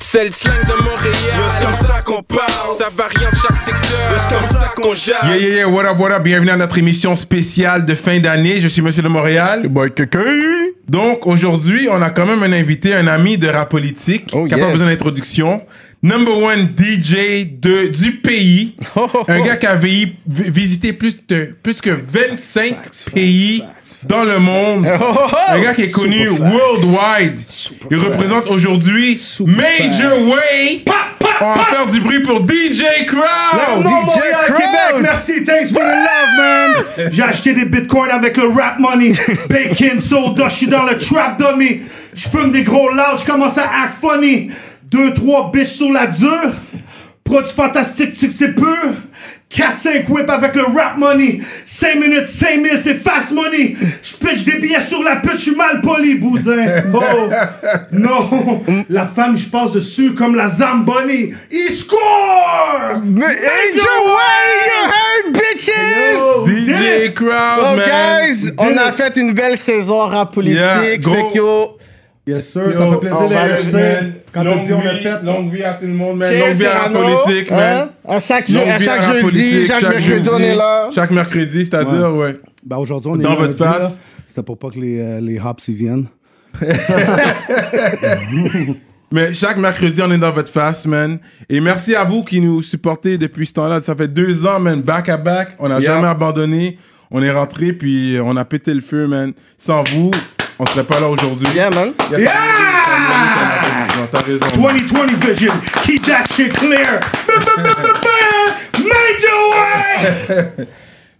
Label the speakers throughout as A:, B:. A: C'est le slang de Montréal. C'est comme ça qu'on parle. Ça varie en chaque secteur. C'est comme ça qu'on jase.
B: Ah, Yeah, yeah, yeah, what up, what up? Bienvenue à notre émission spéciale de fin d'année. Je suis Monsieur de Montréal. Donc, aujourd'hui, on a quand même un invité, un ami de rap politique,
C: Oh,
B: qui n'a pas
C: yes.
B: besoin d'introduction. Number one DJ de, du pays. Un gars qui a vi- vi- visité plus, de, plus que 25 pays dans le monde. Un gars qui est connu worldwide. Il représente aujourd'hui Major Way. On va faire du bruit pour DJ Crowd.
C: Yo,
D: Non,
C: DJ
D: Montréal,
C: Crowd.
D: Québec, merci, thanks for the love, man. J'ai acheté des bitcoins avec le rap money. Bacon, soda, je suis dans le trap dummy. Je fume des gros lards, je commence à act funny. Deux, trois bitches sur la dure. Produit fantastique, tu sais que c'est pur. 4-5 whip avec le rap money. 5 minutes, 5 000, c'est fast money. Je pitch des billets sur la pute, je suis mal poli, bousin. Oh, non. La femme, je passe dessus comme la Zamboni. Il score!
C: Mais ain't your way, you heard, bitches!
D: Yo,
B: DJ
D: Dick.
B: Crowd,
C: Oh,
B: man.
C: guys, on a fait une belle saison rap politique.
B: Yeah, gros.
C: fait que yo,
D: Yes, sir, ça fait plaisir
C: on va
D: d'être
C: aller,
D: ici. Quand on dit on l'a fait,
B: Longue vie à tout le monde, man.
C: cheers,
B: longue vie à la
C: Cyrano.
B: politique, man.
C: Hein? À chaque,
B: Longue
C: à
B: vie
C: chaque
B: la
C: jeudi,
B: politique,
C: chaque mercredi,
B: jeudi,
C: on est là.
B: Chaque mercredi, c'est-à-dire, ouais.
D: ben aujourd'hui, on est
B: Dans
D: lundi,
B: votre face.
D: là. C'était pour pas que les, euh, les hops y viennent.
B: Mais chaque mercredi, on est dans votre face, man. Et merci à vous qui nous supportez depuis ce temps-là. Ça fait deux ans, man, back à back. On n'a
C: Yeah.
B: jamais abandonné. On est rentré, puis on a pété le feu, man. Sans vous, on serait pas là aujourd'hui.
C: Yeah, man.
B: Yes,
D: Yeah!
B: T'as raison. man.
D: 2020 vision, keep that shit clear. Ba, ba, ba, ba, ba. Major way!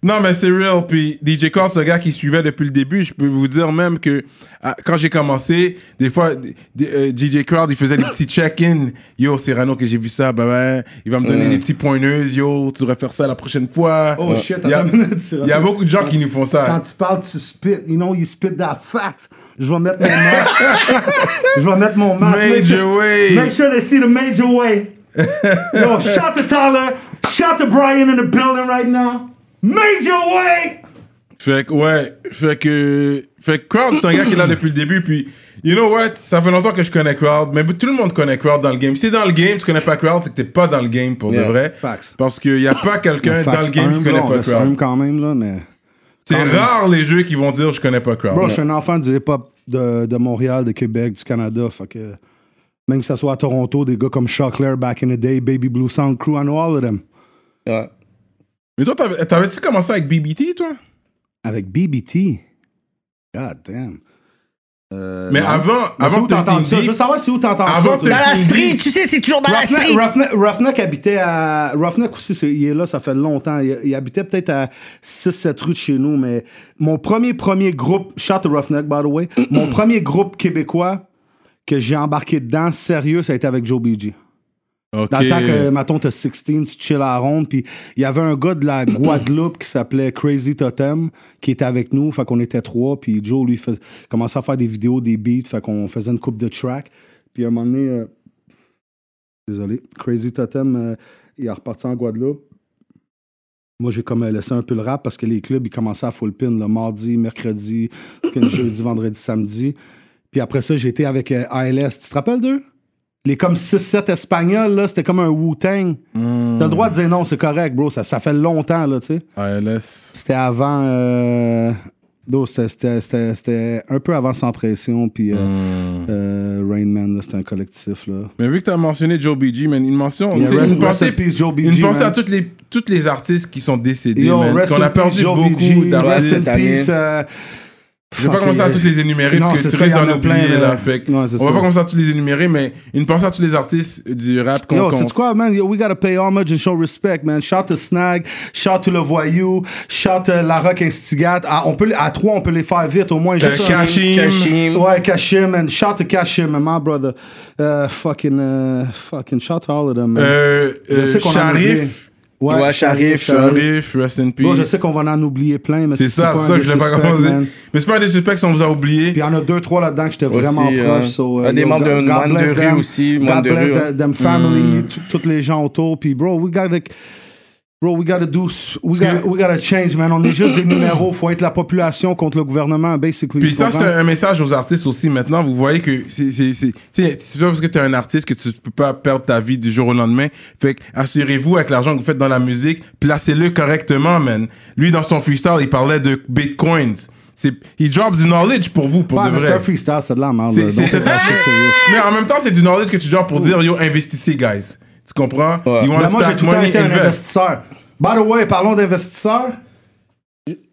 B: Non, mais c'est real. Puis DJ Core, c'est un gars qui suivait depuis le début. Je peux vous dire même que à- quand j'ai commencé, des fois, d- d- euh, DJ Crowd, il faisait des petits check-in. Yo, Cyrano, que j'ai vu ça, bah ben, il va me donner des petits pointeuses. Yo, tu devrais faire ça la prochaine fois.
D: Oh, shit,
B: il y a,
D: attends une minute, Cyrano.
B: il y a beaucoup de gens qui nous font
D: Quand
B: ça.
D: tu parles, tu spit, you know, you spit that facts. Je vais mettre mon masque. Je vais mettre mon masque. Make
B: Major
D: sure-
B: Way.
D: Make sure they see the major way. Yo, shout to Tyler, shout to Brian in the building right now. Major way!
B: Fait que, ouais, fait que, fait que Crowd, c'est un gars qui est là depuis le début. Puis, you know what, ça fait longtemps que je connais Crowd, mais tout le monde connaît Crowd dans le game. Si t'es dans le game, tu connais pas Crowd, c'est que t'es pas dans le game pour
C: Yeah,
B: de vrai.
D: facts.
B: Parce qu'il y a pas quelqu'un dans le game qui connaît pas Crowd.
D: quand même, là, mais...
B: C'est
D: Quand même.
B: rare les jeux qui vont dire je connais pas Crowd.
D: Bro, je suis un enfant du hip-hop de, de Montréal, de Québec, du Canada. Fait que même que ça soit à Toronto, des gars comme Shockler back in the day, Baby Blue Sound Crew, I know all of them.
C: Ouais.
B: Mais toi, t'avais- t'avais-tu commencé avec BBT, toi
D: Avec BBT. God damn.
B: Mais avant,
D: Euh, Mais c'est
B: avant
D: où
B: que
D: t'entends ça?
B: Deep,
D: Je veux savoir c'est où t'entends
B: Avant
D: ça.
B: que-
D: toi.
C: Dans la
B: Puis-
C: street, tu sais, c'est toujours dans la
D: Roughneck,
C: street.
D: Roughneck- Roughneck habitait à. Roughneck aussi, c'est- il est là, ça fait longtemps. Il, il habitait peut-être à 6-7 rues de chez nous, mais mon premier, premier groupe. Shout to Roughneck, by the way. mon premier groupe québécois que j'ai embarqué dedans, sérieux, ça a été avec Joe BG.
B: Ok.
D: Dans le temps que, mettons, t'as 16, tu chill à la ronde, puis il y avait un gars de la Guadeloupe qui s'appelait Crazy Totem, qui était avec nous, fait qu'on était trois, puis Joe, lui, fais- commençait à faire des vidéos, des beats, fait qu'on faisait une coupe de track, puis à un moment donné, euh, désolé, Crazy Totem, euh, il est reparti en Guadeloupe. Moi, j'ai comme euh, laissé un peu le rap parce que les clubs, ils commençaient à full pin le mardi, mercredi, puis jeudi, vendredi, samedi. Puis après ça, j'étais avec euh, ALS. Tu te rappelles d'eux? Les comme 6-7 espagnols, là, c'était comme un Wu-Tang.
B: Hmm.
D: T'as le droit de dire non, c'est correct, bro. Ça, ça fait longtemps, là, tu sais.
B: ALS.
D: C'était avant. euh, d'où c'était- c'était- C'était c'était un peu avant Sans Pression, puis euh,
B: Hmm.
D: euh, Rain Man, là, c'était un collectif, là.
B: Mais vu que t'as mentionné Joe BG, man, une mention.
D: Yeah,
B: tu sais,
D: rest-
B: une
D: rest
B: pensée,
D: in peace, Joe
B: une
D: BG,
B: pensée à
D: man.
B: toutes les, toutes les artistes qui sont décédés,
D: Yo,
B: man. Parce
D: rest
B: qu'on
D: in
B: a
D: peace,
B: perdu
D: Joe
B: beaucoup
D: BG,
B: d'artistes.
D: Rest in peace. euh,
B: Je vais pas
D: fuck,
B: commencer à
D: euh,
B: toutes les énumérer,
D: non,
B: parce que
D: c'est
B: tu
D: ça,
B: risques
D: il y en
B: d'en
D: a plein,
B: oublier,
D: là.
B: là. Fait que
D: Ouais,
B: on
D: c'est
B: va
D: ça.
B: pas commencer à tous les énumérer, mais une pensée à tous les artistes du rap qu'on
D: Yo,
B: qu'on-
D: c'est quoi, man? Yo, we gotta pay homage and show respect, man. Shout to Snag, shout to Le Voyou, shout to La Rock Instigate. À, on peut, les- à trois, on peut les faire vite, au moins.
B: Euh,
D: juste un-
B: Kashim.
C: Kashim.
D: Ouais, Kashim, man. Shout to Kashim, man, my brother. Euh, fucking, euh, fucking, shout to all of them, man.
B: Euh,
D: Je
B: euh,
D: sais qu'on en a oublié.
B: Sharif.
C: Ouais, Sharif,
B: Sharif, rest in peace.
D: Bon, je sais qu'on va en oublier plein, mais
B: C'est ça,
D: pas
B: c'est
D: un
B: ça que je l'ai pas
D: disrespect,
B: commencé.
D: man.
B: Mais c'est pas un des suspects si on vous a oublié.
D: Puis il y en a deux, trois là-dedans que j'étais vraiment
C: Aussi,
D: proche.
C: euh,
D: so,
C: un des
D: yo,
C: membres
D: God-
C: de
D: God
C: Moine de
D: bless
C: Rue
D: them.
C: aussi, Moine
D: God
C: de
D: bless
C: Rue. Hmm.
D: the- them family, tout- toutes les gens autour. Puis bro, we gotta... Bro, we gotta do. We gotta, we gotta change, man. On est juste des numéros. Faut être la population contre le gouvernement, basically.
B: Puis
D: tu
B: ça, c'est
D: comprends?
B: un, un message aux artistes aussi. Maintenant, vous voyez que c'est- c'est c'est- c'est- c'est pas parce que t'es un artiste que tu peux pas perdre ta vie du jour au lendemain. Fait que assurez-vous avec l'argent que vous faites dans la musique, placez-le correctement, man. Lui, dans son freestyle, il parlait de bitcoins. C'est- Il drop du knowledge pour vous, pour
D: Ouais,
B: de
D: mais c'est un
B: vrai.
D: freestyle, c'est de la merde.
B: C'est-
D: là.
B: c'est-
D: Donc,
B: c'est-
D: la shit, c'est risque.
B: Mais en même temps, c'est du knowledge que tu drops pour dire, yo, investissez, guys. Tu comprends? You wanna
D: Mais moi, j'ai
B: stack
D: tout le temps
B: money,
D: été un
B: invest.
D: investisseur. By the way, parlons d'investisseurs.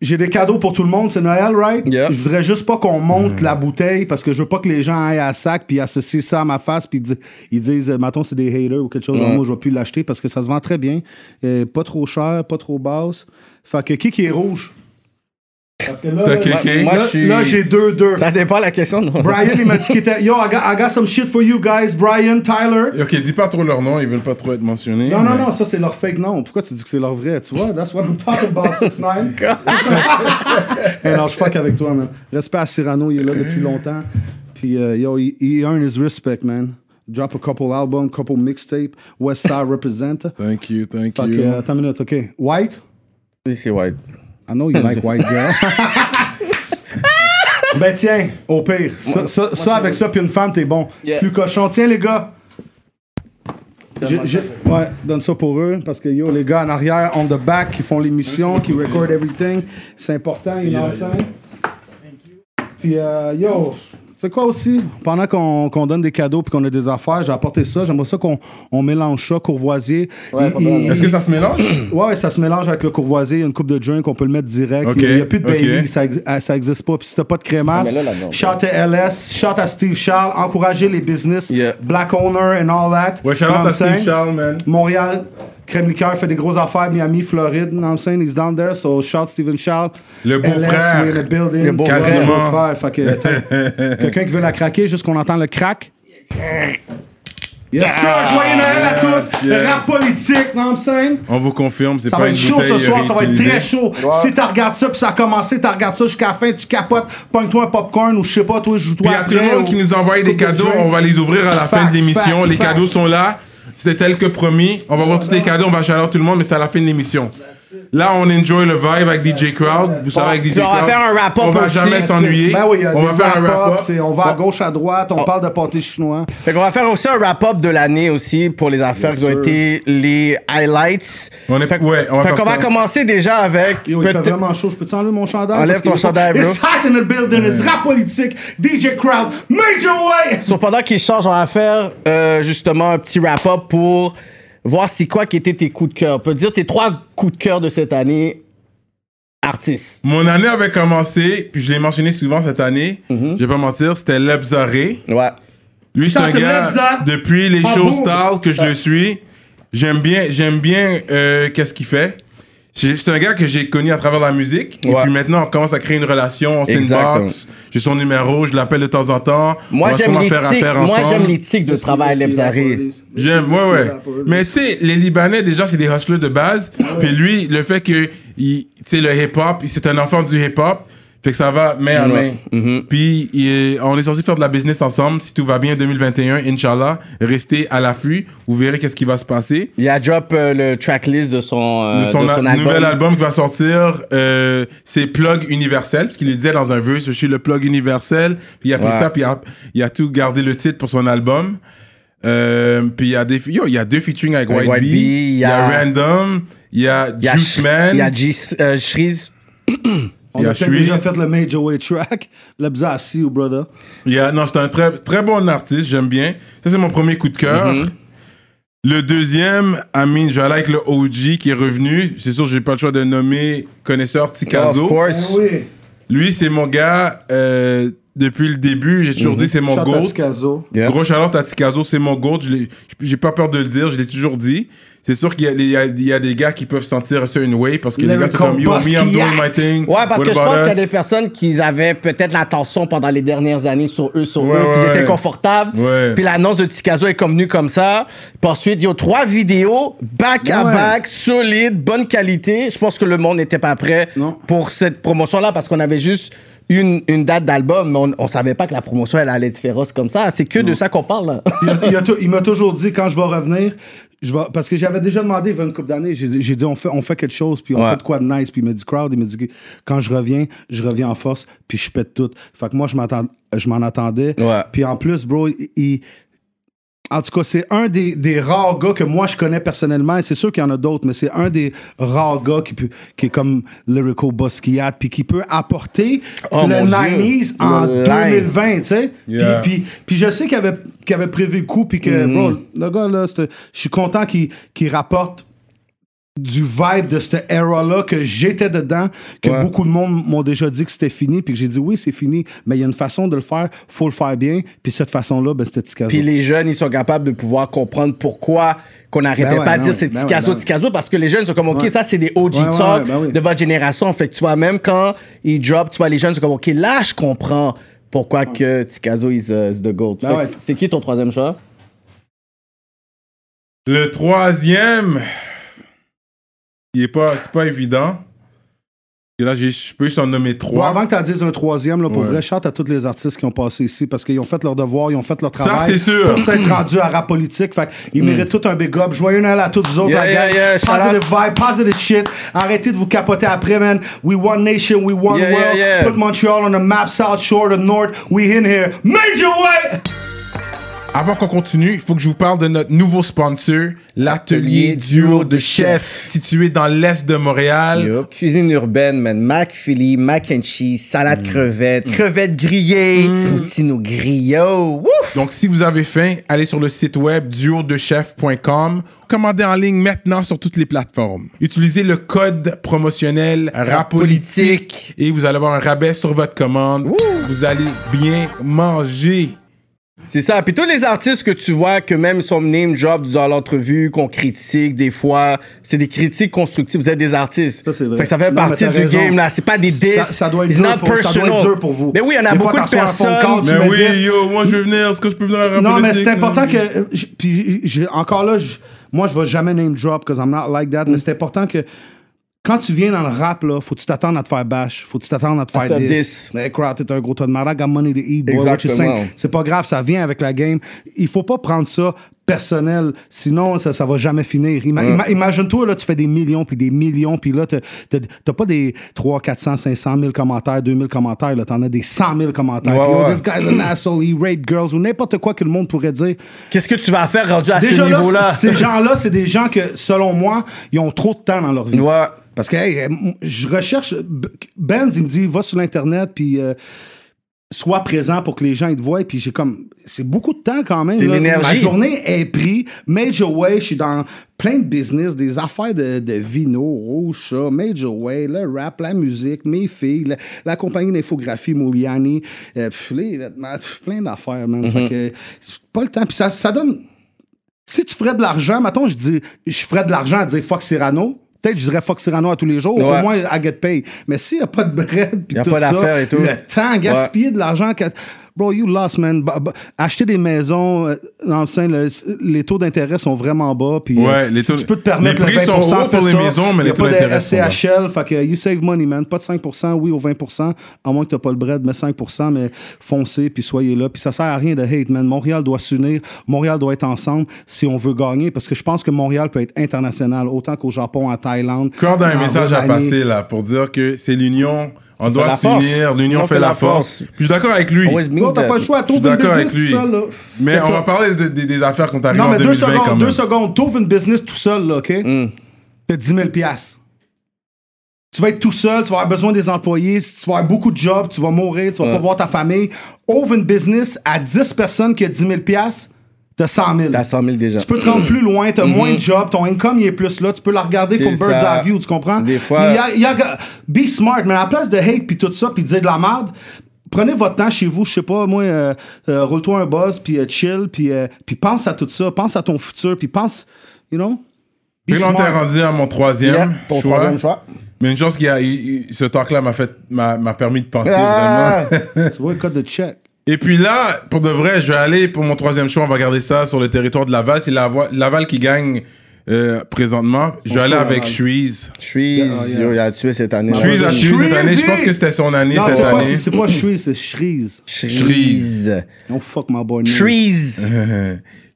D: J'ai des cadeaux pour tout le monde, c'est Noël, right?
C: Yeah.
D: Je voudrais juste pas qu'on monte la bouteille parce que je veux pas que les gens aillent à sac puis associent ça à ma face puis di- ils disent, euh, mettons, c'est des haters ou quelque chose. Alors, Moi, je vais plus l'acheter parce que ça se vend très bien. Euh, pas trop cher, pas trop basse. Fait que qui qui est rouge? Parce que là,
B: C'est
D: là,
B: un kéké.
D: là-
C: Moi, je suis-
D: là, j'ai deux, deux.
C: Ça dépend la question, non?
D: Brian, il m'a dit qu'il était. Yo, I got, I got some shit for you guys. Brian, Tyler.
B: Ok, dis pas trop leur nom, ils veulent pas trop être mentionnés.
D: Non, non,
B: mais-
D: non, ça c'est leur fake nom. Pourquoi tu dis que c'est leur vrai? Tu vois, that's what I'm talking about, 6 9 Alors, je fuck avec toi, man. Respect à Cyrano, il est là depuis longtemps. Puis, euh, yo, he, he earned his respect, man. Drop a couple albums, couple mixtape. West Side represent. Fait
B: Thank you, thank
D: que,
B: you.
D: euh, attends une minute, OK. White?
C: C'est white.
D: I know you like white girl. ben tiens, au pire. Ça, ça, ça, avec ça, puis une femme, t'es bon.
C: Yeah.
D: Plus cochon. Tiens, les gars. J'ai- j'ai- ouais, donne ça pour eux parce que yo, les gars en arrière, on the back, qui font l'émission, qui record everything, c'est important, ils lancent. Puis euh, yo, tu sais quoi aussi, pendant qu'on qu'on donne des cadeaux puis qu'on a des affaires, j'ai apporté ça, j'aimerais ça qu'on on mélange ça, courvoisier.
C: Ouais,
D: Il-
C: pas mal.
D: il-
B: Est-ce que ça se mélange?
D: Ouais, ouais, ça se mélange avec le courvoisier. Il y a une coupe de drink, on peut le mettre direct.
B: Ok,
D: Il n'y a plus de
B: ok.
D: Bailey, ça ex- ah, ça n'existe pas. Puis si t'as pas de crémasse,
C: Ah, mais là, là-dedans,
D: shout à LS, shout à Steve Charles, encourager les business,
C: Yeah.
D: black owner and all that.
B: Ouais, shout
D: You know
B: out
D: what
B: à
D: I'm
B: Steve
D: saying?
B: Charles, man.
D: Montréal, Crème Liqueur fait des grosses affaires, Miami, Floride, you know what I'm saying? He's down there, so shout Steven Charles.
B: Le beau-frère.
D: LS, we're in the building.
C: Le beau-frère.
D: Ouais, le
B: Quasiment.
D: beau-frère. Fait que, attends, Quelqu'un qui veut la craquer, juste qu'on entend le crack. Yes, sir! Joyeux Noël à tous!
B: yes.
D: Rap politique, you know what I'm saying?
B: On vous confirme, c'est
D: Ça
B: pas
D: va
B: une
D: être chaud
B: bouteille
D: ce soir, ça va être
B: réutilisée.
D: très chaud. Si tu regardes ça, puis ça a commencé, tu regardes ça jusqu'à la fin, tu capotes, pogne-toi un popcorn ou je sais pas, toi, joue-toi
B: Puis à tout le
D: après,
B: monde
D: ou-
B: qui nous envoie des
D: coupe de
B: cadeaux,
D: drink.
B: on va les ouvrir à la fin
D: Facts,
B: de l'émission.
D: facts,
B: Les
D: facts.
B: cadeaux sont là. C'est tel que promis. On va voir tous les cadeaux, on va chaleur tout le monde, mais c'est à la fin de l'émission. Là, on enjoy le vibe avec DJ Crowd. Vous savez, avec DJ
C: Puis
B: Crowd.
C: on va faire un wrap-up
B: On va
C: aussi,
B: jamais
C: tu-
B: s'ennuyer.
D: Ben oui, il y a
B: On
D: des
B: va faire un
D: wrap-ups,
B: wrap-up.
D: c'est- on
C: Ah.
D: va à gauche, à droite, on parle de pâté chinois.
C: Fait qu'on va faire aussi un wrap-up de l'année aussi pour les affaires qui ont été les highlights.
B: On est-
C: fait
B: ouais, on va
C: fait
B: faire
C: qu'on va
B: ça.
C: commencer déjà avec.
D: Yo, il fait
C: peut-être-
D: vraiment chaud. Je peux t'enlever mon chandail? Parce
C: Enlève
D: que-
C: ton chandail, bro.
D: It's hot in the building. It's rap politique. DJ Crowd. Major way.
C: So, pendant qu'ils changent, on va faire euh, justement un petit wrap-up pour voir c'est quoi qui étaient tes coups de cœur. On peut dire tes trois coups de cœur de cette année, artistes.
B: Mon année avait commencé, puis je l'ai mentionné souvent cette année. Je vais pas mentir, c'était Lebzaré.
C: Ouais.
B: Lui, c'est un
D: Chante
B: gars,
D: Lebza.
B: depuis les
D: Ah
B: shows
D: bon?
B: stars que je le suis, j'aime bien, j'aime bien euh, qu'est-ce qu'il fait. C'est c'est un gars que j'ai connu à travers la musique. Et
C: Ouais.
B: puis maintenant, on commence à créer une relation. On
C: Exactement.
B: s'inbox. J'ai son numéro, je l'appelle de temps en temps.
C: Moi,
B: On va
C: j'aime
B: sûrement faire
C: l'éthique.
B: affaire
C: Moi,
B: ensemble.
C: j'aime l'éthique de travail à Lebzaré.
B: J'aime, ouais, ouais. Mais tu sais, les Libanais, déjà, c'est des hustlers de base. Puis lui, le fait que, il- tu sais, le hip-hop, il- c'est un enfant du hip-hop, fait que ça va main en main.
C: Ouais.
B: Puis il est- on est censé faire de la business ensemble. Si tout va bien 2021, Inch'Allah, restez à l'affût. Vous verrez qu'est-ce qui va se passer.
C: Il a drop euh, le tracklist de son, euh,
B: son,
C: de son
B: a-
C: album.
B: nouvel album qui va sortir, euh, c'est Plug Universel, parce qu'il le disait dans un verse, je suis le Plug Universel. Puis il a pris
C: Ouais.
B: ça, puis il a, il a tout gardé le titre pour son album. Euh, puis il y a des yo, il y a deux featuring avec
C: Avec
B: White,
C: White
B: Bee,
C: Bee,
B: il y a Random, il y a
C: Il y a
B: Juice
C: Sh-
B: Man,
C: Il y a J- euh, Shreeze.
D: On
B: Il y a
D: a peut-être déjà
B: Suisse.
D: fait le Major Way track. Lebzaré, see you, brother.
B: il y a- non, c'est un très très bon artiste, j'aime bien. Ça c'est mon premier coup de cœur.
C: Mm-hmm.
B: Le deuxième, Amine, je vais aller avec le OG qui est revenu. C'est sûr, j'ai pas le choix de nommer connaisseur Tikazo.
C: Of course.
D: oui.
B: Lui, c'est mon gars. euh, depuis le début, j'ai toujours dit c'est mon
D: Mhm. Shout out
B: goat.
D: Tikazo.
C: Yeah.
B: Gros shout-out à Tikazo, c'est mon goat. Je l'ai- J'ai pas peur de le dire, je l'ai toujours dit. C'est sûr qu'il y a- il y, a- il y a des gars qui peuvent sentir ça une way parce que les gars sont
D: Lyrical
B: comme Yo, me, I'm doing my thing.
C: Ouais, parce
B: What
C: que je
B: about
C: pense qu'il y a
B: us?
C: des personnes qui avaient peut-être l'attention pendant les dernières années sur eux, sur
B: Ouais,
C: eux, puis
B: ouais,
C: ils étaient
B: ouais.
C: confortables.
B: Ouais.
C: Puis l'annonce de Tikazo est comme venue comme ça. Puis ensuite, il y a trois vidéos, back à
D: Ouais.
C: back, solides, bonne qualité. Je pense que le monde n'était pas prêt
D: Non.
C: pour cette promotion-là parce qu'on avait juste une, une date d'album, mais on, on savait pas que la promotion, elle allait être féroce comme ça. C'est que de
B: Mm.
C: ça qu'on parle, là.
D: Il a- il a tou- il m'a toujours dit quand je vais revenir, je vais, parce que j'avais déjà demandé il y a une couple d'années, j'ai j'ai dit on fait, on fait quelque chose, puis on
C: Ouais.
D: fait de quoi de nice, puis il m'a dit crowd, il m'a dit quand je reviens, je reviens en force, puis je pète tout. Fait que moi, je m'attend- je m'en attendais.
C: Ouais.
D: Puis en plus, bro, il- il- en tout cas, c'est un des, des rares gars que moi je connais personnellement, et c'est sûr qu'il y en a d'autres, mais c'est un des rares gars qui, peut- qui est comme Lyrical Basquiat, puis qui peut apporter
C: Oh,
D: le
C: mon Dieu.
D: 90s en
C: Le live.
D: 2020. 20, tu sais.
B: Yeah.
D: Puis, puis, puis je sais qu'il avait, qu'il avait prévu le coup, puis que, bro, le gars, là, c'est- je suis content qu'il qu'il rapporte du vibe de cette era-là que j'étais dedans, que beaucoup de monde m'ont déjà dit que c'était fini, puis que j'ai dit oui, c'est fini, mais il y a une façon de le faire, faut le faire bien, puis cette façon-là, ben, c'était Ticazo.
C: Puis les jeunes, ils sont capables de pouvoir comprendre pourquoi qu'on n'arrêtait
D: Ben ouais,
C: pas à
D: ben
C: dire
D: oui,
C: c'est
D: ben oui,
C: Ticazo,
D: ben oui.
C: Ticazo, parce que les jeunes sont comme, OK,
D: Ouais.
C: ça, c'est des OG
D: Ouais, ouais,
C: talk
D: ouais, ben oui.
C: de votre génération. Fait que tu vois, même quand ils drop, tu vois, les jeunes sont comme, OK, là, je comprends pourquoi que Ticazo is, uh, is the GOAT.
D: Ben
C: Fait que
D: ouais.
C: C'est qui ton troisième choix?
B: Le troisième, il est pas, c'est pas évident. Et là, j'ai- je peux s'en nommer
D: Bon,
B: trois.
D: avant que tu dises un troisième, là, pour
B: Ouais.
D: vrai, chante à tous les artistes qui ont passé ici parce qu'ils ont fait leur devoir, ils ont fait leur travail.
B: c'est sûr.
D: Pour s'être rendus à rap politique. Fait qu'ils méritent tout un big up. Joyeux Noël à tous vous autres,
C: Yeah,
D: la gang.
C: yeah, yeah, shout
D: Positive vibe, positive shit. Arrêtez de vous capoter après, man. We one nation, we one
C: Yeah,
D: world.
C: yeah, yeah.
D: Put Montreal on the map, South Shore, the North. We in here. Major way!
B: Avant qu'on continue, il faut que je vous parle de notre nouveau sponsor, l'atelier duo de chef, situé dans l'est de Montréal.
C: Yup. Euh, Cuisine urbaine, man. McPhilly, mac and cheese, salade
D: Mm.
C: crevette, crevettes grillées, poutine au griot. Wouh!
B: Donc, si vous avez faim, allez sur le site web duodechef.com. Commandez en ligne maintenant sur toutes les plateformes. Utilisez le code promotionnel RAPOLITIQUE et vous allez avoir un rabais sur votre commande. Vous allez bien manger.
C: C'est ça. Puis tous les artistes que tu vois, que même ils sont name job dans l'entrevue, qu'on critique des fois, c'est des critiques constructives. Vous êtes des artistes.
D: Ça, c'est vrai.
C: Fait que ça fait
D: Non,
C: partie
D: mais
C: du
D: t'as raison.
C: game, là. C'est pas des
D: Ça-
C: diss.
D: ça doit être
C: It's
D: dur
C: not
D: pour- ça doit être
C: personal.
D: dur pour vous.
C: Mais oui, il y en a
D: Des fois,
C: beaucoup de
D: t'as reçu un phone
C: personnes.
D: call, tu Mais mets oui, des-
B: yo, moi je veux venir. Est-ce que je peux venir à
D: Non, mais c'est important que. euh, j- Puis j'ai- encore là, j- moi, je vais jamais name drop because I'm not like that, mais c'est important que. Quand tu viens dans le rap, là, faut que tu t'attendes à te faire bash. Faut que tu t'attendes à te faire
C: faire
D: diss.
C: diss.
D: Hey, crowd, t'es un gros tas de marag, got money to eat, boy, what you
C: Exactement.
D: saying? C'est pas grave, ça vient avec la game. Il faut pas prendre ça personnel, sinon ça, ça va jamais finir. Ima- ima- Imagine-toi, là, tu fais des millions, puis des millions, puis là, t'as- t'as t'as pas des 300, 400, 500 000 commentaires, 2000 commentaires, là, t'en as des 100 000 commentaires.
C: Ouais,
D: Puis, yo,
C: ouais.
D: this guy's an asshole, he raped girls, ou n'importe quoi que le monde pourrait dire.
C: Qu'est-ce que tu vas faire rendu à
D: Déjà
C: ce
D: là,
C: niveau-là?
D: c- ces gens-là, c'est des gens que, selon moi, ils ont trop de temps dans leur vie.
C: Ouais.
D: Parce que, hey, euh, m- je recherche. euh, B- Benz, il me dit, va sur l'Internet, puis euh, sois présent pour que les gens ils te voient. Puis j'ai comme. C'est beaucoup de temps quand même.
C: C'est
D: là. Ma
C: l'énergie.
D: journée est prise. Major Way, je suis dans plein de business, des affaires de, de vino, rouge, ça. Major Way, le rap, la musique, mes filles, la, la compagnie d'infographie Mouliani, euh, pff, les vêtements, pff, plein d'affaires, man.
C: Mm-hmm.
D: Fait que, c'est pas le temps. Puis ça, ça donne si tu ferais de l'argent, mettons, je dis, je ferais de l'argent à dire fuck Cyrano. Peut-être que je dirais fuck Cyrano à tous les jours.
C: Ouais.
D: Au moins, I get paid. Mais s'il n'y a pas de bread, puis
C: Y a
D: tout
C: pas
D: ça,
C: d'affaires et tout.
D: le temps, gaspiller de l'argent. que- Bro, you lost, man. Ba- ba- Acheter des maisons, euh, dans le sein, le- les taux d'intérêt sont vraiment bas. Puis,
B: Ouais,
D: euh,
B: les
D: si
B: taux-
D: tu peux te permettre
B: les
D: le
B: prix sont
D: 20
B: hauts pour
D: fais
B: les
D: ça.
B: maisons, mais
D: Y a
B: les
D: pas
B: taux
D: de
B: d'intérêt sont bas.
D: SCHL, fait que you save money, man. Pas de 5 oui, au 20 à moins que t'as pas le bread, mais 5 mais foncez, puis soyez là. Puis ça sert à rien de hate, man. Montréal doit s'unir. Montréal doit être ensemble si on veut gagner, parce que je pense que Montréal peut être international, autant qu'au Japon, en Thaïlande.
B: Corde a un
D: en
B: message à
D: Roumanie.
B: passer là pour dire que c'est l'union. On doit
C: la force.
B: s'unir. L'union fait la force. Puis je suis d'accord avec lui.
C: Always
B: Je
C: mean
D: Non, t'as pas le
C: that.
D: choix.
B: suis
D: T'ouvres une
B: d'accord
D: business
B: avec
D: tout
B: lui.
D: seul, là.
B: Mais
D: Faites
B: on
D: ça.
B: va parler de- de- des affaires qui sont arrivées
D: Non,
B: en
D: mais deux
B: 2020 quand
D: secondes,
B: même. Mm.
D: deux secondes. T'ouvres une business tout seul, là, OK? T'as 10 000 piastres. Tu vas être tout seul, tu vas avoir besoin des employés, tu vas avoir beaucoup de jobs, tu vas mourir, tu vas
B: Mm.
D: pas voir ta famille. Ouvre une business à 10 personnes qui a 10 000 piastres, t'as 100 000.
C: T'as 100 000 déjà.
D: Tu peux te rendre plus loin, t'as moins de jobs, ton income il est plus là, tu peux la regarder from
C: Mhm. C'est
D: bird's
C: ça.
D: eye view, tu comprends?
C: Des fois-
D: Mais y a- y a- be smart, mais à la place de hate puis tout ça, puis de dire de la merde, prenez votre temps chez vous, je sais pas, moi, euh, euh, roule-toi un buzz, puis euh, chill, puis euh, puis pense à tout ça, pense à ton futur, puis pense, you know? Be
B: Puis là, on
D: smart.
B: t'est rendu à mon troisième,
C: Yeah, ton
B: choix.
C: troisième choix.
B: Mais une chance qu'il y a, il- il- ce talk-là m'a fait, m'a, m'a permis de penser
C: Ah!
B: vraiment.
D: Tu vois le code de check.
B: Et puis là, pour de vrai, je vais aller pour mon troisième choix. On va garder ça sur le territoire de Laval. C'est Laval, Laval qui gagne euh, présentement. Je vais aller avec Shuiz.
D: Ah
C: Shreeze,
D: yeah.
C: yo, il a tué cette année.
B: Shuiz a tué cette année. Je pense que c'était son année
D: Non,
B: cette
D: c'est pas,
B: année.
D: c'est- c'est pas Shreeze, c'est Shreeze.
C: Shreeze.
D: Non, fuck my boy. name.
C: Shreeze.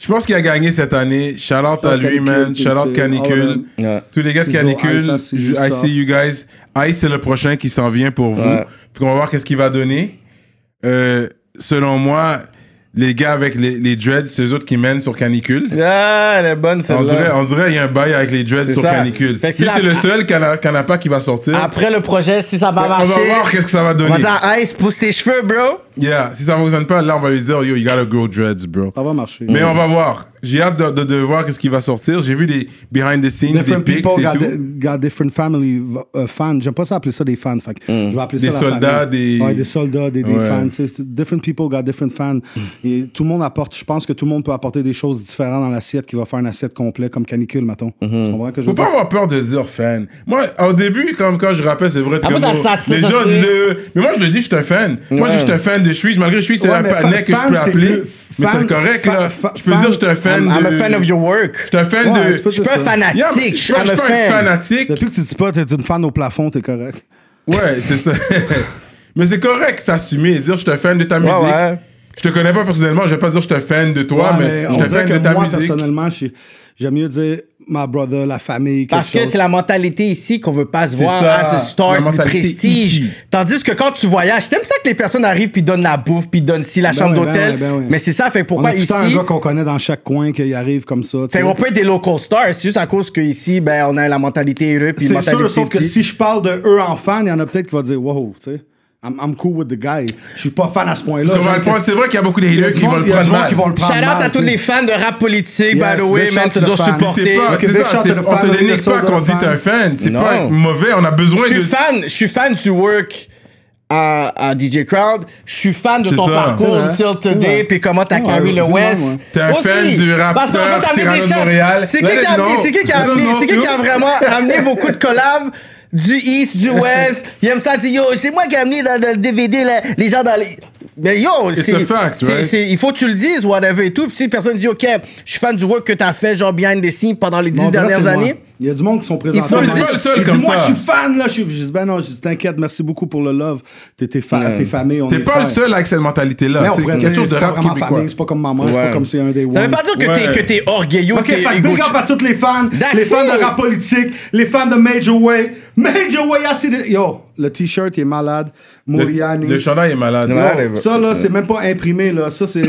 B: Je pense qu'il a gagné cette année. Shout out à lui,
D: Canicule,
B: man. Shout out
D: c'est-
B: Canicule.
D: oh,
C: ouais.
B: Tous les gars de
D: Ciseaux,
B: Canicule,
D: Ice,
B: je-
D: là,
B: I
D: c'est
B: see
D: juste ça.
B: you guys. Ice, c'est le prochain qui s'en vient pour vous.
C: Ouais.
B: Puis on va voir qu'est-ce qu'il va donner. Euh, selon moi, les gars avec les, les dreads, c'est eux autres qui mènent sur Canicule.
C: Ah, elle est bonne
B: On dirait,
C: celle-là.
B: on dirait il y a un bail avec les dreads
C: C'est
B: sur
C: ça.
B: Canicule.
C: Fait
B: Lui,
C: que si la-
B: c'est le seul cana- canapa qui va sortir.
C: Après le projet, si ça va
B: on va
C: marcher,
B: voir qu'est-ce que ça va
C: on va
B: donner.
C: dire à Ice, pousse tes cheveux, bro.
B: Yeah, si ça ne fonctionne pas, là, on va lui dire, yo, you gotta grow dreads, bro.
D: Ça va marcher.
B: Mais
C: Mm.
B: on va voir. J'ai hâte de, de- de voir qu'est-ce qui va sortir. J'ai vu des behind the scenes,
D: Different
B: des pics
D: people
B: et
D: got,
B: tout.
D: got different family euh, fans. J'aime pas ça appeler ça des fans. Fait, que Je vais appeler
B: Mm. Des
D: ça la
B: soldats,
D: famille.
B: des-
D: Ouais, des soldats, des, des
B: Ouais. Mm.
D: fans. tu sais, c'est- Different people got different fans. Et tout le monde apporte. Je pense que tout le monde peut apporter des choses différentes dans l'assiette qui va faire une assiette complète comme canicule, mettons. Tu comprends ce que
B: Mm-hmm.
D: je
B: Faut
D: veux
B: pas
D: dire?
B: avoir peur de dire fan. Moi, au début, comme quand je rappelle, c'est vrai, t'es
C: Ah,
B: comme,
C: moi,
B: oh,
C: ça- ça-
B: les
C: ça-
B: gens
C: ça-
B: disaient, euh, mais moi je le dis, je suis un fan. Moi, je dis, je suis un fan de Suisse. Malgré Suisse, c'est
D: Ouais,
B: un
D: mais
B: panais
D: fa-
B: que je
D: fan,
B: peux
D: c'est
B: appeler.
D: plus-
B: Mais c'est
D: fan-
B: correct,
D: fa-
B: là.
D: fa-
B: Je peux dire, je suis un fan
C: I'm, I'm a
B: de-
C: fan of your work.
B: Je suis un fan
D: Ouais,
B: de.
D: tu peux
C: Je suis
D: dire
C: pas un
D: ça.
C: fanatique,
B: Yeah, mais
C: je
B: je
C: suis
B: suis pas
C: I'm
B: je
C: a
B: suis pas un
C: fan.
B: fanatique.
D: Depuis que tu dis pas, t'es une fan au plafond, t'es correct.
B: Ouais, c'est ça. Mais c'est correct s'assumer et dire, je suis un fan de ta musique.
C: ouais.
B: Je te connais pas personnellement, je vais pas dire, je suis un fan de toi,
D: Ouais,
B: mais
D: Ah, on
B: je suis un
D: dirait
B: fan de
D: que
B: ta
D: moi,
B: musique.
D: personnellement, je suis- j'aime mieux dire my brother, la famille. quelque
C: Parce que
D: chose.
C: c'est la mentalité ici qu'on veut pas se
B: C'est
C: voir
B: ça,
C: as a star,
B: c'est la
C: c'est le
B: mentalité
C: prestige.
B: ici.
C: Tandis que quand tu voyages, t'aimes ça que les personnes arrivent puis donnent la bouffe puis donnent si la
D: Ben
C: chambre
D: ouais, ben
C: d'hôtel.
D: ouais, ben ouais.
C: Mais c'est ça, fait pourquoi
D: on a tout le
C: ici
D: temps un gars qu'on connaît dans chaque coin qui arrive comme ça. tu
C: Fait
D: sais.
C: qu'on peut être des local stars, c'est juste à cause qu'ici, ben, on a la mentalité heureux puis
D: C'est
C: mentalité
D: sûr, sauf que
C: petite.
D: si je parle de eux en fan, il y en a peut-être qui vont dire Wow, tu sais, I'm, I'm cool with the guy. Je suis pas fan à ce point-là.
B: Parce qu'on va le
D: J'aime que-
B: prendre, C'est vrai qu'il y a beaucoup de
D: Il y a
B: haters
D: du
B: qui vont
D: monde
B: le
D: il y a du
B: prendre
D: monde
B: mal.
D: qui vont le prendre.
C: Shout out à
D: mal,
C: tous
D: tu sais.
C: les fans de rap politique, by
D: Yes,
C: the way,
D: big
C: man,
D: shout
C: qui
D: to
C: nous ont
D: the fans.
B: C'est
C: supportés.
B: pas,
D: Ok,
B: c'est
D: big
B: ça,
D: shout to
B: c'est-
D: the
B: on te
D: fan,
B: dénigre
D: Minnesota
B: pas quand on dit
D: fan.
B: t'es un fan. C'est
C: Non.
B: pas mauvais, on a
C: Je
B: besoin
C: suis
B: de.
C: fan, je suis fan du work à, à DJ Crowd. Je suis fan de
B: C'est
C: ton
B: ça.
C: parcours
D: C'est vrai.
C: until
D: C'est
C: today,
D: vrai.
C: puis comment t'as
D: Ouais,
C: carry le
D: vraiment,
C: West.
D: ouais.
B: T'es un
C: Aussi.
B: fan du
C: Parce qu'on
B: rappeur
C: va t'amener
B: Cyrano
C: des
B: de
C: chefs.
B: Montréal.
C: C'est qui
B: Let
C: qui a
B: it
C: amené,
B: know.
C: c'est qui qui a
B: Let it
C: amené,
B: know,
C: c'est qui qui a
B: yo.
C: vraiment amené beaucoup de collabs du East, du West. Il aime ça, dit yo, c'est moi qui ai amené dans, dans le DVD là, les gens dans les. Mais yo, c'est,
B: a fact,
C: c'est-
B: right?
C: c'est- il faut que tu le dises, whatever et tout. Puis si personne dit, OK, je suis fan du work que t'as fait, genre behind the scenes pendant les dix
D: Bon, on dirait
C: dernières
D: c'est moi.
C: années.
D: Il y a du monde qui sont présents.
C: faut-
B: T'es pas le seul comme
D: Moi,
B: ça.
D: je suis fan, là. Je suis- je dis, ben non, je dis, t'inquiète, merci beaucoup pour le love. T'es tes fa- tes familles. on
B: T'es
D: est
B: pas le
D: frères.
B: seul avec cette mentalité-là.
D: Mais on
B: C'est
D: pourrait
B: quelque
D: dire,
B: chose de
D: c'est pas
B: rap
D: vraiment
B: québécois.
D: famille, C'est pas comme maman, c'est
C: Ouais.
D: pas comme c'est un des
C: Ça veut pas dire que
B: Ouais.
C: t'es, que t'es orgueilleux,
D: Ok,
C: que t'es
D: fait que
C: ego
D: big up à tous les fans,
C: That's
D: les fans
C: it.
D: de rap politique, les fans de Major Way. Major Way, I see the- Yo, le t-shirt il est malade. Moriani.
B: Le chandail est malade.
C: Ouais.
D: Yo, ça là, c'est même pas imprimé là. Ça c'est,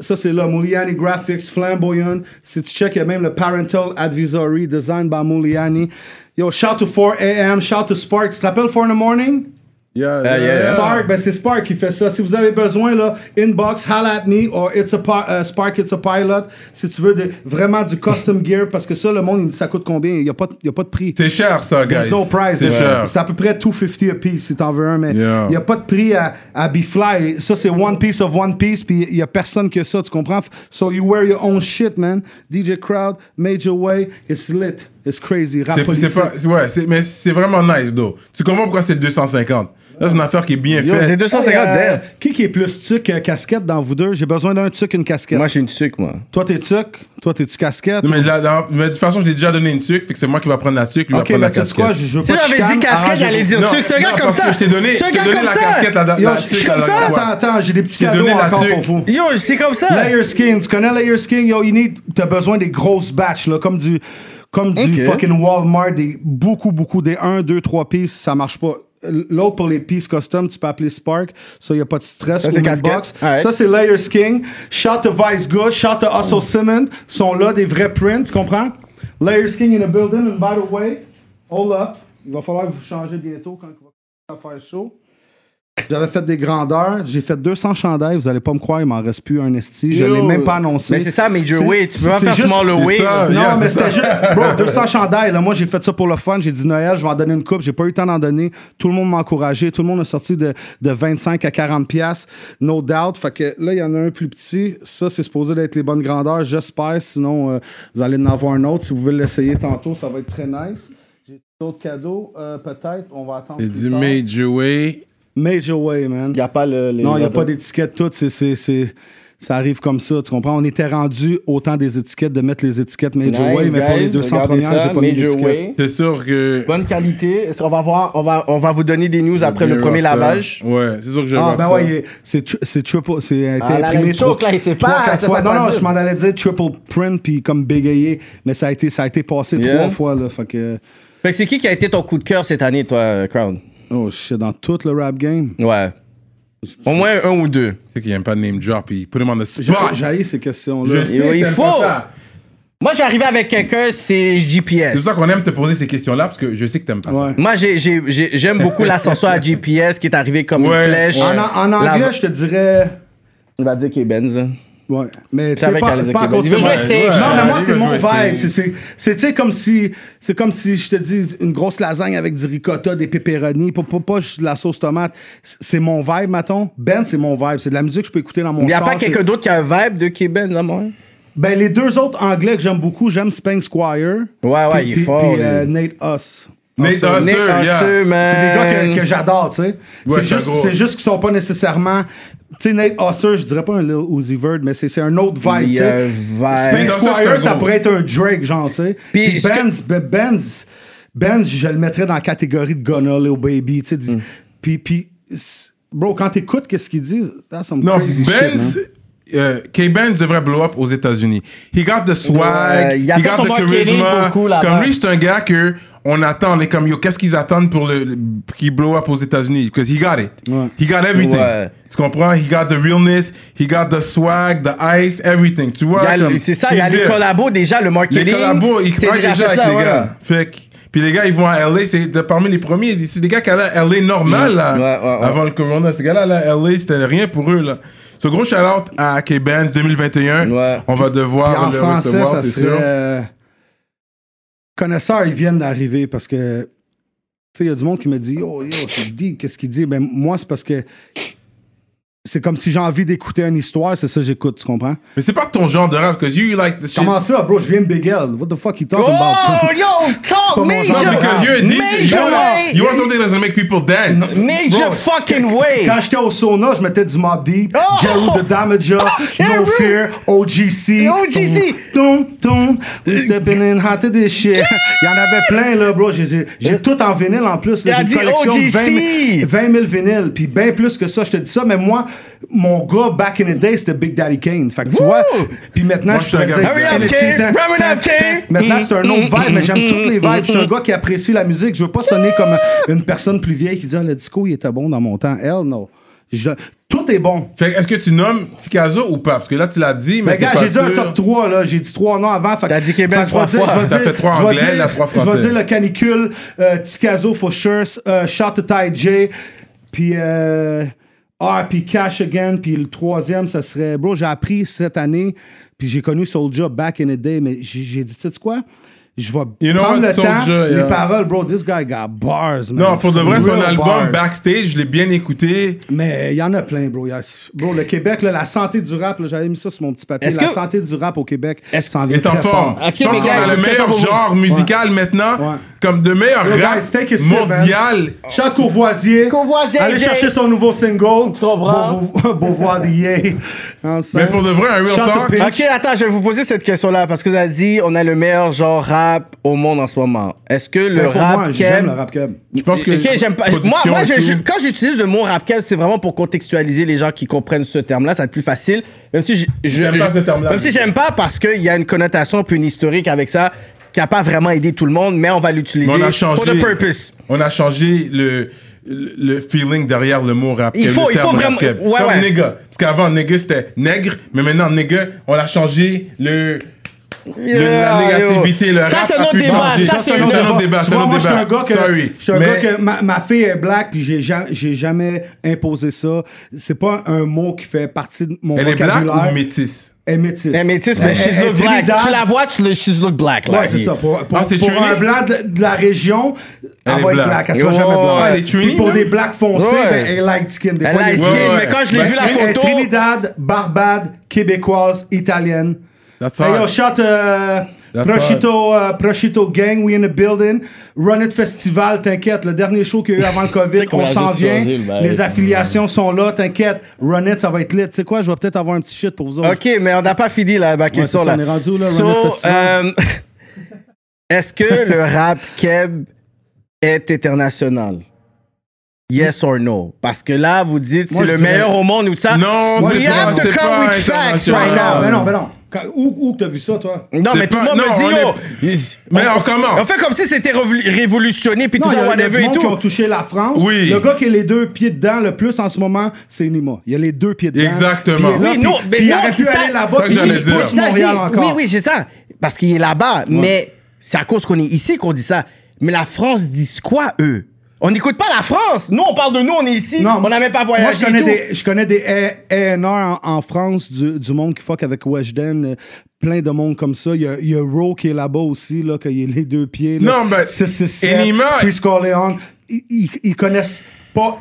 D: ça c'est là. Moriani Graphics, flamboyant. Si tu check, il y a même le Parental Advisory designed by Moriani. Yo, shout to 4 AM, shout to Spark. Tu t'appelles 4 in the morning?
B: Yeah,
C: Ah, yeah.
B: yeah.
D: Spark, ben c'est Spark qui fait ça. Si vous avez besoin, là, inbox, holla at me, or it's a Pi- euh, Spark, it's a pilot. Si tu veux de- vraiment du custom gear, parce que ça, le monde, il dit ça coûte combien? Il n'y a, pas de- il y a pas de prix.
B: C'est cher, ça, guys.
D: There's no price.
B: C'est
D: là.
B: cher.
D: C'est à peu près 250 a piece si t'en veux un, mais il
B: Yeah.
D: n'y a pas de prix à, à Be Fly. Ça, c'est one piece of one piece, puis il n'y a personne que ça, tu comprends? So you wear your own shit, man. DJ Crowd, Major Way, it's lit. It's crazy. Rap
B: C'est-
D: politique.
B: C'est pas, c'est- ouais, c'est- mais c'est vraiment nice, though. Tu comprends pourquoi c'est le 250. Là, c'est une affaire qui est bien
C: Yo, c'est
B: faite.
C: 250
D: Hey, euh,
C: d'air.
D: Qui qui est plus tuc euh, casquette dans vous deux? J'ai besoin d'un tuc une casquette.
C: Moi, je suis une tuque, moi.
D: Toi, t'es tuc. Toi, t'es-tu casquette.
B: Mais, la- la- mais de toute façon, je l'ai déjà donné une sucre, fait que c'est moi qui va prendre la sucre, lui va
D: ok,
B: prendre la
D: mais tu sais
B: casquette.
D: quoi? Je, je veux
C: Si
D: pas de
C: j'avais
D: chicane.
C: dit casquette,
D: Ah,
C: j'allais dire
B: Non,
C: tuque. C'est un gars
B: non,
C: comme
B: parce
C: ça.
B: que je t'ai donné,
C: C'est un
B: je t'ai
C: gars
B: donné
C: comme
B: la
C: ça.
B: casquette, la, la,
D: Yo,
B: la
D: je suis
B: tuque, la-
D: comme
B: la-
D: ça.
B: ouais.
D: Attends, attends, j'ai des petits
B: t'ai
D: cadeaux
B: donné la
D: encore
B: tuque.
D: pour vous.
C: Yo, c'est comme ça.
D: Layer skin, tu connais layer skin? Yo, you need, t'as besoin des grosses batches, là, comme du, comme du
C: Ok.
D: fucking Walmart, des beaucoup, beaucoup, des 1, 2, 3 pieces, ça marche pas. L'autre pour les pieces custom, tu peux appeler Spark, ça y a pas de stress.
C: Ça, c'est
D: Ou
C: casquette.
D: Box.
C: Alright.
D: Ça c'est Layer King. Shout to Vice Good, shout to Hustle Simmons, sont là des vrais prints, tu comprends? Layer King in the building, and by the way, hold up, il va falloir vous changer bientôt quand il va faire chaud. J'avais fait des grandeurs, j'ai fait 200 chandails, vous allez pas me croire, il m'en reste plus un esti, je
C: Yo.
D: l'ai même pas annoncé.
C: Mais c'est ça, Major
D: C'est-
C: Way. Tu peux pas
D: c'est
C: faire
D: juste-
C: Smaller
B: c'est
C: Way.
B: ça.
D: Non,
B: Yeah,
D: mais
B: c'est ça.
D: c'était juste. Bro, 200 chandails. Là, moi, j'ai fait ça pour le fun. J'ai dit Noël, je vais en donner une coupe. J'ai pas eu le temps d'en donner. Tout le monde m'a encouragé. Tout le monde a sorti de, de 25 à 40 pièces. No doubt. Fait que là, il y en a un plus petit. Ça, c'est supposé d'être les bonnes grandeurs. J'espère. Sinon, euh, vous allez en avoir un autre. Si vous voulez l'essayer tantôt, ça va être très nice. J'ai d'autres cadeaux. euh, Peut-être. On va attendre.
B: Il
D: plus
B: dit
D: tard.
B: Major Way.
D: Major Way, man.
C: Il n'y a pas le. les-
D: Non, il n'y a pas d'étiquette toute. C'est- C'est. c'est- Ça arrive comme ça, tu comprends? On était rendu au temps des étiquettes, de mettre les étiquettes Major
C: Nice,
D: Way, mais pour les
C: guys,
D: 200
C: regardez
D: premières,
C: ça,
D: j'ai pas mis
C: Major
D: d'étiquette.
C: Way.
B: C'est sûr que.
C: Bonne qualité. Est-ce qu'on va voir, on va, on va vous donner des news après le
B: Mieux
C: premier
B: voir ça.
C: lavage.
B: Ouais, c'est sûr que je vais
D: Ah,
B: voir
D: ben
B: ça.
D: ouais, il est- c'est tri- c'est triple. C'est a été
C: Ah, là, là,
D: imprimé
C: il choque,
D: trois-
C: là, il sait
D: trois,
C: pas,
D: quatre
C: c'est
D: fois.
C: pas
D: Non, non,
C: possible.
D: je m'en allais dire triple print, puis comme bégayé. Mais ça a été, ça a été passé
C: Yeah.
D: trois fois, là. Fait que.
C: Fait que c'est qui qui a été ton coup de cœur cette année, toi, euh, Crown?
D: Oh shit, dans tout le rap game.
C: Ouais. Au moins un ou deux.
B: C'est qu'il aime pas de name drop, il put him on the
D: J'ai
B: spot.
D: j'haïs ces
B: Je
D: questions-là.
B: sais,
C: Il
B: t'aimes pas
C: faut.
B: ça.
C: Moi, j'arrivais avec quelqu'un,
B: C'est
C: c'est GPS.
B: pour ça qu'on aime te poser ces questions-là parce que je sais que t'aimes pas
D: Ouais.
B: ça.
C: Moi, j'ai- j'ai- j'ai- j'aime beaucoup l'ascenseur à GPS qui est arrivé comme
B: Ouais,
C: une flèche.
D: En, en
C: La-
D: anglais, je te dirais.
C: Il va dire qu'il est Benz. hein.
D: Ouais. Mais tu
C: C'est
D: sais,
C: avec
D: pas,
C: Alex
D: pas à
C: Québec.
D: cause
C: Il veut
D: de
C: jouer
D: moi.
C: safe.
D: Non, mais moi,
B: Il
D: c'est
B: veut
D: mon
B: Euh, jouer
D: vibe.
B: safe.
D: C'est- c'est- C'est, tu sais, comme si, c'est comme si je te dis une grosse lasagne avec du ricotta, des pepperoni, pas, pas, pas de la sauce tomate. C'est mon vibe, maton. Ben, c'est mon vibe. C'est de la musique que je peux écouter dans mon
C: Il n'y a
D: char,
C: pas
D: c'est-
C: quelqu'un d'autre qui a un vibe de qui est Benz, à moi.
D: Ben, les deux autres anglais que j'aime beaucoup, j'aime Spank Squire.
C: Ouais, ouais,
D: Puis-
C: il est
D: puis-
C: fort,
D: Puis
C: lui.
D: euh, Nate Huss.
B: Nate
D: Huss.
B: Huss,
C: Nick
B: sûr, yeah.
C: Husseux, man.
D: C'est des gars que, que j'adore, tu sais.
B: Ouais,
D: c'est juste,
B: j'adore.
D: c'est juste qu'ils sont pas nécessairement. Tu sais, Nate Husser, je dirais pas un Lil Uzi Vert, mais c'est, c'est un autre vibe, tu
C: Il y a un
D: sais.
C: vibe.
B: Nate Husser,
D: Spence
B: c'est un
D: Ben Squire, ça
B: gros.
D: pourrait être un Drake, genre, tu sais.
C: Puis
D: Puis
C: ce que-
D: Benz, ben- Benz, Benz, je le mettrais dans la catégorie de Gunna, Lil Baby, tu sais.
C: Mm.
D: du- Puis, puis, c'est- bro, quand t'écoutes qu'est-ce qu'ils disent, that's some
B: Non,
D: crazy shit, man.
B: Benz. euh, K-Benz devrait blow up aux États-Unis. He got the swag,
C: Ouais, il a
B: he
C: fait
B: got
C: son
B: the
C: marketing
B: charisma.
C: beaucoup là-bas.
B: Comme lui, c'est un gars que on attend. On est comme yo, qu'est-ce qu'ils attendent pour le, le- qu'il blow up aux États-Unis? Because he got it.
D: Ouais.
B: He got everything.
C: Ouais.
B: Tu comprends? He got the realness, he got the swag, the ice, everything. Tu vois?
C: Il y a le-
B: comme-
C: C'est ça, il y a
B: he's
C: les
B: there.
C: collabos déjà, le marketing.
B: Les collabos, ils
C: c'est
B: travaillent déjà,
C: fait
B: avec
C: ça,
B: les
C: ouais.
B: gars. Fait que- puis les gars, ils vont à LA, c'est de- parmi les premiers. C'est des gars qui allaient à LA normal, là,
C: Ouais, ouais, ouais.
B: avant le corona. Ces gars-là, là, LA, c'était rien pour eux, là. Ce gros shout-out à K-Benz 2021.
C: Ouais.
B: On va
D: Puis
B: devoir
D: en
B: Ah, le
D: français,
B: recevoir,
D: ça
B: c'est
D: serait.
B: sûr.
D: euh, Connaisseurs, ils viennent d'arriver parce que. Tu sais, il y a du monde qui me dit Oh, yo, c'est dit, qu'est-ce qu'il dit Ben, moi, c'est parce que. C'est comme si j'ai envie d'écouter une histoire, c'est ça que j'écoute, tu comprends
B: Mais c'est pas ton genre de rap, because you like the shit.
D: Comment ça, bro Je viens de Bigel. What the fuck you talking about
C: Oh, yo, talk
D: mon genre,
B: Non, Ah, because
C: major,
B: you're a DJ. You
C: major
B: want, you want
C: way,
B: something that's gonna make people dance.
D: Bro,
C: major fucking way.
D: Quand j'étais au sauna, je mettais du Mob Deep,
C: Oh!
D: Jeru the Damager,
C: Jeru!
D: No Fear, OGC.
C: Et OGC.
D: Tom, tom, we stepping in hot to this shit. Il y en avait plein, là, bro. J'ai- J'ai j'ai tout en vinyle en plus.
C: Il a
D: là. J'ai
C: dit
D: une collection de 20 000,
C: OGC.
D: 20 000 vinyles, puis bien plus que ça. Je te dis ça, mais moi, mon gars, back in the day, c'était Big Daddy Kane. Fait que tu
C: Woo!
D: vois, puis maintenant,
B: Moi,
D: je
B: je suis un
D: pourrais
B: gars-
D: dire,
B: Hurry
C: up,
D: Tennessee,
C: Kane.
D: tan,
C: Hurry
D: tan,
C: up, Kane.
D: tan. Maintenant, c'est un autre Mm, vibe, mais j'aime toutes les vibes. Je suis un gars qui apprécie la musique. Je veux pas sonner comme une personne plus vieille qui dit Ah, le disco, il était bon dans mon temps. Elle, non. Je- Tout est bon.
B: Fait que est-ce que tu nommes Tikazo ou pas? Parce que là, tu l'as dit, mais.
D: Mais gars,
B: t'es pas
D: j'ai dit un
B: sûr.
D: top 3, là. J'ai dit 3 noms avant. Fait que-
C: T'as dit Québec
D: fait que je vais
C: trois
D: dire-
C: fois.
D: je vais
B: T'as
D: dire-
B: fait trois
D: je vais
B: anglais,
D: dire-
B: là, trois
D: Je
B: français.
D: vais dire le canicule, euh, Ticazo for sure, euh, Shot to Ty J, puis euh, ah, puis Cash Again, puis le troisième, ça serait. Bro, j'ai appris cette année, puis j'ai connu Soulja back in the day, mais j'ai j'ai dit, tu sais quoi? Je vais
B: You know
D: prendre
B: what,
D: le temps,
B: Soulja, yeah.
D: les paroles, bro. This guy got bars, man.
B: Non, pour de vrai, son
D: Real
B: album
D: bars.
B: Backstage, je l'ai bien écouté.
D: Mais il y en a plein, bro. Il y a- Bro, le Québec, là, la santé du rap, là, j'avais mis ça sur mon petit papier.
C: Est-ce
D: La
C: que-
D: santé du rap au Québec,
C: Est-ce-
D: ça en
B: Il
D: vient
B: est en
D: très
B: forme.
D: fort.
C: Ok,
B: je pense
C: mais
B: qu'on
C: gars,
B: a
C: je
B: le
C: vais faire
B: meilleur
C: pour vous.
B: genre musical maintenant,
D: Ouais.
B: comme de meilleur
D: Yo,
B: rap
D: guys, take a sip,
B: mondial.
D: Charles Courvoisier.
C: Courvoisier,
D: Allez
C: j'ai-
D: chercher son nouveau single. Tu
C: comprends?
D: Beauvoir d'hier.
B: Mais pour de vrai, un real
D: Shout to
B: talk,
D: Pete.
C: Ok, attends, je vais vous poser cette question-là parce que vous avez dit on a le meilleur genre rap au monde en ce moment. Est-ce que le rap
D: Ben, J'aime
C: keb-
D: le rap keb.
B: je pense que.
C: Ok, j'aime pas. Moi,
B: production
C: moi, je-
B: et
C: je-
B: tout.
C: quand j'utilise le mot rap keb, c'est vraiment pour contextualiser les gens qui comprennent ce terme-là. Ça va être plus facile. Même si je- je-
B: J'aime
C: je-
B: pas ce terme-là.
C: Même si j'aime pas parce qu'il y a une connotation puis une historique avec ça qui a pas vraiment aidé tout le monde, mais on va l'utiliser
B: Mais on a
C: pour the
B: changé.
C: purpose.
B: On a changé le, le le feeling derrière le mot rap.
C: Il
B: keb,
C: faut-
B: le
C: il faut
B: terme
C: vraiment-
B: rap keb.
C: ouais,
B: Comme
C: ouais.
B: nigga. Parce qu'avant, nigga, c'était nègre. Mais maintenant, nigga, on a changé le.
C: Yeah,
B: la négativité,
C: yo.
B: le
C: ça,
B: rap
C: c'est
B: a
C: un autre
B: pu
C: débat.
B: changer.
C: Ça,
B: Ça,
C: c'est
B: c'est un
C: une-
B: autre débat,
D: Tu
B: c'est un
D: vois,
B: autre
D: moi, je suis un
B: débat.
D: gars que,
B: Sorry.
D: je suis un
B: Mais-
D: gars que ma, ma fille est black, puis j'ai jamais, j'ai jamais imposé ça. C'est pas un mot qui fait partie de mon
B: Elle est black
D: vocabulaire.
B: ou métisse?
D: Elle est métisse.
C: Elle est métisse, mais
D: Elle-
C: she's
D: elle est
C: look black.
D: Trinidad.
C: Tu la vois, tu le she's look black. Là,
D: Ouais, c'est
C: Il-
D: ça. Pour, pour,
B: Ah, c'est
D: pour
B: Trini?
D: un blanc de, de la région,
B: Elle
D: elle,
B: est
D: va être
B: black.
D: black. Elle sera
C: Ouais,
D: jamais
C: ouais,
D: blanc.
C: elle
B: Ah, est hein?
D: Puis
B: Trini,
D: pour
B: là?
D: des blacks foncés,
C: Oh. Ouais.
D: ben, elle est light skin. Des
C: Elle
D: fois,
C: light
D: des-
C: skin,
B: Ouais, ouais.
C: mais quand je l'ai
B: Ben,
C: vu la
D: Elle est
C: photo.
D: Trinidad, Barbade, Québécoise, Italienne.
B: That's
D: Hey, yo,
B: all.
D: shot, euh,
B: That's
D: Prochito, euh, Prochito Gang, we in the building. Run It Festival, t'inquiète. Le dernier show qu'il y a eu avant le COVID,
C: qu'on
D: on
C: a
D: s'en
C: juste
D: vient.
C: changé le bail.
D: Les affiliations sont là, t'inquiète. Run It, ça va être lit. Tu sais quoi, je vais peut-être avoir un petit shit pour vous autres.
C: OK, mais on n'a pas fini là, ma question.
D: c'est ça, on
C: là.
D: est rendu où, là,
C: So,
D: Run It Festival?
C: euh, Est-ce que le rap keb est international? Yes or no? Parce que là, vous dites
D: Moi,
C: c'est
D: je
C: le
D: dirais-
C: meilleur au monde ou ça.
B: Non,
C: we
B: c'est pas-
C: have to
B: c'est
C: come
B: pas
C: with facts right
B: international.
C: now.
D: Mais Ah, non, mais non.
C: Ah.
D: Quand- où où que t'as vu ça, toi?
C: Non,
B: C'est
C: mais tout le
B: pas-
C: monde
B: non,
C: me dit,
B: on
C: yo,
B: Mais on commence.
C: on fait comme si c'était révolu- révolutionné, puis tout
D: Non, il y
C: ça,
D: a, il y a du
C: whatever et
D: monde qui ont
C: tout.
D: touché la France.
B: Oui.
D: Le gars qui a les deux pieds dedans le plus en ce moment, c'est Nima. Il a les deux pieds dedans.
B: Exactement.
D: Puis il est là,
C: Oui,
D: puis-
C: non, mais
D: puis il
C: non,
D: aurait pu
C: ça-
D: aller là-bas.
B: C'est ça que
D: puis
B: j'allais
D: il
B: dire.
D: pousse
C: Ça,
D: Montréal
C: c'est-
D: encore.
C: Oui, oui, c'est ça. Parce qu'il est là-bas, mais c'est à cause qu'on est ici qu'on dit ça. Mais la France dit quoi, eux? On n'écoute pas la France. Nous, on parle de nous, on est ici. on n'a même pas
D: Moi,
C: voyagé
D: je connais
C: et tout.
D: des, je connais des A- A&R en, en France du, du monde qui fuck avec Weshden. euh, Plein de monde comme ça. Il y a, il y a Rowe qui est là-bas aussi, là, qu'il a les deux pieds. Là.
B: Non, mais-
D: C'est- c'est- c'est-
B: Enima-
D: Freeze Corleone. Ils, ils- ils connaissent pas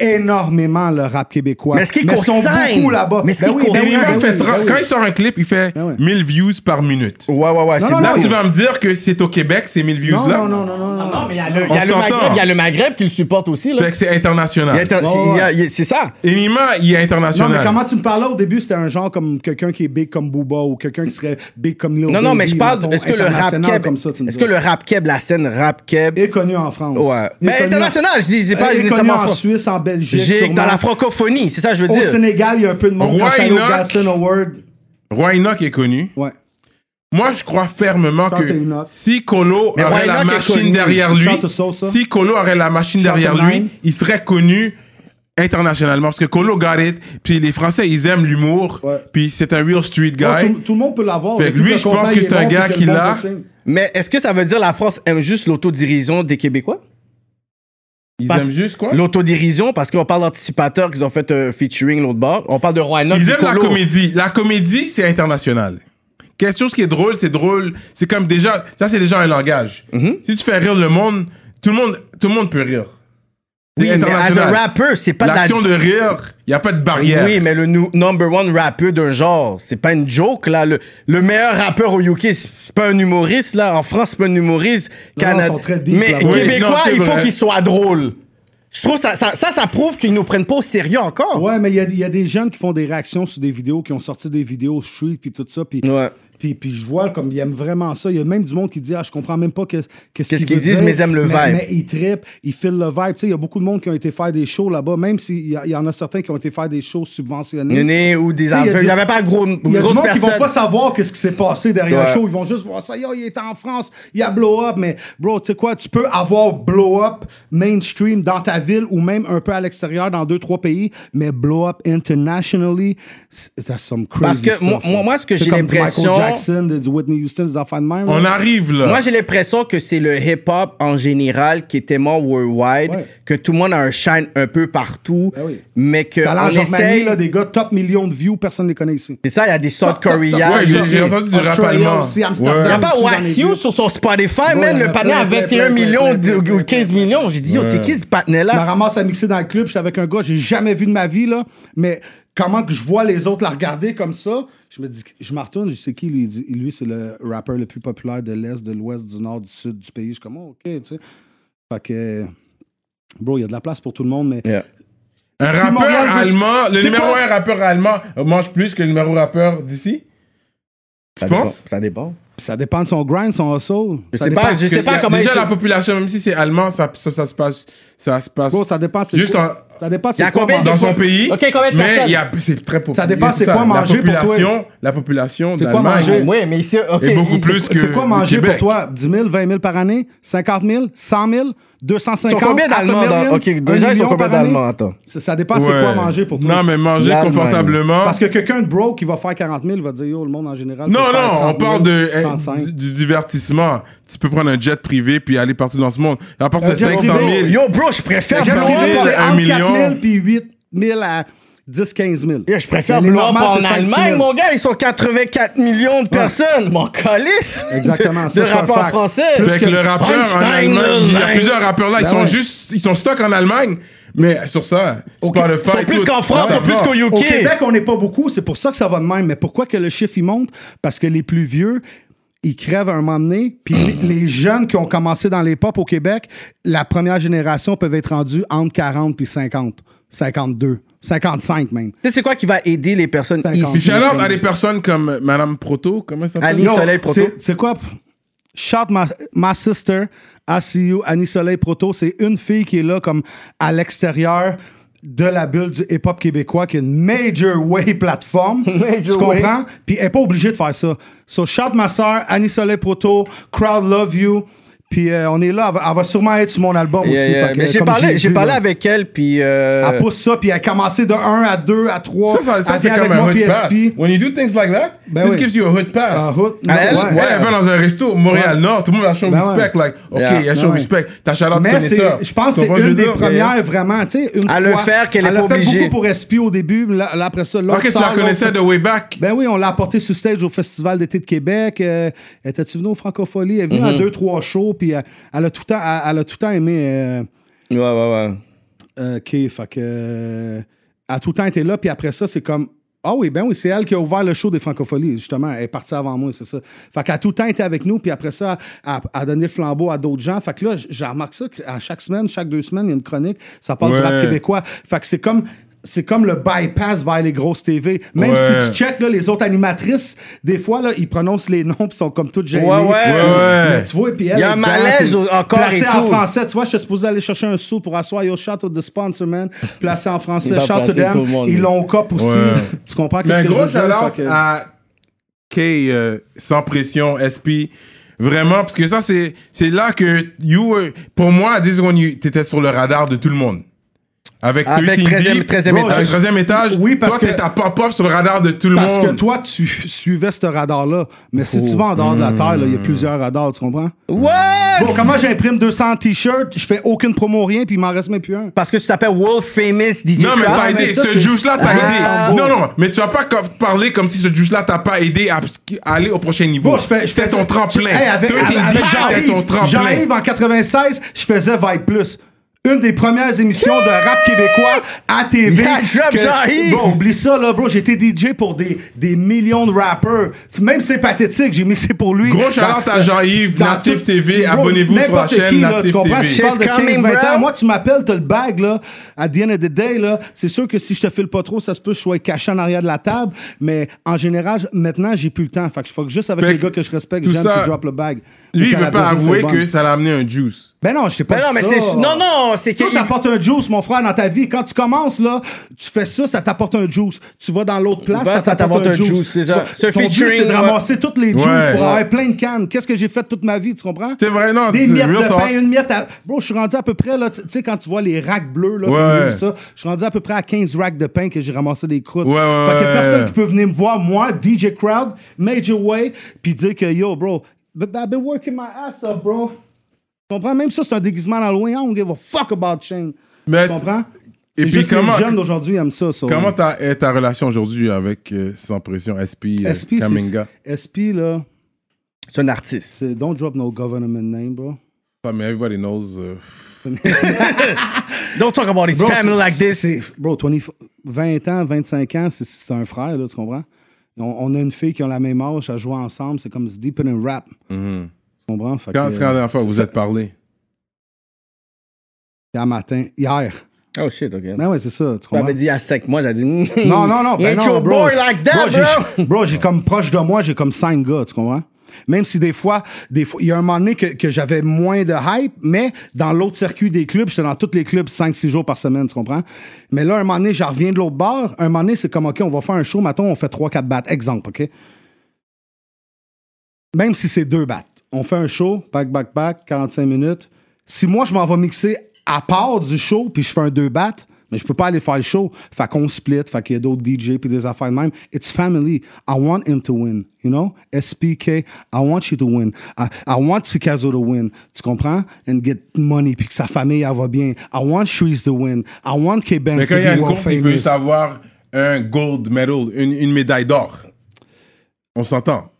D: énormément le rap québécois.
C: Mais est-ce qu'ils
D: ils sont
C: consignent?
D: beaucoup là-bas.
C: Mais est-ce qu'ils
D: oui, ben oui,
B: Eminem
D: ben oui,
B: fait
D: ben
B: 30
D: oui.
B: Quand il sort un clip, il fait
D: Ben ouais.
B: 1000 views par minute.
C: Ouais, ouais, ouais.
D: Non,
C: c'est
D: non,
B: Là,
C: beaucoup.
B: Ah, tu vas me dire que c'est au Québec, ces 1000
D: Non,
B: views-là?
D: non, non, non, non, non.
C: Non, mais il y a le- il
B: On
C: y a le
B: s'entend.
C: Maghreb- il y a le Maghreb qui le supporte aussi. là.
B: Fait que c'est
C: Il y a
B: international.
C: inter-
D: Ouais,
C: c'est-
D: ouais.
C: il y a- il y a- C'est ça.
B: Enima, il est
D: Non,
B: international.
D: mais comment tu me parlais au début, c'était un genre comme quelqu'un qui est big comme Booba ou quelqu'un qui serait big comme Lil
C: Non, non,
D: Baby,
C: mais je parle.
D: mettons,
C: Est-ce que le rap
D: international
C: keb.
D: comme ça, tu me
C: Est-ce
D: dis.
C: que le rap keb, la scène rap keb.
D: est connu en France.
C: Ouais.
D: Il est
C: Mais
D: connu
C: international,
D: en-
C: je dis, c'est pas
D: Il est connu
C: nécessairement
D: en
C: fran-
D: Suisse, en Belgique,
C: J'ai-
D: sûrement.
C: Dans la francophonie, c'est ça que je veux
D: Au
C: dire.
D: Sénégal, il y a un peu de monde.
B: Roy
D: Quand je suis allé au
B: Enoch.
D: Gaston Award,
B: Roy Enoch est connu.
D: ouais.
B: Moi, je crois fermement
D: Chante
B: que
D: Enoch.
B: si Colo
C: Mais
B: aurait
C: Roy
B: la
C: Enoch est
B: machine
D: connu.
B: derrière
D: Il
B: lui,
D: chante Sosa.
B: si Colo aurait la machine
D: Chante
B: derrière
D: Nine.
B: lui, il serait connu internationalement parce que Colo got it. Puis les Français, ils aiment l'humour.
D: Ouais.
B: Puis c'est un real street guy.
D: Ouais, tout, tout le monde peut l'avoir.
B: Fait que
D: Depuis
B: lui,
D: le
B: je pense
D: content,
B: que
D: il est
B: c'est un
D: bon,
B: gars
D: puis
B: qui
D: il est
B: l'a.
D: bon coaching.
C: Mais est-ce que ça veut dire la France aime juste l'autodirision des Québécois?
B: ils
C: parce-
B: aiment juste quoi
C: L'autodérision, parce qu'on parle d'anticipateur qu'ils ont fait un featuring l'autre bord. On parle de Roy Enoch,
B: Ils aiment la
C: Piccolo.
B: comédie. La comédie, c'est international. Quelque chose qui est drôle, c'est drôle. C'est comme déjà. Ça, c'est déjà un langage.
C: Mhm.
B: Si tu fais rire le monde, tout le monde, tout le monde peut rire.
C: Oui, mais as a rapper, c'est pas de la-
B: L'action de rire, il n'y a pas de barrière.
C: Oui, mais le nou- number one rappeur d'un genre, c'est pas une joke, là. Le, le meilleur rappeur au UK, c'est pas un humoriste, là. En France, c'est pas un humoriste.
D: Non, non,
C: Canada-
D: ils sont très deep,
C: mais
D: là.
B: Oui,
C: Québécois,
B: non, c'est
C: il faut
B: vrai.
C: qu'ils soient drôles. Je trouve ça, ça, ça, ça prouve qu'ils nous prennent pas au sérieux encore.
D: Ouais, mais il y a- il y, a des jeunes qui font des réactions sur des vidéos, qui ont sorti des vidéos street, puis tout ça. Puis,
C: Ouais.
D: puis, puis je vois comme ils aiment vraiment ça. Il y a même du monde qui dit Ah, je comprends même pas que- qu'est-ce
C: Qu'est-ce
D: qu'il
C: qu'ils
D: veut
C: disent,
D: dire.
C: mais ils aiment le vibe.
D: Mais ils trippent, ils filent le vibe. Tu sais, il y a beaucoup de monde qui ont été faire des shows là-bas, même s'il y, a- il y en a certains qui ont été faire des shows subventionnés.
C: Il y en a ou des
D: Tu sais,
C: enfants.
D: il y a
C: Il
D: du-
C: n'y avait pas de gros,
D: Il y a du
C: grosses
D: monde qui vont
C: personnes.
D: pas savoir qu'est-ce qui s'est passé derrière
C: Ouais.
D: le show. Ils vont juste voir ça. Yo, il était en France, il a blow up. Mais bro, tu sais quoi, tu peux avoir blow up mainstream dans ta ville ou même un peu à l'extérieur dans deux, trois pays, mais blow up internationally, c'est- that's some crazy
C: Parce que
D: stuff,
C: moi-
D: là.
C: moi- moi, ce que
D: C'est
C: j'ai
D: comme du
C: l'impression-
D: Michael Jackson, du Whitney Houston, des enfants de même.
B: On
D: là.
B: arrive là.
C: Moi, j'ai l'impression que c'est le hip-hop en général qui est tellement worldwide,
D: Ouais.
C: que tout le monde a un shine un peu partout,
D: Ben oui.
C: mais que
D: T'as
C: on
D: l'air
C: essaye...
D: Germanie, là, des gars top millions de views, personne ne les connaît ici.
C: C'est ça, il y a des South
D: Top, top, top.
C: Koreas.
B: Ouais,
C: il y a-
B: j'ai- j'ai entendu du rap
D: Australia
B: allemand.
D: aussi,
C: Il
D: Amsterdam.
C: n'y a pas
D: Sous- dans
C: Wassiu
D: les-
C: sur son Spotify, man.
D: il y en
C: Le
D: a
C: panier
D: plein,
C: à
D: plein,
C: 21
D: plein,
C: millions
D: plein, plein,
C: de-
D: plein,
C: ou 15 millions. J'ai dit, yo, c'est qui ce
D: Je me
C: patinet-là?
D: ramasse à mixer dans le club, je suis avec un gars, j'ai jamais vu de ma vie, là, mais comment que je vois les autres la regarder comme ça, je me dis, je me retourne, je sais qui, lui, il dit, lui, c'est le rappeur le plus populaire de l'Est, de l'Ouest, du Nord, du Sud, du pays. Je suis comme, oh, ok, tu sais. Fait que, bro, il y a de la place pour tout le monde, mais
C: Yeah.
B: Un
D: Si
B: rappeur
D: Montréal veut-
B: allemand, le
D: C'est
B: numéro
D: quoi?
B: un rappeur allemand mange plus que le numéro rappeur d'ici Tu
C: Ça
B: penses
C: dépend- Ça dépend.
D: ça dépend de son grind, son hustle.
C: Je
D: Ça
C: sais
D: dépend-
C: pas, je sais
B: Que y
C: pas
B: a-
C: comment...
B: Déjà,
C: ils-
B: la population, même si c'est allemand, ça, ça, ça se passe. Ça se passe.
D: Bro, ça dépend, c'est
B: Juste
D: quoi-
B: en-
D: Ça dépend,
C: y a
D: c'est quoi,
C: combien
D: man?
C: de-
B: dans son pays.
C: Ok, combien de
B: mais
C: personnes?
B: il y a- c'est très populaire.
D: Ça dépend c'est
B: ça.
D: quoi manger
B: la
D: pour toi.
B: population, La population
D: C'est quoi
B: d'Allemagne
D: manger?
C: Oui, mais ici... ok,
B: est beaucoup
C: ici-
B: plus que.
D: C'est quoi
B: le
D: manger pour
B: Québec.
D: toi? 10 000, 20 000 par année? 50 000? 100 000? 250
C: Ils sont combien
D: half a
C: d'Allemands dans-
D: million?
C: Ok,
D: Un
C: déjà, ils sont
D: million
C: combien
D: par année?
C: d'Allemands, attends.
D: Ça, ça dépend c'est quoi
B: Ouais.
D: manger pour toi.
B: Non, mais manger
C: L'Allemagne.
B: confortablement.
D: Parce que quelqu'un de broke qui va faire 40 000 va dire Yo, le monde en général. peut
B: Non,
D: faire
B: non,
D: 30
B: on
D: 000,
B: parle de, eh,
D: 35 000.
B: du, du divertissement. Tu peux prendre un jet privé puis aller partout dans ce monde. À partir de
D: jet
B: 500 000.
D: privé.
C: Yo, bro, je préfère
B: Mais
D: Quelqu'un
B: Blow
D: qui
B: Up,
D: dit,
B: c'est
D: c'est
B: un
D: entre
B: million.
D: 4 000 puis 8 000 à 10 15 000.
C: Yo, Je préfère
D: Mais les
C: blow up
D: normales,
C: en
D: c'est 5 000.
C: Allemagne, mon gars. Ils sont 84 millions de personnes. Mon calice!
D: Exactement,
C: De,
D: ça,
C: de
D: c'est un
C: rapport
D: fact.
C: français.
D: Plus
B: Fait que
D: que
B: le rappeur en
C: Einstein,
B: Allemagne, il y a
C: là,
B: plusieurs rappeurs là, ils
D: Ben
B: sont
D: ouais.
B: juste, ils sont stock en Allemagne, mais sur ça, Spotify.
C: Ils sont plus
B: tout,
C: qu'en France, ils
B: ça
C: sont plus
B: va.
C: qu'au UK.
D: Au Québec, on n'est pas beaucoup, c'est pour ça que ça va de même. Mais pourquoi que le chiffre il monte Parce que les plus vieux, ils crèvent à un moment donné. Puis les, les jeunes qui ont commencé dans les pop au Québec, la première génération peuvent être rendus entre 40 puis 50, 52, 55 même.
C: Tu sais, c'est quoi qui va aider les personnes
D: Cinquante.
B: Puis
C: ici?
B: shout out à des personnes comme euh, Madame Proto, comment ça s'appelle?
C: Annie Soleil Proto.
D: C'est c'est quoi? Shout my, my sister, I see you, Annie Soleil Proto. C'est une fille qui est là comme à l'extérieur de la bulle du hip-hop québécois, qui est une major way plateforme. tu
C: Major
D: comprends?
C: way.
D: Puis elle n'est pas obligée de faire ça. So shout ma soeur, Annie Soleil Proto, crowd love you. Puis euh, on est là, elle va, elle va sûrement être sur mon album
C: Yeah,
D: aussi.
C: yeah.
D: Fait que,
C: Euh, Mais j'ai
D: comme
C: parlé,
D: dit,
C: j'ai parlé
D: là, Ah.
C: avec elle, puis... euh,
D: Elle pousse ça, puis elle a commencé de 1 à 2 à 3.
B: Ça, ça, ça,
D: Elle
B: c'est
D: vient
B: comme
D: avec
B: un
D: moi,
B: hood pass.
D: PSP.
B: When you do things like that,
D: Ben
B: this
D: oui.
B: gives you a hood pass.
D: Un hood, non,
C: elle?
D: ouais.
B: Ouais, elle va dans un resto, Montréal-Nord, tout le monde la show
D: Ben ouais. Ben
B: respect. Like, OK,
C: Yeah.
B: il y a show
D: Ouais.
B: respect. Ta chaleur
D: Mais
B: connaît
D: c'est-
B: ça.
D: je pense que
B: Tu
D: c'est
B: comprends ce
D: une
B: je veux
D: des
B: dire?
D: premières vraiment, tu sais, une fois.
C: À le faire qu'elle est
D: elle a
C: pas
D: fait
C: obligée.
D: beaucoup pour Espy au début, mais là, là, après ça, l'autre
B: OK, tu
D: sort,
B: la connaissais
D: l'autre-
B: de way back.
D: Ben oui, on l'a apporté sur stage au Festival d'été de Québec. Euh, Étais-tu venu au Francofolie? Elle est venue
C: Mhm.
D: à deux, trois shows, puis elle, elle a tout le temps, elle, elle a tout le temps aimé euh,
C: Ouais, ouais, ouais.
D: euh, Kay, fait que, euh, elle a tout le temps été là, puis après ça, c'est comme... Ah oui, ben oui, c'est elle qui a ouvert le show des Francopholies, justement. Elle est partie avant moi, c'est ça. Fait qu'elle a tout le temps été avec nous, puis après ça, elle elle a donné le flambeau à d'autres gens. Fait que là, j- je remarque ça qu'à chaque semaine, chaque deux semaines, il y a une chronique, ça parle du
B: Ouais.
D: rap québécois. Fait que c'est comme... C'est comme le bypass vers les grosses TV. Même
B: Ouais.
D: si tu check là, les autres animatrices, des fois, là, ils prononcent les noms puis sont comme toutes gênées.
C: Ouais, ouais.
B: Ouais, ouais.
D: Ben Mais tu vois, puis elle,
C: Il y a un
D: elle est
C: malaise
D: dedans, puis
C: au- encore et
D: placée en
C: tout.
D: français. Tu vois, je suis supposé aller chercher un sou pour asseoir Yo Shout out the sponsor, man. Placé en français,
C: Il va
D: shout to
C: placer tout
D: them.
C: le monde,
D: Ils
C: lui.
D: l'ont au cop aussi.
B: Ouais.
D: Tu comprends
B: Mais
D: qu'est-ce
B: un
D: que
B: gros
D: je veux dire?
B: shout-out
D: Fait que-
B: à Kay, euh, sans pression, SP. Vraiment, parce que ça, c'est c'est là que you were- pour moi, this is when you- t'étais sur le radar de tout le monde. Avec,
C: Avec
B: 13e
C: 13e 13e étage.
B: Avec 13e étage.
D: Oui, parce
B: toi,
D: que-
B: t'es à pop-up sur le radar de tout le
D: Parce
B: monde.
D: que toi, tu f- suivais ce radar-là. Mais si tu vas en dehors de
C: Mm.
D: la Terre, là, il y a plusieurs radars, tu comprends?
C: What?
D: Bon, comment j'imprime 200 t-shirts, je fais aucune promo, rien, puis il m'en reste même plus un.
C: Parce que tu t'appelles World Famous DJ
B: Non, mais ça a
C: Crowd.
D: mais
B: aidé.
D: ça,
B: ce
D: c'est-
B: juice-là t'a
D: Ah,
B: aidé.
D: bon.
B: Non, non, mais tu vas pas comme- parler comme si ce juice-là t'a pas aidé à à aller au prochain niveau.
D: Bon, je fais, je
B: C'était
D: fais
B: ton tremplin.
D: Hey, avec,
B: Toi, t'es
D: avec,
B: une
D: avec
B: diva,
D: Jean-Yves,
B: t'es ton tremplin.
D: Jean-Yves, en 96, je faisais Vibe Plus. Une des premières émissions de rap québécois à TV.
C: Yeah, drop
D: que-
C: Jean-Yves.
D: Bon, oublie ça, là, bro. J'étais DJ pour des, des millions de rappeurs. Même c'est pathétique, j'ai mixé pour lui. Bah,
B: Gros shout-out à Jean-Yves,
D: dans
B: Natif
D: tout-
B: TV,
D: bro,
B: abonnez-vous sur la
D: n'importe
B: chaîne
D: qui, là,
B: Natif
D: Tu comprends?
B: TV.
D: Si je parle de
C: She's coming,
D: 15, 20 ans,
C: bro.
D: moi, tu m'appelles, t'as le bag, là. À the end of the day, là, c'est sûr que si je te file pas trop, ça se peut que je sois caché en arrière de la table. Mais en général, j- maintenant, j'ai plus le temps. Fait que je fuck juste avec
B: Fait
D: les
B: que
D: gars que je respecte,
B: tout
D: j'aime,
B: ça-
D: qui drop le bag.
B: Lui,
D: Ou
B: il
D: quand la
B: veut pas
D: business est
B: avouer
D: bonne.
B: que ça l'a amené un juice.
D: Ben non, je t'ai pas
C: Ben non,
D: dit
C: mais
D: ça.
C: c'est. Non, non, c'est que.
D: Toi, t'apportes un juice, mon frère, dans ta vie. Quand tu commences, là, tu fais ça, ça t'apporte un juice. Tu vas dans l'autre place,
C: Ben,
D: ça t'apporte un juice.
C: c'est
D: Tu
C: ça.
D: vas-
C: C'est un
D: ton but,
C: featuring, euh,
D: c'est de
C: ouais.
D: ramasser toutes les juices
B: Ouais.
D: pour avoir plein de cannes. Qu'est-ce que j'ai fait toute ma vie, tu comprends?
B: C'est vrai, non,
D: Des
B: c'est
D: miettes
B: real
D: de
B: talk.
D: pain, une miette à... Bro, je suis rendu à peu près, là, tu tu sais, quand tu vois les racks bleus, là,
B: Ouais.
D: qu'on ouvre ça, je suis rendu à peu près à 15 racks de pain que j'ai ramassé des croûtes.
B: Ouais, ouais,
D: fait qu'il y
B: ouais,
D: a personne
B: ouais.
D: qui peut venir me voir, moi, DJ Crowd, Major Way, puis dire que, yo, bro, but I've been working my ass off, bro. Tu comprends? Même ça, c'est un déguisement d'Halloween. I don't give a fuck about Shane.
B: Mais-
D: tu comprends?
B: Et
D: C'est
B: puis
D: juste que
B: comment-
D: les jeunes d'aujourd'hui aiment ça. ça.
B: Comment ta- est ta relation aujourd'hui avec euh, Sans Pression, SP, euh,
D: SP,
B: Kaminga?
D: c'est... SP, là,
C: C'est un artiste.
D: c'est Don't Drop No Government Name, bro.
B: Ah, mais everybody knows. euh,
C: Don't talk about his
D: Bro,
C: family
D: c'est-
C: like this.
D: c'est- Bro, 20, 20 ans, 25 ans, c'est, c'est un frère, là, tu comprends? On, on a une fille qui a la même âge, à jouer ensemble, c'est comme se deep in a rap.
C: Mm-hmm.
D: Tu comprends? Fait
B: Quand
D: que,
B: c'est quand la dernière fois vous
D: ça-
B: êtes parlé?
D: Hier matin, hier.
C: Oh shit, ok.
D: Ben ouais, c'est ça, tu comprends?
C: J'avais dit à 5 mois, j'ai dit. mm,
D: Non, non, non.
C: il
D: Ben
C: Ain't
D: non,
C: your
D: bro.
C: boy like that,
D: Bro,
C: bro.
D: j'ai- Bro, j'ai comme proche de moi, j'ai comme cinq gars, tu comprends? Même si des fois, des fois, il y a un moment donné que, que j'avais moins de hype, mais dans l'autre circuit des clubs, j'étais dans tous les clubs 5-6 jours par semaine, tu comprends? Mais là, un moment donné, j'en reviens de l'autre bord. Un moment donné, c'est comme, OK, on va faire un show, maintenant on fait 3-4 battes. Exemple, OK? Même si c'est deux battes. On fait un show, back, back, back, 45 minutes. Si moi, je m'en vais mixer à part du show, puis je fais un deux battes, mais je peux pas aller faire le show. Fait qu'on split, fait qu'il y a d'autres DJ, puis des affaires de même. It's family. I want him to win, you know? SPK, I want you to win. I, I want Sikazo to win. Tu comprends? And get money, puis que sa famille, elle va bien. I want Shreeze to win. I want K-Benz
B: Mais
D: to
B: quand il y a
D: be
B: une
D: world
B: course, il peut juste
D: famous.
B: avoir un gold medal, une, une médaille d'or. On s'entend.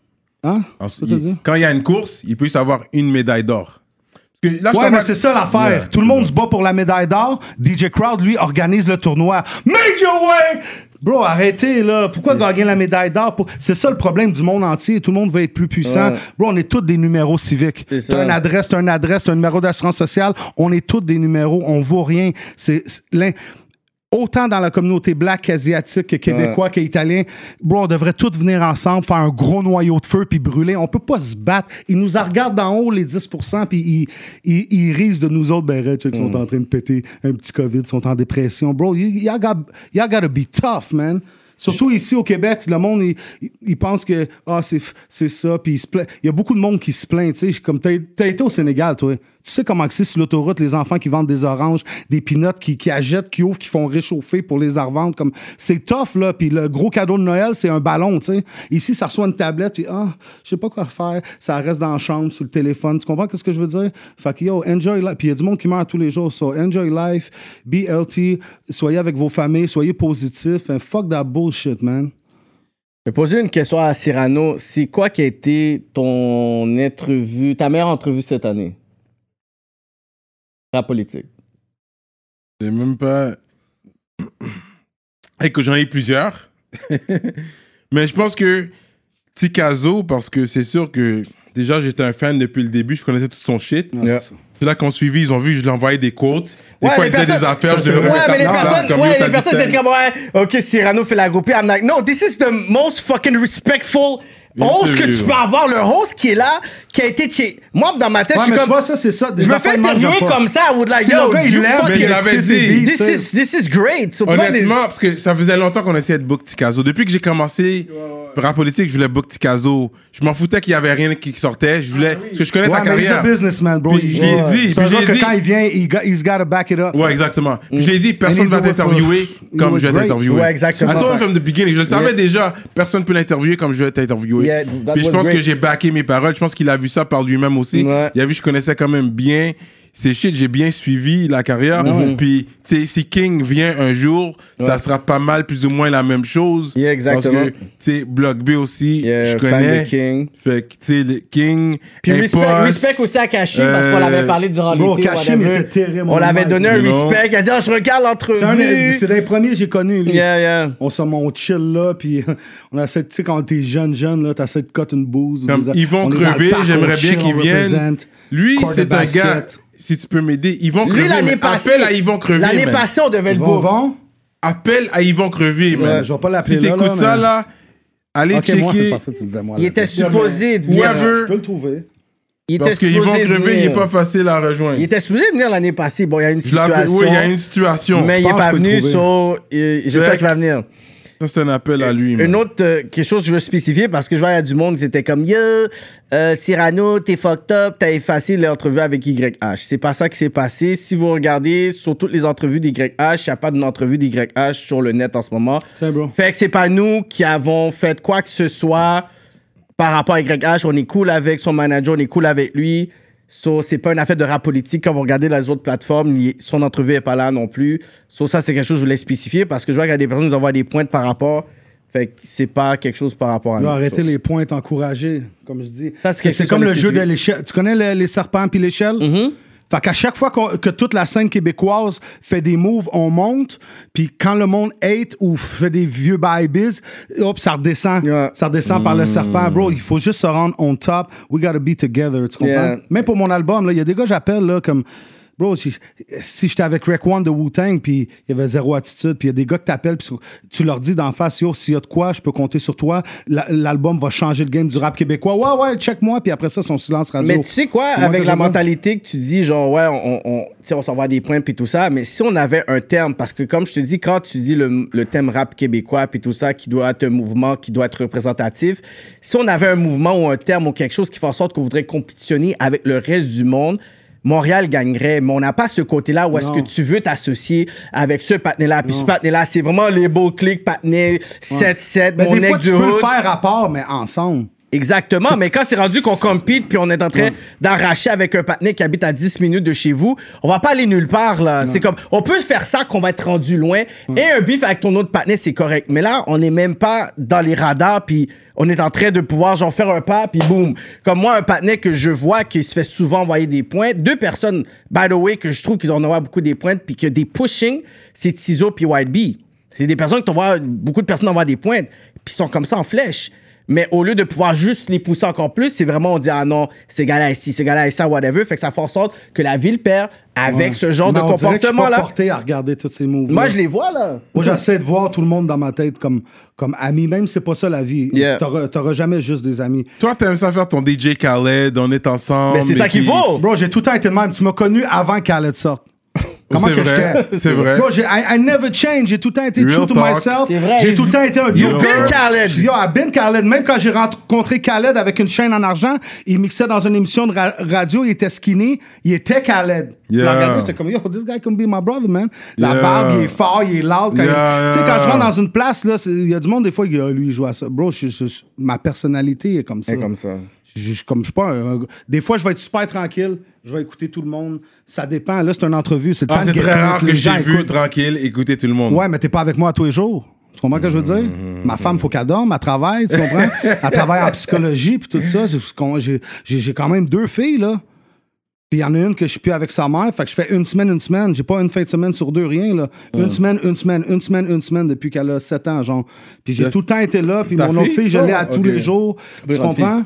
D: Hein?
B: En-
D: Ça
B: il-
D: te dit?
B: quand il y a une course, il peut juste avoir une médaille d'or. Parce que là, je t'en
D: Ouais, mais
B: vois-
D: c'est ça l'affaire.
B: Yeah.
D: Tout le monde se bat pour la médaille d'or. DJ Crowd, lui, organise le tournoi. Major Way! Bro, arrêtez, là. Pourquoi gagner la médaille d'or? Pour... C'est ça le problème du monde entier. Tout le monde veut être plus puissant.
C: Ouais.
D: Bro, on est tous des numéros civiques.
C: C'est
D: T'as
C: ça.
D: une adresse, t'as une adresse, t'as un numéro d'assurance sociale. On est tous des numéros. On vaut rien. C'est... c'est l'in- Autant dans la communauté black, asiatique, que québécois, qu'italien, bro, on devrait tous venir ensemble, faire un gros noyau de feu, puis brûler. On peut pas se battre. Ils nous regardent d'en haut, les 10 puis ils, ils, ils risent de nous autres. Ben, Red, ils sont en train de péter un petit COVID, ils sont en dépression. Bro, you, y'all got- y'all gotta be tough, man. Surtout ici au Québec, le monde, il, il- il pense que ah, c'est, f- c'est ça, puis il se plaint. Il y a beaucoup de monde qui se plaint, tu sais. Comme t'as, t'as été au Sénégal, toi. Tu sais comment que c'est sur l'autoroute, les enfants qui vendent des oranges, des pinottes qui, qui achètent, qui ouvrent, qui font réchauffer pour les revendre. Comme, c'est tough, là. Puis le gros cadeau de Noël, c'est un ballon, tu sais. Ici, ça reçoit une tablette, puis ah, je sais pas quoi faire. Ça reste dans la chambre, sur le téléphone. Tu comprends ce que je veux dire? Fait que yo, enjoy life. Puis il y a du monde qui meurt tous les jours, so enjoy life, be healthy, soyez avec vos familles, soyez positifs. And fuck that bullshit, man.
C: Je vais poser une question à Cyrano. C'est quoi qui a été ton entrevue, ta meilleure entrevue cette année? La politique.
B: C'est même pas. Et que j'en ai plusieurs. Mais je pense que Tikazo, parce que c'est sûr que déjà j'étais un fan depuis le début, je connaissais tout son shit.
D: Ouais, c'est ça.
B: Ceux-là qui ont suivi, ils ont vu, je lui envoyais des quotes. Des
C: Ouais,
B: fois,
C: les
B: il disait des
C: personnes-
B: affaires, je
C: Ouais,
B: devrais
C: mais les personnes, ouais, les personnes étaient
B: très
C: comme, ouais, ok, Cyrano fait la groupie. I'm like, no, this is the most fucking respectful host que
B: Interview.
C: tu peux avoir. Le host qui est là, qui a été chez. Moi, dans ma tête,
D: Ouais,
C: je suis
D: mais
C: comme.
D: tu vois, ça, c'est ça. Des
C: je me
D: affaires
C: fais
D: de marge de
C: interviewer
D: pas.
C: comme ça, I would like,
D: Si
C: yo,
D: le gars, il
C: you
D: l'aime,
C: fucking-
B: Mais je l'avais dit.
C: This is, this is great. So, plein des-
B: Honnêtement, parce que ça faisait longtemps qu'on essayait de book Tikazo. Depuis que j'ai commencé rap politique, je voulais book Tikazo. Je m'en foutais qu'il y avait rien qui sortait. Je voulais, parce que je connais
D: Ah Ouais,
B: ta
D: mais he's a
B: carrière.
D: businessman, bro.
B: Puis je l'ai
D: Ouais.
B: dit,
D: C'est
B: puis
D: un
B: je l'ai
D: gars que
B: dit.
D: quand il vient, il got- he's gotta back it up.
B: Ouais, exactement. Puis
C: Mm.
B: Je l'ai dit, personne
D: And
B: ne
D: he
B: va
D: do it
B: t'interviewer
D: for- he
B: comme
D: was
B: je vais
D: great.
B: t'interviewer.
C: Ouais, exactement.
B: I told him
C: Facts.
B: from the beginning. Je le savais
C: Yeah.
B: déjà. Personne ne peut l'interviewer comme je vais t'interviewer.
C: Yeah, that
B: Puis je
C: was
B: pense
C: great.
B: que j'ai backé mes paroles. Je pense qu'il a vu ça par lui-même aussi.
C: Ouais.
B: Il a vu que je connaissais quand même bien ces shit. J'ai bien suivi la carrière. Puis, tu sais, si King vient un jour, ça sera pas mal plus ou moins la même chose.
C: Yeah, exactement.
B: Parce que, tu sais, Block B aussi,
C: Yeah,
B: je
C: fan
B: connais.
C: de King.
B: Fait que, tu sais, les King,
C: Puis respect,
B: Impulse,
C: respect aussi à Kashim, parce qu'on
B: euh,
C: l'avait parlé durant
D: Bro,
C: l'été.
D: Kashim
C: whatever.
D: était terrible,
B: Oh
C: On
D: mon
C: l'avait
D: mec.
C: donné un
B: You know.
C: respect. Il a dit, Ah, je regarde
D: C'est un des
C: l'entrevue.
D: c'est l'un des premiers que j'ai connu, lui.
C: Yeah, yeah.
D: On se mon chill là, puis on essaie, de- tu sais, quand t'es jeune, jeune, là, t'essaies de cote une bouse. ou
B: Comme
D: des-
B: ils vont
D: on est dans le
B: crever,
D: parc, on
B: j'aimerais
D: chill,
B: bien qu'ils
D: on
B: viennent.
D: represent.
B: Lui,
D: Court de
B: c'est un
D: basket.
B: gars, si tu peux m'aider, ils vont crever.
C: Lui, l'année
B: man.
C: passée.
B: Appelle à Yvon Crevier.
C: L'année
B: man.
C: passée, on devait le
D: Bon,
C: bourrer.
D: bon.
B: Appelle à Yvon Crevier, man.
D: je vais pas l'appeler
B: Si
D: là,
B: t'écoutes
D: là,
B: ça,
D: mais-
B: là, allez
D: Ok, moi, je
B: checker.
D: pensais que tu me disais moi.
C: Il
D: là.
C: était supposé de
B: Whoever-
C: venir.
D: Je peux le trouver.
C: Il était
B: Parce que Yvon
C: supposé de
B: Crevier, il
C: venir.
B: est pas facile à rejoindre.
C: Il était supposé venir l'année passée. Bon, il y a une
B: Je l'appelle-
C: situation.
B: oui, il y a une situation.
C: Mais il
D: pense
C: n'est pas
D: que je peux le
C: venu,
D: trouver.
C: so, euh, j'espère
B: Jack.
C: qu'il va venir.
B: Ça, c'est un appel à lui,
C: Une
B: man.
C: autre euh, quelque chose que je veux spécifier parce que je vois il y a du monde, c'était comme Yo, euh, Cyrano, t'es fucked up, t'as effacé l'entrevue avec YH. C'est pas ça qui s'est passé. Si vous regardez sur toutes les entrevues d'YH, il n'y a pas d'entrevue d'YH sur le net en ce moment.
D: Tiens, bro.
C: Fait que c'est pas nous qui avons fait quoi que ce soit par rapport à YH. On est cool avec son manager, on est cool avec lui. So, c'est pas une affaire de rap politique. Quand vous regardez les autres plateformes, il- son entrevue est pas là non plus. So, ça, c'est quelque chose que je voulais spécifier parce que je vois qu'il y a des personnes qui nous envoient des pointes par rapport. Fait que c'est pas quelque chose par rapport à nous.
D: Là, arrêtez
C: So.
D: les points, encouragez, comme je dis.
C: Ça, c'est quelque
D: C'est c'est
C: chose
D: comme
C: de
D: le jeu de
C: spécifique.
D: l'échelle. Tu connais le- les serpents puis l'échelle? Fait qu'à chaque fois qu'on- que toute la scène québécoise fait des moves, on monte, puis quand le monde hate ou fait des vieux bye-biz, hop, ça redescend.
C: Yeah.
D: Ça redescend par le serpent. Bro, il faut juste se rendre on top. We gotta be together, tu comprends?
C: Yeah.
D: Même pour mon album, là, il y a des gars que j'appelle là, comme... Bro, si, si j'étais avec Rec One de Wu-Tang, puis il y avait zéro attitude, puis il y a des gars que t'appelles, puis tu leur dis d'en face, yo, s'il y a de quoi, je peux compter sur toi, La- l'album va changer le game du rap québécois. Ouais, ouais, check-moi, puis après ça, son silence radio.
C: Mais tu sais quoi,
D: Comment
C: avec
D: que
C: la
D: je veux dire?
C: mentalité que tu dis, genre, ouais, on, on, tu sais, on s'envoie des points puis tout ça, mais si on avait un terme, parce que comme je te dis, quand tu dis le, le thème rap québécois puis tout ça, qui doit être un mouvement, qui doit être représentatif, si on avait un mouvement ou un terme ou quelque chose qui fait en sorte qu'on voudrait compétitionner avec le reste du monde, Montréal gagnerait, mais on n'a pas ce côté-là où est-ce
D: Non.
C: que tu veux t'associer avec ce patiné-là. Puis ce patiné-là, c'est vraiment les beaux clics, patiné 7-7,
D: Mais
C: mon
D: des
C: nec
D: fois,
C: du
D: tu peux le
C: hood.
D: faire à part, mais ensemble.
C: Exactement, mais quand c'est rendu qu'on compete puis on est en train d'arracher avec un partenaire qui habite à 10 minutes de chez vous, on va pas aller nulle part là. C'est comme on peut faire ça qu'on va être rendu loin et un bif avec ton autre partenaire c'est correct. Mais là, on n'est même pas dans les radars puis on est en train de pouvoir genre faire un pas puis boum. Comme moi un partenaire que je vois qui se fait souvent envoyer des points, deux personnes by the way que je trouve qu'ils en envoient beaucoup des points puis que des pushing, c'est Tizo puis White Bee. C'est des personnes qui t'envoient, beaucoup de personnes envoient des pointes, puis ils sont comme ça en flèche. Mais au lieu de pouvoir juste les pousser encore plus, c'est vraiment on dit ah non, ces gars-là ici, ces gars-là ici, whatever. Fait que ça fait en sorte que la ville perd avec
D: Ouais.
C: ce genre
D: Mais
C: de
D: on dirait que je suis pas
C: comportement-là.
D: porté à regarder tous ces mouvements.
C: Moi, je les vois là.
D: Moi, j'essaie de voir tout le monde dans ma tête comme, comme amis, même si c'est pas ça la vie.
C: Yeah.
D: T'auras t'auras jamais juste des amis.
B: Toi, t'aimes ça faire ton DJ Khaled, on est ensemble.
C: Mais c'est ça
B: et
C: qu'il
B: puis-
C: faut.
D: Bro, j'ai tout le temps été le même. Tu m'as connu avant qu'Alette sorte. Comment
B: C'est
D: que
B: vrai,
D: j'étais?
B: c'est vrai.
D: Bro, j'ai- I, I never change. J'ai tout le temps été
B: Real
D: true to
B: talk.
D: myself.
C: C'est vrai.
D: J'ai tout le temps été un
B: You've
D: joker.
C: been Khaled.
D: Yo, I've been Khaled. Même quand j'ai rencontré Khaled avec une chaîne en argent, il mixait dans une émission de ra- radio, il était skinny, il était Khaled.
B: Yeah.
D: La radio, c'était comme, yo, this guy can be my brother, man. La
B: Yeah.
D: barbe, il est fort, il est loud. Quand
B: Yeah,
D: il- Tu sais,
B: yeah.
D: quand je rentre dans une place, là, c'est- il y a du monde, des fois, il dit, Ah, lui, il joue à ça. Bro, je- je- ma personnalité est comme ça. Je, je- comme je suis pas un- un gars- Des fois, je vais être super tranquille, je vais écouter tout le monde. Ça dépend. Là, c'est une entrevue. C'est le
B: Ah,
D: temps
B: c'est
D: de
B: très
D: guetter,
B: rare que
D: les
B: j'ai
D: gens
B: vu
D: écoutent.
B: tranquille écouter tout le monde.
D: Ouais, mais t'es pas avec moi à tous les jours. Tu comprends ce que je veux dire? Ma femme, faut qu'elle dorme, elle travaille, tu comprends? elle travaille en psychologie, puis tout ça. C'est ce qu'on- J'ai j'ai- j'ai quand même deux filles, là. Puis il y en a une que je suis plus avec sa mère. Fait que je fais une semaine, une semaine. J'ai pas une fin de semaine sur deux, rien, là. Une semaine, une semaine, une semaine, une semaine depuis qu'elle a 7 ans, genre. Puis j'ai
B: Ta-
D: tout le temps été là. Puis
B: ta
D: mon autre
B: fille,
D: fille, je l'ai à
B: toi?
D: tous les
B: Ok.
D: jours. Tu
C: grande
D: comprends?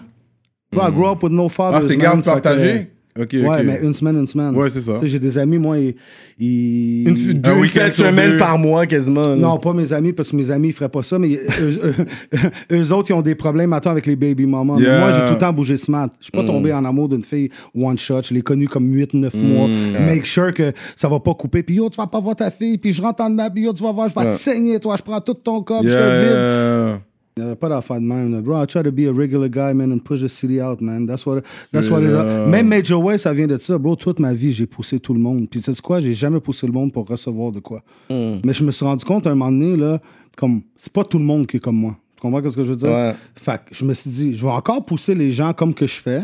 D: Bro, I grew up with no father.
B: Ah, c'est garde partagée? Ok,
D: Ouais,
B: ok.
D: mais une semaine, une semaine.
B: Ouais, c'est ça.
D: Tu sais, j'ai des amis, moi, ils- ils...
C: Une, deux,
B: Un
C: une
B: week-end
C: fête
B: sur
C: semaine
B: deux.
C: par mois quasiment. là.
D: Non, pas mes amis, parce que mes amis, ils feraient pas ça, mais eux, eux- eux autres, ils ont des problèmes maintenant avec les baby mamas. Mais
B: Yeah. Mm.
D: Moi, j'ai tout le temps bougé smart. Je suis pas tombé en amour d'une fille one shot. Je l'ai connue comme 8-9 mois.
B: Mm.
D: Make sure que ça va pas couper. Puis yo, tu vas pas voir ta fille. Puis je rentre en dedans. Puis yo, tu vas voir, je vais te saigner, toi. Je prends tout ton corps. puis
B: Yeah,
D: Je te vide.
B: yeah.
D: Il y avait Euh, pas d'affaire de même. là. Bro, I try to be a regular guy, man, and push the city out, man. That's what, that's what it
B: Yeah.
D: Même Major Way, ça vient de ça. Bro, toute ma vie, j'ai poussé tout le monde. Puis, tu sais quoi? J'ai jamais poussé le monde pour recevoir de quoi. Mais je me suis rendu compte, à un moment donné, là, comme, c'est pas tout le monde qui est comme moi. Tu comprends ce que je veux dire?
C: Ouais.
D: Fait que je me suis dit, je vais encore pousser les gens comme que je fais.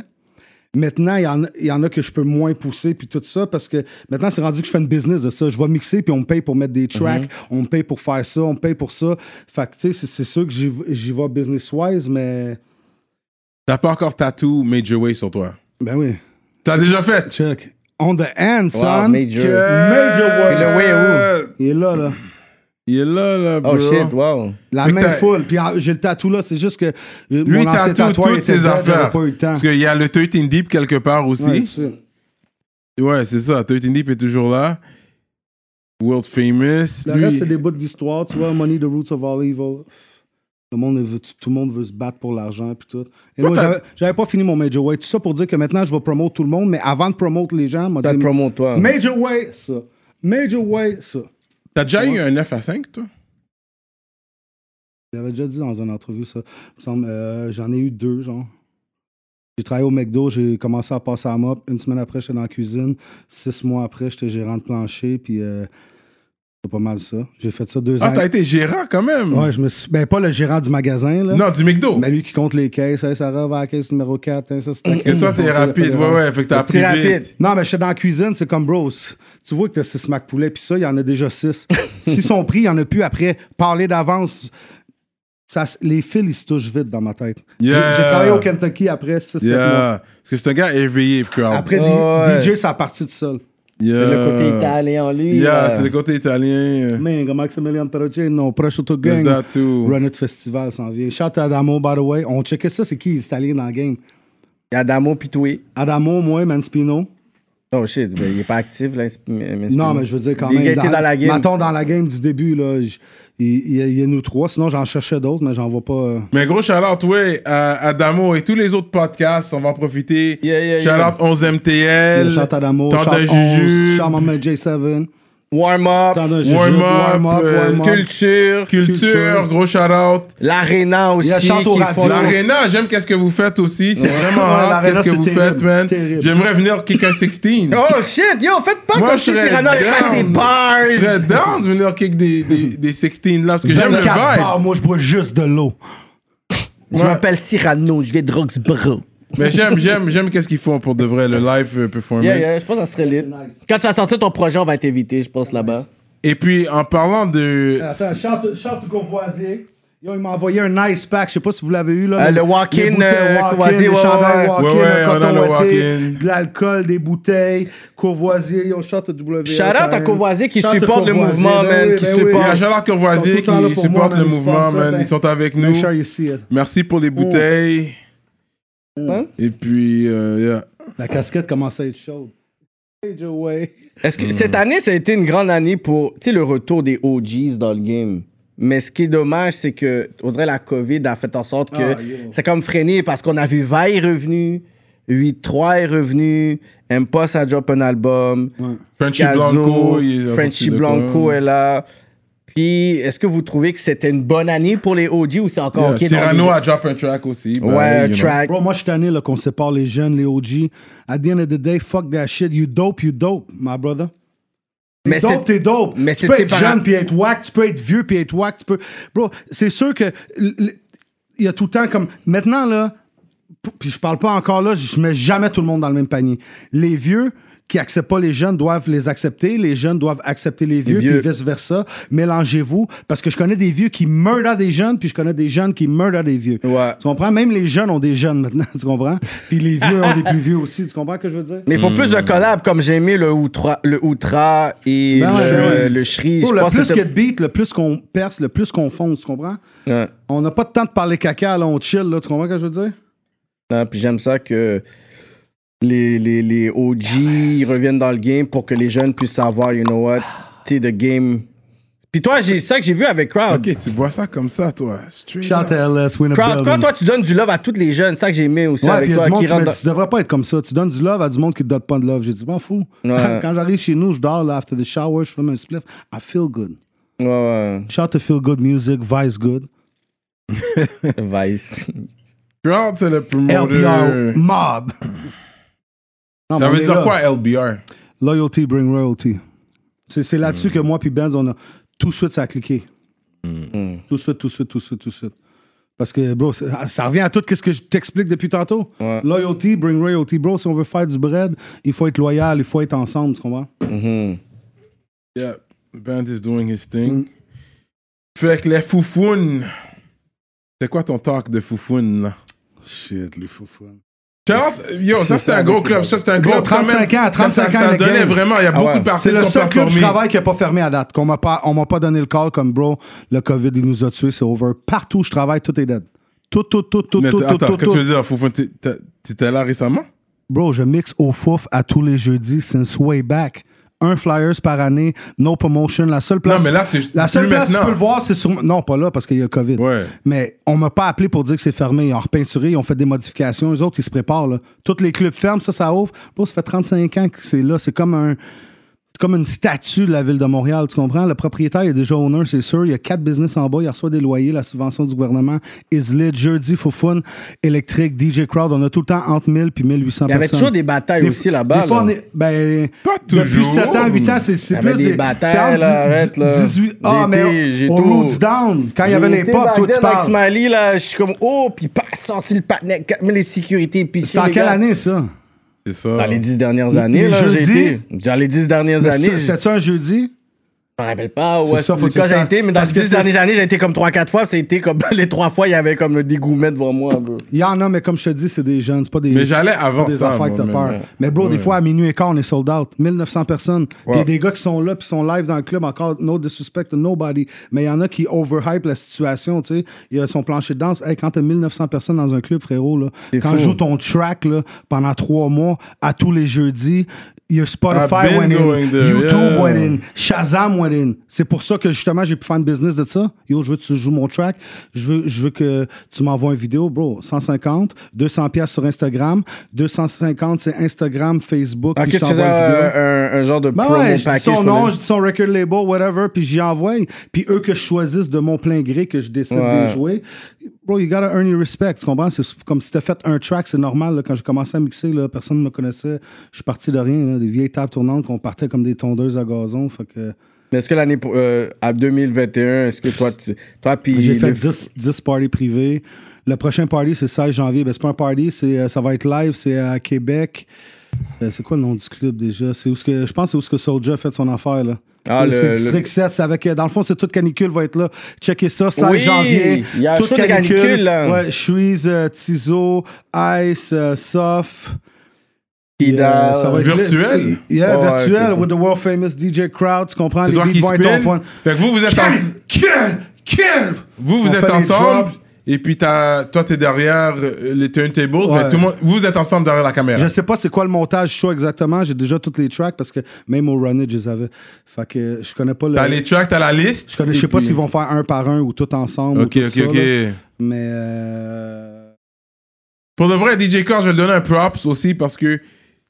D: Maintenant, il y, en a- il y en a que je peux moins pousser, puis tout ça, parce que maintenant, c'est rendu que je fais une business de ça. Je vais mixer, puis on me paye pour mettre
C: Mm-hmm.
D: des tracks, on me paye pour faire ça, on me paye pour ça. Fait que, tu sais, c'est- c'est sûr que j'y j'y vais business-wise, mais.
B: T'as pas encore tattoo Major Way sur toi.
D: Ben oui.
B: T'as déjà fait?
D: Check. On the hand,
C: Wow,
D: son.
C: major.
B: Way.
C: Et le way est où?
D: Il est là, là.
B: Il est là, là, bro.
C: Oh shit, wow.
D: La
B: Mais
D: main
B: t'as-
D: foule. Puis ah, j'ai le tatou là, c'est juste que. euh,
B: Lui,
D: mon
B: tatoue
D: ancien tatoueur
B: toutes
D: était
B: ses
D: dead, j'avais
B: affaires.
D: pas eu le temps.
B: Parce qu'il y a le 13 Deep quelque part aussi.
D: Ouais, c'est-
B: Ouais, c'est ça. 13 Deep est toujours là. World Famous.
D: Le
B: Lui-
D: reste, c'est des bouts d'histoire, tu vois. Money, the roots of all evil. Le monde veut, tout le monde veut se battre pour l'argent puis tout. Et moi,
B: t'as-
D: j'avais- j'avais pas fini mon Major Way. Tout ça pour dire que maintenant, je vais promouvoir tout le monde, mais avant de promouvoir les gens, m'a
C: T'as
D: dit
C: le promo, toi.
D: Major Way, ça. Major Way, ça.
B: T'as déjà eu un 9 à 5, toi?
D: J'avais déjà dit dans une entrevue ça. Il me semble, euh, j'en ai eu deux, genre. J'ai travaillé au McDo, j'ai commencé à passer à mop. Une semaine après, j'étais dans la cuisine. Six mois après, j'étais gérant de plancher, puis euh, c'est pas mal ça. J'ai fait ça deux
B: Ah,
D: ans.
B: t'as été gérant quand même.
D: Ouais, je me suis. Ben, pas le gérant du magasin, là.
B: Non, du McDo.
D: Mais Ben, lui qui compte les caisses, hey, Sarah va à la caisse numéro 4, hein, ça c'est ta
B: Que
D: caisse.
B: toi, Mm, t'es rapide. Ouais, ouais. Fait que t'as appris
C: C'est
B: vite.
C: rapide.
D: Non, mais je suis dans la cuisine, c'est comme bros. Tu vois que t'as 6 mac poulet, puis ça, il y en a déjà 6. S'ils sont pris, il y en a plus après. Parler d'avance. Ça, s- les fils, ils se touchent vite dans ma tête. J'ai-
B: Yeah.
D: J'ai travaillé au Kentucky après 6-7 mois.
B: Yeah. Parce que c'est un gars éveillé, crowd.
D: Après, D-
C: Oh, Ouais.
D: DJ, ça a parti tout seul.
B: Yeah.
C: Le côté italien en lui.
B: Yeah,
C: là.
B: c'est le côté italien.
D: Mingo, Maximilian Perrocino, Prosciutto Gang.
B: There's that too.
D: Run It Festival s'en vient. Shout à Adamo, by the way. On checkait ça, c'est qui les Italiens dans le game?
C: Il y a Damo Pitoué.
D: Adamo, moi, Manspino.
C: Oh shit, ben, il est pas actif là.
D: Non, mais je veux dire quand même.
C: Il a été dans la game.
D: Mettons dans la game du début, là, je- il il y, a- il y a nous trois. Sinon, j'en cherchais d'autres, mais j'en vois pas. euh.
B: Mais gros shout-out, ouais, à Adamo et tous les autres podcasts. On va en profiter.
C: Yeah, yeah,
B: shout-out 11MTL.
D: Chante Adamo,
B: Tente
D: Chante
B: un
D: 11,
B: Juju.
D: Chante Maman J7,
C: Warm
D: Chante
C: up,
D: un Juju,
B: Warm Up,
D: Warm Up,
B: euh,
D: Warm Up.
C: culture,
B: Culture,
D: Culture. Oh.
B: gros shout-out.
C: l'arena aussi.
D: Il y a Chante au
C: qui
D: radio.
C: font-
B: L'arena, j'aime qu'est-ce que vous faites aussi. C'est vraiment
D: Ouais,
B: hot,
D: l'Arena,
B: qu'est-ce que
D: c'est
B: vous
D: terrible,
B: faites, man.
D: terrible.
B: J'aimerais venir kick un 16.
C: Oh shit, yo, faites pas
B: Moi,
C: comme
B: je
C: si
B: serais
C: Cyrano avait pas
B: down.
C: ses
B: Je serais
C: bars.
B: down de venir kick des, des, des 16 là, parce que j'aime le
D: 24
B: vibe.
D: bars, moi, je bois juste de l'eau.
C: Je m'appelle Cyrano, je vais Drugs Bro.
B: Mais j'aime, j'aime, j'aime qu'est-ce qu'ils font pour de vrai, le live euh, performance.
C: Yeah, yeah, je pense que ça serait lit. Quand tu vas sortir ton projet, on va t'éviter, je pense, là-bas.
B: Et puis, en parlant de...
D: Ah, Attends, chante, chante au Courvoisier. Yo, il m'a envoyé un nice pack, je sais pas si vous l'avez eu là.
C: Euh,
D: mais
C: le walk-in,
D: les bouteilles walk-in, les
C: euh, Courvoisier, ouais,
D: chandails
C: ouais.
D: walk-in,
B: Ouais, ouais,
D: un
B: on a
D: coton
B: le
D: ouaté,
B: walk-in.
D: de l'alcool, des bouteilles, Courvoisier, yo, shout out WA.
C: Shout out à
D: quand même.
C: Courvoisier qui
D: Shout out à
C: supporte le
D: Courvoisier,
C: mouvement,
D: ben
C: man,
D: oui,
C: qui
D: ben oui.
B: Il y a
C: supporte.
B: Jean-Marc
D: Ils
B: Courvoisier
D: sont tout le temps là
B: qui
D: pour
B: supporte
D: moi,
B: le
D: man, ils
B: mouvement,
D: sponsor,
B: man.
D: ben.
B: Ils sont avec nous.
D: Make sure you see it.
B: Merci pour les bouteilles.
C: Hein?
B: Et puis, euh, yeah.
D: La casquette commençait à être chaude. Hey, Joe Way.
C: Est-ce
B: Hmm.
C: que cette année, ça a été une grande année pour tu sais, le retour des OGs dans le game? Mais ce qui est dommage, c'est que, on dirait, la COVID a fait en sorte que
D: Ah, yo.
C: c'est comme freiné parce qu'on a vu Vaille revenu, 8-3 est revenu, Impost a drop un album,
B: Frenchy
C: Scazo,
B: Blanco, il a sorti
C: Frenchy
B: de
C: Blanco
B: quoi?
C: est là. Puis, est-ce que vous trouvez que c'était une bonne année pour les OG ou c'est encore
B: Yeah,
C: ok? dans
B: Euh, Cyrano
C: les-
B: a drop un track aussi. ben,
C: Ouais,
B: you know.
C: track.
D: Bro, moi, je suis tanné là, qu'on sépare les jeunes, les OG. At the end of the day, fuck that shit. You dope, you dope, my brother.
C: Mais
D: Mais dope,
C: c'est-
D: t'es dope.
C: mais
D: tu
C: c'est
D: peux être
C: séparable.
D: jeune puis être whack, tu peux être vieux puis être whack, tu peux. Bro, c'est sûr que l- l- il y a tout le temps comme maintenant là, p- puis je parle pas encore là, je mets jamais tout le monde dans le même panier. Les vieux qui acceptent pas les jeunes doivent les accepter, les jeunes doivent accepter les vieux,
C: vieux.
D: puis vice versa. Mélangez-vous parce que je connais des vieux qui murder des jeunes, puis je connais des jeunes qui murder des vieux.
C: Ouais.
D: Tu comprends Même les jeunes ont des jeunes maintenant, tu comprends Puis les vieux ont des plus vieux aussi, tu comprends ce que je veux dire
C: Mais il faut plus de collabs, comme j'ai aimé le Outra, le Outra et
D: Ben ouais,
C: le,
D: ouais.
C: le Shri.
D: Bro,
C: Je
D: le
C: pense
D: plus
C: que
D: qu'il y a
C: c'était-
D: de beats, le plus qu'on perce, le plus qu'on fonce, tu comprends?
C: Ouais.
D: On n'a pas de temps de parler caca, là, on chill, là, tu comprends ce que je veux dire?
C: Non, puis j'aime ça que les, les, les OG
D: Ah,
C: reviennent dans le game pour que les jeunes puissent savoir, you know what, tu sais, the game. Puis toi, j'ai ça que j'ai vu avec Crowd.
B: Ok, tu bois ça comme ça, toi. Straight up.
D: Shout out LS, win a
C: Crowd, quand
D: building.
C: toi, tu donnes du love à toutes les jeunes, ça que j'ai aimé aussi
D: Ben, Ouais, puis il
C: avec
D: y a
C: toi,
D: du monde
C: qui
D: qui me
C: rentre
D: dit,
C: dans-
D: tu devrais pas être comme ça. Tu donnes du love à du monde qui te donne pas de love. J'ai dit, m'en fous.
C: Ouais.
D: Quand j'arrive chez nous, je dors, là, after the shower, je fume un spliff. I feel good.
C: Ouais,
D: Shout out to feel good music, vice good.
C: ouais. Vice.
B: Crowd, c'est le promoter.
D: LBR mob. Non, mais
B: Ça
D: on
B: veut
D: est
B: dire
D: là.
B: quoi, LBR?
D: Loyalty bring royalty. C'est c'est là-dessus
B: Mm.
D: que moi puis Benz, on a tout de suite, ça a cliqué. Tout de suite, tout de suite, tout de suite, tout de suite. Parce que, bro, ça, ça revient à tout ce que je t'explique depuis tantôt.
C: Ouais.
D: Loyalty, bring royalty. Bro, si on veut faire du bread, il faut être loyal, il faut être ensemble, tu comprends?
C: Mhm.
B: Yeah, Band is doing his thing.
D: Mm.
B: Fait que les foufounes. C'est quoi ton talk de foufounes, là?
D: Shit, les fous fous.
B: Shout-out- Yo, ça
D: C'est
B: c'est
D: ça,
B: un gros
D: c'est
B: club.
D: bon.
B: Ça c'est un
D: Bon,
B: club. quand
D: 35
B: même.
D: ans, 35
B: ça, ça,
D: ans,
B: Ça
D: le
B: donnait
D: game.
B: vraiment. Il y a
C: Ah
B: beaucoup
C: ouais.
B: de
D: C'est
B: parties
D: le
B: qu'on
D: seul
B: peut
D: club que je
B: former.
D: travaille qui n'a pas fermé à date, qu'on m'a pas, on m'a pas donné le call comme bro, le COVID, il nous a tués, c'est over. Partout où je travaille, tout est dead. Tout, tout, tout, tout,
B: Mais
D: tout,
B: t-
D: tout,
B: Attends,
D: tout,
B: qu'est-ce que tu
D: tout.
B: veux dire, foufounes? T'es- t'as- T'étais là récemment?
D: Bro, je mixe au fouf à tous les jeudis since way back. Un Flyers par année, no promotion. La seule place,
B: Non, mais là, t'es-
D: la seule
B: plus
D: place que tu
B: maintenant.
D: peux le voir, c'est sur. Non, pas là, parce qu'il y a le COVID.
B: Ouais.
D: Mais on m'a pas appelé pour dire que c'est fermé. Ils ont repeinturé, ils ont fait des modifications. Les autres, ils se préparent. Là. Tous les clubs ferment, ça, ça ouvre. Bro, ça fait 35 ans que c'est là. C'est comme un. C'est comme une statue de la ville de Montréal, tu comprends? Le propriétaire il est déjà owner, c'est sûr. Il y a quatre business en bas, il reçoit des loyers, la subvention du gouvernement, Islet, Jeudi, Fofun, Électrique, DJ Crowd. On a tout le temps entre 1000 puis 1800
C: Il y avait
D: personnes.
C: toujours des batailles
D: Des-
C: aussi là-bas.
D: Des fois,
C: là.
D: on est. Ben,
B: Pas
D: Depuis
B: toujours.
D: 7 ans, 8 ans, c'est c'est
C: Il y avait
D: plus.
C: des
D: c'est
C: batailles,
D: entre
C: là,
D: dix-
C: arrête, là.
D: dix-huit- Ah,
C: J'ai
D: mais
C: été-
D: au
C: j'ai tout-
D: Roots Down, quand il y avait les
C: J'étais
D: pop, toi,
C: back
D: tu
C: then avec
D: parles.
C: Smiley, là, je suis comme, oh, puis pas sorti le patinet, mais les sécurités, puis
D: C'est en quelle année, ça?
B: C'est ça.
C: Dans Ah. les dix dernières
D: Les-
C: années,
D: les
C: là, j'ai
D: jeudis?
C: été. Dans les dix dernières années, je je
D: C'était-tu un jeudi?
C: me rappelle pas où
D: C'est
C: est-ce
D: ça, faut que
C: quand
D: tu
C: j'ai
D: sens-
C: été, mais dans les
D: parce que
C: dix
D: c'est-
C: dernières années, j'ai été comme trois, quatre fois, c'était comme les trois fois, il y avait comme le dégouement devant moi, bro.
D: Il y en a, mais comme je te dis, c'est des jeunes, c'est pas des.
B: Mais j'allais avant
D: pas des
B: ça.
D: affaires que
B: moi,
D: t'as
B: man.
D: peur. Mais bro, des fois, à minuit et quart, on est sold out. 1900 personnes. Puis il y a
B: Ouais.
D: des gars qui sont là, puis sont live dans le club, encore no disrespect to nobody. Mais il y en a qui overhype la situation, tu sais. Il y a son plancher de danse. Hey, quand t'as 1900 personnes dans un club, frérot, là, quand
C: fou.
D: joue ton track là, pendant trois mois, à tous les jeudis, il y a
B: I've
D: Spotify
B: been
D: went in,
B: going there,
D: YouTube
B: yeah.
D: went in, Shazam went in. C'est pour ça que justement, j'ai pu faire une business de ça. Yo, je veux que tu joues mon track. Je veux, je veux que tu m'envoies une vidéo, bro. 150, 200 pièces sur Instagram. 250, c'est Instagram, Facebook.
C: Ok,
D: puis
C: tu
D: je
C: euh, faisais
D: t'envoie une vidéo.
C: un, un- un genre de
D: Ben
C: promo
D: ouais, je dis
C: package.
D: son
C: pour
D: nom,
C: le-
D: je dis son record label, whatever, puis j'y envoie. Puis eux que je choisisse de mon plein gré, que je décide
C: Ouais.
D: de jouer. Bro, you gotta earn your respect, tu comprends? C'est comme si t'as fait un track, c'est normal. là. Quand j'ai commencé à mixer, là, personne ne me connaissait. Je suis parti de rien, là, des vieilles tables tournantes qu'on partait comme des tondeuses à gazon. Fait que
C: Mais est-ce que l'année, pour- euh, à 2021, est-ce que toi, tu- toi, puis.
D: j'ai fait
C: le-
D: 10, 10 parties privées. Le prochain party, c'est 16 janvier. Ben, c'est pas un party, c'est, euh, ça va être live, c'est à Québec. Euh, c'est quoi le nom du club déjà? C'est où ce que, je pense que c'est où ce que Soulja a fait son affaire, là.
C: Ah,
D: C'est-
C: le-
D: c'est
C: le-
D: District 7, c'est avec, euh, dans le fond, c'est toute canicule va être là. Checkez ça, 16
C: Oui,
D: janvier.
C: il y a un
D: toute
C: show de canicule, là.
D: Ouais, Shreeze, euh, Tizo, Ice, euh, Sof.
C: Puis dans-
D: Euh, ça va être
B: Virtuel?
D: lit. Yeah,
C: Ouais,
D: virtuel,
C: ok.
D: with the world famous DJ crowd, tu comprends? Les
B: C'est toi
D: beats
B: qui
D: vont être
B: spin.
D: en point.
B: Fait que vous, vous êtes, en-
D: Kill! Kill!
B: vous,
D: On
B: vous
D: fait
B: êtes
D: des
B: ensemble.
D: drops.
B: Et puis, t'as- toi, t'es derrière euh, les turntables.
D: Ouais.
B: Mais tout le monde, vous êtes ensemble derrière la caméra.
D: Je sais pas c'est quoi le montage show exactement. J'ai déjà toutes les tracks parce que même au Run It, je les avais. Fait que je connais pas le.
B: T'as les tracks, t'as la liste.
D: Euh, Je, connais, je sais pas s'ils vont faire un par un ou tout ensemble. ou
B: Ok,
D: tout
B: ok,
D: ça,
B: ok.
D: là. Mais. euh,
B: Pour de vrai, DJ Core, je vais le donner un props aussi parce que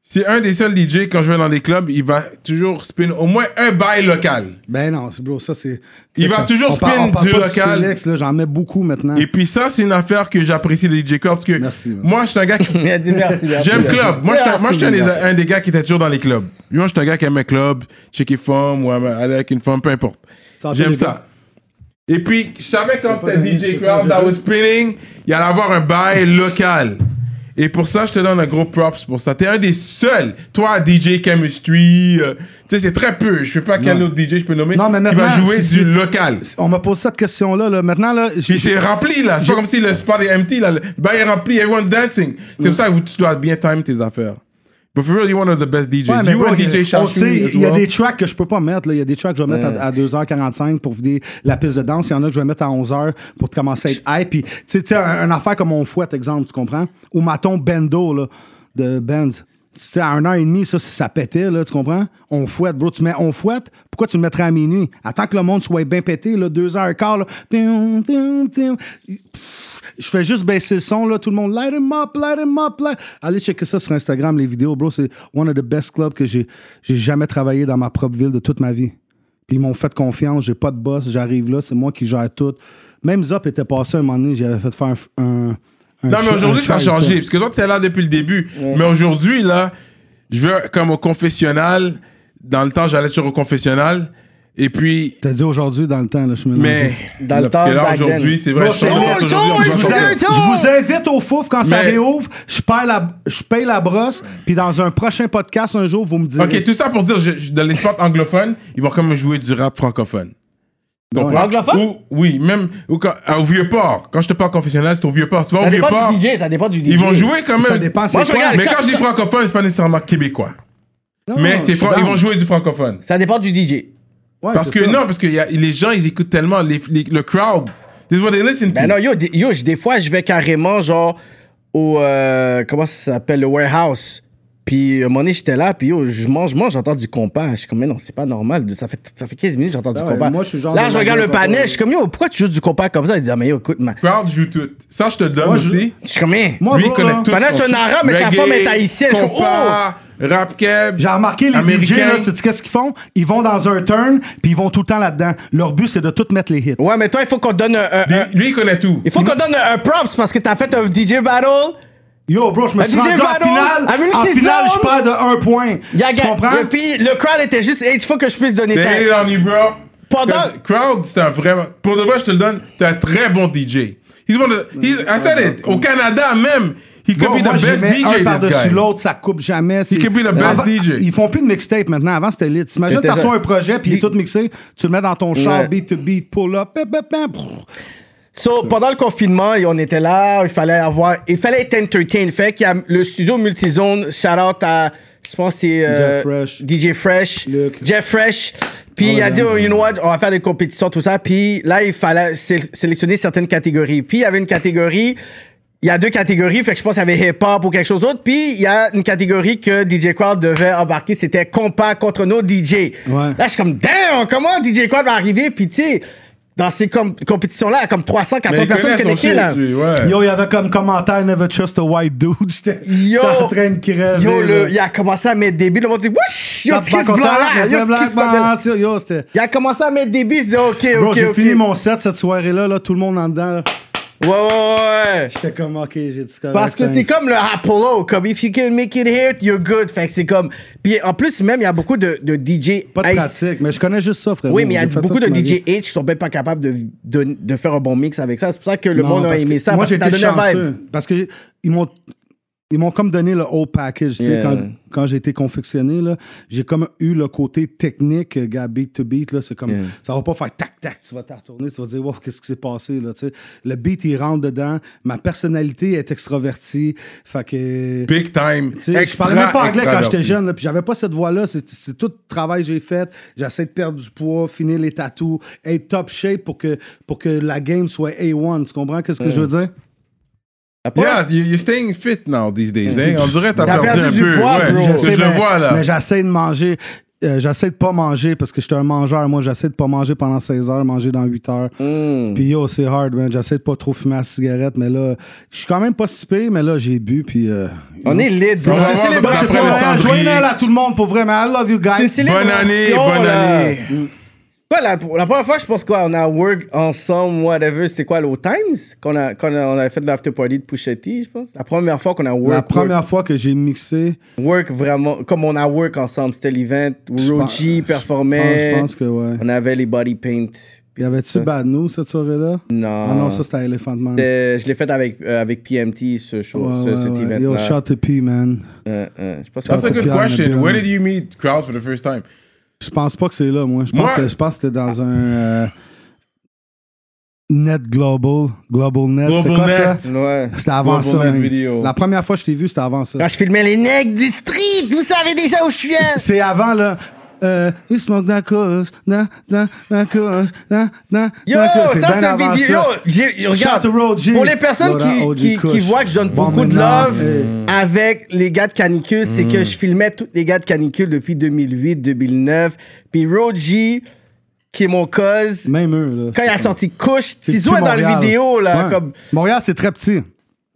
B: c'est un des seuls DJ quand je vais dans des clubs, il va toujours spin au moins un bail local.
D: Ben non, c'est- bro, ça c'est.
B: Il
D: ça,
B: va toujours
D: on parle-
B: spin
D: on parle
B: du
D: pas
B: local.
D: Félix, là, J'en mets beaucoup maintenant.
B: Et puis ça, c'est une affaire que j'apprécie des DJ Core parce que
D: Merci, merci.
B: moi, je suis un gars qui
C: Il a dit merci. merci,
B: J'aime
C: merci.
B: club. Moi, j'étais- moi, j'étais un des-
C: Merci,
B: un des gars qui était toujours dans les clubs. Moi, j'étais un gars qui aimait club, checker femme ou aller avec une femme, peu importe.
D: Santé,
B: J'aime
D: les
B: ça.
D: gars.
B: Et puis, je savais que quand
D: pas
B: c'était
D: gagné,
B: DJ
D: tout ça,
B: Crowd, that
D: je-
B: was spinning, il y allait avoir un bail local. Et pour ça, je te donne un gros props pour ça. T'es un des seuls. Toi, DJ Chemistry, euh, tu sais, c'est très peu. Je sais pas quel
D: Non.
B: autre DJ je peux nommer
D: Non, mais
B: qui va
D: maintenant,
B: jouer
D: c'est-
B: du local.
D: On m'a posé cette question-là. Là. Maintenant, là, j'ai-
B: Puis c'est rempli, là. C'est pas comme si le spot est empty, là. Le bar est rempli, everyone's dancing. C'est
D: Mm.
B: pour ça que vous- tu dois bien time tes affaires. But for real, you're one of the best DJs.
D: Ouais, mais
B: you
D: bro,
B: and
D: y a-
B: DJ
D: on
B: Shashi
D: sait,
B: as
D: Il y a
B: well.
D: des tracks que je peux pas mettre. là. Il y a des tracks que je vais mettre à, à 2h45 pour vider la piste de danse. Il y en a que je vais mettre à 11h pour te commencer à être hype. Puis, tu sais, tu sais, un- une affaire comme on fouette, exemple, tu comprends? Ou Maton Bendo, là, de Benz. Tu sais, à 1h30, ça, ça pétait, là, tu comprends? On fouette, bro. Tu mets on fouette, pourquoi tu le mettrais à minuit? Attends que le monde soit bien pété, là, 2h15, là. Tium, tium, tium. Pff, Je fais juste baisser le son, là, tout le monde, light him up, light him up, light. Allez checker ça sur Instagram, les vidéos, bro. C'est one of the best clubs que j'ai j'ai jamais travaillé dans ma propre ville de toute ma vie. Puis ils m'ont fait confiance, j'ai pas de boss, j'arrive là, c'est moi qui gère tout. Même Zop était passé un moment donné, j'avais fait faire un. un- un
B: Non, mais
D: tra-
B: aujourd'hui,
D: un
B: ça a
D: trail
B: changé.
D: film.
B: Parce que toi, t'es là depuis le début. Mais aujourd'hui, là, je vais comme au confessionnal. Dans le temps, j'allais toujours au confessionnal. Et puis,
D: T'as dit aujourd'hui dans le temps, là, je suis mélangé.
B: mais.
C: Dans le
B: Parce que
C: temps,
B: là,
C: back then.
B: aujourd'hui, c'est vrai.
D: Bon,
B: je
D: c'est-
B: commence
D: Oh,
B: aujourd'hui, on
D: Je
B: va
D: vous,
B: sortir.
D: invite- je vous invite au fouf quand ça
B: Mais-
D: réouvre. Je paye, la, je paye la brosse. Puis dans un prochain podcast, un jour, vous me direz.
B: Ok, tout ça pour dire, je- je- dans les spots anglophones, ils vont quand même jouer du rap francophone. Donc,
D: Ouais.
C: Anglophone?
B: oui, même ou quand- à- au Vieux-Port. Quand je te parle confessionnel, c'est au Vieux-Port. Tu vas au
C: Ça dépend
B: Vieux-Port,
C: du DJ, ça dépend du DJ.
B: ils vont jouer quand même.
D: Ça dépend, c'est
C: Moi, je
D: quoi.
C: regarde-
B: Mais quand je dis francophone, c'est pas nécessairement québécois.
D: Non,
B: mais
D: non,
B: c'est
D: je suis
B: fran- ils
D: down.
B: vont jouer du francophone.
C: Ça dépend du DJ.
D: Ouais,
B: Parce
D: c'est
B: que
D: ça.
B: non, parce que y a- les gens, ils écoutent tellement les, les- le crowd. This is what they listen to.
C: Ben non, yo, des- yo, j- des fois, je vais carrément, genre, au. euh, comment ça s'appelle Le warehouse. Puis, à un moment donné, j'étais là, puis yo, je mange, mange, j'entends du compas. Je suis comme, mais non, c'est pas normal. Ça fait, ça fait 15 minutes, j'entends du
D: Ah ouais,
C: compas.
D: moi, je suis genre
C: là,
D: de
C: je regarde le
D: manière
C: panel,
D: compas.
C: je suis comme, yo, pourquoi tu joues du compas comme ça Il dit, ah, mais yo, écoute, man.
B: Le crowd joue tout. Ça, je te le donne
D: Moi, je-
B: aussi.
C: Je suis comme, hein.
D: Moi,
B: Lui, il
D: bro,
B: connaît
D: là,
B: tout.
C: Pendant
B: son
C: que c'est un arabe, mais sa
B: reggae,
C: femme est haïtienne. Je suis comme,
B: compas, Rap keb,
D: J'ai remarqué les DJ,
B: américain.
D: là, tu sais qu'est-ce qu'ils font? Ils vont dans un turn, puis ils vont tout le temps là-dedans. Leur but, c'est de tout mettre les hits.
C: Ouais, mais toi, il faut qu'on te donne un. un- un-
B: Des- Lui, il connaît tout.
C: il faut qu'on te donne un, un props parce que t'as fait un DJ battle.
D: Yo, bro, je me
C: Un
D: suis
C: DJ
D: rendu en
C: battle,
D: finale.
C: à
D: En
C: 1600.
D: finale, je perds de un point.
C: Y a-
D: tu comprends? Ben
C: Et puis, le crowd était juste, hey, il faut que je puisse donner ça.
B: T'es on you, bro.
C: Pendant-
B: Parce- Crowd, c'est un vraiment. Pour de vrai, je te le donne, t'es un très bon DJ. He's one of the- he's- I said it. Au Canada même, he could
D: Bro,
B: be
D: moi,
B: the
D: j'y
B: best
D: mets
B: DJ,
D: un
B: this
D: par-dessus
B: guy.
D: l'autre, ça coupe jamais. c'est-
B: could be the best
D: Avant-
B: DJ.
D: Ils font plus de mixtape maintenant. Avant, c'était lit. T'imagines,
C: C'était
D: t'as
C: ça.
D: reçu un projet, puis il est tout mixé. Tu le mets dans ton char,
C: Ouais.
D: beat to beat, pull up, pep, pep, pep, brrr.
C: So, pendant le confinement, et on était là, il fallait avoir, il fallait être entertained. Fait qu'il y a le studio multizone, shout out à, je pense que c'est euh,
D: Jeff Fresh.
C: DJ Fresh,
D: Luc.
C: Jeff Fresh. Puis il a dit, oh, you know what, on va faire des compétitions, tout ça. Puis là, il fallait sé- sélectionner certaines catégories. Puis il y avait une catégorie, il y a deux catégories, fait que je pense qu'il y avait hip-hop ou quelque chose d'autre. Puis il y a une catégorie que DJ Crowd devait embarquer, c'était compas contre nos DJ.
D: Ouais.
C: Là, je suis comme, damn, comment DJ Crowd va arriver? Puis tu sais, dans ces com- compétitions-là, à comme 300,
B: Mais
C: 400
B: il connaît
C: personnes
B: son
C: connectées,
B: shit,
C: là.
B: lui, ouais.
D: Yo, il y avait comme commentaire, never trust a white dude. J'étais
C: Yo.
D: j'étais en train de crever.
C: Yo,
D: là.
C: le, il a commencé à mettre des billes. Le monde dit, wesh, yo,
D: Ça
C: ce
D: te
C: qui se
D: bat
C: blanc
D: contre la
C: là,
D: race,
C: yo,
D: la
C: ce qui
D: black
C: se blanc là.
D: mass, yo, yo, c'était-
C: Il a commencé à mettre des billes, il dit, ok, ok,
D: Bro, j'ai
C: ok.
D: fini mon set cette soirée-là, là, tout le monde en dedans. là.
C: Ouais, ouais, ouais.
D: J'étais comme, ok, j'ai dit correct, hein,
C: Parce que c'est
D: thanks.
C: comme le Apollo, comme if you can make it here, you're good. Fait que c'est comme. Puis en plus, même, il y a beaucoup de, de DJ.
D: Pas de
C: Ice-
D: pratique, mais je connais juste ça, frère.
C: Oui, mais il y a beaucoup de DJ H qui sont même pas capables de, de, de faire un bon mix avec ça. C'est pour ça que le monde a aimé ça.
D: Moi,
C: parce que
D: j'ai
C: t'as
D: été
C: donné un vibe.
D: chanceux. Parce que ils m'ont. ils m'ont comme donné le whole package. tu sais,
C: Yeah.
D: Quand, quand j'ai été confectionné, là, j'ai comme eu le côté technique, euh, gars, beat to beat. Là, c'est comme,
C: Yeah.
D: ça va pas faire tac, tac, tu vas te retourner, tu vas dire, wow, qu'est-ce qui s'est passé, là, tu sais. Le beat, il rentre dedans. Ma personnalité est extravertie. Fait que.
B: Big time.
D: Tu sais, Je parlais même pas anglais quand j'étais
B: extraverti.
D: jeune, là, puis j'avais pas cette voix-là. C'est c'est tout le travail que j'ai fait. J'essaie de perdre du poids, finir les tatous, être top shape pour que, pour que la game soit A1. Tu comprends ce que je veux dire?
C: Après,
B: Yeah, you- you're staying fit now these days. hein. On dirait que t'as
C: T'as
B: perdu,
C: perdu
B: un
C: du
B: peu.
C: poids,
B: ouais.
C: bro.
B: Je,
D: Je sais,
B: je le
D: mais-
B: vois là.
D: Mais j'essaie de manger. Euh, j'essaie de pas manger parce que j'étais un mangeur. Moi, j'essaie de pas manger pendant 16 heures, manger dans 8 heures.
B: Hmm.
D: Puis yo, c'est hard, man. J'essaie de pas trop fumer la cigarette, mais là, je suis quand même pas si pire, mais là, j'ai bu, puis. euh,
C: on est lides.
B: On
C: bro.
B: va
C: C'est
B: voir
C: les
B: après
C: bras-
B: le
D: Noël,
B: cendrier.
D: Joyeux Noël à hein. tout le monde, pour vrai, mais I love you
C: C'est une
D: guys.
B: Bonne
C: célébration,
B: année, bonne
C: là.
B: année.
C: Quoi, la, la première fois, je pense quoi, on a work ensemble, whatever, c'était quoi, l'O Times? Qu'on a, qu'on a, on avait fait de l'after party de Pusha T, je pense. La première fois qu'on a work,
D: La
C: work,
D: première fois que j'ai mixé,
C: work vraiment, comme on a work ensemble, c'était l'event où Roji
D: pense-
C: performait.
D: je pense que ouais.
C: On avait les body paint.
D: y avait-tu Bad News cette soirée-là?
C: Non.
D: Ah non, ça c'était Elephant Man.
C: Euh, je l'ai fait avec, euh, avec PMT, ce show,
D: Ouais,
C: ce,
D: ouais,
C: cet
D: ouais.
C: event-là.
D: Yo, shout to P, man.
C: Euh, euh, je pense
B: That's a
C: que
B: good
D: Pierre,
B: question.
D: Pierre.
B: Where did you meet crowds for the first time?
D: Je pense pas que c'est là, moi. Je pense
B: Moi-
D: que je pense que c'était dans un euh, Net Global, Global Net.
B: Global
D: C'était quoi
B: Net.
D: ça?
C: Ouais.
D: C'était avant
B: Global
D: ça.
B: Net
D: man.
B: Video.
D: La première fois que je t'ai vu, c'était avant ça.
C: Quand je filmais les necks du street, vous savez déjà où je suis. hein?
D: C'est avant là. Euh, we smoke that kush, na na na kush, na na
C: Yo,
D: na kush.
C: ça,
D: bien
C: c'est
D: avant
C: vidéo.
D: ça.
C: J'ai- Regarde,
D: Shout to Road G.
C: pour les personnes
D: Laura OG
C: qui, qui, qui
D: Kush.
C: voient que je donne
D: Bon
C: beaucoup de
D: maintenant, eh. Mm.
C: love
D: hey.
C: avec les gars de Canicule, c'est que je filmais tous les gars de Canicule depuis 2008, 2009. Puis Roji, qui est mon cause,
D: Même eux là.
C: quand il a sorti Couche,
D: C'est
C: Tizou est
D: petit
C: dans la
D: Montréal.
C: vidéo, là,
D: Ouais.
C: comme,
D: Montréal, c'est très petit.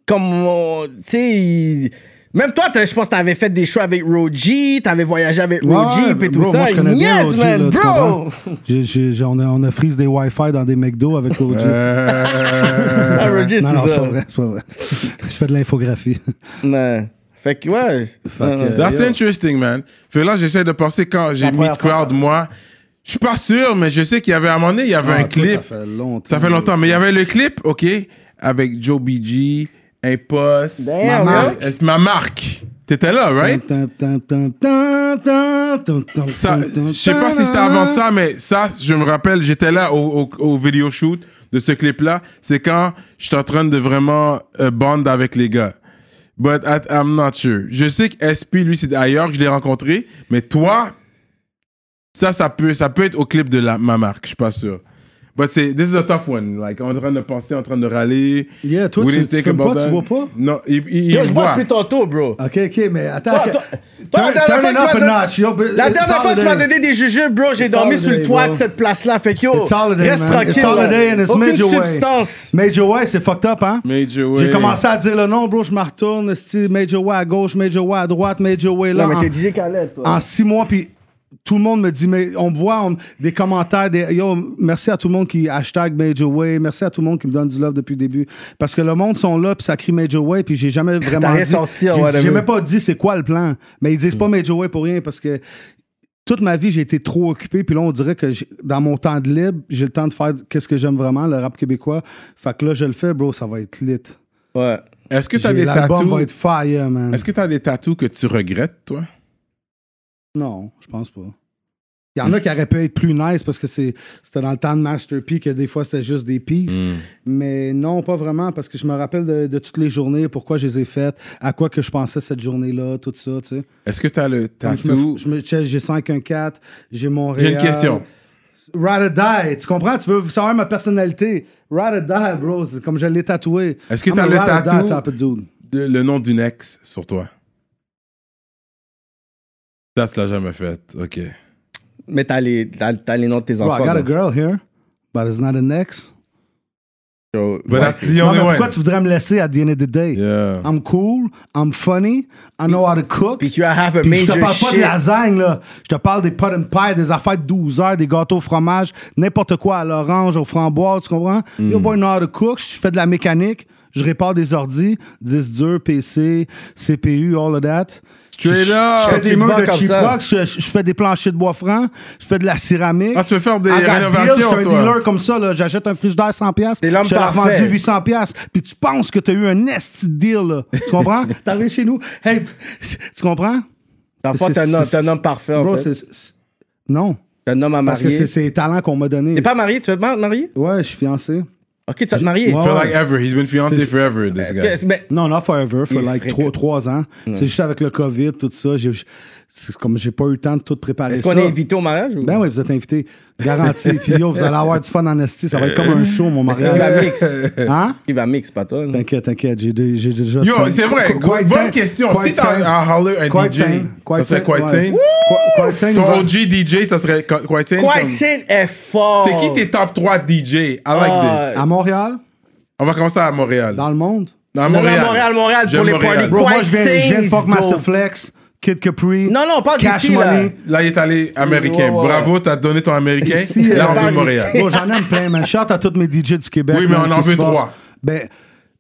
C: comme on- tu sais, il- même toi, t'as- je pense que t'avais fait des shows avec Roji, t'avais voyagé avec
D: Ouais,
C: Roji,
D: ouais,
C: puis
D: bro,
C: tout
D: moi,
C: ça.
D: je connais
C: Yes,
D: bien OG,
C: man,
D: là, tu
C: bro!
D: comprends? J'ai- j'ai- j'ai- on, a, on a freeze des Wi-Fi dans des McDo avec OG.
B: Euh,
C: Ah, Roji, c'est
D: non, non, c'est
C: ça.
D: pas vrai, c'est pas vrai. je fais de l'infographie.
C: Ouais. Fait que, ouais.
D: que,
C: Non, non.
D: euh,
B: That's interesting, man. Fait là, j'essaie de penser quand j'ai mis
C: première fois.
B: crowd, moi. Je suis pas sûr, mais je sais qu'il y avait à un moment donné, il y avait un
D: Ah, toi,
B: clip.
D: Ça fait longtemps.
B: Ça fait longtemps, mais il y avait le clip, OK, avec Joe BG, Impost,
C: Damn,
D: Ma
C: yo.
D: marque.
B: Euh, ma marque. T'étais là, right? Ça, je sais pas si c'était avant ça, mais ça, je me rappelle, j'étais là au, au, au video shoot de ce clip-là. C'est quand j'étais en train de vraiment euh, bond avec les gars. But I- I'm not sure. Je sais que SP, lui, c'est ailleurs que je l'ai rencontré, mais toi, ça, ça peut, ça peut être au clip de la, ma marque, je suis pas sûr. But c'est, this is a tough one. Like, en train de penser, en train de râler.
D: Yeah, toi,
B: We
D: tu-
B: didn't
D: tu
B: think
D: fumes
B: about
D: pas, tu
B: that.
D: bois pas?
B: Non, il, il,
C: Yo,
B: il
C: je bois
B: boit.
C: plus tantôt, bro.
D: Ok, ok, mais attends.
C: Toi, toi- toi, la dernière fois que tu m'as donné- La dernière fois que tu m'as donné des jujubes, bro, j'ai
D: It's
C: dormi
D: holiday,
C: sur le toit
D: bro.
C: de cette place-là. Fait que yo,
D: It's holiday,
C: reste
D: man.
C: tranquille.
D: It's holiday
C: là.
D: and it's
C: Aucune
D: major way.
C: substance.
D: Major Way, c'est fucked up, hein?
B: Major Way.
D: J'ai commencé à dire le nom, bro, je me retourne, esti, Major Way à gauche, Major Way à droite, Major Way là.
C: Non,
D: en-
C: mais t'es DJ Khaled, toi.
D: en six mois, puis tout le monde me dit, mais on me voit, on- des commentaires, des, yo, merci à tout le monde qui hashtag Major Way, merci à tout le monde qui me donne du love depuis le début. Parce que le monde sont là, puis ça crie Major Way, puis j'ai jamais vraiment.
C: T'as rien
D: dit-
C: sorti,
D: j'ai-
C: whatever.
D: J'ai même pas dit c'est quoi le plan. Mais ils
C: Mm.
D: disent pas Major Way pour rien, parce que toute ma vie, j'ai été trop occupé, puis là, on dirait que j'ai- dans mon temps de libre, j'ai le temps de faire qu'est-ce que j'aime vraiment, le rap québécois. Fait que là, je le fais, bro, ça va être lit. Ah.
C: Ouais.
B: Est-ce que t'as
D: J'ai-
B: des
D: L'album va
B: tatous?
D: être fire, man.
B: Est-ce que t'as des tatous que tu regrettes, toi?
D: Non, je pense pas. Il y en a qui auraient pu être plus nice parce que c'est- c'était dans le temps de Master P que des fois c'était juste des pieces.
B: Hmm.
D: Mais non, pas vraiment parce que je me rappelle de, de toutes les journées, pourquoi je les ai faites, à quoi que je pensais cette journée-là, tout ça, tu sais.
B: Est-ce que t'as le
D: Comme je me
B: tatou?
D: f- je me- euh, tu sais, J'ai 5-1-4, j'ai Montréal.
B: J'ai une question.
D: Ride or die, tu comprends? Tu veux savoir ma personnalité. Ride or die, bro, c'est comme je l'ai tatoué.
B: Est-ce que
D: I'm
B: t'as
D: a
B: le
D: ride or die
B: tatou?
D: type of dude.
B: De- le nom d'une ex sur toi. Ça, tu l'as jamais fait. OK.
C: Mais t'as les, t'as, t'as les noms de tes
D: Bro, I
B: Ah,
C: enfants.
D: got a
C: donc.
D: girl here, but it's not an ex.
C: Yo,
B: But that's the
D: Non,
B: only
D: mais
B: one.
D: pourquoi tu Ah, voudrais me laisser at the end of the day?
B: Yeah.
D: I'm cool, I'm funny, I know how to cook.
C: Puis tu as have a
D: Puis je te
C: major
D: parle pas de
C: shit.
D: lasagne, là. Je te parle des pot and pie, des affaires de 12 heures, des gâteaux au fromage, n'importe quoi à l'orange, au framboise, tu comprends? Yo, boy, know how to cook, je fais de la mécanique, je répare des ordis, disques durs, PC, CPU, all of that.
B: Straight up.
D: Je fais
E: tu
D: des
E: te
D: murs
E: vends
D: de
E: comme
D: cheap
E: ça.
D: box, je, je fais des planchers de bois franc, je fais de la céramique.
B: Ah, tu veux faire des
D: I got deals,
B: rénovations,
D: Je suis
B: toi.
D: un dealer comme ça, là. J'achète un frigidaire 100$, piastres,
E: T'es l'homme
D: je te l'ai
E: parfait.
D: revendu 800$, piastres, puis tu penses que t'as eu un esti de deal, là. Tu comprends? T'arrives chez nous, hey, tu comprends?
C: Dans le fond,
D: C'est-
C: t'es un homme-
D: c'est-
C: t'es un homme parfait, en
D: Bro, c'est-
C: fait.
D: c'est- Non.
C: T'es un homme à
D: Parce que
C: marier.
D: c'est- c'est les talents qu'on m'a donnés.
C: T'es pas marié? Tu veux te mar- marier?
D: Ouais, je suis fiancé.
C: Ok, tu vas te marier.
D: Ouais.
B: Feel like ever. He's been fiancé
D: C'est-
B: forever, this guy.
C: Que- mais-
D: Non, not forever, for
C: Il
D: like
C: serait-
D: trois, trois ans. C'est juste avec le COVID, tout ça. j'ai- j'ai- C'est comme j'ai pas eu le temps de tout préparer.
C: Est-ce qu'on
D: ça.
C: est invité au mariage? Ou...
D: Ben oui, vous êtes invités. Garanti. Puis yo, vous allez avoir du fun en esti. Ça va être comme un show, mon
C: C'est qui va
D: mariage.
C: mix.
D: Hein?
C: Qui va mix, pas toi. là.
D: T'inquiète, t'inquiète. J'ai dé- j'ai déjà.
B: Yo,
D: cinq-
B: c'est vrai.
D: Qu-
B: Bonne
D: Quite cinq.
B: question. si
D: Quite
B: t'as
D: cinq.
B: un holler, un
D: Quite
B: DJ,
D: cinq.
B: ça serait
D: Quite cinq,
B: Quite
D: ouais.
B: Saint.
D: Qu- Quite cinq,
B: Ton
D: va-
B: OG DJ, ça serait Qu- Quite Saint.
C: Quite
B: comme-
C: Sin est fort.
B: C'est qui tes top 3 DJ? I like
C: Ah,
B: this.
D: À Montréal,
B: On va commencer à Montréal.
D: dans le monde.
B: À
C: Non, non,
B: Montréal.
C: Montréal, Montréal,
B: J'aime
C: pour les
B: Montréal.
C: parties.
D: Bro, moi,
C: Quite
D: je viens, je viens de
C: Saints,
D: fuck
C: dope.
D: Masterflex, Kid Capri.
C: Non, non, on parle
D: Cash
C: d'ici, là.
D: Money.
B: Là, il est allé américain.
C: Ouais, ouais.
B: Bravo, t'as donné ton américain.
D: Ici,
B: Là,
D: euh,
B: on
C: parle
B: veut Montréal.
D: Bon, j'en aime plein, man. Shout à tous mes DJ du Québec.
B: Oui, mais
D: man,
B: on en
D: qui
B: veut
D: se forcent.
B: trois.
D: Ben,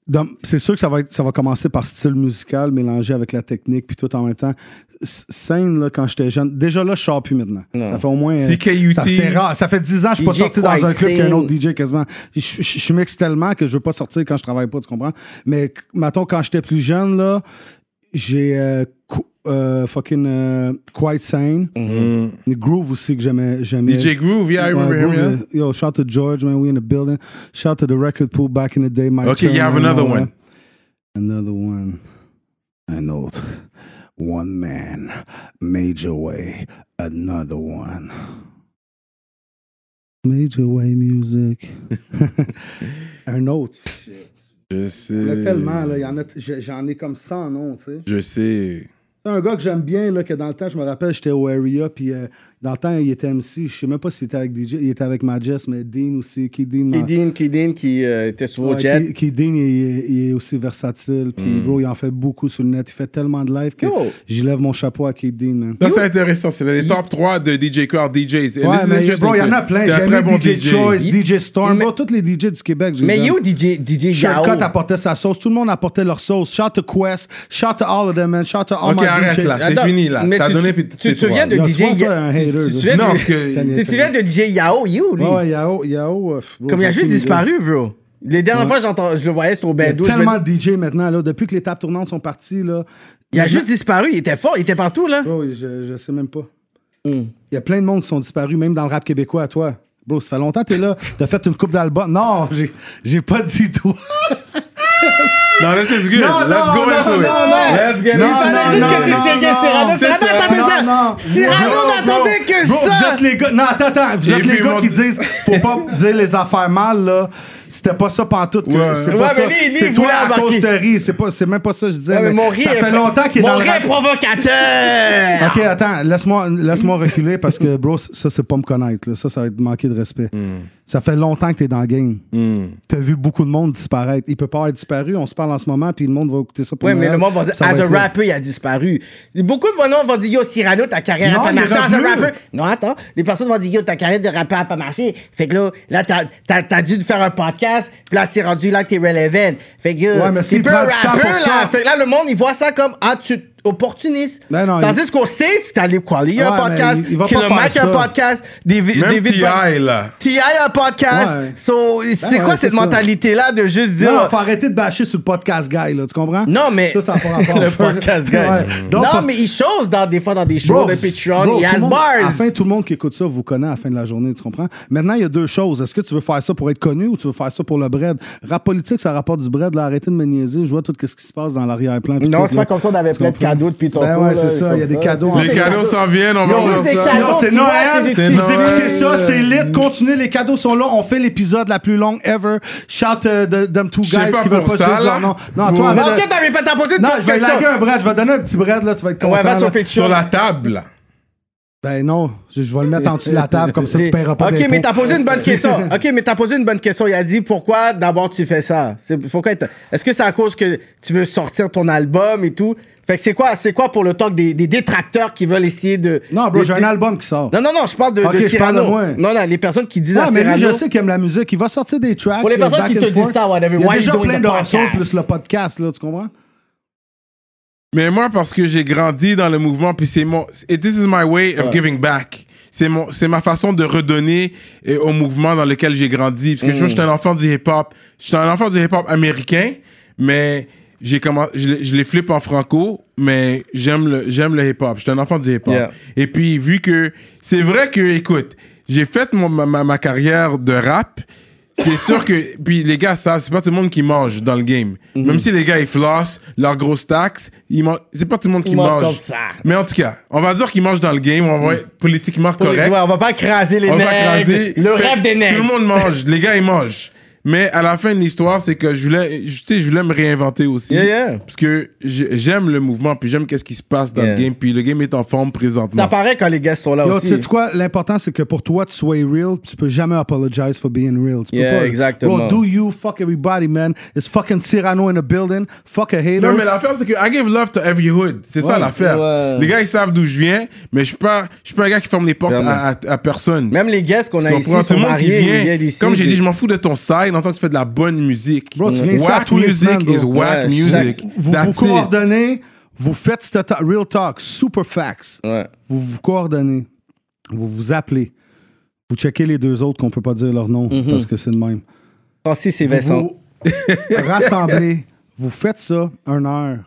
D: dans- c'est sûr que ça va, être, ça va commencer par style musical mélangé avec la technique puis tout en même temps. S- Scène, là, quand j'étais jeune. Déjà là, je sors plus maintenant. Ça fait au moins. euh,
B: CKUT.
D: Ça, c'est rare. Ça fait 10 ans que je suis pas
C: DJ
D: sorti dans un
C: Quite
D: club qu'un
C: Scene.
D: autre DJ quasiment. Je- Je je- je mixe tellement que je veux pas sortir quand je travaille pas, tu comprends? Mais, c- mettons, quand j'étais plus jeune, là, j'ai euh, cou- euh, fucking euh, Quite Sane. Groove aussi que j'aimais. j'aimais.
B: DJ Groove, yeah, I
D: Yeah,
B: remember him,
D: Groove,
B: yeah.
D: uh, Yo, shout to George, man. We in the building. Shout to the record pool back in the day. Mike
B: Okay, you have
D: Turner,
B: another
D: all
B: one.
D: that. Another one. I know. it. One man, major way. Another one. Major way music. Un autre.
B: Je
D: Il y en a tellement,
B: sais.
D: là. il y en a t- j'ai- J'en ai comme 100 noms, tu sais.
B: Je sais.
D: C'est un gars que j'aime bien, là, que dans le temps, je me rappelle, j'étais au Area, puis euh, dans le temps, il était MC. Je sais même pas s'il était avec DJ, il était avec Majest, mais Dean aussi, qui Dean. dans-
C: Kidin, Kidin qui euh, était sur
D: Ouais,
C: au jet.
D: qui, qui Dean, il, est- il est aussi versatile, puis
B: Hmm.
D: bro, il en fait beaucoup sur le net. Il fait tellement de live que
C: Yo.
D: j'y lève mon chapeau à Kid Dean, man.
B: Ça, c'est intéressant. C'est les top 3 de DJ Crowd DJs. And
D: Ouais,
B: this is
D: mais
B: interesting
D: bro, il y en a
B: too.
D: plein.
B: T'es un
D: J'ai
B: très bon
D: DJ, Choice,
C: Il-
D: DJ Storm,
C: Mais-
D: bro, tous les DJ du Québec. je les
C: Mais
D: aime.
C: yo, DJ, DJ Yao.
D: Shortcut apportait sa sauce. Tout le monde apportait leur sauce. Shout to Quest. Shout to all of them, man. Shout to all
B: Ok,
D: my
B: arrête,
D: DJs.
B: là. C'est
C: Attends,
B: fini, là.
C: mais
B: T'as
C: tu-
B: donné,
C: tu-
B: puis
C: Tu te
B: tais-toi.
C: souviens de
D: Yo, tu
C: DJ
D: vois, toi, un
C: Yao? Tu
D: hater,
C: tu te
D: là.
C: souviens
B: Non,
C: de-
B: parce que-
C: tu te souviens de DJ Yao, yo, lui?
D: Ouais, ouais, Yao, Yao. euh, bro,
C: Comme il a
D: j'ai
C: juste
D: aucune idée.
C: disparu, bro. Les dernières fois, j'entends- je le voyais, c'était au
D: Il y a
C: bando. je me-
D: tellement de DJ maintenant, là. Depuis que les tables tournantes sont parties, là.
C: Il a juste disparu, il était fort, il était partout, là.
D: Bro, je, je sais même pas.
C: Hmm.
D: Il y a plein de monde qui sont disparus, même dans le rap québécois, à toi. Bro, ça fait longtemps que t'es là. T'as fait une coupe d'album. Non, j'ai- j'ai pas dit tout.
B: Non, this is good.
D: Non,
B: Let's
D: non,
B: go
D: non,
B: into it.
D: non, non.
B: Let's get
D: Non,
B: into
D: non,
B: it.
D: non, non, non,
C: Cyrano,
B: c'est
C: Cyrano,
B: ça.
C: attendez
D: Non,
C: ça.
D: non.
B: Bro,
C: Cyrano
B: bro.
C: n'attendait que
D: Bro, vous
C: ça!
D: êtes les gars. Non, attends, attends. Vous
B: Ah, J'ai
D: êtes
B: vu
D: les gars
B: mon-
D: qui disent faut pas dire les affaires mal, là. C'était pas ça pantoute. que-
B: Ouais.
D: C'est
C: Ouais,
D: pas
C: mais
D: ça.
C: lui, lui, il
D: C'est toi
C: voulait
D: à cause
C: embarquer.
D: de riz. C'est pas- C'est même pas ça que je disais.
C: Ouais, mais
D: mais
C: mon riz
D: ça
C: est
D: fait
C: pro-
D: longtemps qu'il est
C: Mon
D: dans le
C: riz
D: rap Ah,
C: est provocateur!
D: Ok, attends, laisse-moi laisse reculer parce que, bro, ça, c'est pas me connaître. là. Ça, ça va être manquer de respect.
C: Hmm.
D: Ça fait longtemps que t'es dans le game. T'as vu beaucoup de monde disparaître. Il peut pas avoir disparu. On se parle en ce moment, puis le monde va écouter ça pour
C: Ouais, mais
D: Noël,
C: le monde va dire,
D: ça
C: as a
D: être là.
C: rapper, il a disparu. Beaucoup de monde vont dire, yo, Cyrano, ta carrière
D: Non,
C: a pas
D: il est
C: marché, as a
D: revenu.
C: rapper. Non, attends. Les personnes vont dire, yo, ta carrière de rappeur a pas marché. Fait que là, là, t'as, t'as, t'as dû faire un podcast, puis là, c'est rendu là que t'es relevant. Fait que,
D: Ouais, mais
C: c'est
D: s'il
C: peu
D: prend
C: un
D: du temps
C: rappeur,
D: pour
C: là.
D: ça.
C: Fait que là, le monde, il voit ça comme, ah, tu, opportuniste.
D: Ben non,
C: Tandis qu'au States, t'as les quoi? Il y
D: Ouais,
C: a un
D: mais
C: podcast,
D: il- il va pas
C: Kilomètre
D: faire
C: un
D: ça.
C: podcast, des, vi- des
B: Même
C: vid-
B: T.I. là.
C: T.I. un podcast.
D: Ouais. Ben
C: So, c'est
D: ouais,
C: quoi
D: c'est
C: cette
D: ça.
C: mentalité-là de juste dire.
D: Non, faut arrêter de bâcher sur le podcast guy, là, tu comprends?
C: Non, mais.
D: Ça, ça n'a pas rapport.
C: le podcast, gars.
D: Ouais. Donc,
C: Non,
D: pas-
C: mais il chose dans, des fois dans des shows
D: Bro,
C: de
D: bro,
C: Patreon. Il
D: tout
C: has
D: le monde- À la
C: bars.
D: fin, tout le monde qui écoute ça vous connaît à la fin de la journée, tu comprends? Maintenant, il y a deux choses. Est-ce que tu veux faire ça pour être connu ou tu veux faire ça pour le bread? Rap politique, ça rapporte du bread. Là, arrêtez de me niaiser. Je vois tout ce qui se passe dans l'arrière-plan. puis
C: Non,
D: tout,
C: c'est pas
D: là.
C: comme ça, on avait
D: Tu
C: plein de
D: comprends?
C: cadeaux depuis
D: Ben
C: tantôt,
D: ouais,
C: là,
D: c'est
C: c'est
D: ça. Il y a
C: comme
D: des
C: ça.
D: cadeaux. en
B: Les cadeaux s'en viennent, on va
C: Yo,
B: voir
C: des
B: ça.
C: cadeaux.
D: Yo, c'est
C: tu vois,
D: Noël.
C: c'est des
D: Vous
B: petits-
D: écoutez ça,
B: Noël.
D: c'est lit. Continuez, les cadeaux sont là. On fait l'épisode la plus longue ever. Shout euh, de them two
B: Je sais
D: guys
B: pas
D: qui veulent
B: pour
D: pas
B: ça,
D: dire
B: là.
D: leur nom. Non, toi,
B: Bon.
D: arrête.
C: Ok,
D: de-
C: t'avais pas t'as posé
D: Non,
C: d'autres
D: je vais
C: questions.
D: laguer un bread. Je vais donner un petit bread, là. Tu vas être content.
C: Ouais, va
D: là.
C: sur Patreon.
B: Sur la table, là.
D: Ben non, je, je vais le mettre en dessous de la table, comme ça tu paieras pas
C: Ok,
D: d'impôts.
C: mais t'as posé une bonne question. Ok, mais t'as posé une bonne question. Il a dit pourquoi d'abord tu fais ça. C'est pourquoi t'as- Est-ce que c'est à cause que tu veux sortir ton album et tout Fait que c'est quoi, c'est quoi pour le talk des, des détracteurs qui veulent essayer de.
D: Non, bro,
C: de-
D: j'ai un album qui sort.
C: Non, non, non, je parle de,
D: Ok,
C: de
D: je parle
C: Cyrano.
D: de moi.
C: Non, non, les personnes qui disent
D: Ouais,
C: à
D: mais lui,
C: Cyrano.
D: je sais qu'il aime la musique. Il va sortir des tracks.
C: Pour les
D: euh,
C: personnes
D: back
C: qui
D: and
C: te disent
D: forth.
C: ça, whatever,
D: Il y a
C: why
D: déjà
C: you doing
D: plein
C: the
D: de hustles
C: podcast?
D: plus le podcast, là, tu comprends?
B: Mais moi, parce que j'ai grandi dans le mouvement, puis c'est mon. et This is my way of giving back. C'est mon, c'est ma façon de redonner euh, au mouvement dans lequel j'ai grandi. Parce que je suis un enfant du hip-hop. Je suis un enfant du hip-hop américain, mais j'ai commencé, je, l'ai- je les flippe en franco, mais j'aime le, j'aime le hip-hop. Je suis un enfant du hip-hop.
E: Yeah.
B: Et puis, vu que c'est vrai que, écoute, j'ai fait mon, ma, ma- ma carrière de rap. C'est sûr que, puis les gars savent, c'est pas tout le monde qui mange dans le game.
C: Mhm.
B: Même si les gars ils flossent, leurs grosses taxes, ils mangent, c'est pas tout le monde qui
C: Ils
B: mange.
C: mangent comme ça.
B: Mais en tout cas, on va dire qu'ils mangent dans le game, on va être politiquement correct.
C: Ouais, on va pas craser les
B: on
C: nègres.
B: va craser.
C: Le
B: Fait-
C: rêve des nègres.
B: Tout le monde mange, les gars ils mangent. Mais à la fin de l'histoire, c'est que je voulais, je- tu sais, je voulais me réinventer aussi.
C: Yeah, yeah.
B: Parce que j'ai- j'aime le mouvement, puis j'aime qu'est-ce qui se passe dans
C: Yeah.
B: le game, puis le game est en forme présentement.
C: Ça paraît quand les gars sont là
D: Yo, tu
C: aussi.
D: sais quoi? L'important, c'est que pour toi, tu sois real. Tu peux jamais apologize for being real. Tu peux
C: Yeah,
D: pas.
C: exactement.
D: Bro, do you, fuck everybody, man. It's fucking Cyrano in the building. Fuck a hater.
B: Non, mais l'affaire, c'est que I give love to every hood. C'est ça l'affaire.
C: ouais.
B: Les gars, ils savent d'où je viens, mais je suis pas, je suis pas un gars qui ferme les portes à, à- à personne.
C: Même les guests qu'on
B: Tu
C: a ici
B: comprends? Tout
C: sont
B: le monde qui
C: mariés, ils
B: vient.
C: viennent ici.
B: Comme j'ai
C: des-
B: dit, je m'en fous de ton side, en tant que tu fais de la bonne musique.
D: Bro, tu viens ici à
B: whack
D: tous les
B: music
D: semaines, bro.
B: is whack
C: Ouais,
B: music.
C: exact.
D: vous
B: That's
D: vous
B: it.
D: coordonnez, vous faites ce ta- real talk, super facts.
C: Ouais.
D: Vous vous coordonnez, vous vous appelez, vous checkez les deux autres qu'on peut pas dire leur nom
C: Mhm.
D: parce que c'est le même.
C: Francis et
D: Vous
C: Vincent.
D: vous rassemblez, vous faites ça une heure.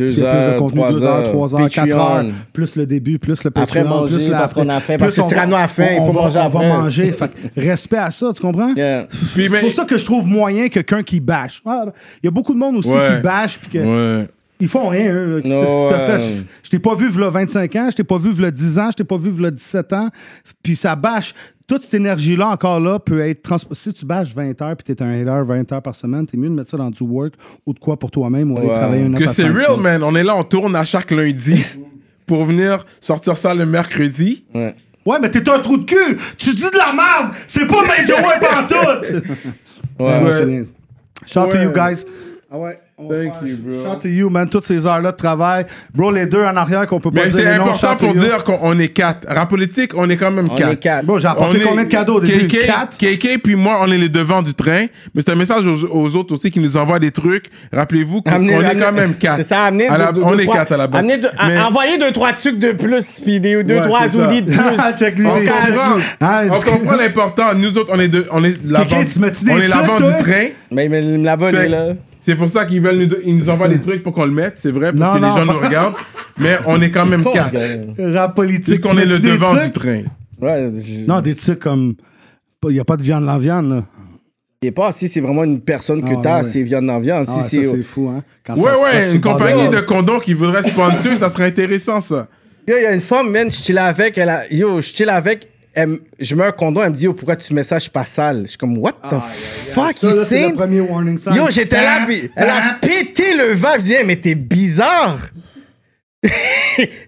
C: Deux
D: C'est plus de
C: heures,
D: contenu,
C: trois
D: deux heures, trois heures, quatre
C: Patreon.
D: heures, plus le début, plus le
C: Après
D: Patreon,
C: manger,
D: plus
C: parce
D: l'après.
C: qu'on a faim,
D: Plus
C: parce que
D: on va-
C: Cyrano a faim, il
D: on
C: faut
D: va-
C: manger
D: On
C: après.
D: va manger. Fait que respect à ça, tu comprends?
C: Yeah.
B: Puis,
D: C'est
B: mais-
D: pour ça que je trouve moyen que quelqu'un qui bâche. Ah, Il y a beaucoup de monde aussi
B: Ouais.
D: qui bâche puis que
B: Ouais.
D: ils font rien, eux. là, qui
C: Non,
D: se- qui se
C: ouais.
D: fait. Je- Je t'ai pas vu v'là 25 ans, je t'ai pas vu v'là 10 ans, je t'ai pas vu v'là 17 ans. Puis ça bâche. Toute cette énergie-là, encore là, peut être transposée. Si tu bâches 20 heures puis t'es un hater 20 heures par semaine, t'es mieux de mettre ça dans du work ou de quoi pour toi-même ou aller
C: Ouais.
D: travailler une
B: Que c'est real, man. On est là, on tourne à chaque lundi pour venir sortir ça le mercredi.
C: Ouais.
D: Ouais, mais t'es un trou de cul! Tu dis de la merde! C'est pas Major Way pantoute!
C: Ouais.
D: Ouais, c'est bien. Shout out to
B: Ouais.
D: you guys. Ah ouais. on va
B: Thank
D: faire-
B: you, bro.
D: Shout out to you, man. Toutes ces heures-là de travail. Bro, les deux en arrière qu'on peut pas
B: Mais
D: dire.
B: c'est
D: les noms,
B: important
D: shout to
B: pour
D: you.
B: dire qu'on on est quatre. Rap politique, on est quand même
C: On
B: quatre.
C: est quatre.
D: Bro, j'ai apporté combien de cadeaux au début?
B: KK,
D: Quatre?
B: KK, puis moi, on est les devants du train. Mais c'est un message aux, aux autres aussi qui nous envoient des trucs. Rappelez-vous qu'on
C: Amenez-
B: on est
C: amenez-
B: quand même quatre.
C: C'est ça, amener
B: À la-
C: deux- deux-
B: On
C: deux,
B: est
C: trois-
B: quatre à la base.
C: amener deux-
B: Mais-
C: a- Envoyer deux, trois trucs de plus, puis des deux,
B: Ouais,
C: trois
B: c'est ça.
C: hoodie de plus.
D: Check lui,
B: on
D: les
C: Casse-
D: titres.
B: comprend,
D: Ah,
B: on
D: tu-
B: comprend l'important. Nous autres, on est, de, on est l'avant,
D: tu m'as-tu des
B: on est l'avant
D: titres,
B: du
D: toi?
B: train.
C: Mais mais il me l'a volé,
B: Fait-
C: là.
B: C'est pour ça qu'ils veulent nous, do- ils nous envoient des trucs pour qu'on le mette. C'est vrai, parce
D: Non,
B: que
D: non,
B: les gens
D: pas-
B: nous regardent. Mais on est quand même
C: Con,
B: quatre.
C: ce gars-là.
D: Rap
B: C'est
D: politique.
B: qu'on est le
D: tu mets-tu des
B: devant du
D: trucs?
B: train.
C: Ouais, je-
D: Non, des trucs comme. Il n'y a pas de viande la viande, là.
C: je sais pas si c'est vraiment une personne que
D: Ah,
C: t'as,
D: ouais.
C: c'est viande en viande.
D: Ah,
C: Si oh.
D: ça,
C: c'est.
D: c'est fou, hein. Quand
B: Ouais,
D: ça- quand
B: ouais,
D: tu
B: une
D: parles-
B: compagnie de condoms qui voudrait sponsor, ça serait intéressant, ça.
C: Yo, il y a une femme, man, je chill avec, elle a, yo, je chill avec, elle m- je mets un condom, elle me dit, yo, pourquoi tu mets ça, je suis pas sale. Je suis comme, what the fuck,
D: Ah, Ça, là, c'est
C: Hussein?
D: le premier warning sign.
C: Yo, j'étais là, puis elle a pété le vibe, je disais, mais t'es bizarre.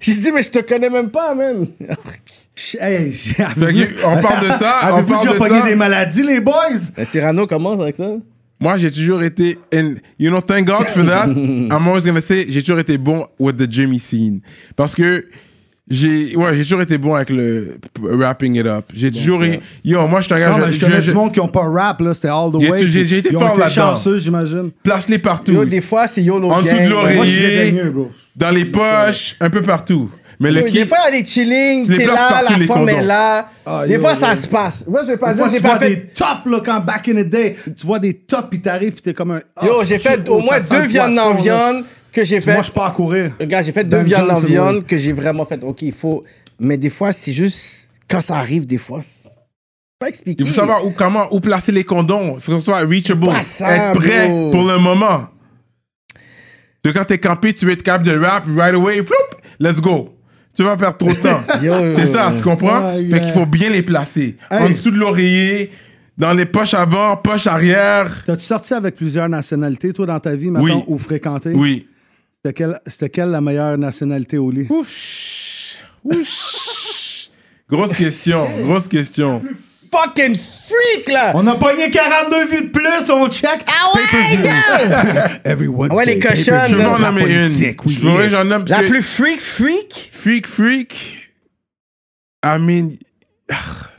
C: J'ai dit, mais je te connais même pas, man.
D: Hey, j'ai-
B: que, on parle de ça, on
D: Avez-vous
B: parle
D: déjà
B: de
D: pogné
B: ça.
D: des maladies, les boys?
C: Mais Cyrano commence avec ça.
B: Moi, j'ai toujours été, and you know, thank God for that. I'm always gonna say, j'ai toujours été bon with the Jimmy scene. Parce que, j'ai, ouais, j'ai toujours été bon avec le p- wrapping it up. J'ai toujours, eu- yo, moi, je suis un gars,
D: Non, mais
B: je,
D: je
B: je-
D: connais
B: je
D: du monde qui n'ont pas rap, là. C'était all the
B: J'ai-
D: way.
B: j'ai-
D: puis
B: j'ai été
D: ils ont
B: fort là-dedans.
D: chanceux, j'imagine.
B: place-les partout.
C: Yo, des fois, c'est YOLO
B: en dessous
C: gang,
B: de
C: ouais.
D: Moi, je suis
B: l'oreiller,
D: dédaigneux, bro.
B: dans les poches, un peu partout. Mais le
C: Yo, Des
B: kick,
C: fois, elle est chilling,
B: les
C: t'es
B: places
C: là,
B: partout,
C: la
B: les
C: femme est
B: condoms.
C: là.
D: Ah,
C: des
D: yo,
C: fois,
D: yo.
C: Ah, ça se passe. Moi, je vais
D: Des
C: pas dire,
D: fois,
C: j'ai
D: tu
C: pas
D: vois
C: fait...
D: des tops, là, quand back in the day. Tu vois des tops, puis t'arrives, puis t'es comme un. oh,
F: Ah,
C: Yo, j'ai
D: shit,
C: fait
D: oh,
C: au
D: ça
C: moins
D: sent
C: deux
D: le
C: viandes
D: poisson,
C: en
D: là.
C: viande que j'ai fait.
D: Moi, je pars à courir.
C: Regarde, j'ai fait deux
D: Ben
C: viandes en
D: Johnson,
C: viande
D: oui.
C: que j'ai vraiment fait. Ok, il faut. Mais des fois, c'est juste. Quand ça arrive, des fois. c'est Pas expliqué.
B: il faut savoir où, comment, où placer les condoms. Il faut qu'on soit reachable.
C: Hmm. Pas ça,
B: être prêt
C: bro.
B: pour le moment. De quand t'es campé, tu veux être capable de rap right away. Floup, let's go. Tu vas perdre trop de temps.
C: Yo, yo,
B: C'est ça,
C: yo.
B: tu comprends?
D: Ah, yeah.
B: Fait qu'il faut bien les placer. En
D: Hey.
B: dessous de l'oreiller, dans les poches avant, poches arrière.
D: T'as-tu sorti avec plusieurs nationalités, toi, dans ta vie, maintenant,
B: Oui.
D: ou fréquenté?
B: Oui.
D: C'était quelle, c'était quelle la meilleure nationalité au lit?
B: Ouch. Ouch. grosse question, grosse question.
C: Fucking freak là!
D: On a pogné 42 vues de plus, on check. Ah Everyone.
C: Ah ouais, les cochons,
B: Je peux
C: là.
B: en nommer une.
D: politique, oui.
B: Je pourrais j'en nomme. parce
C: La
B: que-
C: plus freak, freak?
B: Freak, freak. I mean,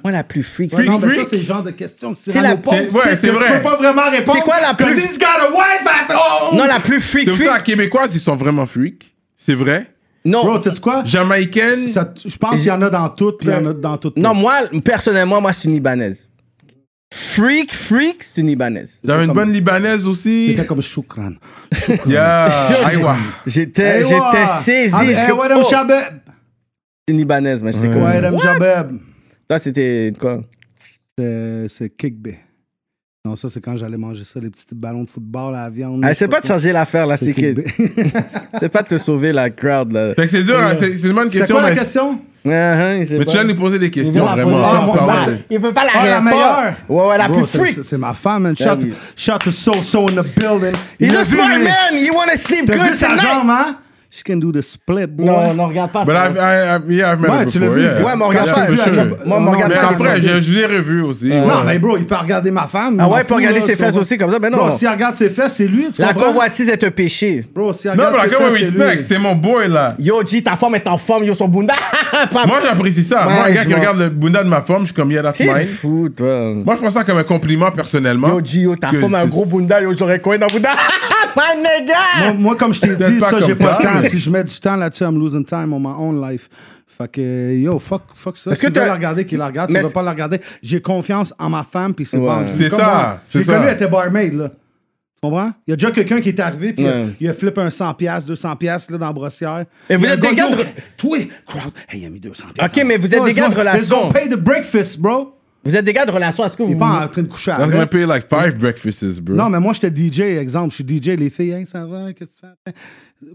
C: Moi, la plus freak.
B: Freak,
C: Non,
D: Non, mais
B: freak.
D: ça, c'est le genre de question que
C: C'est la-
D: Cyrano pose.
B: C'est- ouais,
D: Tu sais,
B: c'est
D: tu
B: vrai.
D: peux pas vraiment répondre.
C: C'est quoi la plus-
D: 'cause he's got a wife at home.
C: Non, la plus freak.
B: C'est pour
C: freak.
B: ça, les Québécoises, ils sont vraiment freaks. C'est vrai.
C: Non.
D: Bro, tu sais quoi?
B: Jamaïcaines,
D: Ça- Je pense qu'il y en a dans toutes, puis il y en a dans toutes.
C: non, moi, personnellement, moi, c'est une Libanaise. Freak, freak, c'est une Libanaise.
B: dans une
D: comme-
B: bonne Libanaise aussi.
D: J'étais comme Choukran.
B: Yeah, Aïwa.
C: Euh, J'étais, j'étais
F: Ah,
C: saisi. jusqu'au-
D: Ah, Hey, Wadam
C: Oh, c'est
D: Shabab.
C: une Libanaise, mais j'étais comme.
D: Wadam
C: What?
D: Shabab.
C: Ça, c'était quoi? Ah,
D: C'est- C'est Kikbe. Non, ça, c'est quand j'allais manger ça, les petits ballons de football à la viande.
C: Ah, c'est pas de changer l'affaire, là, c'est
D: C'est
C: que. C'est pas de te sauver la crowd, là.
B: Fait que c'est dur, hein, c'est c'est une bonne
D: C'est
B: question,
D: quoi la
B: mais,
D: question?
C: Uh-huh, c'est
B: mais
C: pas-
B: tu viens de nous poser des questions,
D: Ah,
B: vraiment.
D: bon,
B: on se
D: bon,
B: parle.
D: bon.
C: Il peut pas la
D: Ah, la
C: répondre.
D: meilleure.
C: Ouais, ouais, la
D: Bro,
C: plus
D: c'est-
C: freak.
D: c'est- C'est ma femme, man.
C: Ah
D: Shout,
C: oui.
D: shout to So-So in the building.
C: He's
D: Il a
C: a
D: vu,
C: smart
D: lui.
C: man. You wanna sleep
D: T'as
C: good
D: vu sa
C: tonight.
D: jambe, hein? She can do the split, boy.
C: Non, non, regarde pas
B: But
C: ça.
B: I've, I, I've, yeah, I've met
D: Ouais,
B: her
D: tu
B: before,
D: l'as vu.
B: yeah.
C: Ouais, mais on regarde
B: Yeah,
C: pas,
B: for
C: je-
B: sure.
C: moi, on regarde
B: Mais
C: pas les
B: après,
C: photos.
B: je, je l'ai revu aussi.
D: Non, mais bro, il peut regarder ma femme.
C: Ah
D: il
C: ouais,
D: m'en
C: il peut
D: fout,
C: regarder
D: là,
C: ses
D: tu
C: fesses
D: comprends?
C: aussi, comme ça, mais non.
D: Bro, s'il regarde ses fesses, c'est lui, tu
C: La
D: comprends?
C: convoitise est un péché.
D: Bro, s'il
B: Non, mais
D: regarde ses
B: là, quand
D: fesses,
B: même,
D: c'est
B: respect,
D: lui.
B: c'est mon boy, là.
C: Yo, G, ta forme est en forme, yo, son bunda. Pas-
B: Moi, j'apprécie ça.
C: Ouais,
B: Moi, un gars
C: je
B: qui
C: m'en-
B: regarde le bunda de ma forme, je suis comme, yeah, that's
C: T'es
B: mine.
C: fou, toi.
B: Moi, je prends ça comme un compliment personnellement.
C: Yo, G, yo, ta
B: Parce que
C: forme a un
B: c'est-
C: gros bunda, yo, j'aurais coin dans le bunda. Ma
D: Moi,
C: nigga!
D: Ah, moi, comme je t'ai
B: Peut-être
D: dit,
B: pas
D: ça, j'ai
B: comme
D: pas le
B: ça, mais-
D: temps. Si je mets du temps là-dessus, I'm losing time on my own life. Fait que, yo, fuck, fuck ça.
C: Est-ce
D: Si
C: que
D: tu veux
C: t'as-
D: la regarder, qu'il la regarde. Si
C: Mais
D: tu veux
C: c'est-
D: pas la regarder, j'ai confiance en ma femme, puis c'est
C: Ouais.
D: bon. Je
B: C'est
D: dis, comme
B: ça,
D: moi.
B: c'est
D: J'ai
B: ça.
D: connu, elle était barmaid, là. Tu comprends? Il y a déjà quelqu'un qui est arrivé, puis il a-
C: Ouais.
D: il a flippé un 100$, piastres, 200$ piastres, là, dans la brossière.
C: Et vous
D: Il y a
C: êtes
D: un
C: des
D: gars,
C: gars de-
D: yo, Toi, crowd, hey, il a mis 200$.
C: Ok, mais vous êtes des gars de relation.
D: Ils ont payé the breakfast, bro.
C: Vous êtes des gars de relation, est-ce que
D: Il
C: vous.
D: est pas en train de coucher
B: I'm gonna
D: avec.
B: pay like five breakfasts, bro.
D: Non, mais moi, j'étais DJ, exemple. Je suis DJ, les filles, Hey, ça va, qu'est-ce que tu fais?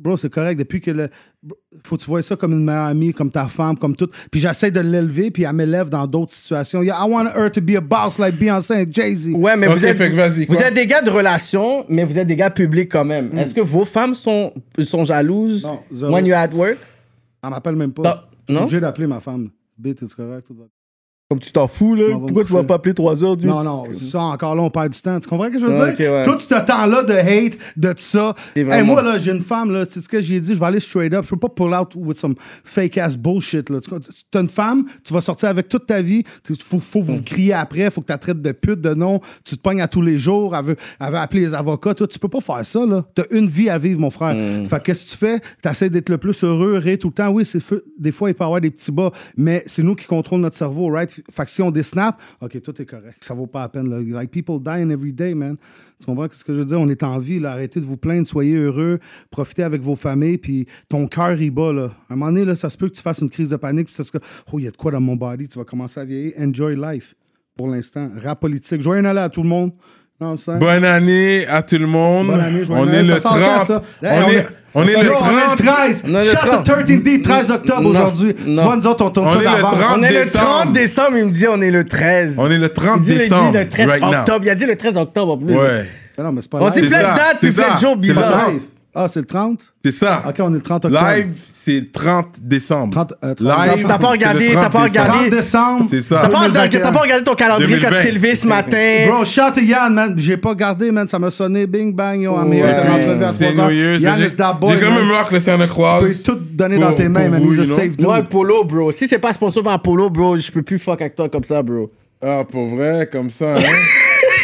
D: Bro, c'est correct. Depuis que le. bro, Faut que tu vois ça comme une meilleure amie, comme ta femme, comme tout. Puis j'essaie de l'élever, puis elle m'élève dans d'autres situations. Yeah, I want her to be a boss like Beyoncé and Jay-Z.
C: Ouais, mais
B: Ok,
C: vous êtes,
B: fait que vas-y,
C: vous
B: quoi? Hmm.
C: êtes des gars de relation, mais vous êtes des gars publics quand même. Est-ce que vos femmes sont, sont jalouses
D: Non, zéro.
C: when you're at work?
D: Elle m'appelle même
C: Non.
D: pas. Je suis
C: Bah, Non?
D: obligé d'appeler ma femme. B, t'es correct? Tout va-
C: Comme tu t'en fous, là.
D: On va me
C: Pourquoi tu vas
D: coucher.
C: pas appeler 3 heures du
D: Non, non, ça encore là, on perd du temps. Tu comprends ce que je veux
C: Ouais,
D: dire?
C: Ah, ok, ouais.
D: Tout ce temps-là de hate, de tout ça.
C: C'est
D: Et
C: vraiment-
D: moi, là, j'ai une femme, là, tu sais ce que j'ai dit, je vais aller straight up. Je peux pas pull out with some fake ass bullshit. Là. Tu as une femme, tu vas sortir avec toute ta vie. Tu- Faut, faut
C: Mm.
D: vous crier après, faut que tu traites de pute, de non. Tu te pognes à tous les jours, elle veut, elle veut appeler les avocats. Toi, tu peux pas faire ça, là. T'as une vie à vivre, mon frère.
C: Mm.
D: Fait que qu'est-ce que tu fais? T'essaies d'être le plus heureux, rire tout le temps. Oui, c'est feu. Des fois, il peut y avoir des petits bas, mais c'est nous qui contrôlons notre cerveau, right? Fait que si on des snaps, OK, tout est correct. Ça vaut pas la peine. Là. Like, people dying every day, man. Tu comprends ce que je veux dire? On est en vie, là. Arrêtez de vous plaindre, soyez heureux, profitez avec vos familles, puis ton cœur, il bat, là. À un moment donné, là, ça se peut que tu fasses une crise de panique, puis ça se que, oh, il y a de quoi dans mon body, tu vas commencer à vieillir. Enjoy life, pour l'instant. Rap politique. Joyeux Noël à tout le monde. Non, ça.
B: Bonne année à tout le monde.
D: Bonne année, joyeux
B: on est
D: Noël.
B: le
D: Ça sort quand,
B: 30.
D: ça?
B: On
D: Hey,
B: est on est le
D: Yo, on est
B: 30.
D: le 13.
C: Non, le
D: Shut
C: 30.
D: the 13 D, 13 octobre
C: Non,
D: aujourd'hui. Tu
C: non.
D: vois, nous autres, on tourne
B: On
D: ça
B: est le
D: d'avance.
B: 30.
C: On est
B: décembre.
C: le 30 décembre, il me dit on est le 13.
B: On est le 30
C: il dit,
B: décembre.
C: Il dit le 13
B: right now.
C: octobre. Il a dit le 13 octobre en plus.
B: Ouais.
D: Mais Ben Non, mais c'est pas
C: On dit
B: C'est
C: plein
D: live.
B: ça,
C: de dates puis
B: c'est
C: plein de
B: ça,
C: jours
B: c'est ça.
D: C'est pas
C: bizarres.
D: live. Ah, c'est le 30?
B: C'est ça.
D: Ok, on est le 30 octobre.
B: Live, c'est le 30 décembre.
D: 30, euh, 30.
B: Live.
C: T'as pas
B: c'est
C: regardé,
B: le
C: t'as pas
B: 30
C: regardé.
B: décembre.
D: 30 décembre.
B: C'est ça.
C: T'as pas, regardé- t'as pas
D: 2021.
C: regardé ton calendrier quand
B: 2020.
C: tu t'es levé ce matin.
D: Bro, shout to Yann, man. J'ai pas gardé, man. Ça m'a sonné. Bing, bang, yo. I'm
C: Et
D: here.
B: Et
D: T'as
B: puis,
D: l'entrevue à
B: C'est
D: 3 heures.
B: noyeux.
D: Yann
B: J'ai
D: is that boy,
B: j'ai quand
D: man.
B: même rock le Cerner
D: Tu
B: Croise.
D: peux tout donner dans
B: pour-
D: tes mains,
B: pour
D: man.
B: vous,
D: He's a
B: you know.
D: safe dude.
C: Ouais, Polo, bro. Si c'est pas sponsor par Polo, bro, je peux plus fuck avec toi comme ça, bro.
B: Ah, pour vrai, comme ça, hein?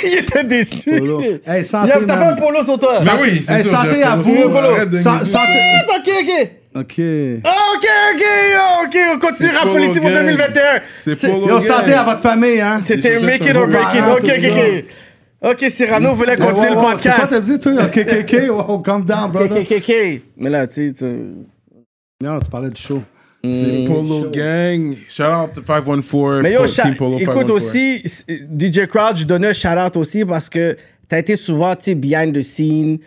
C: il était déçu.
D: Polo. Hey, santé,
C: Y'a- T'as
D: man.
C: pas un polo sur toi.
B: Mais oui, c'est
F: eh,
D: Hey,
B: sûr,
D: santé
B: j'ai
D: à
B: un
D: vous.
B: polo. Arrête de
D: Sa-
B: niaiser.
D: santé-
C: Ah, ok, ok.
D: Ok.
C: Ah, ok, ok, ah, ok, on continue
B: C'est
C: rap
B: Polo
C: politique pour
B: Gang.
C: 2021.
B: C'est
C: C'est-
B: Polo
D: Yo,
B: Gang.
D: santé à votre famille, hein.
C: C'était
B: C'est-
C: make
B: c'est
C: it or break it.
D: un
C: Ok, ok, ok. Ok, Cyrano voulait continuer le
D: Quoi t'as
C: podcast.
D: dit, toi? Ok, ok, ok. Wow, calm down,
C: Ok,
D: brother.
C: ok, ok. Mais là, tu sais, tu-
D: Non, tu parlais du show.
B: C'est Polo Gang. Shout out to 514.
C: Mais yo,
B: Polo-
C: cha-
B: Team Polo
C: écoute
B: 514.
C: aussi, s- DJ Crowd, je donnais un shout-out aussi parce que t'as été souvent, tu sais, behind the scene,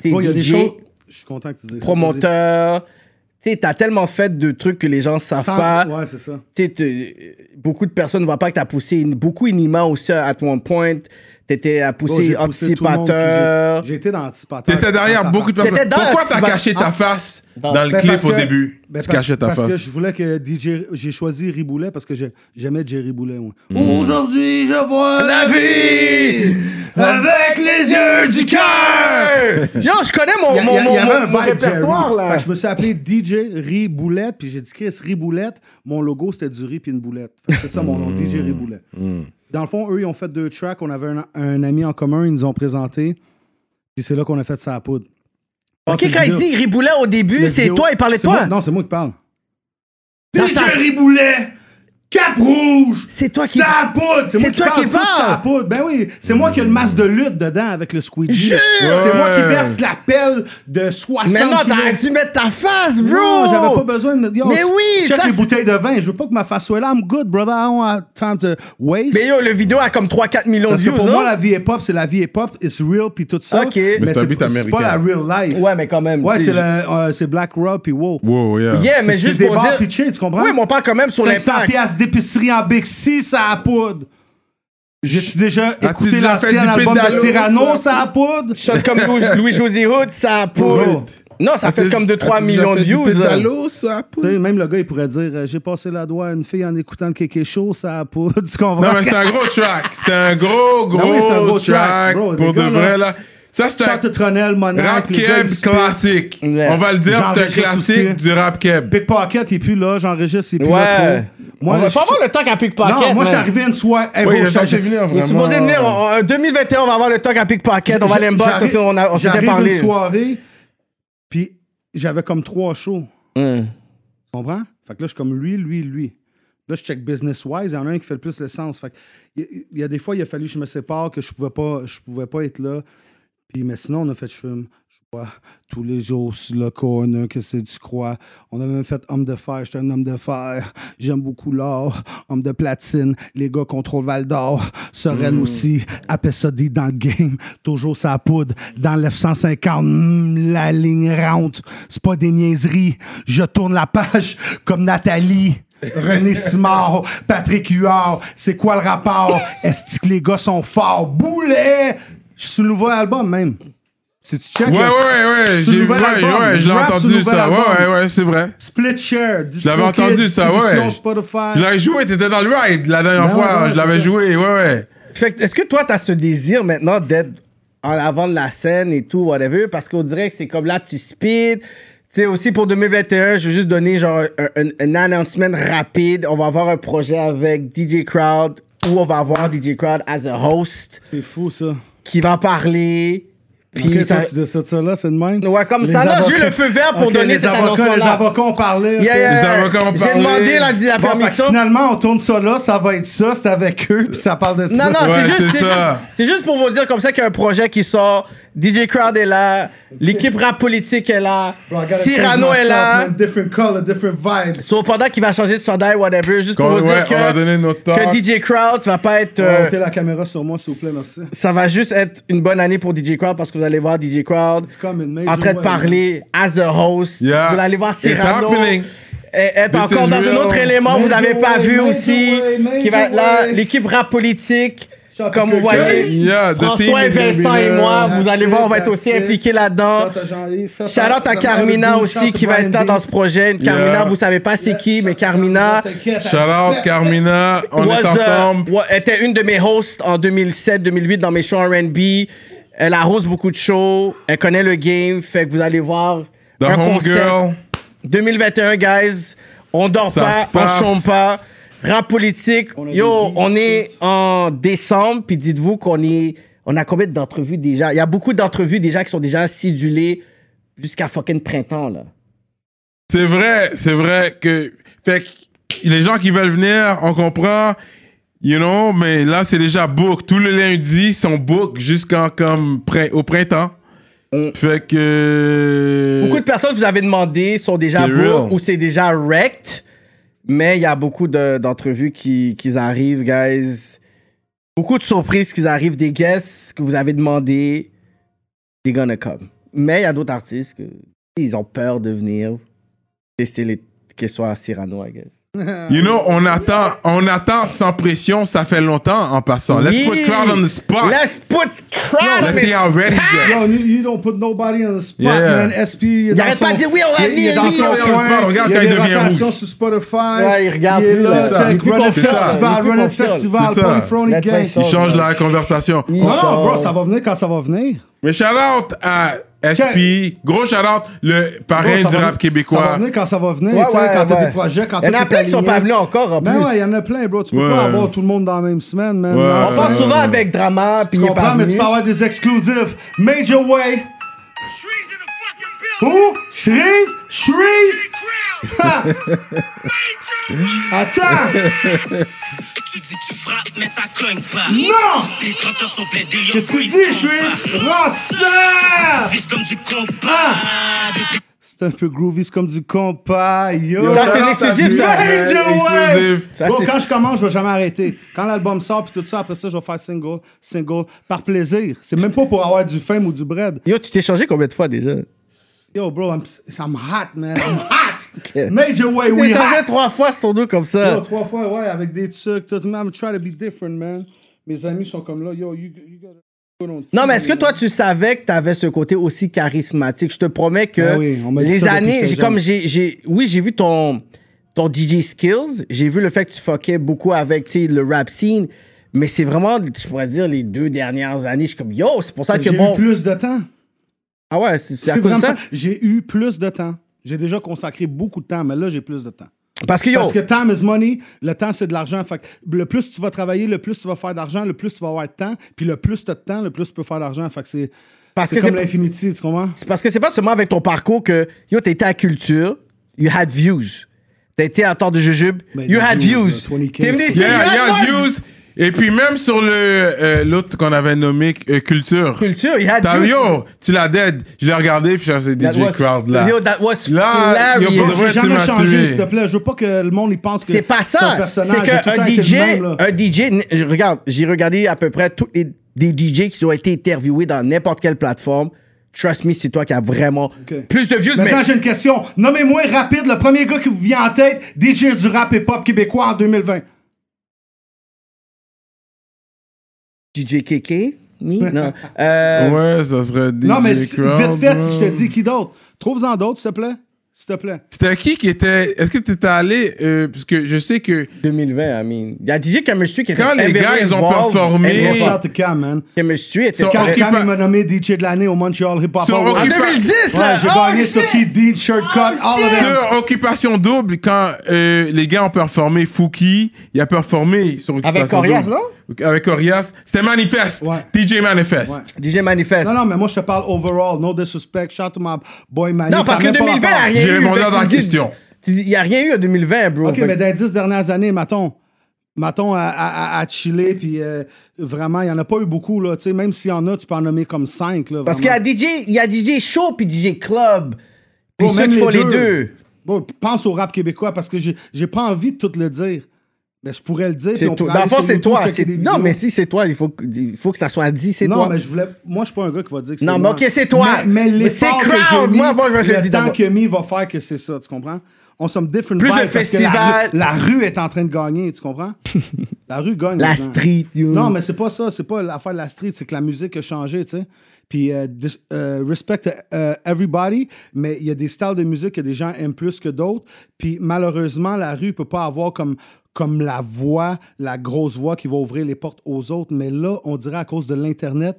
C: t'es
D: Bon, il y a des
C: DJ,
D: choses. Je suis content que tu dises ça.
C: promoteur, tu sais, t'as tellement fait de trucs que les gens savent
D: Vas-y. Sans-
C: pas.
D: Ouais, c'est ça.
C: Tu sais, te- beaucoup de personnes ne voient pas que tu as poussé une- beaucoup Inima aussi à ton point. T'étais à
F: Bro, j'ai
C: pousser
F: poussé tout le monde, puis j'ai-
C: anticipateur.
F: J'étais dans anticipateur.
B: T'étais derrière
F: Ça
B: beaucoup de
F: partait.
B: personnes.
C: T'étais dans
B: Pourquoi
C: la
B: t'as
C: petite
B: caché
C: ba-
B: ta face dans le
F: Ben,
B: clip
F: parce
B: au
F: que-
B: début?
F: ben,
B: tu
F: parce-
B: cachais ta
F: parce que
B: face.
F: je voulais que DJ. J'ai choisi Riboulet parce que j'ai- j'aimais Jerry Boulet. ouais. Aujourd'hui, je vois la vie avec les yeux du cœur.
C: Yo, je connais mon,
F: Il y,
C: mon,
F: a- il y
C: mon,
F: avait un
C: mon- mon
F: vibe
C: répertoire,
F: Jerry. Fait
C: là.
F: que je me suis appelé DJ Riboulette, puis j'ai dit Chris Riboulette. Mon logo, c'était du riz puis une boulette. Fait que C'est ça mon nom, DJ Riboulette. Dans le fond, eux, ils ont fait deux tracks. On avait un, un ami en commun, ils nous ont présenté. Puis c'est là qu'on a fait sa poudre.
C: OK,
F: c'est
C: quand il
F: vidéo.
C: dit Riboulet au début,
F: Le
C: c'est
F: vidéo-
C: toi, il parlait de
F: c'est moi-
C: toi.
F: Non, c'est moi qui parle.
C: Dans
F: DJ
C: sa-
F: Riboulet, Cap Rouge,
C: C'est toi qui...
F: ça poudre.
C: C'est
F: moi
C: toi
F: parle,
C: qui
F: tout
C: parle.
F: ça à poudre. Ben oui, c'est moi qui ai le masque de lutte dedans avec le squeegee.
C: Jure!
F: C'est moi qui
B: Ouais.
F: verse la pelle de 60
C: Mais non,
F: kilos.
C: t'aurais dû mettre ta face, bro!
F: Non, j'avais pas besoin de. Yo,
C: Mais oui,
F: Check
C: ça,
F: les
C: c'est-
F: bouteilles de vin. Je veux pas que ma face soit là. I'm good, brother. I don't have time to waste.
C: Mais yo, le vidéo a comme 3-4 millions
F: Parce
C: de
F: que
C: views,
F: pour
C: là.
F: moi, la vie est pop, c'est la vie est pop, it's real, puis tout ça.
C: Ok. Mais
B: c'est un beat
F: c'est pas la
B: américain.
F: real life.
C: Ouais, mais quand même.
F: Ouais,
C: tu
F: c'est
C: sais,
F: le, euh, c'est Black Rob, puis wow.
B: Wow, yeah.
C: Yeah, mais
F: C'est-
C: juste
F: c'est des
C: pour
F: bars
C: dire...
F: pitchés, tu comprends?
C: Ouais, mais on parle quand même sur
F: 500
C: l'impact.
F: piastres d'épicerie en Bixi, ça a poudre. J'ai-tu déjà
C: Ben,
B: t'as
F: écouté
B: déjà fait
F: l'ancien
B: du
F: album de
B: pédalo,
F: Cyrano,
B: ça?
F: ça a poudre?
C: Shot comme Louis- Louis-José Hood, ça pour...
B: Hood.
C: Non, ça fait comme 2-3 millions de views, là.
B: pédalo, ça, pour-
F: Tu sais, Même le gars, il pourrait dire euh, J'ai passé la doigt à une fille en écoutant le kéké chaud, ça a poudre. Tu comprends?
B: Non, mais c'est un gros track. C'est un gros, gros,
F: Non, oui, c'est un gros track,
B: track.
F: bro. Les
B: pour de
F: gars, là,
B: vrai, là. Ça, c'est un
F: Chante Tronel, Monarch,
B: rap
F: les gars,
B: keb
F: ils se
B: classique.
C: Ouais.
B: On va le dire, c'est un
F: J'enregistre
B: classique
F: aussi.
B: du rap keb.
F: Pickpocket, il est plus là, j'enregistre, il est plus là
C: Ouais.
F: trop.
C: on va
F: je-
C: pas avoir le temps qu'à pickpocket.
F: Non, moi, je suis
C: man.
F: arrivé une soirée.
B: Oui,
F: Hey,
B: il
F: bro,
B: a
F: je-
B: changé
F: je-
B: de venir,
F: je me
B: vraiment.
F: suis
C: Supposé
F: posé-
C: venir, en en 2021, on va avoir le talk à pickpocket, on va
F: J'arrive-
C: l'inbox parce qu'on a- on s'était
F: j'arrive
C: parlé.
F: une soirée, puis j'avais comme trois shows.
C: Hmm.
F: Tu comprends? Fait que là, je suis comme lui, lui, lui. Là, je check business-wise, il y en a un qui fait le plus le sens. Fait que, il il y a des fois, il a fallu que je me sépare, que je pouvais pas, je pouvais pas être là. Puis, mais sinon, on a fait je fume. Je bois tous les jours sur le corner, qu'est-ce que tu crois? On a même fait homme de fer, j'étais un homme de fer. J'aime beaucoup l'or, homme de platine. Les gars contrôlent Val d'Or. Sorel aussi, appelle ça des dans le game. Toujours sa poudre. Dans le F-150, mm, la ligne round. C'est pas des niaiseries. Je tourne la page comme Nathalie. René Simard, Patrick Huard, c'est quoi le rapport? Est-ce que les gars sont forts? Boulet! Je suis sur le nouveau album même. Si tu check.
B: Ouais, ouais,
F: là,
B: ouais,
F: je
B: ouais.
F: suis sur le
B: J'ai
F: nouvel
B: ouais,
F: album.
B: ouais,
F: Je
B: j'ai
F: rappe sur le
B: entendu
F: nouvel
B: ça.
F: album.
B: Ouais, ouais, ouais, c'est vrai.
F: Split share. Disco
B: l'avais
F: Kid,
B: entendu, ça, ouais.
F: distribution Spotify.
B: Je l'avais joué, t'étais dans le ride la dernière
F: Non,
B: fois.
F: ouais,
B: je l'avais
F: c'est ça.
B: joué, ouais, ouais.
C: Fait que, est-ce que toi, t'as ce désir maintenant d'être en avant de la scène et tout, whatever? Parce qu'on dirait que c'est comme là, tu speed. Tu sais, aussi pour 2021, je vais juste donner genre un, un- un announcement rapide. On va avoir un projet avec DJ Crowd où on va avoir DJ Crowd as a host
F: C'est fou ça.
C: qui va parler. Puis
F: Ok,
C: ça-
F: toi, tu dis ça, de ça là, c'est de même.
C: Ouais, comme
F: Les
C: ça, là, j'ai
F: avocats-
C: le feu vert pour
F: Ok, les
C: donner cette
F: avocats, Les
C: annonce-là.
F: avocats ont parlé. ok.
C: Yeah, yeah,
B: Les
C: yeah.
B: avocats ont
C: J'ai
B: parlé.
C: demandé la, la
F: Bon, fait que
C: permission.
F: finalement, on tourne ça là, ça va être ça, c'est avec eux, puis ça parle de
C: Non,
F: ça.
C: non,
B: Ouais,
C: c'est juste,
B: c'est
C: c'est
B: ça.
C: juste- c'est juste pour vous dire comme ça qu'il y a un projet qui sort. DJ Crowd est là, l'équipe rap politique est là,
F: Bro, I gotta change
C: Cyrano est
F: myself,
C: là.
F: man. Different color, different vibes.
C: Sauf pendant qu'il va changer de chandail, whatever, juste pour
B: Qu'on-
C: vous
B: ouais,
C: dire que,
B: on va donner notre talk.
C: que DJ Crowd, ça va pas être. euh,
F: Montez la caméra sur moi, s'il vous plaît, merci.
C: ça va juste être une bonne année pour DJ Crowd parce que vous allez voir DJ Crowd
F: comme une major
C: en train de
F: way.
C: parler as a host.
B: Yeah.
C: Vous allez voir
B: It's
C: Cyrano.
B: happening.
C: et- Être
B: This
C: encore
B: is
C: dans
B: real.
C: un autre élément, vous
F: Major
C: n'avez pas
F: way,
C: vu
F: major
C: aussi,
F: way,
C: qui va être
F: major
C: là,
F: way.
C: l'équipe rap politique,
F: Shout
C: comme
F: out to
C: vous
F: Kirk.
C: voyez,
B: Yeah, the team
C: François et
B: is gonna be
C: Vincent et
B: there.
C: moi, vous
F: That's
C: allez voir, on va
F: it,
C: être aussi
F: that's it.
C: impliqués là-dedans. Shout-out à Carmina aussi qui va être là dans ce projet. Une Carmina,
B: Yeah.
C: vous savez pas c'est qui, mais Carmina
B: Shout out, Carmina. On
C: was,
B: est
C: euh,
B: ensemble.
C: wa- était une de mes hosts en 2007-2008 dans mes shows R&B. Elle arrose beaucoup de shows. Elle connaît le game. Fait que vous allez voir
B: The
C: un concept.
B: Homegirl.
C: 2021, guys. On dort
B: Ça se
C: pas,
B: passe.
C: on chôme pas. Rap politique.
F: a
C: Yo,
F: des
C: on est en décembre, puis dites-vous qu'on est. On a combien d'entrevues déjà? Il y a beaucoup d'entrevues déjà qui sont déjà sidulées jusqu'à fucking printemps, là.
B: C'est vrai, c'est vrai que. Fait que les gens qui veulent venir, on comprend. You know, mais là, c'est déjà book. Tous les lundis sont book jusqu'en comme prin- au printemps. Fait que.
C: Beaucoup de personnes vous avez demandé sont déjà
B: C'est
C: booked
B: real.
C: ou c'est déjà wrecked, mais il y a beaucoup de- d'entrevues qui, qui arrivent, guys. Beaucoup de surprises qui arrivent, des guests que vous avez demandé, they're gonna come. Mais il y a d'autres artistes que ils ont peur de venir tester les qu'ils soient à Cyrano, I guess.
B: You know, on attend, on attend sans pression, ça fait longtemps en passant. Let's put crowd on the spot.
C: Let's put crowd on
B: Let's see
C: the
B: how ready it
F: Yo,
B: gets.
F: you, you don't put nobody on the spot,
B: Yeah.
F: man. SP, il est dans
C: arrête
F: son-
C: pas de dire, oui, on va
F: il- Il est dans
C: venir,
F: son
B: oui, on va se
F: coin.
B: battre. Regarde
F: il y a
B: quand il
F: des
B: devient
F: rotations
B: rouge.
F: sur Spotify.
C: Ouais, il regarde
F: est
C: plus,
F: là,
C: c'est ça.
B: Il est
F: check,
B: plus
F: Run it
B: confiant.
C: Il est
F: Festival,
C: plus
F: Run it
C: confiant.
F: Festival,
B: C'est ça.
F: Point Front, les
C: That's
F: gangs.
C: right, ça.
B: Il change la conversation.
F: Non, non, bro, ça va venir quand ça va venir.
B: Mais shout out à SP, gros shout out, le
F: Bro,
B: parrain
F: ça
B: du
F: va-
B: rap québécois.
F: Ça va venir quand ça va venir.
C: Ouais,
F: tu sais,
C: ouais,
F: quand t'as
C: ouais.
F: des projets, quand
C: Il y en
F: tout
C: a
F: est
C: plein qui sont
F: aligné.
C: pas venus encore, en
F: Ben
C: plus.
F: ouais, il y en a plein, bro. Tu peux
B: Ouais.
F: pas avoir tout le monde dans la même semaine, man.
B: Ouais.
F: Non,
C: On parle souvent avec Drama,
F: Euh,
C: puis
F: Tu
C: il est pas
F: comprends, mais tu
C: venu.
F: peux avoir des exclusifs. Major Way. Who? Shreeze? Shreeze? Ha! Attends!
E: Tu dis que tu frappes, mais ça cogne pas.
F: Non!
E: Tes transferts sont pleins d'hélium.
F: Je te
E: puis
F: dis,
E: ils
F: je
E: tombent
F: suis
E: pas.
F: Rasta!
E: Vise comme du compas. Depuis
F: C'est un peu groovy, c'est comme du compas. Yo.
C: Ça, Ah, c'est exclusif, ça.
F: Major Way!
B: Exclusif.
C: Ça,
F: Bro,
C: c'est-
F: quand je commence, je vais jamais arrêter. Quand l'album sort, puis tout ça, après ça, je vais faire single, single, par plaisir. C'est même pas pour avoir du fame ou du bread.
C: Yo, tu t'es changé combien de fois déjà?
F: Yo, bro, I'm, I'm hot, man. I'm hot! Major Way,
C: T'es
F: we
C: changé
F: hot!
C: trois fois sur deux comme
F: Yo,
C: ça.
F: trois fois, ouais, avec des trucs, tout ça. I'm trying to be different, man. Mes amis sont comme là, yo, you, you gotta put on
C: Non,
F: TV,
C: mais est-ce que
F: man.
C: toi, tu savais que t'avais ce côté aussi charismatique? Je te promets que
F: Ah oui, on m'a dit
C: les
F: ça depuis que
C: années,
F: j'étais
C: j'ai-
F: jeune.
C: comme j'ai, j'ai, oui, j'ai vu ton, ton DJ skills, j'ai vu le fait que tu fuckais beaucoup avec tu sais, le rap scene, mais c'est vraiment, je pourrais dire, les deux dernières années, je suis comme, yo, c'est pour ça que
F: J'ai
C: bon.
F: eu plus de temps.
C: Ah ouais, c'est, c'est à
F: C'est
C: cause de ça?
F: vraiment- J'ai eu plus de temps. J'ai déjà consacré beaucoup de temps, mais là, j'ai plus de temps.
C: Parce que yo,
F: Parce que time is money, le temps c'est de l'argent. Fait que le plus tu vas travailler, le plus tu vas faire d'argent, le plus tu vas avoir de temps, puis le plus tu as de temps, le plus tu peux faire d'argent. Fait que c'est
C: Parce
F: c'est
C: que
F: comme
C: c'est-
F: l'infinity, tu comprends?
C: C'est parce que c'est pas seulement avec ton parcours que yo t'étais à culture, you had views. T'as été à temps de jujube,
F: Mais Ben,
C: you
F: des
C: had
F: views,
C: views.
F: là, 20K.
C: T'es venu ici, you
B: Yeah,
C: had
B: yeah,
C: one
B: news. Et puis même sur le euh, l'autre qu'on avait nommé euh, culture.
C: culture, you had
B: T'as-
C: views.
B: Yo, tu l'as dead. Je l'ai regardé puis j'ai dit
C: That
B: DJ
C: was-
B: Crowd là.
C: Yo, that was
B: Là, yo, pour de
C: hilarious.
B: vrai,
F: J'ai
B: tu
F: jamais
B: m'as
F: changé,
B: tué.
F: s'il te plaît. Je veux pas que le monde y pense que
C: C'est pas
F: un
C: ça. C'est
F: personnage. J'ai tout le temps
C: qu'un
F: été le
C: DJ,
F: même, là.
C: un DJ, n- je- regarde, j'ai regardé à peu près tous les des DJ qui ont été interviewés dans n'importe quelle plateforme. Trust me, c'est toi qui as vraiment
F: Ok.
C: plus de views, mais
F: Maintenant, j'ai une question. Nommez-moi rapide le premier gars qui vous vient en tête, DJ du rap hip-hop québécois en 2020.
C: DJ KK, ni- non. Euh,
B: Ouais, ça serait DJ
F: non, mais si-
B: Crowd.
F: vite fait,
B: bro.
F: si je te dis qui d'autre. Trouve-en d'autres, s'il te plaît. S'il te plaît.
B: C'était qui qui était. Est-ce que t'étais allé. euh, parce que je sais que.
C: 2020, I mean. Il y a DJ Chemistry qui était
B: Quand les
C: heavily
B: gars, ils ont
C: involved,
B: performé-
C: and
F: Gros
C: involved.
F: shout to Cam, man.
C: Chemistry était
B: Sur-
C: très-
F: Cam,
B: Occupy-
F: Cam, il m'a nommé DJ de l'année au Montreal Hip Hop
B: Sur
F: Award.
C: En
B: Occupy-
C: 2010, là!
F: Ouais, j'ai
C: Oh,
F: gagné
C: shit! Oh,
F: sur Kid Dean, Shirt Cut, all of them.
B: Sur Occupation Double, quand euh, les gars ont performé Fouki, il a performé sur Occupation
C: Corias,
B: Double. Avec Corias. C'était Manifest.
F: Ouais.
B: DJ Manifest.
F: Ouais.
C: DJ Manifest.
F: Non, non, mais moi, je te parle overall. No disrespect. Shout to my boy Manny.
C: Non,
F: Ça
C: parce
F: a
C: que
F: même pas
C: 2020, il n'y a
F: rapport.
C: rien eu.
B: J'ai répondu
C: Fait
B: à
C: que
B: ta
C: tu dis-
B: question.
C: tu dis, Il n'y a rien eu en 2020, bro.
F: OK,
C: Fait
F: mais
C: que-
F: dans les dix dernières années, mettons, mettons à, à, à- à chiller, puis euh, vraiment, il n'y en a pas eu beaucoup, là. Tu sais, même s'il y en a, tu peux en nommer comme cinq, là.
C: Parce qu'il y a DJ, il y a DJ show puis DJ club. Puis
F: Bon,
C: ceux
F: même
C: qui font les deux.
F: Bon, pense au rap québécois, parce que j'ai j'ai pas envie de tout le dire. Mais je pourrais le dire. puis
C: C'est
F: on
C: toi.
F: pourrait
C: Dans le
F: aller
C: fond,
F: sur
C: c'est
F: YouTube
C: toi.
F: checker
C: c'est-
F: des
C: Non,
F: vidéos.
C: mais si c'est toi, il faut, que- il faut que ça soit dit, c'est
F: Non,
C: toi.
F: mais je voulais. Moi, je suis pas un gars qui va dire que c'est
C: Non, mais
F: moi.
C: ok, c'est toi.
F: Mais,
C: Mais
F: les
C: c'est crowd. Moi, avant, je vais- je le dis
F: Le temps
C: d'abord.
F: que mis va faire que c'est ça, tu comprends? On somme different
C: Plus
F: vibe
C: de
F: parce que la
C: festivals.
F: rue- La, rue est en train de gagner, tu comprends? la rue gagne.
C: La
F: maintenant.
C: street, you.
F: Non, mais c'est pas ça. C'est pas l'affaire de la street. C'est que la musique a changé, tu sais. Puis, euh, dis- euh, respect euh, everybody, mais il y a des styles de musique que des gens aiment plus que d'autres. Puis, malheureusement, la rue peut pas avoir comme, comme la voix, la grosse voix qui va ouvrir les portes aux autres. Mais là, on dirait à cause de l'Internet,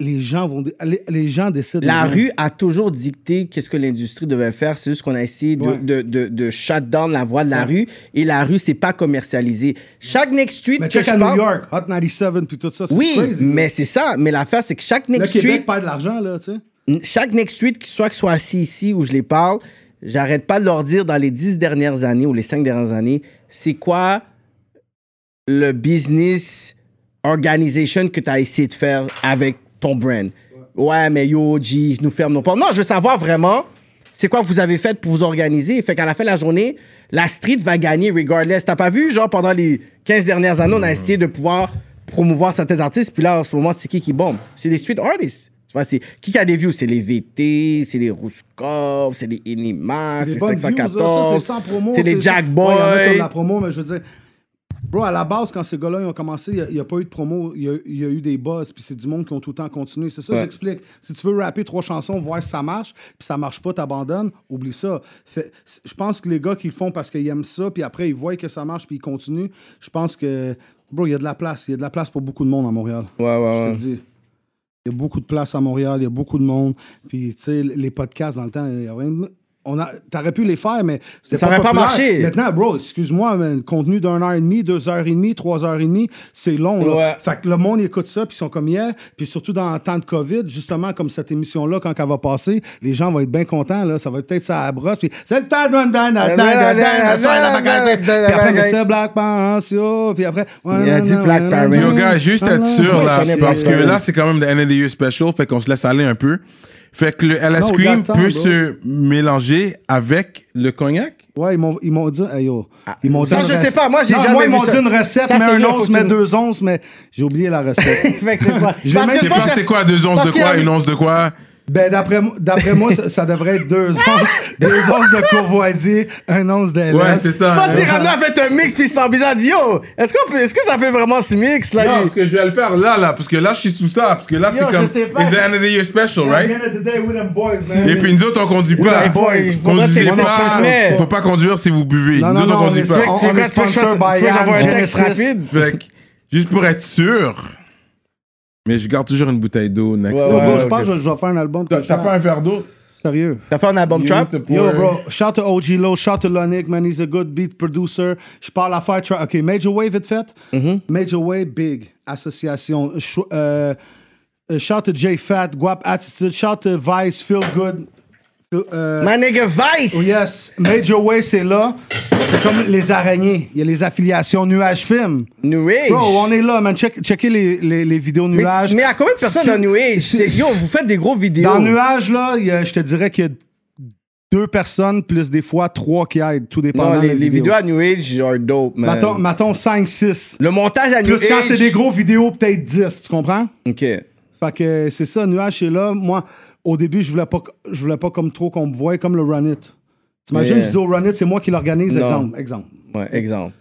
F: les gens vont dé- les, les gens décident.
C: La
F: eux-mêmes.
C: rue a toujours dicté qu'est-ce que l'industrie devait faire. C'est juste qu'on a essayé de,
F: Ouais.
C: de, de, de shut down la voie de la rue. Et la rue, c'est pas commercialisé. Chaque next street
F: Mais
C: que
F: check
C: je
F: à
C: parle-
F: New York, Hot 97 puis tout ça, c'est
C: Oui,
F: crazy.
C: mais c'est ça. Mais l'affaire, c'est que chaque
F: le
C: next
F: Québec
C: street,
F: perd de l'argent, là, tu sais.
C: chaque next street, qui soit, qui soit assis ici où je les parle, j'arrête pas de leur dire dans les dix dernières années ou les cinq dernières années, c'est quoi le business organisation que tu as essayé de faire avec ton brand. Ouais, mais yo, G, nous ferme nos portes. Non, je veux savoir vraiment, c'est quoi que vous avez fait pour vous organiser. Fait qu'à la fin de la journée, la street va gagner regardless. T'as pas vu, genre, pendant les 15
F: Hmm.
C: dernières années, on a essayé de pouvoir promouvoir certains artistes, puis là, en ce moment, c'est qui qui bombe? C'est les street artists. Tu vois, c'est qui qui a des views? C'est les VT, c'est les Rouskov, c'est les Inima,
F: Des
C: c'est
F: bonnes views, là. ça,
C: 514,
F: c'est sans promo.
C: c'est les
F: ça.
C: Jack
F: Ouais, il y en a qui ont de
C: Boy.
F: la promo, mais je veux dire. Bro, à la base, quand ces gars-là ils ont commencé, il n'y a, pas eu de promo, il y a, il y a eu des buzz, puis c'est du monde qui ont tout le temps continué. C'est ça, que j'explique. Si tu veux rapper trois chansons, voir si ça marche, puis ça marche pas, t'abandonnes, oublie ça. Fait- je pense que les gars qui le font parce qu'ils aiment ça, puis après ils voient que ça marche, puis ils continuent, je pense que, bro, il y a de la place. Il y a de la place pour beaucoup de monde à Montréal.
C: Ouais, ouais,
F: Je te
C: ouais.
F: le dis. Il y a beaucoup de place à Montréal, il y a beaucoup de monde. Puis, tu sais, les podcasts dans le temps, il y avait- on a, t'aurais pu les faire, mais c'était
C: Ça aurait pas
F: populaire.
C: marché.
F: Maintenant, bro, excuse-moi, mais le contenu d'une heure et demie, deux heures et demie, trois heures et demie, c'est long. là.
C: Ouais.
F: Fait que le monde écoute ça, puis ils sont comme hier. Puis surtout dans le temps de COVID, justement, comme cette émission-là, quand elle va passer, les gens vont être bien contents. Là. Ça va être peut-être ça à la brosse. Puis c'est le temps de me donner, de- de- de- de- de- de- de- de- de- Puis après, c'est Black Panther. Puis après,
C: Il a dit Black Parents.
B: Yo, gars, juste être sûr, là,
C: Ouais, Ah, je connais
B: parce que
C: plein de
B: là,
C: choses.
B: c'est quand même le NLU special, fait qu'on se laisse aller un peu. Fait que le LS
F: Non,
B: Cream
F: j'attends,
B: peut
F: bro.
B: se mélanger avec le cognac.
F: Ouais, ils m'ont, ils m'ont dit. Hey, yo. Ils m'ont
C: Ah, ça,
F: une
C: je
F: recette.
C: sais pas, moi, j'ai
F: Non,
C: jamais
F: Moi, ils
C: vu
F: m'ont
C: ça.
F: dit une recette,
C: Ça,
F: mais
C: c'est
F: un
C: là, faut
F: once,
C: que
F: mais
C: tu-
F: deux onces, mais j'ai oublié la recette.
C: Fait que c'est quoi?
F: Je vais même-
C: Parce
F: je
C: que je
B: Tu penses
F: pense
C: pense
B: que
C: que-
B: c'est quoi, deux onces
C: parce
B: de
C: qu'il y
B: quoi,
C: a-
B: une once de quoi?
F: ben, d'après, mo- d'après moi, ça, ça devrait être deux onces. deux onces de courvoisier, un once de LS.
B: Ouais, c'est
C: Je
B: ça.
C: pense que
B: hein.
C: Cyrano a fait un mix puis il s'en bizarre. Il dit Yo, est-ce qu'on peut- est-ce que ça fait vraiment ce mix là
B: Non,
C: il-
B: parce que je vais le faire là, là, parce que là, je suis sous ça, parce que là, c'est
C: je
B: comme.
C: sais pas.
B: It's the NLU special,
F: At the
B: right?
F: end of the day, we them boys, man.
B: Et puis nous autres, on conduit pas.
C: les boys,
B: Conduisez
C: faudrait t'écouter
B: pas.
C: plus, mais-
B: Faut pas conduire si vous buvez.
F: Non,
B: Nous
F: non,
B: autres,
F: non,
B: on
F: on
B: conduit
F: est
B: pas.
C: Tu veux que-
F: On-
C: tu veux
F: on
C: que
F: est
C: tu veux que je fasse-
F: sponsor by
C: tu veux que j'envoie un
F: Yann,
C: texte
F: Genesis.
C: rapide
B: Fait que, juste pour être sûr. Mais je garde toujours une bouteille d'eau next
C: Ouais,
B: to
F: Yo,
B: me.
F: bro,
C: ouais,
F: je pense
C: ok.
F: que je je vais faire un album.
B: T'as t'as pas un verre d'eau?
F: Sérieux.
C: T'as fait un album trap
B: You need to
F: Yo,
B: pour-
F: bro, shout to OG Low, shout to Lonic, man, he's a good beat producer. Je parle à faire tra- OK, Major Way, vite fait.
C: Mm-hmm.
F: Major Way, big. Association. Ch- euh, euh, shout to J Fat, Guap Attitude, shout to Vice, Feel Good. Feel- euh,
C: My nigga Vice.
F: Oh yes, Major Way, c'est là. C'est comme les araignées. Il y a les affiliations Nuage Film.
C: New Age.
F: Bro, on est là, man. Check, checkez les, les, les vidéos
C: mais,
F: Nuage.
C: mais à combien de personnes
F: Si-
C: dans New Age C'est- Yo, vous faites des gros vidéos.
F: dans Nuage, là, il y a- je te dirais qu'il y a deux personnes, plus des fois trois qui aident, tout dépendant
C: Non, les,
F: des
C: les vidéos euh, à New Age are dope, man.
F: Mettons, mettons 5-6.
C: Le montage à New
F: Plus quand
C: Age.
F: c'est des gros vidéos, peut-être 10, tu comprends?
C: Ok.
F: Fait que c'est ça, Nuage, c'est là. Moi, au début, je voulais pas, je voulais pas comme trop qu'on me voie comme le Run It. T'imagines,
C: Yeah.
F: je dis au Run It, c'est moi qui l'organise,
C: Non.
F: exemple. Exemple.
C: Ouais, exemple.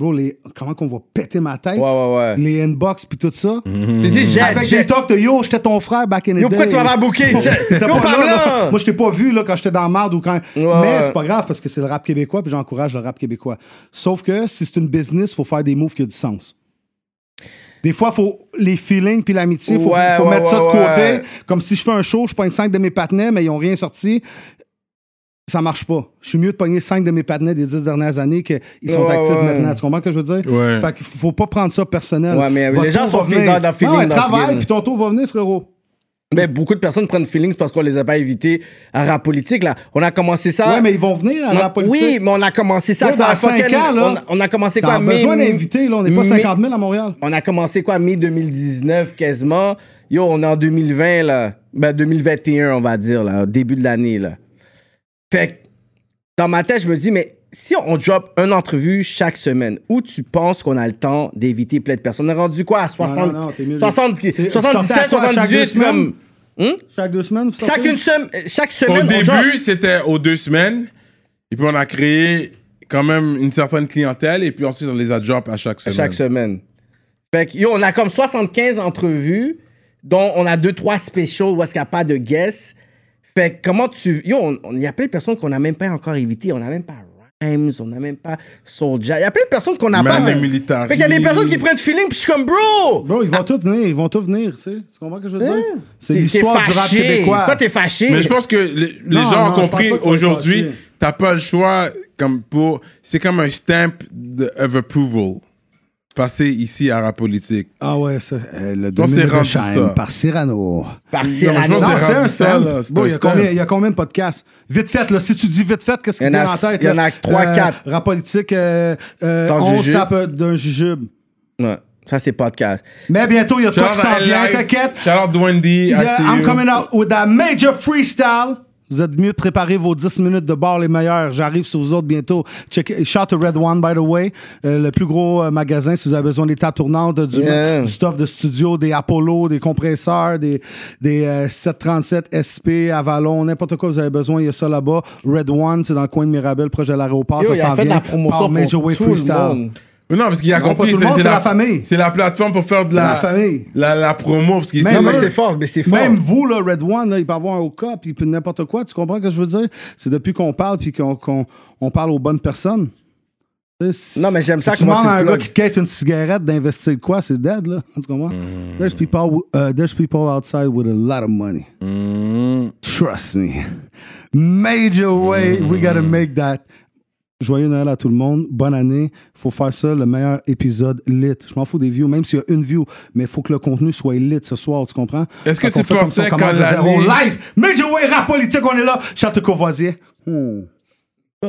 F: Bro, les, comment qu'on va péter ma tête?
C: Ouais, ouais, ouais.
F: Les inbox puis tout ça.
C: Tu dis, j'ai.
F: Avec
C: j'ai-
F: des talks de yo, j'étais ton frère back in the
C: Mm. Yo, pourquoi
F: day.
C: tu m'as pas booké Yo,
F: T'étais pas là,
C: parle
F: là.
C: là.
F: Moi, je t'ai pas vu là, quand j'étais dans la marde ou quand.
C: ouais.
F: Mais c'est pas grave parce que c'est le rap québécois puis j'encourage le rap québécois. Sauf que si c'est une business, faut faire des moves qui ont du sens. Des fois, faut les feelings puis l'amitié, faut,
C: Ouais,
F: faut
C: ouais,
F: mettre ça de
C: ouais, ouais.
F: côté. Comme si je fais un show, je pogne cinq de mes patinets, mais ils ont rien sorti. Ça marche pas. Je suis mieux de pogner cinq de mes patinets des dix dernières années qu'ils sont
C: Ouais,
F: actifs
C: ouais.
F: maintenant. Tu comprends ce que je veux dire?
B: Ouais.
F: Fait qu'il faut faut pas prendre ça personnel.
C: Ouais, mais
F: Votre
C: les gens
F: tour
C: sont
F: va venir.
C: fidèles dans le feeling,
F: Non, ouais,
C: dans ce game.
F: travaille, puis ton tour va venir, frérot.
C: Mais beaucoup de personnes prennent feelings parce qu'on les a pas invités à rap politique, là. On a commencé ça.
F: Ouais, mais ils vont venir à la politique.
C: Oui, mais on a commencé ça
F: Ouais, dans
C: quoi,
F: cinq
C: fucking-
F: ans, là.
C: On a, on a commencé
F: T'as
C: quoi, mi-
F: besoin d'invités, là. On n'est pas
C: mi-
F: 50 000 à Montréal.
C: On a commencé quoi, mi-2019 quasiment. Yo, on est en 2020, là. Ben, 2021, on va dire, là. au Début de l'année, là. Fait que, dans ma tête, je me dis, mais si on drop une entrevue chaque semaine, où tu penses qu'on a le temps d'éviter plein de personnes? On est rendu quoi à 60,
F: non, non, t'es mieux de-
C: 60
F: C'est-
C: 77,
F: sortez à quoi, chaque deux
C: 78,
F: semaines?
C: comme...
F: Chaque deux semaines, vous sortez?
C: Chacune sem- chaque
B: Au
C: semaine, on drop.
B: début, c'était aux deux semaines. Et puis, on a créé quand même une certaine clientèle. Et puis ensuite, on les a drop à chaque semaine.
C: chaque semaine. Fait que, yo, on a comme 75 entrevues, dont on a 2-3 specials où est-ce qu'il n'y a pas de guests. Fait que comment tu. Yo, on- on- il y a plein de personnes qu'on n'a même pas encore évitées. On n'a même pas Rhymes, on n'a même pas Soulja. Il y a plein de personnes qu'on n'a
B: Même
C: pas.
B: les
C: fait-
B: militaires.
C: Fait qu'il y a des personnes qui prennent feeling, puis je suis comme, bro!
F: Bro, ils vont tous venir, ils vont tous venir, tu sais. Tu comprends ce que je veux dire? C'est
C: Eh? T'es t'es
F: l'histoire du rap
C: fâché.
F: québécois.
C: Toi, t'es fâché.
B: Mais je pense que les, les
F: Non,
B: gens
F: non,
B: ont compris
F: je pense pas qu'il faut
B: aujourd'hui,
F: le passer.
B: t'as pas le choix comme pour. C'est comme un stamp de- of approval passé ici à la politique.
F: Ah ouais, ça. le
B: On s'est rendu ça.
F: Cyrano.
C: Par
B: je pense
C: Cyrano.
F: Non,
B: On s'est
F: c'est
B: rendu
F: un
B: ça, là,
F: stamp.
B: c'est
F: Bro,
B: un
F: il y a
B: stamp.
F: combien- il y a combien de podcasts? Vite fait, là. Si tu dis vite fait, qu'est-ce qui
C: Il
F: te
C: y en
F: vient
C: a-
F: en tête?
C: il y en
F: là?
C: a trois,
F: Euh,
C: quatre.
F: Rap politique, euh, euh,
C: Tant de
F: 11
C: jujube.
F: tapes euh, d'un jujube.
C: Ouais, ça, c'est podcast.
F: Mais bientôt, il y a toi qui s'en vient, t'inquiète.
B: Shout out Wendy.
F: Yeah, I'm coming out with a major freestyle.
D: Vous êtes mieux préparés vos 10 minutes de bar les meilleurs. J'arrive sur vous autres bientôt. Check, shout to Red One, by the way. Euh, le plus gros euh, magasin, si vous avez besoin des tas tournantes, du,
C: Yeah.
D: du stuff de studio, des Apollo, des compresseurs, des, des euh, 737 SP, Avalon, n'importe quoi, vous avez besoin, il y a ça là-bas. Red One, c'est dans le coin de Mirabel, proche de l'aéroport.
C: Yo,
D: Ça
C: il a
D: s'en
C: fait de
D: vient.
C: la promotion
D: par
C: pour
D: Major Way
C: tout
D: Freestyle.
C: le monde.
B: Mais non, parce qu'il a
D: Non, pas
B: compris.
D: tout le monde, c'est la famille.
B: C'est la plateforme pour faire de la,
D: la famille.
B: La, la promo. Parce qu'ils
D: Même
C: Non, mais
D: eux.
C: c'est fort, mais c'est fort.
D: Même vous, là, Red One, là, il peut avoir un OCA, puis il peut n'importe quoi. Tu comprends ce que je veux dire? C'est depuis qu'on parle, puis qu'on qu'on- on parle aux bonnes personnes. Tu sais, si-
C: Non, mais j'aime
D: si
C: ça
D: tu
C: comment
D: demandes
C: tu
D: à un
C: plugs.
D: gars qui te quête une cigarette d'investir de quoi, c'est dead, là. Tu comprends?
B: Mm.
D: There's, people, wi- uh, there's people outside with a lot of money.
B: Mm.
D: Trust me. Major way, we gotta make that. Joyeux Noël à tout le monde. Bonne année. Faut faire ça, le meilleur épisode lit. Je m'en fous des views, même s'il y a une view, mais faut que le contenu soit lit ce soir, tu comprends?
B: Est-ce que
D: Fait qu'on
B: tu
D: fait comme ça,
B: pensais
D: on commence
B: qu'en
D: à zéro.
B: l'année-
D: live? Major Way, rap politique, on est là. Chante Courvoisier. Hmm.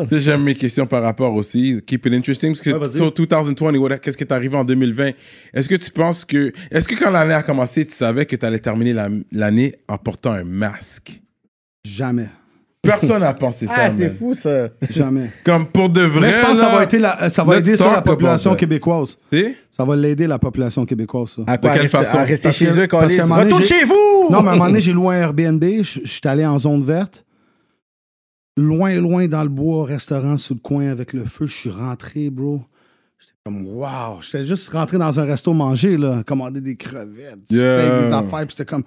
B: C'est j'aime mes questions par rapport aussi. Keep it interesting. Parce que
D: Ouais, vas-y.
B: sur 2020, voilà, qu'est-ce qui est arrivé en 2020? Est-ce que tu penses que. Est-ce que quand l'année a commencé, tu savais que tu allais terminer la- l'année en portant un masque?
D: Jamais.
B: Personne n'a pensé ça.
C: Ah, c'est
B: man.
C: fou, ça.
D: Jamais.
B: Comme pour de vrai.
D: Mais je pense que
B: là,
D: ça va, aider la- ça va
B: let's
D: aider ça, la
B: talk about
D: population
B: that.
D: québécoise.
B: Tu sais?
D: Ça va l'aider, la population québécoise, ça.
C: À quoi,
B: quelle
C: à rester-
B: façon?
C: À rester
D: Parce
C: chez
D: que-
C: eux, quand
D: parce qu'à un moment donné,
C: Retourne
D: j'ai-
C: chez vous!
D: Non, mais à un moment donné, j'ai loué un Airbnb. Je je suis allé en zone verte. Loin, loin dans le bois, restaurant sous le coin avec le feu. Je suis rentré, bro. J'étais comme, wow. J'étais juste rentré dans un resto manger, là. Commander des crevettes, du
B: Yeah.
D: steak, des affaires. Puis j'étais comme...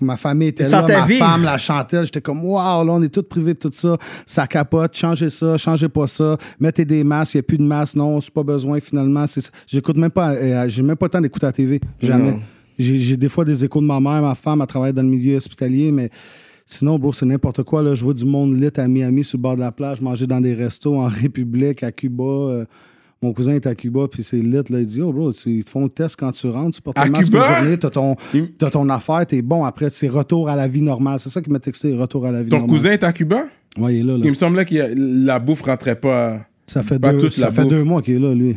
D: Ma famille était
C: Tu
D: là,
C: sentais
D: ma
C: vivre.
D: femme, la chantelle. J'étais comme, wow, là, on est tous privés de tout ça. Ça capote, changez ça, changez pas ça. Mettez des masques, il n'y a plus de masques. Non, c'est pas besoin, finalement. c'est ça. J'écoute même pas, euh, j'ai même pas le temps d'écouter la TV. Jamais. J'ai j'ai des fois des échos de ma mère, ma femme, elle travaille dans le milieu hospitalier, mais sinon, bro, c'est n'importe quoi. Là. Je vois du monde lit à Miami, sur le bord de la plage, manger dans des restos en République, à Cuba. euh, mon cousin est à Cuba, puis c'est lit. Là. Il dit, oh, bro, tu, ils te font le test quand tu rentres, tu portes
B: À
D: le masque une
B: Cuba?
D: journée, t'as ton,
B: Il-
D: t'as ton affaire, t'es bon. Après, c'est retour à la vie normale. C'est ça qui m'a texté, retour à la vie
B: Ton
D: normale.
B: cousin est à Cuba?
D: Ouais, il est là. là.
B: Il me semblait que la bouffe rentrait pas.
D: Ça fait,
B: Pas
D: deux,
B: toute la
D: ça fait
B: bouffe.
D: deux mois qu'il est là, lui.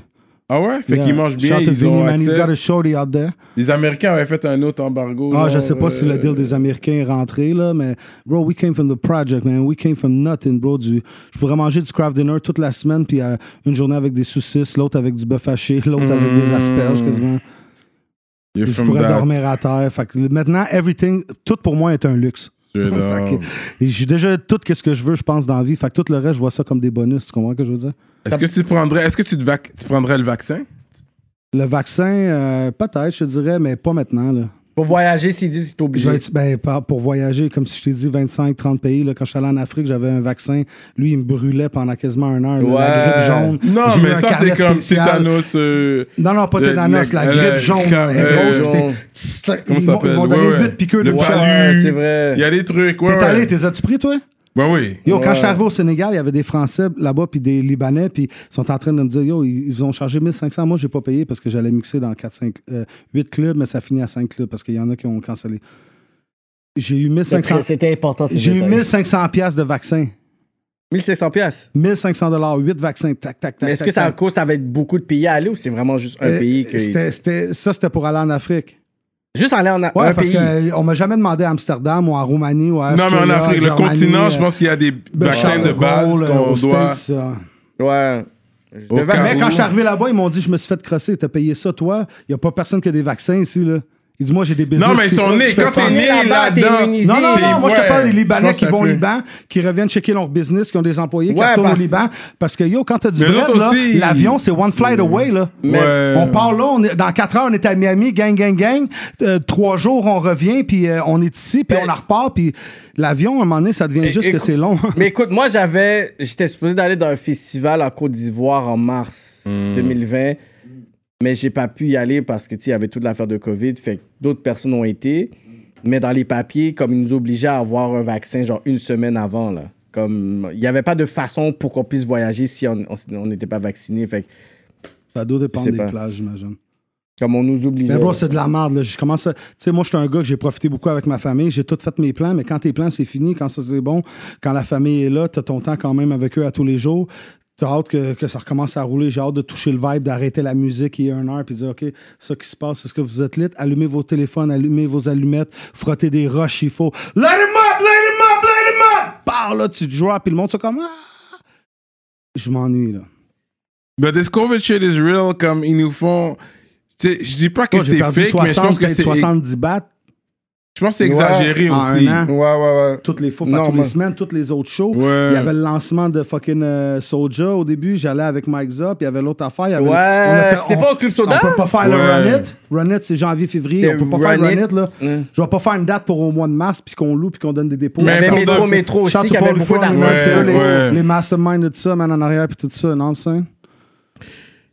B: Ah ouais? Fait
D: Yeah.
B: qu'ils mangent bien.
D: Shout to
B: Ils ont
D: Vinny, man, he's
B: accès.
D: got a shorty out there.
B: Les Américains avaient fait un autre embargo. genre,
D: Ah, je sais pas si le
B: euh,
D: deal des Américains est rentré, là, mais bro, we came from the project, man. We came from nothing, bro. Du, je pourrais manger du craft dinner toute la semaine, puis euh, une journée avec des saucisses, l'autre avec du bœuf haché, l'autre avec des asperges, quasiment.
B: you're
D: Je
B: from
D: pourrais
B: that.
D: dormir à terre. Fait que maintenant, everything, tout pour moi est un luxe.
B: Straight
D: Fait
B: up.
D: que J'ai déjà tout ce que je veux, je pense, dans la vie. Fait que tout le reste, je vois ça comme des bonus. Tu comprends ce que je veux dire?
B: Est-ce que tu prendrais, est-ce que tu, te vac- tu prendrais le vaccin?
D: Le vaccin, euh, peut-être, je te dirais, mais pas maintenant, là.
C: Pour voyager, s'ils disent que
D: Je
C: t'es obligé.
D: vais être- ben, par- pour voyager, comme si je t'ai dit, 25, 30 pays. Là, quand je suis allé en Afrique, j'avais un vaccin. Lui, il me brûlait pendant quasiment un heure. là,
C: Ouais.
D: la grippe jaune.
B: Non,
D: J'ai eu
B: mais
D: un
B: ça,
D: carnet
B: c'est comme
D: spécial.
B: Tétanos. euh,
D: Non, non, pas
B: Le-
D: tétanos,
B: le-
D: la
B: le-
D: grippe jaune.
B: car-
D: elle est
B: euh,
D: grosse,
C: jaune.
D: t'es- t'es-
B: Comment
D: ils
B: ça
D: m'ont-
B: s'appelle?
D: Ils m'ont donné
B: Ouais, ouais.
D: 8 piqûres
B: Le
D: de bouchon.
B: palu.
C: Ouais, c'est vrai.
B: Il y a des trucs, ouais. ouais.
D: T'es allé, t'es as-tu pris, toi?
B: Ben oui.
D: Yo, quand
C: Ouais.
D: je suis arrivé au Sénégal, il y avait des Français là-bas puis des Libanais puis ils sont en train de me dire yo, ils ils ont chargé 1500, moi j'ai pas payé parce que j'allais mixer dans 4 5 8 clubs mais ça finit à 5 clubs parce qu'il y en a qui ont cancellé. J'ai eu 1500
C: C'était important, c'est
D: j'ai eu 1500 pièces de vaccins.
C: 1500 piastres.
D: 1500 dollars, 8 vaccins, tac tac tac.
C: Mais est-ce
D: tac,
C: que ça a
D: tac.
C: cause avec beaucoup de pays à aller ou c'est vraiment juste un
D: Ben, Euh,
C: pays que...
D: c'était- c'était- ça c'était pour aller en Afrique.
C: Juste aller en
D: Ouais,
C: un
D: parce
C: pays.
D: qu'on m'a jamais demandé à Amsterdam ou en Roumanie ou à
B: Non, mais en
D: Australia,
B: Afrique, le
D: Germanie,
B: continent,
D: euh,
B: je pense qu'il y a des vaccins
D: Charles
B: de base
D: Gaulle,
B: qu'on
D: aux
B: doit.
D: States, euh.
C: Ouais. Je devais
B: cas
C: avouer.
D: Mais quand je suis arrivé là-bas, ils m'ont dit Je me suis fait crosser, t'as payé ça, toi. Il n'y a pas personne qui a des vaccins ici, là. Ils disent Moi, j'ai des business.
B: Non, mais ils
D: ici. Oh,
B: sont
D: Je
B: nés.
D: fais
B: Quand
D: ça.
B: t'es né
C: là-bas, t'es
B: là-dedans.
C: immunisé.
D: Non, non, non, moi je te
B: Ouais,
D: parle des Libanais
B: pense
D: qui
B: un
D: vont au
B: peu.
D: Liban, qui reviennent checker leur business, qui ont des employés, qui
C: Ouais,
D: retournent
C: parce-
D: au Liban. Parce que yo, quand t'as du
B: Mais
D: bread,
B: l'autre
D: là,
B: aussi,
D: l'avion, c'est one flight away, là.
B: Ouais.
D: On part là, on est- dans 4 heures, on est à Miami, gang, gang, gang. Euh, trois jours, on revient, puis euh, on est ici, puis
C: Ben-
D: on en repart, puis l'avion, à un moment donné, ça
B: Eh,
D: devient juste que
C: écoute-
D: c'est long.
C: Mais écoute, moi, j'avais. J'étais supposé d'aller dans un festival en Côte d'Ivoire en mars
D: Hmm.
C: 2020, mais j'ai pas pu y aller parce que, tu sais, il y avait toute l'affaire de COVID. Fait que d'autres personnes ont été. Mais dans les papiers, comme ils nous obligeaient à avoir un vaccin, genre une semaine avant, là. Comme il n'y avait pas de façon pour qu'on puisse voyager si on on- on n'était pas vacciné. Fait que,
D: Ça doit dépendre
C: Je
D: des
C: sais pas.
D: plages, j'imagine.
C: comme on nous obligeait.
D: Mais bro, c'est de la merde. là. Je commence à- Tu sais, moi, je suis un gars que j'ai profité beaucoup avec ma famille. J'ai tout fait mes plans, mais quand tes plans, c'est fini, quand ça, c'est bon, quand la famille est là, t'as ton temps quand même avec eux à tous les jours. T'as hâte que, que ça recommence à rouler. J'ai hâte de toucher le vibe, d'arrêter la musique il y a une heure, puis dire, OK, ça qui se passe, est-ce que vous êtes lit? Allumez vos téléphones, allumez vos allumettes, frottez des roches, il faut. Let him up! Let him up! Let wow, là, tu drop, puis le monde, c'est comme, ah. Je m'ennuie, là.
B: Mais this COVID shit is real, comme ils nous font. Tu sais, je dis pas que
D: Moi, Oh, j'ai
B: c'est
D: perdu
B: fake, mais je pense que
D: peut-être
B: c'est.
D: 70 bahts
B: Je pense que c'est
F: Ouais.
B: exagéré
D: en
B: aussi.
D: un an.
F: Ouais, ouais, ouais.
D: Toutes les fois,
F: Non,
D: toutes
F: mais-
D: les semaines, toutes les autres shows.
B: Ouais.
D: Il y avait le lancement de fucking euh, Soulja au début. J'allais avec Mike Zop. Il y avait l'autre affaire. il y avait-
C: Ouais,
D: on a fait-
C: c'était
D: on-
C: pas au Club Soda?
D: On peut pas faire
B: Ouais.
D: le Run It. Run It, c'est janvier-février.
C: Le
D: On peut pas
C: Run
D: faire
C: It.
D: Run It, là. Je vais pas faire une date pour au mois de mars puis qu'on loue puis qu'on donne des dépôts.
B: Mais
C: Il y avait
B: Shout
C: Métro
B: out-
C: Métro
D: Shout
C: aussi
D: out
C: qui
D: to
C: avait
D: Paul
C: beaucoup
D: Front,
C: d'argent.
D: man, c'est eux les-
B: ouais.
D: Les masterminds de tout ça, man, en arrière puis tout ça, non, c'est ça.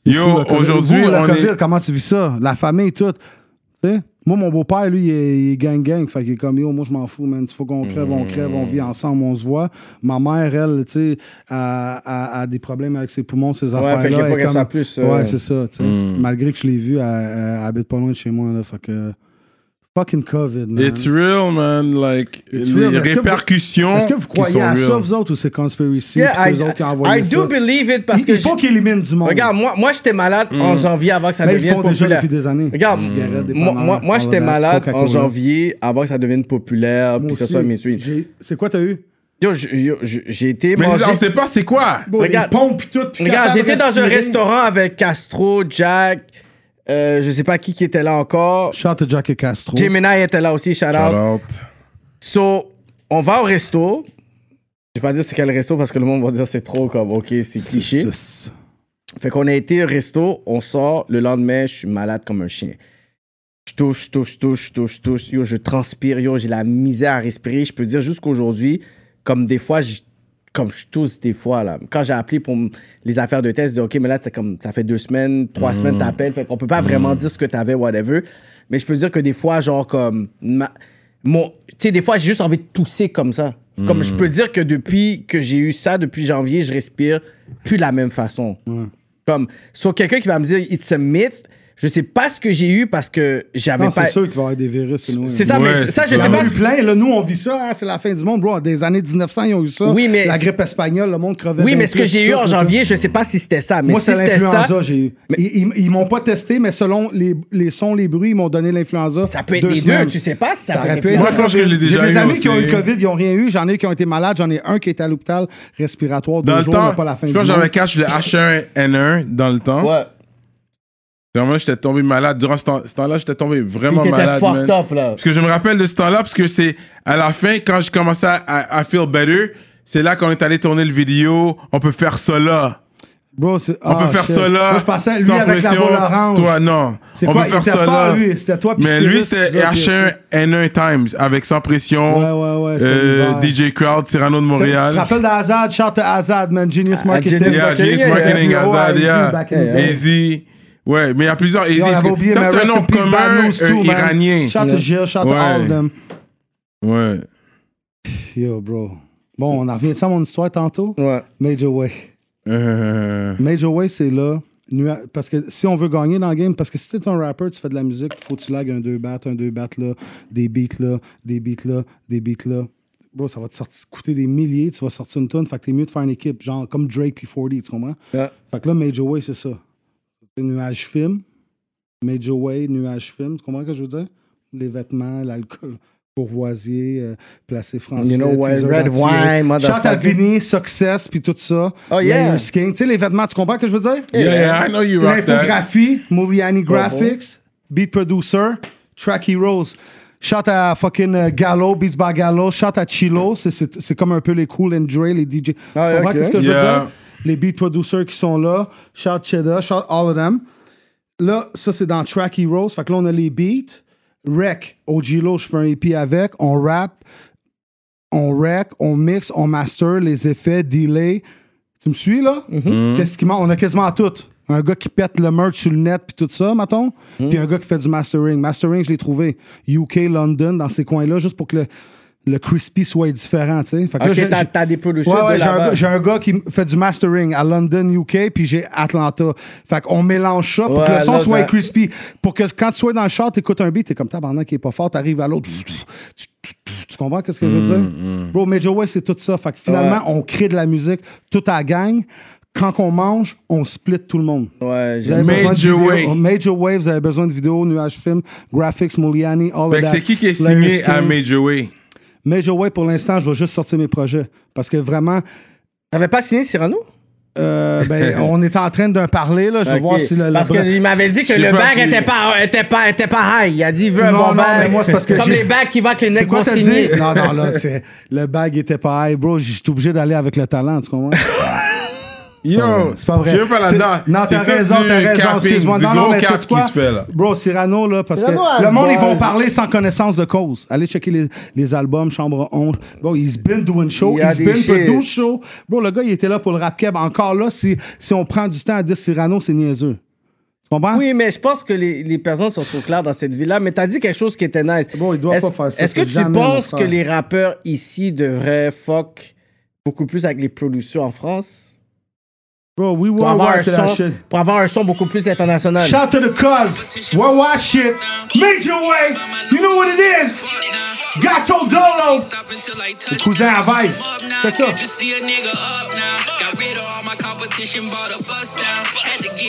D: Fou,
B: Yo,
D: la COVID.
B: aujourd'hui,
D: Vous, la
B: on
D: COVID,
B: est.
D: comment tu vis ça? La famille, tout. Tu sais? Moi, mon beau-père, lui, il est, il est gang-gang. Fait qu'il est comme, yo, moi, je m'en fous, man. Il faut qu'on crève, on crève, on vit ensemble, on se voit. Ma mère, elle, tu sais, a, a- a des problèmes avec ses poumons, ses affaires-là.
C: fait que des
D: Elle est
C: fois qu'elle
D: comme-
C: soit plus, euh,
D: Ouais, c'est ça, tu sais.
B: Hmm.
D: Malgré que je l'ai vu, elle, elle habite pas loin de chez moi, là. Fait que... Fucking COVID, man.
B: It's real, man. Like,
D: It's
B: les
D: real, mais est-ce que vous-
B: répercussions.
D: Est-ce que vous
B: qui
D: croyez
B: sont
D: à ça,
B: real.
D: vous autres, ou c'est conspiracy? puis
C: Yeah,
D: c'est
C: I,
D: eux autres qui ont envoyé
C: I
D: ça?
C: do believe it parce
D: Il-
C: que.
D: il faut
C: j'ai-
D: qu'ils éliminent du monde.
C: Regarde, moi, moi j'étais malade en janvier avant que ça
D: Là, Hmm. ils
C: devienne
D: font déjà
C: populaire.
D: depuis des années.
C: Regarde,
D: Des cigarettes, des
C: moi,
D: bananes,
C: moi, moi, j'étais
D: Coca-Cola,
C: malade en
D: Coca-Cola.
C: janvier avant que ça devienne populaire puis
D: Moi
C: que ça
D: aussi.
C: soit mainstream.
D: J'ai- C'est quoi t'as eu?
C: Yo, je- yo, je- j'ai été
B: Mais
C: manger.
B: on sait pas c'est quoi.
D: Bon,
C: Regarde.
D: des pompes pis tout. puis
C: Regarde,
D: capable de
C: j'étais dans un
D: respirer.
C: restaurant avec Castro, Jack, euh, je sais pas qui qui était là encore.
D: Shout to Jack et Castro.
C: Gemini était là aussi, shout out.
B: Shout out.
C: So, on va au resto. Je vais pas dire c'est quel resto parce que le monde va dire c'est trop comme, ok, c'est cliché.
D: Sus.
C: Fait qu'on a été au resto, on sort, le lendemain, je suis malade comme un chien. Je touche, je touche, je touche, je touche, je touche, yo, je transpire, yo, j'ai la misère à respirer. Je peux dire jusqu'aujourd'hui, comme des fois, je- comme je tousse des fois, là. Quand j'ai appelé pour m- les affaires de test, je dis, OK, mais là, c'était comme, ça fait deux semaines, trois semaines, t'appelles. Fait qu'on peut pas vraiment dire ce que t'avais, whatever. Mais je peux dire que des fois, genre, comme, ma- mon, tu sais, des fois, j'ai juste envie de tousser comme ça. Comme je peux dire que depuis que j'ai eu ça, depuis janvier, je respire plus de la même façon. Comme, sur quelqu'un qui va me dire it's a myth, je sais pas ce que j'ai eu parce que j'avais
D: Non,
C: pas.
D: c'est sûr qu'il va y avoir des virus. sinon,
C: C'est
D: hein.
C: ça,
B: Ouais,
C: mais ça,
B: c'est
C: je
B: ça.
D: Il
C: sais
D: y en
C: pas.
D: a eu
C: ce-
D: plein, là, nous on vit ça, hein, c'est la fin du monde, bro. Des années 1900, ils ont eu ça.
C: Oui, mais-
D: La grippe espagnole, le monde crevait.
C: Oui,
D: d'un
C: mais ce que
D: truc,
C: j'ai
D: tout,
C: eu en
D: tout ça.
C: janvier, je sais pas si c'était ça. Mais
D: Moi,
C: si
D: c'est
C: c'était ça,
D: l'influenza, j'ai eu. Ils, ils- ils m'ont pas testé, mais selon les, les sons, les bruits, ils m'ont donné l'influenza.
C: ça peut être
D: deux
C: les
D: semaines.
C: deux. Tu sais pas si ça,
D: Ça aurait pu
C: être-
D: être-
B: Moi, je pense que je l'ai déjà
D: J'ai des
B: eu
D: amis
B: aussi.
D: qui ont eu le COVID, ils n'ont rien eu. J'en ai qui ont été malades. J'en ai un qui était à l'hôpital respiratoire deux
B: Dans le
D: jours,
B: temps,
D: mais pas la fin
B: je
D: du
B: pense que
D: monde.
B: j'avais catch le H1N1 dans le temps.
C: Ouais.
B: Vraiment, j'étais tombé malade. Durant ce temps- ce temps-là, j'étais tombé
C: Puis
B: vraiment
C: t'étais
B: malade. man.
C: fucked up, là.
B: Parce que je me rappelle de ce temps-là, parce que c'est à la fin, quand je commençais à, à, à feel better, c'est là qu'on est allé tourner le vidéo. On peut faire ça là.
D: Bro, c'est-
B: On
D: ah,
B: peut faire
D: shit.
B: ça là.
D: Moi, je pensais à lui
B: sans
D: avec la
B: pression.
D: boule orange.
B: Toi, non.
D: C'est
B: On
D: quoi?
B: peut
D: Il
B: faire
D: était
B: ça
D: fort,
B: là.
D: lui. C'était toi, puis
B: Mais
D: Cyrus,
B: lui, c'est
D: vous autres,
B: H1N1 Times, avec sans pression.
D: Ouais, ouais, ouais, c'était
B: euh,
D: l'hiver.
B: DJ Crowd, Cyrano de
D: Tu tu
B: Montréal.
D: te rappelles d'Azad? Shout à Azad, man. Genius Marketing.
C: Genius
B: Yeah,
C: Marketing,
B: Genius
C: yeah,
B: Marketing,
D: yeah.
B: Azad,
D: Ouais,
B: yeah.
D: Easy back in the day.
B: Easy. Ouais, mais il y a plusieurs Easy.
D: Yo, on avait oublié,
B: Ça,
D: mais
B: c'est un
D: rest
B: nom
D: in peace,
B: commun
D: Bad News
B: euh,
D: too, man.
B: iranien.
D: Shout to Gilles, shout to
B: Ouais.
D: all of them.
B: Ouais.
D: Yo, bro. Bon, on en revient de ça, mon histoire tantôt.
C: Ouais.
D: Major Way.
B: Euh,
D: Major Way, c'est là. nua- Parce que si on veut gagner dans le game, parce que si t'es un rapper, tu fais de la musique, faut que tu lagues un 2 battes, un 2 battes là, des beats là, des beats là, des beats là. Bro, ça va te sortir- coûter des milliers, tu vas sortir une tonne, fait que t'es mieux de faire une équipe, genre comme Drake et 40, tu comprends?
C: Ouais.
D: Fait que là, Major Way, c'est ça. C'est Nuage film, Major Way, nuage film, tu comprends ce que je veux dire? Les vêtements, l'alcool, courvoisier, euh, placé français.
C: You know what,
D: teaser
C: red
D: d'attirer.
C: wine, motherfucker.
D: Chante à Vinny, Success, puis tout ça.
C: Oh, yeah.
D: Layers King. Tu sais, les vêtements, tu comprends ce que je veux dire?
B: Yeah, yeah, I know you rock that.
D: L'infographie, Moviani Graphics, Beat Producer, Track Heroes. Shout à fucking euh, Gallo, Beats by Gallo. Shout à Chilo. C'est- C'est c'est comme un peu les Cool and Dre, les DJ.
C: Ah,
D: tu comprends
C: ok.
D: ce que je veux
B: Yeah.
D: dire? Les Beat Producers qui sont là. Shout Cheddar, shout all of them. Là, ça, c'est dans Track Heroes. Fait que là, on a les beats. Rec, OG Lo, je fais un EP avec. On rap, on rec, on mixe, on master, les effets, delay. Tu me suis, là? Qu'est-ce qui manque? On a quasiment tout. Un gars qui pète le merch sur le net puis tout ça, mettons. Puis un gars qui fait du mastering. Mastering, je l'ai trouvé. UK, London, dans ces coins-là, juste pour que le, le crispy soit différent, tu sais. Fait que là,
C: Ok,
D: j'ai-
C: t'as-
D: j'ai-
C: t'as des producers
D: Ouais, ouais,
C: de
D: j'ai un,
C: là-bas.
D: gars- j'ai un gars qui m- fait du mastering à London, UK, puis j'ai Atlanta. Fait qu'on mélange ça pour
C: Ouais,
D: que le son
C: là,
D: soit
C: t'as-
D: crispy. Pour que quand tu sois dans le char, t'écoutes un beat, t'es comme tabarnak qui est pas fort, t'arrives à l'autre. Tu, tu- tu comprends qu'est-ce que je veux dire?
B: Mm,
D: Bro, Major Way, c'est tout ça. Fait que finalement, on crée de la musique, tout à la gang. Quand on mange, on split tout le monde.
C: Ouais,
D: Vous
B: Mais-
D: avez
C: j'ai-
D: besoin de
B: Major
D: vidéos-
B: Way.
D: Major Way, vous avez besoin de vidéos, nuages film, graphics, Mouliani, all
B: Fait
D: of
B: que
D: that.
B: c'est qui qui est
D: Layers
B: signé à
D: King.
B: Major Way?
D: Mais je, ouais, pour l'instant, je vais juste sortir mes projets. Parce que vraiment,
C: T'avais pas signé Cyrano?
D: euh, ben, on est en train d'en parler, là. Je vais
C: Ok.
D: voir si le. le
C: Parce
D: bra-
C: qu'il m'avait dit que
B: Je sais
C: le
B: pas
C: bag
B: si-
C: était pas, était, pas, était pas high. Il a dit, veux un
D: Non,
C: bon
D: non,
C: bag.
D: mais moi, c'est parce que
C: Comme
D: j'ai-
C: les bags qui vont avec les
D: C'est
C: necks
D: quoi
C: vont
D: t'as
C: signer.
D: dit? Non, non, là, c'est- le bag était pas high, bro. J'étais obligé d'aller avec le talent, tu comprends?
B: Yo,
D: C'est pas vrai.
B: Je veux pas là-dedans.
D: C'est- Non,
B: C'est
D: t'as
B: tout
D: raison,
B: du
D: t'as raison,
B: capping,
D: excuse-moi.
B: Du
D: Non, non,
B: gros
D: mais tu
B: cap
D: sais
B: qui
D: quoi?
B: se fait, là.
D: Bro, Cyrano, là, parce
C: Cyrano,
D: que
C: elle
D: le monde,
C: se
D: ils vont
C: voit.
D: parler sans connaissance de cause. Allez checker les, les albums, Chambre 11. Bro, he's been doing show,
C: Il y a
D: he's
C: des
D: been
C: shit.
D: producing show. Bro, le gars, il était là pour le rap keb. Encore là, si, si on prend du temps à dire Cyrano, c'est niaiseux. Tu comprends?
C: Oui, mais je pense que les, les personnes sont trop claires dans cette vie-là. Mais t'as dit quelque chose qui était nice.
D: Bon, il doit
C: Est-ce-
D: pas faire ça,
C: Est-ce que
D: c'est
C: tu
D: jamais mon
C: penses
D: frère.
C: que les rappeurs ici devraient fuck beaucoup plus avec les productions en France
D: Bro, we
C: pour,
D: were
C: avoir un
D: watching that
C: son,
D: shit.
C: pour avoir un son beaucoup plus international?
D: Shout to the cuz. Worldwide shit. Major way. You know what it is. Gato Dolo.
E: Le
D: cousin à Vice. C'est ça.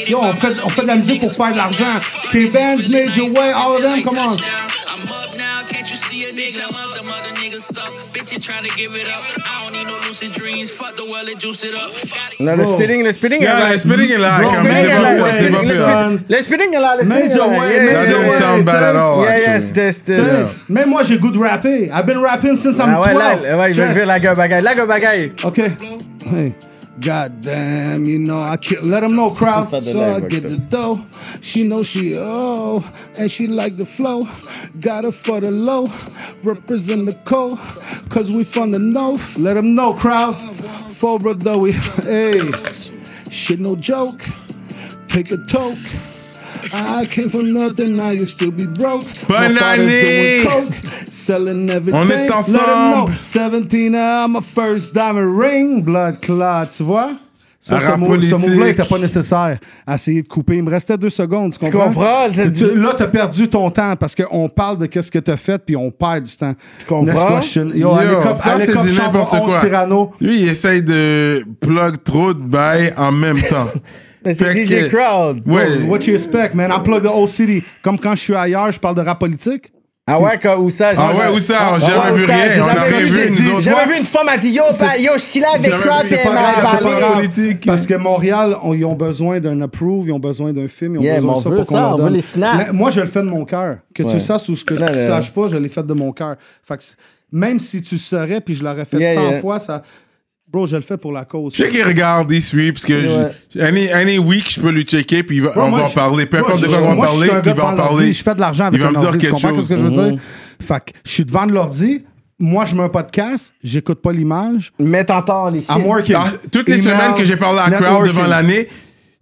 D: Yo, on fait, on fait de la musique pour faire de l'argent. K-Bands, Major Way, all of them, come on.
E: I'm up now, can't you see a nigga? I'm up, them other niggas stuck. Bitch, you trying to give it up. I don't need no lucid dreams. Fuck the world and juice it up. Gotta
C: Non, le spitting, le spitting est
B: Yeah,
C: là.
B: le spitting est là,
D: Bro,
B: quand
D: mais
B: même.
D: il y a
B: C'est
D: la-
B: pas fait, c'est pas
D: il y a
B: fait.
D: la-
C: Le spitting est là, le spitting est
D: Major
C: là.
D: Way,
C: Yeah,
B: That
D: Major
C: yeah,
B: doesn't
D: Way.
C: yeah.
B: sound bad at all,
C: Yeah, yeah,
B: actually.
C: c'était- c'était-
D: T'sais, Même moi, j'ai goût de rapper. I've been rapping since I'm
C: Ah ouais,
D: 12.
C: là, ouais, je veux
D: Check.
C: dire la gueule bagaille. La gueule bagaille.
D: Okay. Hey. God damn, you know I kill. Let them know, crowd. So I get the dough. She know she oh, and she like the flow. Got her for the low. Represent the cold, cause we from the north. Let them know, crowd. For brother, we hey. Shit, no joke. Take a toke. I came from nothing, I used to be broke. My
B: Bonne
D: father's
B: année.
D: doing coke, selling everything.
B: On est
D: Let 'em know.
B: ensemble.
D: 17 ans, my first diamond ring, blood clot, tu vois? Ça,
B: Un
D: ce
B: rap
D: move- ce
B: politique.
D: move-là était pas nécessaire. Essayer de couper, il me restait deux secondes, tu comprends?
C: comprends? T'as-
D: Tu- Là, t'as perdu ton temps parce qu'on parle de qu'est-ce que t'as fait puis on perd du temps. Tu
C: comprends?
D: Yo, allez, comme-
B: Ah? ça,
D: allez,
B: c'est
D: comme
B: du
D: Chambre
B: n'importe
D: 11
B: quoi.
D: Cyrano.
B: Lui, il essaye de plug trop de bails en même temps.
C: Mais c'est
B: Fait
C: DJ
B: que-
C: Crowd.
B: Ouais.
D: What you expect, man? I plug the whole city. Comme quand je suis ailleurs, je parle de rap politique.
C: Ah ouais, quand- où ça?
B: Ah
C: genre-
B: ouais, où ça? On n'a
C: Ah,
B: jamais vu
C: ça,
B: rien.
C: j'ai
B: On n'a
C: jamais
B: rien
C: vu,
B: vu,
C: je
B: nous
C: t'ai dit.
B: autres.
C: J'ai jamais vu une femme a dit Yo, ça, yo, je suis là avec
B: jamais
C: Claude
B: vu,
C: et
B: c'est
C: elle
B: pas
C: m'a
B: grave, c'est pas
C: parlé.
B: grave.
D: Parce que Montréal, on- ils ont besoin d'un approve, ils ont besoin d'un film, ils ont
C: Yeah,
D: besoin
C: mais
D: de
C: on
D: ça
C: veut
D: pour qu'on
C: ça,
D: leur
C: on veut
D: donne.
C: les snaps.
D: Mais moi, je le fais de mon cœur. Que tu
C: Ouais.
D: le saches ou ce que
C: Là,
D: tu
C: là.
D: ne saches pas, je l'ai fait de mon cœur. Fait que c'est- même si tu saurais, puis je l'aurais fait
C: Yeah,
D: 100
C: yeah.
D: fois, ça... Bro, je le fais pour la cause.
B: Je sais qu'il regarde, il suit, parce que
C: Ouais.
B: je- any, any week, je peux lui checker, puis il va-
D: Bro,
B: on
D: moi,
B: va en
D: je-
B: parler. Peu
D: moi,
B: importe de
D: je-
B: quoi on va
D: moi, je suis
B: parler,
D: un gars
B: il va en
D: devant l'ordi,
B: parler.
D: Je fais de l'argent avec
B: Il va me
D: un
B: dire
D: ordi, tu
B: quelque
D: comprends
B: chose.
D: ce que je veux dire? Fait que je suis devant de l'ordi, moi, je mets un podcast, j'écoute pas l'image,
C: Mais t'entends les
D: I'm
C: shit.
D: working.
B: Dans- toutes les
D: Email,
B: semaines que j'ai parlé à Crowd
D: networking.
B: devant l'année,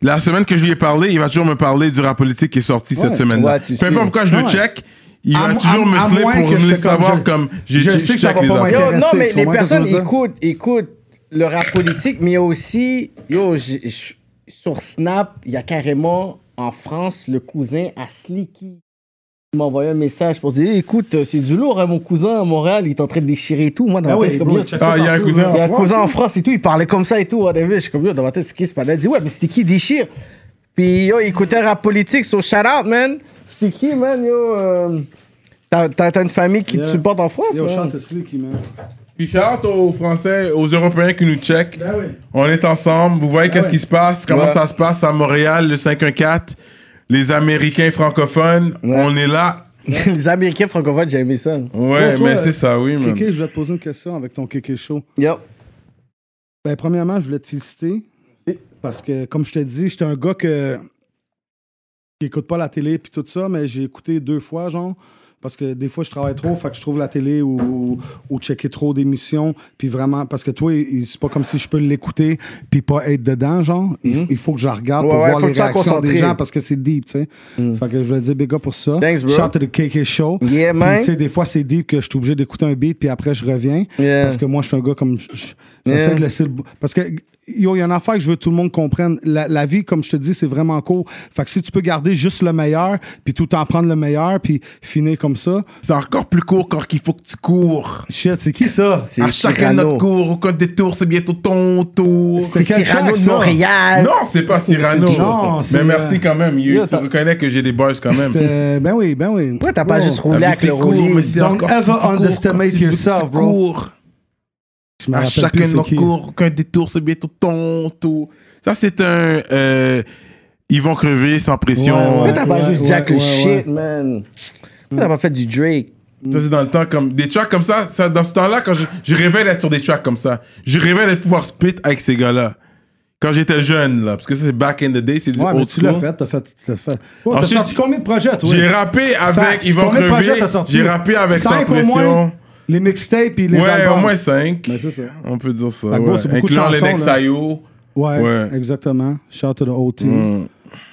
B: la semaine que je lui ai parlé, il va toujours me parler du rap politique qui est sorti cette semaine-là.
C: Ouais, tu
B: Peu
C: suis.
B: importe pourquoi je le
D: Ouais.
B: check, il
D: À
B: va
D: mo-
B: toujours
D: à-
B: me
D: à
B: slip
D: moins
B: pour
D: que
B: me
D: je
B: laisser
D: fais comme
B: savoir
D: je-
B: comme j'ai
D: je
B: je
D: sais que ça
B: check
D: va
B: les
D: pas
B: affaires.
C: Yo, non,
D: intéressé,
C: mais
D: tu
C: les
D: comprends ce que
C: personnes
D: je veux dire?
C: écoutent, écoutent le rap politique, mais il y a aussi, yo, j'ai- j- sur Snap, il y a carrément en France le cousin à Slicky. Il m'a envoyé un message pour dire Hey, écoute, euh, c'est du lourd, hein, mon cousin à Montréal, il est en train de déchirer et tout. Moi, dans ma
D: Ah
C: tête,
D: oui,
C: c'est comme
D: bro,
C: Yo,
D: check
C: c'est-
B: Ah, il y a un cousin.
C: Il y a un
B: en France.
C: cousin en France et tout, il parlait comme ça et tout, whatever. Je suis comme, yo, dans ma tête, c'est qui ce panel? Il dit, ouais, mais c'était qui déchire? Puis, yo, il écoutait rap politique, so shout out, man. C'était qui, man, yo? euh, T'as t'as- t'as une famille qui te
D: Yeah.
C: supporte en France,
D: Yo,
C: man?
D: chante Slicky, man.
B: Puis shout out aux Français, aux Européens qui nous check.
D: Ben oui. Ben
B: On est ensemble. Vous voyez qu'est-ce
D: ouais.
B: qui se passe, comment
C: Ouais.
B: ça se passe à Montréal, le 514. Les Américains francophones, on est là.
C: Les Américains francophones, j'ai aimé ça.
B: Ouais,
D: Toi, toi,
B: mais c'est ça, oui, man.
D: Kéké, je voulais te poser une question avec ton Kéké Show.
C: Yo.
D: Ben, premièrement, je voulais te féliciter. Parce que, comme je te dis, j'étais un gars que... qui écoute pas la télé puis tout ça, mais j'ai écouté deux fois, genre. Parce que des fois, je travaille trop, fait que je trouve la télé ou, ou, ou checker trop d'émissions. Puis vraiment, parce que toi, il- c'est pas comme si je peux l'écouter puis pas être dedans, genre. Il, il faut que je la regarde pour
C: Mhm. Ouais, ouais,
D: voir
C: faut
D: les
C: que tu sois
D: réactions des
C: concentré. Mhm.
D: gens parce que c'est deep, tu sais. Fait que je voulais dire big up pour ça.
C: Thanks, bro. Mhm.
D: Shout to the KK Show.
C: Yeah,
D: Puis,
C: man.
D: tu sais, des fois, c'est deep que je suis obligé d'écouter un beat puis après, je reviens.
C: Yeah.
D: Parce que moi, je suis un gars comme. je- je-
F: J'essaie
C: Yeah.
F: de laisser le bo- Parce que, yo, il y a une affaire que je veux que tout le monde comprenne. La, la vie, comme je te dis, c'est vraiment court. Fait que si tu peux garder juste le meilleur, puis tout en prendre le meilleur, puis finir comme ça,
B: C'est encore plus court quand il faut que tu cours.
F: shit, c'est qui ça?
C: C'est
B: À chacun
C: Cyrano.
B: notre cours, au code des tours, c'est bientôt ton tour.
C: C'est
F: quel
C: Cyrano
F: track,
C: de
F: ça?
C: Montréal.
B: Non, c'est pas Cyrano.
F: Non,
B: Mais
F: c'est-
B: merci quand même. You,
F: Yeah,
B: tu
F: ça-
B: reconnais que j'ai des bars quand même.
F: C'était- Ben oui, ben oui.
C: Pourquoi t'as pas
F: Bro,
C: juste roulé
B: Ah, mais
C: avec
B: c'est
C: le
B: court,
C: roulis?
B: mais c'est
F: Don't
B: encore
F: ever
B: plus court quand
F: underestimate
B: tu- tu
F: yourself, bro.
B: cours.
F: Je me
B: À
F: rappelle
B: chacun
F: plus
B: de
F: c'est
B: nos
F: qui.
B: cours, aucun détour, c'est bientôt ton tour. Ça, c'est un. euh, ils vont crever sans pression.
F: Ouais,
C: Pourquoi t'as pas
F: Ouais,
C: juste Jack le
F: ouais, ouais.
C: shit, man? Pourquoi t'as pas fait du Drake?
B: Ça, c'est dans le temps, comme des tracks comme ça. ça dans ce temps-là, quand je, je rêvais d'être sur des tracks comme ça, je rêvais de pouvoir spit avec ces gars-là. Quand j'étais jeune, là, parce que ça, c'est back in the day, c'est du
F: Ouais, mais
B: old
F: tu l'as
B: school.
F: fait, t'as fait. T'as fait. Oh, t'as
B: Ensuite,
F: sorti combien de projets, toi?
B: J'ai rappé avec
F: Facts.
B: Yvan
F: Combien de projets
B: Crevé.
F: t'as sorti?
B: J'ai rappé avec
F: Cinq
B: Sans
F: au moins?
B: Pression.
F: Les mixtapes et les
B: Ouais,
F: albums.
B: au moins 5.
F: Ben, c'est ça.
B: On peut dire ça.
F: que moi,
B: Ouais.
F: c'est beaucoup de
B: Incluant les
F: chansons,
B: Next
F: là.
B: IO.
F: Ouais,
B: Ouais. Mm.
F: exactement. Shout to the OT.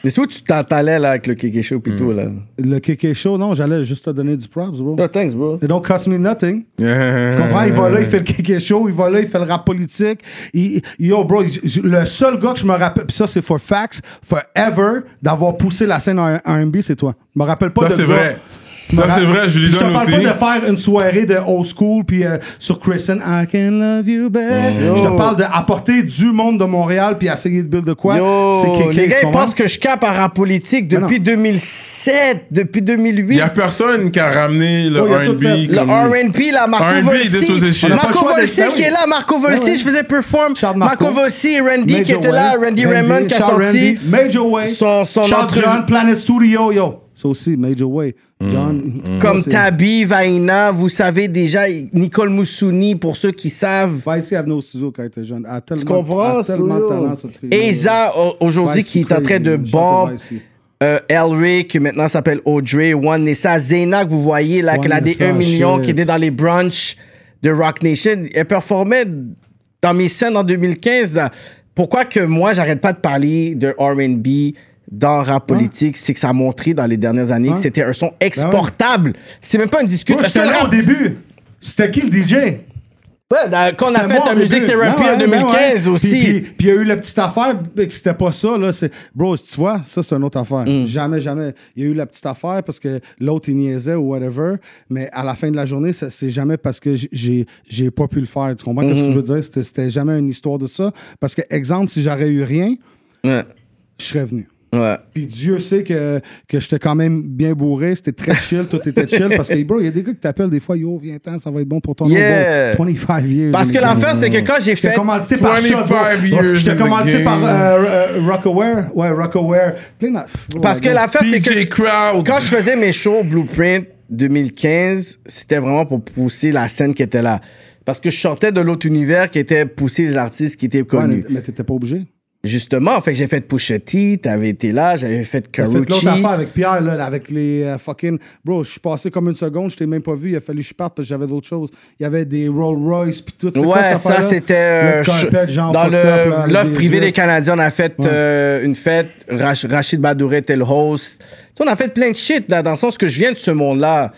C: Mais c'est où tu t'entallais là avec le kéké show pis tout là?
F: Le KK Show, non, j'allais juste te donner du props, bro.
C: No thanks bro.
F: It don't cost me nothing.
B: Yeah.
F: Tu comprends? Il va là, il
C: Euh.
F: fait le kéké show, il va là, il fait le rap politique. Il- yo, bro, il- le seul gars que je me rappelle, puis ça, c'est for facts, forever, d'avoir poussé la scène en R&B, c'est toi. Je me rappelle pas
B: Ça,
F: de
B: c'est
F: gars-
B: vrai.
F: Je me
B: Ça, c'est
F: rappelle-
B: vrai, je lui
F: puis
B: donne
F: Je te parle
B: aussi.
F: pas de faire une soirée de old school, puis euh, sur Christian, I can love you back. Je te parle d'apporter du monde de Montréal, puis essayer de build de quoi.
C: Yo,
F: C'est
C: Oh, les
F: kéké,
C: gars,
F: tu
C: ils
F: comprends?
C: pensent que je cape à rap politique
F: non.
C: depuis 2007, depuis
B: Il
C: 2008.
B: n'y a personne qui a ramené le
F: Oh, il a tout fait.
B: RB.
C: Le
B: comme lui.
C: R&P, là, Marco
B: R&B, this was his
C: Volsi.
B: shit. On a pas
C: Marco
F: le choix
C: Volsi
F: d'être
C: qui est là, Marco Volsi,
F: Ouais, ouais.
C: je faisais perform.
F: Shout
C: Marco,
F: Marco.
C: Volsi, Randy qui
F: Major
C: était là,
F: Way,
C: Randy Raymond qui a
F: Shout
C: sorti.
F: Randy, Major Way,
C: son- son
F: Shout
C: entrevue.
F: John, Planet Studio, yo. Ça aussi, Major Way.
C: Mm,
F: John,
C: Comme
F: c'est-
C: Tabi, Vaina, vous savez déjà, Nicole Moussouni, pour ceux qui savent.
F: Faisy avait nos studios quand il était jeune. Elle a tellement,
C: Tu comprends,
F: elle a tellement de
C: Studio?
F: talent, cette fille.
C: Eza, au- aujourd'hui,
F: Vice,
C: qui est en train de
F: crazy. Shout
C: bomb.
F: out to Vice.
C: Euh, Elric, qui maintenant s'appelle Audrey, One Nessa, Zena, que vous voyez là,
F: One
C: qu'elle a des
F: Nessa,
C: 1 million,
F: shit.
C: qui était dans les brunchs de Rock Nation. Elle performait dans mes scènes en 2015. là. Pourquoi que moi, j'arrête pas de parler de R&B dans rap politique, c'est que ça a montré dans les dernières années que
F: Hein?
C: c'était un son exportable. C'est même pas une discussion.
F: Moi,
C: parce que
F: j'étais
C: le
F: là au
C: rap-
F: début. C'était qui le DJ?
C: Ouais, dans- quand on a
F: C'était
C: fait
F: moi
C: la
F: au
C: musique
F: début.
C: therapy
F: Ben ouais,
C: en
F: ben
C: 2015
F: ouais.
C: aussi.
F: Puis- Puis puis il y a eu la petite affaire, mais que c'était pas ça. Là. c'est- Bro, tu vois, ça c'est une autre affaire.
C: Mm.
F: Jamais, jamais. Il y a eu la petite affaire parce que l'autre il niaisait ou whatever. Mais à la fin de la journée, ça- c'est jamais parce que j- j'ai j'ai pas pu le faire. Tu comprends ce que je
C: Mm-hmm.
F: veux dire? C'était- C'était jamais une histoire de ça.
C: Mm.
F: Parce que, exemple, si j'aurais eu rien,
C: Ouais,
F: je serais venu.
C: ouais.
F: Puis Dieu sait que, que j'étais quand même bien bourré, c'était très chill, tout était chill. Parce que, bro, il y a des gars qui t'appellent des fois, yo, viens-t'en, ça va être bon pour ton
C: Yeah.
F: nom. Bon, 25 years.
C: Parce que
F: la
C: l'affaire, c'est que quand j'ai
F: J'étais
C: fait...
F: commencé par ça,
B: 25
F: bro.
B: years in
F: J'étais
B: the
F: commencé par
B: game.
F: euh, euh, Rockaware. Ouais, Rockaware. Plein de-
C: Parce que l'affaire, c'est que...
B: DJ Crowd.
C: quand je faisais mes shows Blueprint 2015, c'était vraiment pour pousser la scène qui était là. Parce que je sortais de l'autre univers qui était pousser les artistes qui étaient
F: Ouais,
C: connus.
F: mais- mais t'étais pas obligé.
C: Justement, fait que j'ai fait Pusha T, t'avais été là, j'avais fait
F: T'as fait l'autre
C: Karuchi.
F: affaire avec Pierre, là, avec les euh, fucking. Bro, je suis passé comme une seconde, je t'ai même pas vu, il a fallu que je parte parce que j'avais d'autres choses. Il y avait des Rolls Royce, puis tout. C'était quoi,
C: Ouais,
F: cette
C: ça
F: affaire-là?
C: c'était
F: Le
C: euh,
F: carpet, genre,
C: dans
F: fucked up, là,
C: le
F: avec
C: l'offre
F: des
C: privée
F: yeux.
C: des Canadiens. On a fait
F: Ouais.
C: euh, une fête. Rach- Rachid Badouré était le host. Tu sais, on a fait plein de shit là, dans le sens que je viens de ce monde-là.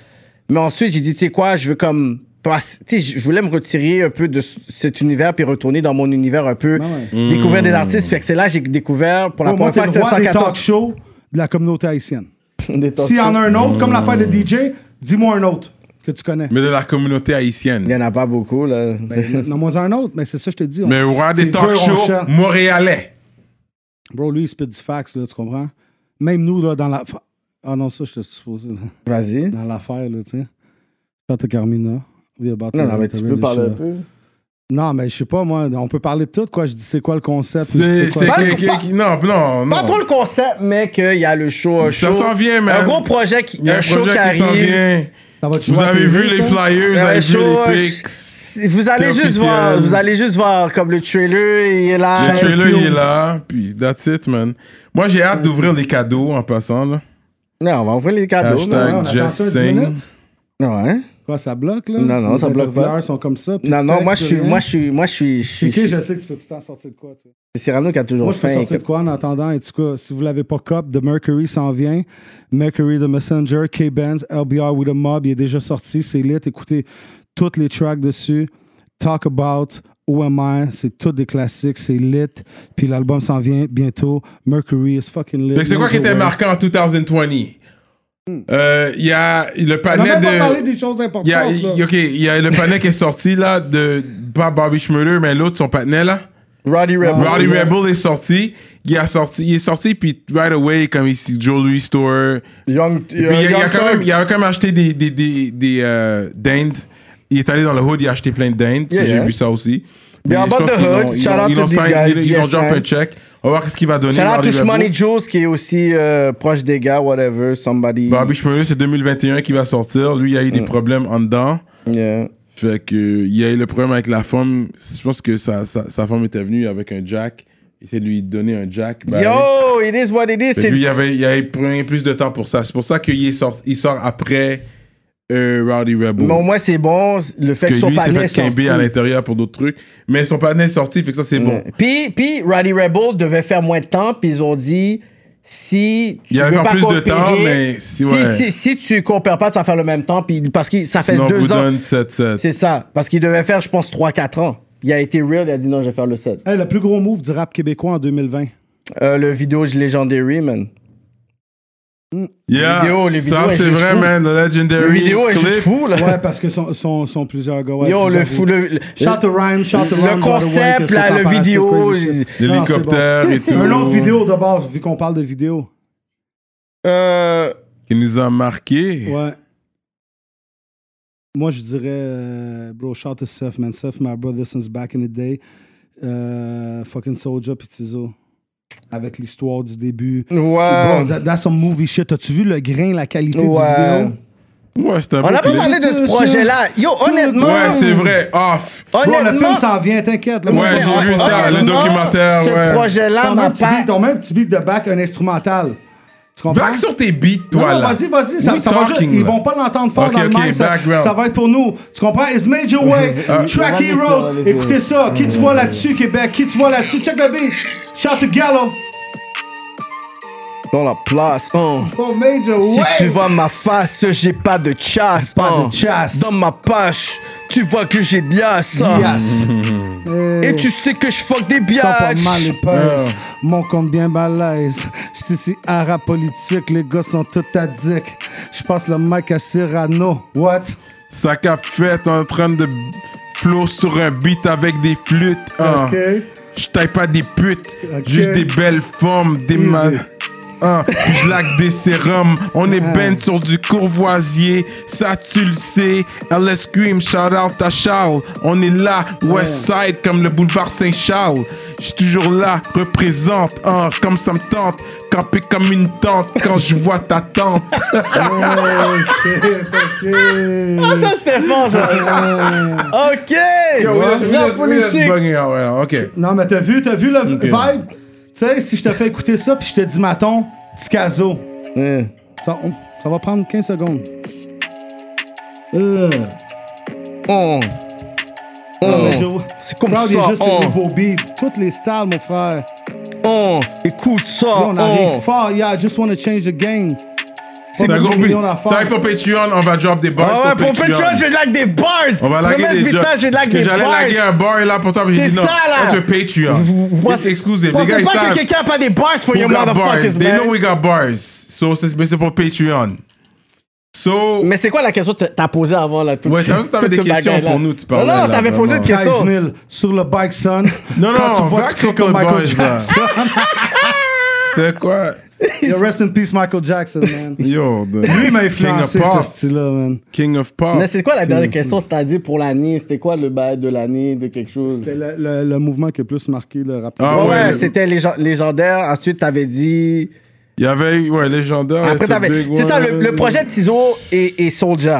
C: Mais ensuite j'ai dit tu sais quoi, je veux comme passer- tu sais, je je voulais me retirer un peu de ce- cet univers puis retourner dans mon univers un peu, Hmm.
F: ouais.
C: découvrir des artistes. Fait que c'est là que j'ai découvert pour la
F: Pour moi,
C: première
F: t'es
C: fois que
F: le
C: c'est
F: roi des talk
C: 114.
F: shows de la communauté haïtienne.
C: Des talk
F: S'il y en
C: shows.
F: a un autre, comme l'affaire de DJ, dis-moi un autre que tu connais.
B: Mais de la communauté haïtienne.
C: Il y en a pas beaucoup là.
F: Non, moi, un autre, mais c'est ça, que je te dis. on-
B: Mais roi
F: c'est
B: des talk
F: dur, on
B: shows
F: cherche.
B: montréalais.
F: Bro, lui, il spit du fax, là, tu comprends? Même nous, là, dans la. Ah non, ça, je te supposé. là.
C: Vas-y.
F: Dans l'affaire, là, tu sais. Tante Carmina. we about to
C: Non, non, mais
F: enter
C: tu
F: into
C: peux parler un
F: the-
C: peu.
F: Non, mais je sais pas, moi, on peut parler de tout, quoi. Je dis, c'est quoi le concept? je dis,
B: C'est c'est
F: quoi-
C: Pas
B: que-
C: le- pas-
B: que- que- Non, non, non.
C: Pas trop le concept, mais qu'il y a le show. un
B: Ça
C: show-
B: s'en vient, man.
C: Un gros projet qui,
B: Il y a un
C: show
B: projet
C: qui
B: qui s'en
C: arrive.
B: vient.
F: Ça va te jouer
B: Vous
F: à
B: avez
F: TV,
B: vu les
F: ça?
B: flyers, vous
C: Un
B: avez vu
C: show,
B: les
C: euh,
B: pics.
C: ch- Vous allez
B: C'est
C: juste voir,
B: officiel.
C: vous allez juste voir comme le trailer il est là.
B: Le trailer, il est
C: Ah, Infuse.
B: là. Puis, that's it, man. Moi, j'ai hâte d'ouvrir les cadeaux en passant, là.
C: Non, on va ouvrir les cadeaux.
B: Hashtag.
F: Ouais, on attend
B: Just
F: ça dix
B: Sing.
F: minutes.
C: Non, hein?
F: Quoi, ça bloque, là?
C: Non, non,
F: Les
C: ça bloque pas.
F: intervieweurs sont comme ça. puis
C: non, non,
F: texte,
C: moi je suis,
F: rien.
C: moi je suis, moi je suis, je suis-
F: C'est qui, je sais que tu peux tout le temps sortir de quoi, toi?
C: c'est Cyrano qui a toujours
F: Moi, je peux
C: faim.
F: sortir de quoi en attendant? En tout cas, si vous l'avez pas cop, The Mercury s'en vient. Mercury The Messenger, K-Benz, LBR with a Mob, il est déjà sorti, c'est lit. Écoutez toutes les tracks dessus. Talk About, OMR, c'est tout des classiques, c'est lit. Puis l'album s'en vient bientôt. Mercury is fucking lit.
B: Mais c'est quoi qui était
F: Nowhere.
B: marquant en 2020? Euh, Il y a le
F: Hmm. On n'a
B: panel
F: même pas parlé
B: de.
F: des choses importantes.
B: Il y a,
F: là.
B: y- ok, il y a le panel qui est sorti là de pas Bobby Schmurder, mais l'autre, son panel là.
C: Roddy
F: Ah,
C: Rebel.
B: Rowdy Ah, Rebel est sorti. Il, a sorti, il est sorti, puis right away, comme ici, Jewelry Store.
C: Young.
B: Puis il, a- il a quand même, il a quand même acheté des, des, des, des euh, dindes. Il est allé dans le hood, il a acheté plein de dindes. Ça,
C: Yeah,
B: J'ai
C: yeah.
B: vu ça aussi.
C: Mais en
B: je
C: bas
B: pense
C: de
B: qu'ils
C: hood,
B: l'ont- ils
C: shout
B: l'ont-
C: out
B: ils
C: to
B: l'ont
C: these
B: sign-
C: guys,
B: Ils ils ont
C: yes,
B: jump
C: man.
B: un check. On va voir ce qu'il va donner.
C: Shout out
B: Roddy
C: to
B: Rebel.
C: Shmoney Jules qui est aussi euh, proche des gars, whatever, somebody.
B: Bobby Schmurder, c'est 2021 qui va sortir. Lui, il a eu des
C: Mm.
B: problèmes en dedans.
C: Yeah.
B: Fait que, il y a eu le problème avec la femme. Je pense que sa, sa, sa femme était venue avec un jack. Il essayait de lui donner un jack. Ben,
C: Yo, it is what it is.
B: Fait que
C: C'est
B: lui, il avait, il avait pris plus de temps pour ça. C'est pour ça qu'il est sort, il sort après euh, Rowdy Rebel.
C: Mais au moins, c'est bon. Le fait
B: que
C: que, son
B: lui, il s'est
C: panier
B: fait
C: soit
B: quimber à l'intérieur pour d'autres trucs. Mais son panier est sorti, fait que ça, c'est bon.
C: Puis, puis Roddy Rebel devait faire moins de temps, puis ils ont dit si tu
B: Il allait
C: veux
B: faire
C: pas
B: plus de
C: coopérer,
B: temps, mais si-
C: si,
B: ouais.
C: si, si tu coopères pas, tu vas faire le même temps, puis parce que ça fait
B: Sinon, on vous
C: deux ans.
B: donne 7-7.
C: C'est ça, parce qu'il devait faire, je pense, 3-4 ans. Il a été real, il a dit non, je vais faire le set.
F: Hey, le plus gros move du rap québécois en 2020.
C: Euh, le vidéo je Legendary, man.
B: Yeah,
C: vidéos- les
B: ça,
C: vidéos, elles
B: c'est
C: jugent
B: vrai,
C: fou.
B: man. Le Legendary
C: Le vidéo est
B: clip.
C: juste fou, Ah, là.
F: Ouais, parce que sont, sont, sont plusieurs gars. ouais,
C: Yo,
F: plusieurs
C: le fou,
F: gars.
C: le, le-
F: Shout to Rhyme, shout to
C: le
F: Rhyme,
C: concept,
F: Rhyme, que
C: là,
F: sont
C: le
F: apparaissent,
C: vidéo,
F: crazy shit.
B: L'hélicoptère
F: Non,
B: et
F: c'est
B: tout.
F: bon. Un autre vidéo de base, vu qu'on parle de vidéo.
C: Euh,
B: Qui nous a marqué.
F: Ouais. Moi, je dirais, euh, bro, shout to Seth, man. Seth, my brother since back in the day. Euh, fucking Soldier puis Tizo. Avec l'histoire du début.
C: ouais.
F: Bro, that- that's some movie shit. As-tu vu le grain, la qualité
C: Ouais.
F: du vidéo?
B: Ouais, c'était un
C: On
B: beau
C: n'a pas
B: clip.
C: parlé de ce
F: Tout ça.
C: projet-là. Yo, honnêtement.
B: Ouais, c'est vrai. Off.
C: Ah,
F: Bro, le
C: Honnêtement,
F: film s'en vient, t'inquiète. là.
B: Ouais,
F: Moi,
B: j'ai
F: on-
B: vu
F: on-
B: ça, le
C: honnêtement,
B: documentaire,
C: Ah, Ce
B: ouais.
C: projet-là
F: Ton
C: m'a
F: même, petit
C: pas.
F: beat, ton même petit beat de back, un instrumental. Tu comprends?
B: Back sur tes beats,
F: Non,
B: toi,
F: non,
B: là.
F: vas-y, vas-y, ça,
B: We
F: ça va juste-
B: talking,
F: ils
B: là.
F: vont pas l'entendre fort
B: Ok,
F: dans le
B: ok,
F: mic, ça,
B: background. Ah.
F: ça va être pour nous. Tu comprends? It's Major Way, Track
C: Allez,
F: Heroes,
C: allez, allez.
F: écoutez ça, qui tu vois là-dessus, Québec, qui tu vois là-dessus, check le beat, shout to Gallo,
C: Dans la place, hein.
F: oh Major
C: Si
F: Way.
C: tu vois ma face, j'ai pas de chasse.
F: Pas de
C: hein.
F: chasse.
C: Dans ma poche, tu vois que j'ai de l'as. hein. Mm.
F: Yes.
C: Et tu sais que je fuck des biatchs.
F: Ça pas mal les peurs. Mon compte bien balèze. Je suis à rap politique, les gars sont tout addicts. Je passe le mic à Cyrano. What?
B: Sac à fête en train de flow sur un beat avec des flûtes. hein.
F: Ok.
B: Je taille pas des putes,
F: Ok.
B: juste des belles formes, des
F: Easy.
B: ma... Hein, puis je laque des sérums, on est ben sur du courvoisier, ça tu le sais. LS Scream, shout out à Charles, on est là, West Side comme le boulevard Saint-Charles. J'suis toujours là, représente, hein, comme ça me tente, camper comme une tente quand je vois ta tante.
C: Ah, ça c'était fort, ça. ok. La politique.
B: ok.
F: Non, mais t'as vu, t'as vu le vibe? Tu
B: Ok.
F: sais, si je te fais écouter ça, puis je te dis, Maton, Ticazo,
C: Hein.
F: ça, on- ça va prendre 15 secondes.
C: Oh.
F: Non,
C: Oh.
F: mais Joe,
C: C'est comme
F: Proud, il y a
C: ça,
F: juste
C: oh.
F: ses nouveaux beats. Toutes les styles, mon frère.
C: Oh. Écoute ça.
F: Là, on arrive
C: oh.
F: fort. Yeah, I just wanna change the game.
B: C'est
F: Pas
B: un
F: de
B: gros beat.
F: millions d'affaires.
B: Ça va être pour Patreon, on va drop des bars.
C: Ah ouais, pour Patreon, je lague des bars.
B: On va
C: Tu
B: laguer
C: remets
B: des
C: ce
B: jobs.
C: putain, je
B: Parce
C: lague
B: que
C: des
B: J'allais
C: bars.
B: laguer un bar là pour toi, mais j'ai
C: C'est
B: dit non.
C: ça, là.
B: That's a Patreon. C'est exclusive. hein. Les
C: Pensez
B: gars, ils
C: pas que
B: savent.
C: quelqu'un a pas des bars for
B: We
C: your
B: got bars.
C: motherfuckers,
B: They know
C: man.
B: we got bars. So, c'est mais c'est pour Patreon. So,
C: Mais c'est quoi la question que t'as posée avant, là? tout-
B: Ouais, ça, t'avais
C: tout
B: des
C: ce
B: questions
C: bagage-là.
B: pour nous, tu
C: Non,
B: parlais, là,
C: non, t'avais posé une
B: vraiment.
C: question.
F: 13 000 sur le bike, son.
B: Non,
F: Quand
B: non,
F: tu vois
B: va
F: que c'est
B: sur
F: comme
B: ton
F: Michael
B: boys, là.
F: Jackson.
B: c'était quoi?
F: Yo, rest in peace, Michael Jackson, man.
B: Yo, the-
F: Lui
B: King
F: m'a
B: of
F: influencé, ce
B: Pop.
F: style-là, man.
B: King of Pop.
C: Mais c'est quoi la dernière question, c'est-à-dire pour l'année? C'était quoi le bail de l'année, de quelque chose?
F: C'était le, le- le mouvement qui a plus marqué le rap.
B: Ah
C: Ouais, ouais,
B: le-
C: c'était légen- légendaire. Ensuite, t'avais dit.
B: Il y avait, ouais, légendaire.
C: Après,
B: it's a
C: t'avais.
B: big
C: C'est ça,
B: one.
C: le, le projet de Tizo et, et Soldier.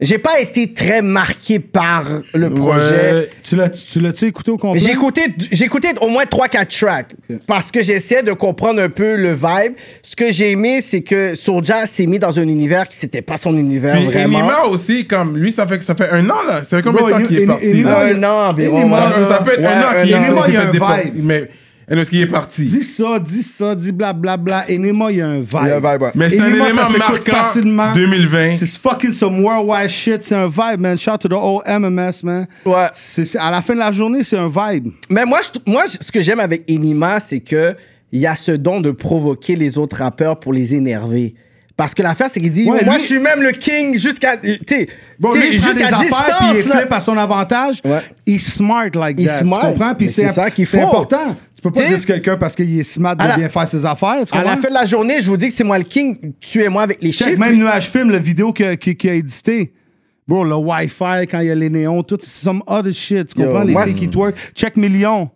C: J'ai pas été très marqué par le projet.
B: Ouais.
F: Tu l'as- tu l'as-tu écouté au complet?
C: J'ai écouté, j'ai écouté au moins 3-4 tracks parce que j'essaie de comprendre un peu le vibe. Ce que j'ai aimé, c'est que Soulja s'est mis dans un univers qui c'était pas son univers
B: Puis
C: vraiment.
B: Enima aussi, comme lui, ça fait, ça fait un an là. Ça fait combien de
F: Bro,
B: temps qu'il est
F: Eni-
B: parti?
F: Enima,
B: là?
C: Un an environ,
F: Enima,
B: Ça fait, ça fait
C: Ouais,
B: un an qu'il
C: un an.
B: est
F: Enima,
B: il s'est
F: il y a
B: fait
F: un
B: déport-
F: vibe.
B: Mais Et ce qui est parti.
D: Dis ça, dis ça, dis blablabla. Enema, il y a un vibe.
F: Il y a un vibe, ouais.
B: Mais c'est un
D: Enema, ça
B: élément
D: s'écoute
B: marquant
D: facilement.
B: 2020.
D: C'est fucking some worldwide shit. C'est un vibe, man. Shout to the old MMS, man.
C: Ouais.
D: C'est, c'est- à la fin de la journée, c'est un vibe.
C: Mais moi, je, moi je- ce que j'aime avec Enima, c'est que il y a ce don de provoquer les autres rappeurs pour les énerver. Parce que l'affaire, c'est qu'il dit
D: Ouais,
C: Moi,
D: lui-
C: je suis même le king jusqu'à. Tu sais,
D: Bon,
C: tu sais,
D: lui, il prend des
C: jusqu'à
D: affaires, puis il
C: distance.
D: est
C: là.
D: flippe à son avantage.
C: Ouais.
D: Il smart like
C: Il
D: that.
C: smart.
D: Tu comprends? Puis
C: Mais c'est ça qu'il
D: c'est
C: faut.
D: important. Tu peux pas
C: T'sais-
D: dire que quelqu'un parce qu'il est smart de
C: À la-
D: bien faire ses affaires. Tu
C: À la
D: comprends?
C: fin de la journée, je vous dis que c'est moi le king, tuez-moi avec les
D: Check
C: chiffres.
D: même Nuage Film, la vidéo qu'il a, qu'il a édité. Bro, le Wi-Fi, quand il y a les néons, tout, c'est some other shit. Tu
C: Yo,
D: comprends? les
C: moi,
D: filles
C: c'est-
D: qui twerk. Check Million.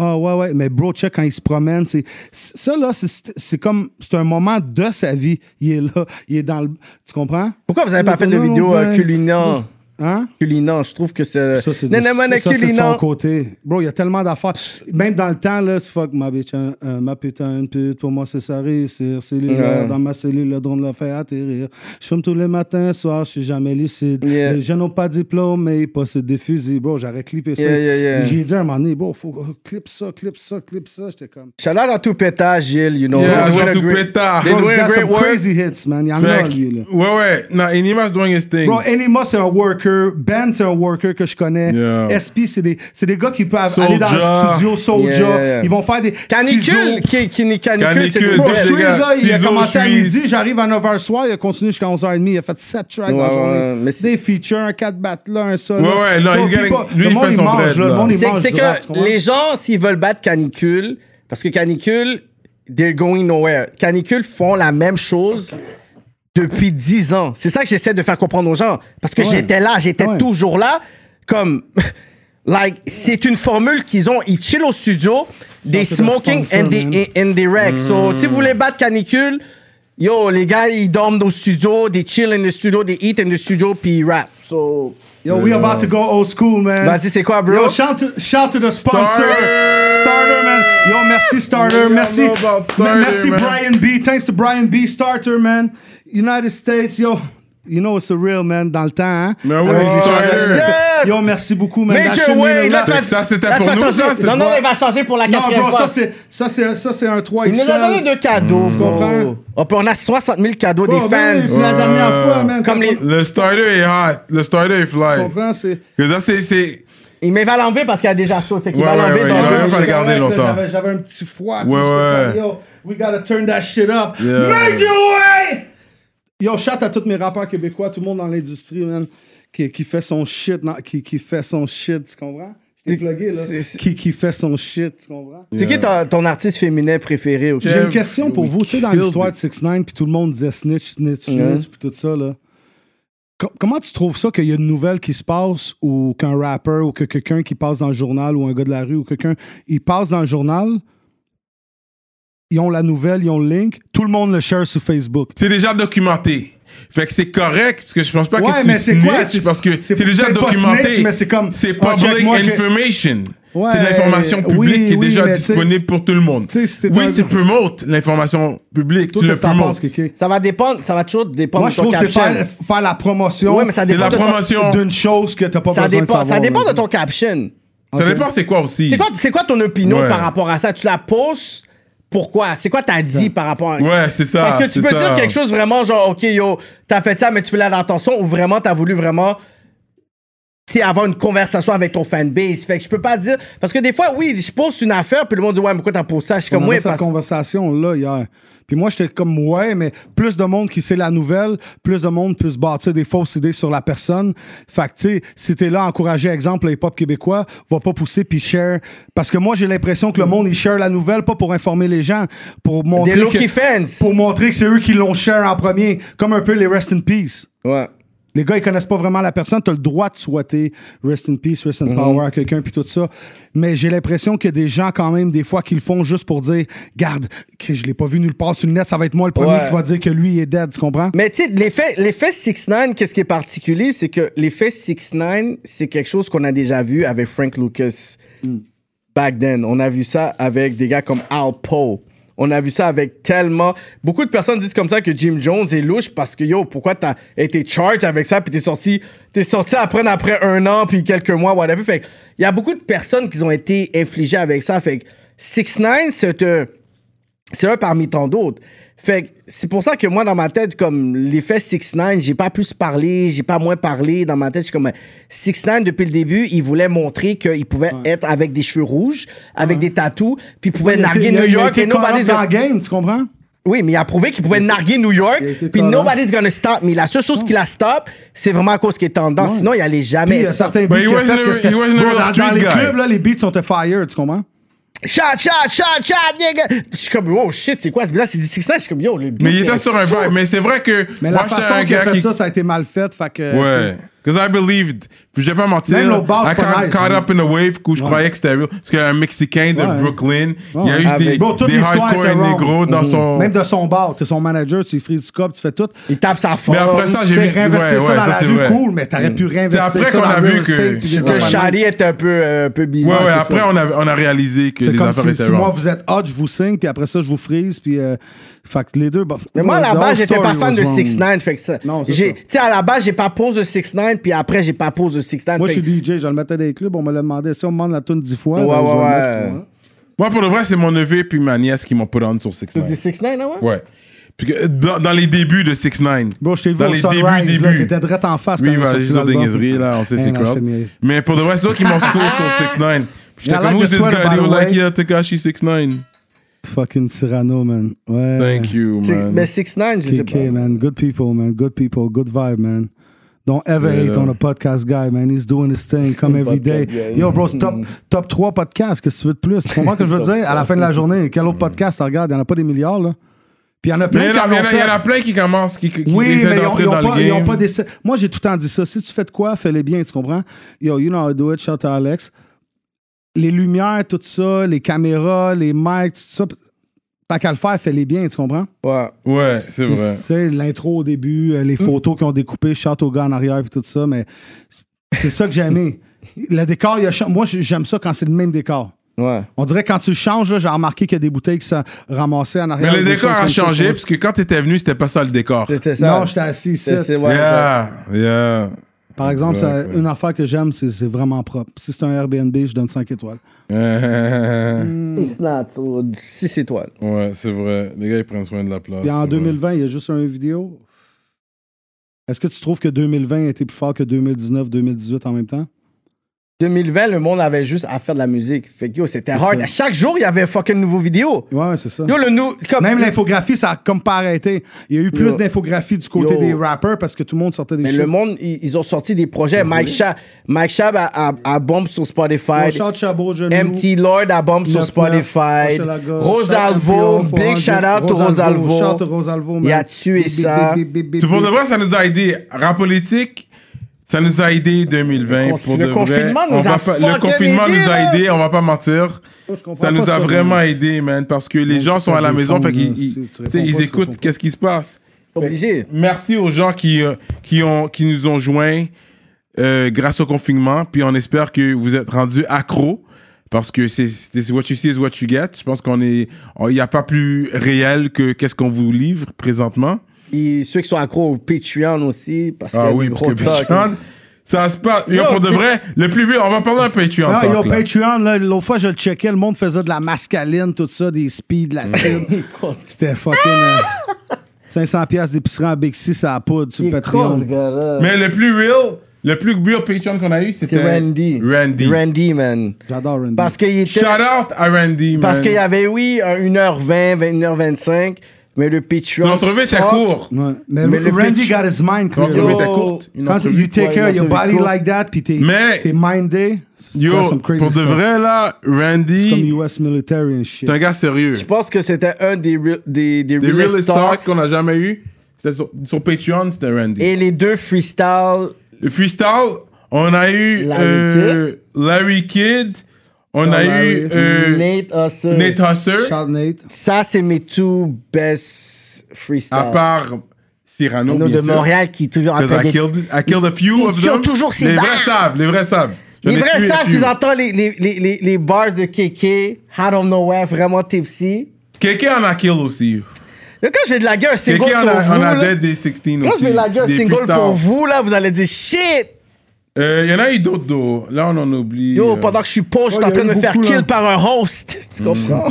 D: Ah ouais, ouais. Mais bro, check quand il se promène. C'est, c'est- ça, là, c'est, c'est comme... C'est un moment de sa vie. Il est là. Il est dans le... Tu comprends?
C: Pourquoi vous n'avez pas fait de
D: Non,
C: vidéo
D: ben,
C: euh, culinant
D: Hein?
C: Culinant, je trouve que c'est.
D: Ça, c'est de,
C: Non, non, non,
D: ça, ça, c'est de son
C: culinant.
D: côté. Bro, il y a tellement d'affaires. Même dans le temps, là, c'est fuck ma bitch, hein, hein, ma putain, une pute, pour moi, c'est ça réussir. Cellulaire,
C: Ouais.
D: dans ma cellule, le drone le fait atterrir. Je fume tous les matins, soir, je suis jamais lucide.
C: Yeah.
D: Les jeunes n'ont pas de diplôme, mais ils possèdent des fusils. Bro, j'aurais clippé ça.
C: Yeah, yeah, yeah.
D: Et J'ai dit à un moment donné, bro, faut oh, clip ça, clip ça, clip ça. J'étais comme.
C: Shout out à tout pétard, Gilles, you know.
B: Yeah,
C: They're doing
B: Jean
C: a
B: tout
C: great-
B: pétard.
C: They're
D: Bro,
C: doing
D: Oh, he's
C: a
D: got
C: great
D: some
C: work.
D: crazy hits, man. Il y en a,
B: Fait que-
D: lui, là.
B: Ouais, ouais. Non, Enima's doing his thing.
D: Bro, Enima, c'est un worker. Ben, c'est un worker uh, que je connais.
B: Yeah.
D: SP, c'est des, c'est des gars qui peuvent aller dans
B: Soulja.
D: le studio, Soulja.
C: Yeah, yeah.
D: Ils vont faire des. ciseaux.
C: Canicule, qui, qui, qui- canicule, c'est
B: Canicule,
C: des
D: Bro,
B: Deux,
C: belles.
B: les
D: Shreeze,
B: gars.
D: là, il a
B: Ciseaux,
D: commencé à
B: Shreeze.
D: midi, j'arrive à 9h soir, il a continué jusqu'à 11h30, il a fait 7 tracks dans
C: Ouais,
D: la
C: ouais,
D: journée.
C: mais c'est-
D: des features, un 4 battes là, un seul.
B: Ouais, ouais, non, he's getting- lui, il fait son bread, là.
C: C'est c'est que les gens, s'ils veulent battre Canicule, parce que Canicule, they're going nowhere. Canicule font la même chose depuis 10 ans. C'est ça que j'essaie de faire comprendre aux gens. Parce que j'étais là, j'étais
D: Ouais.
C: toujours là. Comme, like, c'est une formule qu'ils ont. Ils chillent au studio, des
D: c'est leur
C: smoking
D: sponsor, Hmm.
C: and des, and des racks. So, si vous voulez battre Canicule, yo, les gars, ils dorment au studio, des chill in the studio, des eat in the studio, puis ils rap. So,
D: Yo, we about to go old school, man.
C: vas-y, c'est quoi, bro?
D: Yo, shout to, shout to the sponsor.
B: Starter.
D: Starter, man. Yo, merci, Starter.
B: We
D: Merci,
B: all know about Starter,
D: me- merci
B: man.
D: Brian B. Thanks to Brian B. Starter, man. United States, yo. You know it's a real, man, dans le temps, hein?
B: Mais oui, Starter.
C: Yeah.
D: Yo, merci beaucoup, man.
C: Major
D: Achille
C: Wayne,
D: Miller.
C: là, tu vas-
B: Ça, c'était
C: là,
B: pour
C: tu vas
B: nous,
C: changer.
B: ça, c'est
C: Non, non,
B: pour-
C: il va changer pour la
D: Non,
C: quatrième
D: bro,
C: fois.
D: Ah, ça, c'est, ça, c'est, ça, c'est un 3
C: Il nous a donné deux cadeaux, bro.
D: comprends? ben,
C: Oh, puis on a 60 000 cadeaux des
D: C'est
C: fans.
D: la dernière fois, man.
C: Comme les-
B: Le starter est hot. Le starter est
D: Tu
B: fly.
D: comprends? C'est.
B: Que ça, c'est- c'est.
C: Il mais il va l'enlever parce qu'il a déjà chaud. Fait qu'il
B: Ouais,
C: va
B: ouais,
C: l'enlever
B: ouais,
C: dans
B: il va
C: le-
B: même pas le
D: J'étais
B: garder
D: correct, là,
B: longtemps.
D: J'avais, j'avais un petit froid. puis
B: Ouais,
D: j'étais
B: ouais.
D: comme, Yo, we gotta turn that shit up.
B: Yeah.
D: Major way! Yo, shout à tous mes rappeurs québécois, tout le monde dans l'industrie, man, qui, qui fait son shit, dans- qui, qui fait son shit, tu comprends? Je t'ai plugué, là.
C: c'est- c'est-
D: Qui, qui fait son shit, tu comprends?
C: C'est qui ton, ton artiste féminin préféré? au
D: J'ai
B: Kev,
D: une question pour
B: we
D: vous. Tu sais, dans
B: killed
D: l'histoire
B: it. Mm-hmm.
D: de 6 9 puis tout le monde disait snitch, snitch,
C: Ouais.
D: snitch, puis tout ça, là. Com- Comment tu trouves ça qu'il y a une nouvelle qui se passe ou qu'un rappeur ou que quelqu'un qui passe dans le journal ou un gars de la rue ou quelqu'un, il passe dans le journal, ils ont la nouvelle, ils ont le link, tout le monde le share sur Facebook.
B: C'est déjà documenté. Fait que c'est correct, parce que je pense pas
D: Ouais,
B: que tu
D: mais c'est quoi?
B: snitches,
D: C'est-
B: parce que
D: c'est
B: c'est déjà
D: peut-être pas
B: documenté.
D: snitch, mais c'est comme,
B: C'est
D: oh, check,
B: public
D: moi, j'ai-
B: information.
D: Ouais,
B: c'est de l'information
D: oui,
B: publique qui est
D: oui,
B: déjà
D: mais tu sais-
B: disponible pour tout le monde.
D: tu sais, si t'es
B: oui,
D: dans-
B: tu promotes l'information publique.
D: Toi,
B: tu le
D: qu'est-ce que t'en
B: promotes.
D: penses, Kéké?
C: Ça va dépendre, ça va toujours dépendre
D: Moi,
C: de
D: je
C: ton
D: trouve que c'est
C: caption.
D: faire, faire la promotion
C: Ouais, mais ça
B: C'est de
C: dépend
B: la
C: de ton-
B: promotion.
D: d'une chose que t'as pas
C: Ça
D: besoin de
C: dépend,
D: savoir.
C: ça dépend de
D: là.
C: ton caption.
B: Ça dépend c'est quoi aussi.
C: C'est quoi, c'est quoi ton opinion
B: Ouais.
C: par rapport à ça? Tu la poses? Pourquoi? C'est quoi t'as dit par rapport à...
B: Ouais, c'est ça.
C: Parce que tu
B: c'est
C: peux
B: ça.
C: dire quelque chose vraiment genre, OK, yo, t'as fait ça, mais tu fais la attention, ou vraiment t'as voulu vraiment tu sais, avoir une conversation avec ton fanbase. Fait que je peux pas dire. Parce que des fois, oui, je pose une affaire, puis le monde dit, ouais, mais pourquoi t'as posé ça? Je suis
D: On
C: comme,
D: avait
C: ouais,
D: cette
C: parce que.
D: conversation là hier. Puis moi, j'étais comme ouais, mais plus de monde qui sait la nouvelle, plus de monde peut se bâtir des fausses idées sur la personne. Fait que tu sais, si t'es là à encourager exemple le hip-hop québécois, va pas pousser puis share. Parce que moi, j'ai l'impression que le monde il share la nouvelle pas pour informer les gens, pour montrer
C: Des
D: que,
C: Loki fans.
D: pour montrer que c'est eux qui l'ont share en premier, comme un peu les rest in peace.
C: Ouais.
D: Les gars, ils connaissent pas vraiment la personne. T'as le droit de souhaiter rest in peace, rest in power à quelqu'un, puis tout ça. Mais j'ai l'impression qu'il y a des gens, quand même, des fois, qui le font juste pour dire Garde, que je l'ai pas vu nulle part sur le net, ça va être moi le premier
C: Ouais.
D: qui va dire que lui il est dead, tu comprends
C: Mais tu sais, l'effet, l'effet 6 9 qu'est-ce qui est particulier, c'est que l'effet 6 9 c'est quelque chose qu'on a déjà vu avec Frank Lucas back then. On a vu ça avec des gars comme Al Poe. On a vu ça avec tellement. Beaucoup de personnes disent comme ça que Jim Jones est louche parce que yo, pourquoi t'as été charged avec ça puis t'es sorti, t'es sorti après, après un an puis quelques mois, whatever. Fait que, il y a beaucoup de personnes qui ont été infligées avec ça. Fait que 6 9 c'est euh, un, c'est un parmi tant d'autres. Fait que c'est pour ça que moi, dans ma tête, comme l'effet 6 9 j'ai pas plus parlé, j'ai pas moins parlé. Dans ma tête, je suis comme 6 9 depuis le début, il voulait montrer qu'il pouvait être avec des cheveux rouges, avec des tatous, puis il pouvait
D: Il a été- il
C: narguer
D: a-
C: New
D: il a
C: York
D: été
C: et nobody's
D: correct dans
C: gonna-
D: la game, tu comprends?
C: oui, mais il a prouvé qu'il pouvait narguer New York,
D: Il a été
C: puis
D: collant.
C: nobody's gonna stop. Mais la seule chose qui la stop, c'est vraiment à cause qu'il est tendance. Sinon, il allait
D: Puis, euh, il
C: jamais.
D: y a
C: être ça.
D: certains beats
B: Ben, he
D: qu'il a
B: wasn't
D: fait
B: a-
D: que c'était-
B: he wasn't a
D: Bro,
B: real
D: dans-
B: street
D: Dans les
B: guy.
D: clubs, là, les beats sont à fire, tu comprends?
C: Shot, shot, shot, shot, nigga! Je suis comme, oh shit, c'est quoi? C'est bizarre, c'est du 6 Je suis comme, yo, le beat
B: Mais il
C: est
B: était sur un
C: fou.
B: vibe. Mais c'est vrai que
D: Mais
B: moi,
D: la
B: j'étais
D: façon
B: un
D: qu'il a
B: gars
D: fait
B: qui.
D: ça, ça a été mal fait. Fait que, euh,
B: Ouais. Because I believed. Puis je vais pas mentir.
D: Même l'autre bar,
B: I
D: c'est pas
B: got
D: nice,
B: caught
D: hein.
B: up in a wave où je croyais que c'était real. Parce qu'un Mexicain de
D: Ouais.
B: Brooklyn, il y a eu
C: Avec-
B: des,
D: Bro, toute
B: des
D: l'histoire
B: hardcore
D: était wrong.
B: négros dans
D: Mhm.
B: son.
D: Même de son bar, tu es son manager, tu fais du cop, tu fais tout.
C: Il tape sa forme.
B: mais après ça, j'ai
D: T'sais,
B: vu. Ouais,
D: réinvestir ça
B: ouais,
D: dans
B: ça
D: la
B: c'est
D: rue,
B: vrai.
D: cool, mais t'aurais pu réinvestir
B: après
D: ça
B: qu'on
D: dans
B: a
D: le
B: vu
D: real
B: que-
D: estate, puis des
C: que
D: affaires de même.
C: Charlie est un peu, euh, un peu
B: Ouais,
C: bizarre.
B: ouais,
C: c'est
B: après,
C: ça.
B: on a, on a réalisé que
D: C'est
B: les
D: comme
B: affaires
D: si,
B: étaient
D: si moi
B: wrong.
D: vous êtes hot, je vous signe, puis après ça, je vous freeze, puis. euh, fait que les deux. bah,
C: Mais moi, à la
D: the
C: base,
D: whole
C: j'étais pas
D: story
C: fan
D: was
C: de
D: wrong.
C: 6 9 fait que ça.
D: Non, c'est
C: J'ai-
D: ça.
C: Tu sais, à la base, j'ai pas pose de 6 9 puis après, j'ai pas pose de 6 9
D: Moi, je suis DJ, je le mettais dans les clubs, on me l'a demandé. Si on me demande la tune dix fois,
C: Ouais,
D: ben, je vais
C: ouais,
D: le
C: ouais.
D: mettre, tu vois.
B: Moi, pour le vrai, c'est mon neveu puis ma nièce qui m'ont put on sur 6
C: Tu dis 6 9 ouais?
B: Ouais. Puis que, dans, dans les débuts de 6 9
D: Bro, je t'ai vu
B: Dans
D: au
B: les
D: Sunrise,
B: débuts,
D: là,
B: débuts.
D: t'étais direct en face.
B: Oui,
D: quand on
B: vas-y,
D: a sorti
B: c'est des
D: l'album.
B: niaiseries, là, on sait
D: Eh
B: c'est
D: non,
B: quoi.
D: je te niaise.
B: Mais pour de vrai, c'est eux qui m'ont score sur 6 9 J'étais
D: I
B: comme,
D: like
B: who's
D: the
B: this
D: sweater,
B: guy?
D: by
B: They
D: the
B: were like,
D: way.
B: yeah, Takashi 6 9
D: Fucking Cyrano, man. Ouais.
B: Thank you,
C: C'est-
B: man.
C: Mais 6 9 ben, je sais
D: KK,
C: pas.
D: man. Good people, man. Good people. Good vibe, man. Don't ever
B: Yeah.
D: hate on a podcast guy, man. He's doing his thing come every day. Yo, bro, c'est top,
B: Mm-hmm.
D: top 3 podcasts. Qu'est-ce que tu veux de plus? Tu comprends ce que je veux dire? À la fin de la journée, quel autre podcast? Regarde, il n'y en a pas des milliards, là. Puis il y en a
B: Mm-hmm. Mais
D: plein
B: il
D: qui
B: y, en
D: en
B: a- il y en
D: ont
B: a- il y en a plein qui commencent, qui, qui, qui
D: Oui,
B: essaient
D: mais ils ont,
B: d'entrer
D: ils ont
B: dans
D: pas,
B: le
D: ils ont
B: game.
D: pas des... Moi, j'ai tout le temps dit ça. Si tu fais de quoi, fais-le bien, tu comprends? Yo, you know how to do it, shout out à Alex. Les lumières, tout ça, les caméras, les mics, tout ça. Pas qu'à le faire, fais-les bien, tu comprends?
C: Ouais.
B: Ouais, c'est
D: Tu
B: vrai.
D: sais, l'intro au début, euh, les
B: Mm-hmm.
D: photos qui ont découpé, shot au gars en arrière, puis tout ça, mais c'est ça que j'ai aimé. Le décor, Ah, il a cha- moi, j'ai- j'aime ça quand c'est le même décor.
C: Ouais.
D: On dirait que quand tu le changes, là, j'ai remarqué qu'il y a des bouteilles qui sont
C: Ah,
D: ramassées en arrière.
B: Mais le
D: des
B: décor
D: choses
B: a
D: comme ça,
B: changé,
D: tu
B: parce que quand t'étais venu, c'était pas ça le décor.
C: C'était
D: vois.
C: ça.
D: Non, j'étais assis ici.
C: C'est- c'est- ouais, ouais.
B: Yeah, yeah.
D: Par exemple, ça-
B: Exact, ouais.
D: une affaire que j'aime, c'est c'est vraiment propre. Si c'est un Airbnb, je donne 5 étoiles. Mm.
B: ouais,
C: It's not, so, 6 étoiles.
B: c'est vrai. Les gars, ils prennent soin de la place.
D: Puis en
B: c'est
D: 2020, il y a juste un vidéo. Est-ce que tu trouves que 2020 a été plus fort que 2019, 2018 en même temps?
C: 2020, le monde avait juste à faire de la musique. Fait que yo, c'était
D: C'est
C: hard.
D: ça.
C: Chaque jour, il y avait fucking nouveau vidéo.
D: Ouais, ouais, c'est ça.
C: Yo, le nou... comme-
D: Même l'infographie, ça a comme pas arrêté. Il y a eu plus
C: Yo.
D: d'infographie du côté
C: Yo.
D: des rappers parce que tout le monde sortait des
C: Mais
D: shit.
C: le monde, ils, ils ont sorti des projets. Mike Shab, Mike Shab a, a, a bombe sur Spotify.
D: Yo, shout Chabot, Genoux.
C: MT Lord a bombe sur
D: 9-9,
C: Spotify.
D: Hochelaga,
C: Rosalvo,
D: shout out
C: big shout out to
D: Rosalvo. Shout out to
C: Rosalvo.
D: Rosalvo,
C: Il
D: man.
C: a tué
D: Big, big,
C: ça.
D: big, big, big,
B: C'est pour
D: big.
B: de vrai, ça nous a aidé. Rap politique, ça nous a aidé 2020.
C: Le
B: pour
C: le
B: de
C: confinement
B: vrai.
C: nous
B: On
C: a
B: va pas- Le
C: fucking
B: confinement
C: aidé,
B: nous a
C: là.
B: aidé, on va pas mentir.
D: Je comprends
B: Ça
D: pas
B: nous a
D: man.
B: vraiment aidé, man, parce que les
D: Donc,
B: gens sont
D: t'as
B: à la
D: des
B: maison,
D: fonds,
B: fait qu'ils
D: là,
B: ils-
D: tu- tu
B: tu sais,
D: réponds
B: ils
D: pas, tu
B: écoutent
D: réponds
B: qu'est-ce qui se passe.
C: Obligé.
B: Merci aux gens qui, euh, qui, ont, qui nous ont joints euh, grâce au confinement. Puis on espère que vous êtes rendus accros. Parce que c'est c'est- what you see is what you get. Je pense qu'on est, il n'y a pas plus réel que qu'est-ce qu'on vous livre présentement.
C: Et ceux qui sont accros au Patreon aussi, parce qu'il y a
B: Ah
C: des
B: oui,
C: gros
B: parce que
C: talks.
B: Patreon, ça se passe. Yo,
C: Yo,
B: pour de
C: puis-
B: vrai, le plus vieux, on va parler un Patreon.
D: Non,
B: talk,
D: Ah, yo,
B: là.
D: Patreon, là, l'autre fois, je le checkais, le monde faisait de la mascaline, tout ça, des speeds, de la cible. C'était fucking... euh, 500 piastres d'épicerie en Bixi, ça a poudre sur
C: Il
D: le
C: est con,
D: Patreon.
C: ce gars-là.
B: Mais le plus real, le plus real Patreon qu'on a eu, c'était
C: C'est Randy.
B: Randy.
C: Randy, man.
D: J'adore Randy.
C: Parce qu'il était.
B: Shout out à Randy, man.
C: Parce qu'il y avait, oui, un 1h20, 21h25, mais le Patreon.
B: L'entrevue était
C: Talk,
B: courte.
D: Ouais. Mais,
C: Mais le
D: Randy
C: pitch-
D: got his mind clear.
B: L'entrevue
C: Yo.
B: était courte. Une
D: Quand
B: entrevue-
D: you take
C: ouais,
D: care of your
C: une entrevue
D: body
C: courte.
D: like that, puis t'es
B: Mais-
D: t'es mindé, c'est
B: Yo,
D: some crazy
B: pour de
D: stuff.
B: vrai, là,
D: C'est
B: Randy,
D: comme US military and shit.
B: c'est un gars sérieux.
C: Je pense que c'était un des, re- des, des,
B: Les
C: realest
B: realest
C: talks.
B: talks qu'on a jamais eu, c'était sur, sur Patreon, c'était Randy.
C: Et les deux freestyle.
B: Le freestyle, on a eu
C: Larry
B: euh, Larry Kidd, on a
D: Larry.
B: eu euh,
C: Nate Husser.
B: Nate Husser,
D: Shout Nate.
C: Ça, c'est mes two best freestyle.
B: à part Cyrano,
C: Nous
B: Ah, bien
C: de
B: sûr.
C: Montréal qui est toujours en
B: Because
C: train
B: I
C: de.
B: killed, I killed a few
C: Ils
B: of
C: tuent
B: them.
C: toujours ces
B: les
C: barres.
B: vrais savent, les vrais savent. J'en
C: Les
B: ai
C: vrais
B: tué a
C: savent
B: few.
C: qu'ils entendent les, les, les, les, les bars de KK, Out of Nowhere, vraiment tipsy.
B: Quelqu'un en a kill aussi.
C: Mais quand je vais de la gueule, c'est
B: Quelqu'un en
C: pour
B: a,
C: vous.
B: en a
C: là.
B: dead des 16
C: Quand
B: aussi.
C: je vais de la gueule,
B: des
C: single
B: freestyles.
C: pour vous, là, vous allez dire shit!
B: Euh, Il y en a eu d'autres, though. Là, on en oublie.
C: Yo,
B: euh,
C: pendant que je suis pauvre, je suis
D: oh,
C: en
D: y a
C: train de
D: eu
C: me faire
D: beaucoup,
C: kill
D: là.
C: par un host. Tu comprends?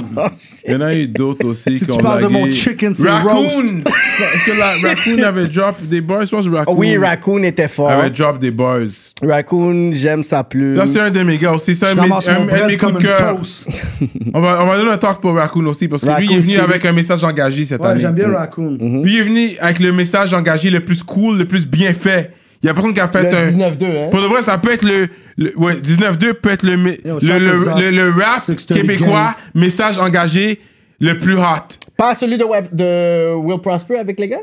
B: Il y en a eu d'autres aussi qui
D: Si tu
B: ont
D: parles de
B: lagué.
D: mon chicken, c'est
B: Raccoon!
D: roast.
B: Est-ce que la, Raccoon avait drop des bars? Je pense que Raccoon
C: Oh oui, Raccoon était fort.
B: avait drop des bars.
C: Raccoon, j'aime sa plume.
B: Ah Là, c'est un de mes gars aussi. C'est un,
D: Je
B: de mes-
D: ramasse
B: un,
D: mon
B: un de
D: bread
B: mes coups
D: comme
B: de
D: une
B: cœur.
D: toast.
B: On va, on va donner un talk pour Raccoon aussi parce que lui, il
C: Raccoon,
B: est venu
C: c'est-
B: avec un message engagé cette
D: Ouais,
B: année.
D: j'aime bien Raccoon.
B: Lui, il est venu avec le message engagé le plus cool, le plus bien fait. Il y a personne qui a fait
C: Le
B: un.
C: 19-2, hein?
B: Pour de vrai, ça peut être le. le- ouais, 19-2 peut être le, mé- le,
D: Yo, shout
B: le-
D: us out.
B: le- le rap
D: 630
B: québécois, message engagé, le plus hot.
C: Pas celui de, Web- de Will Prosper avec les gars?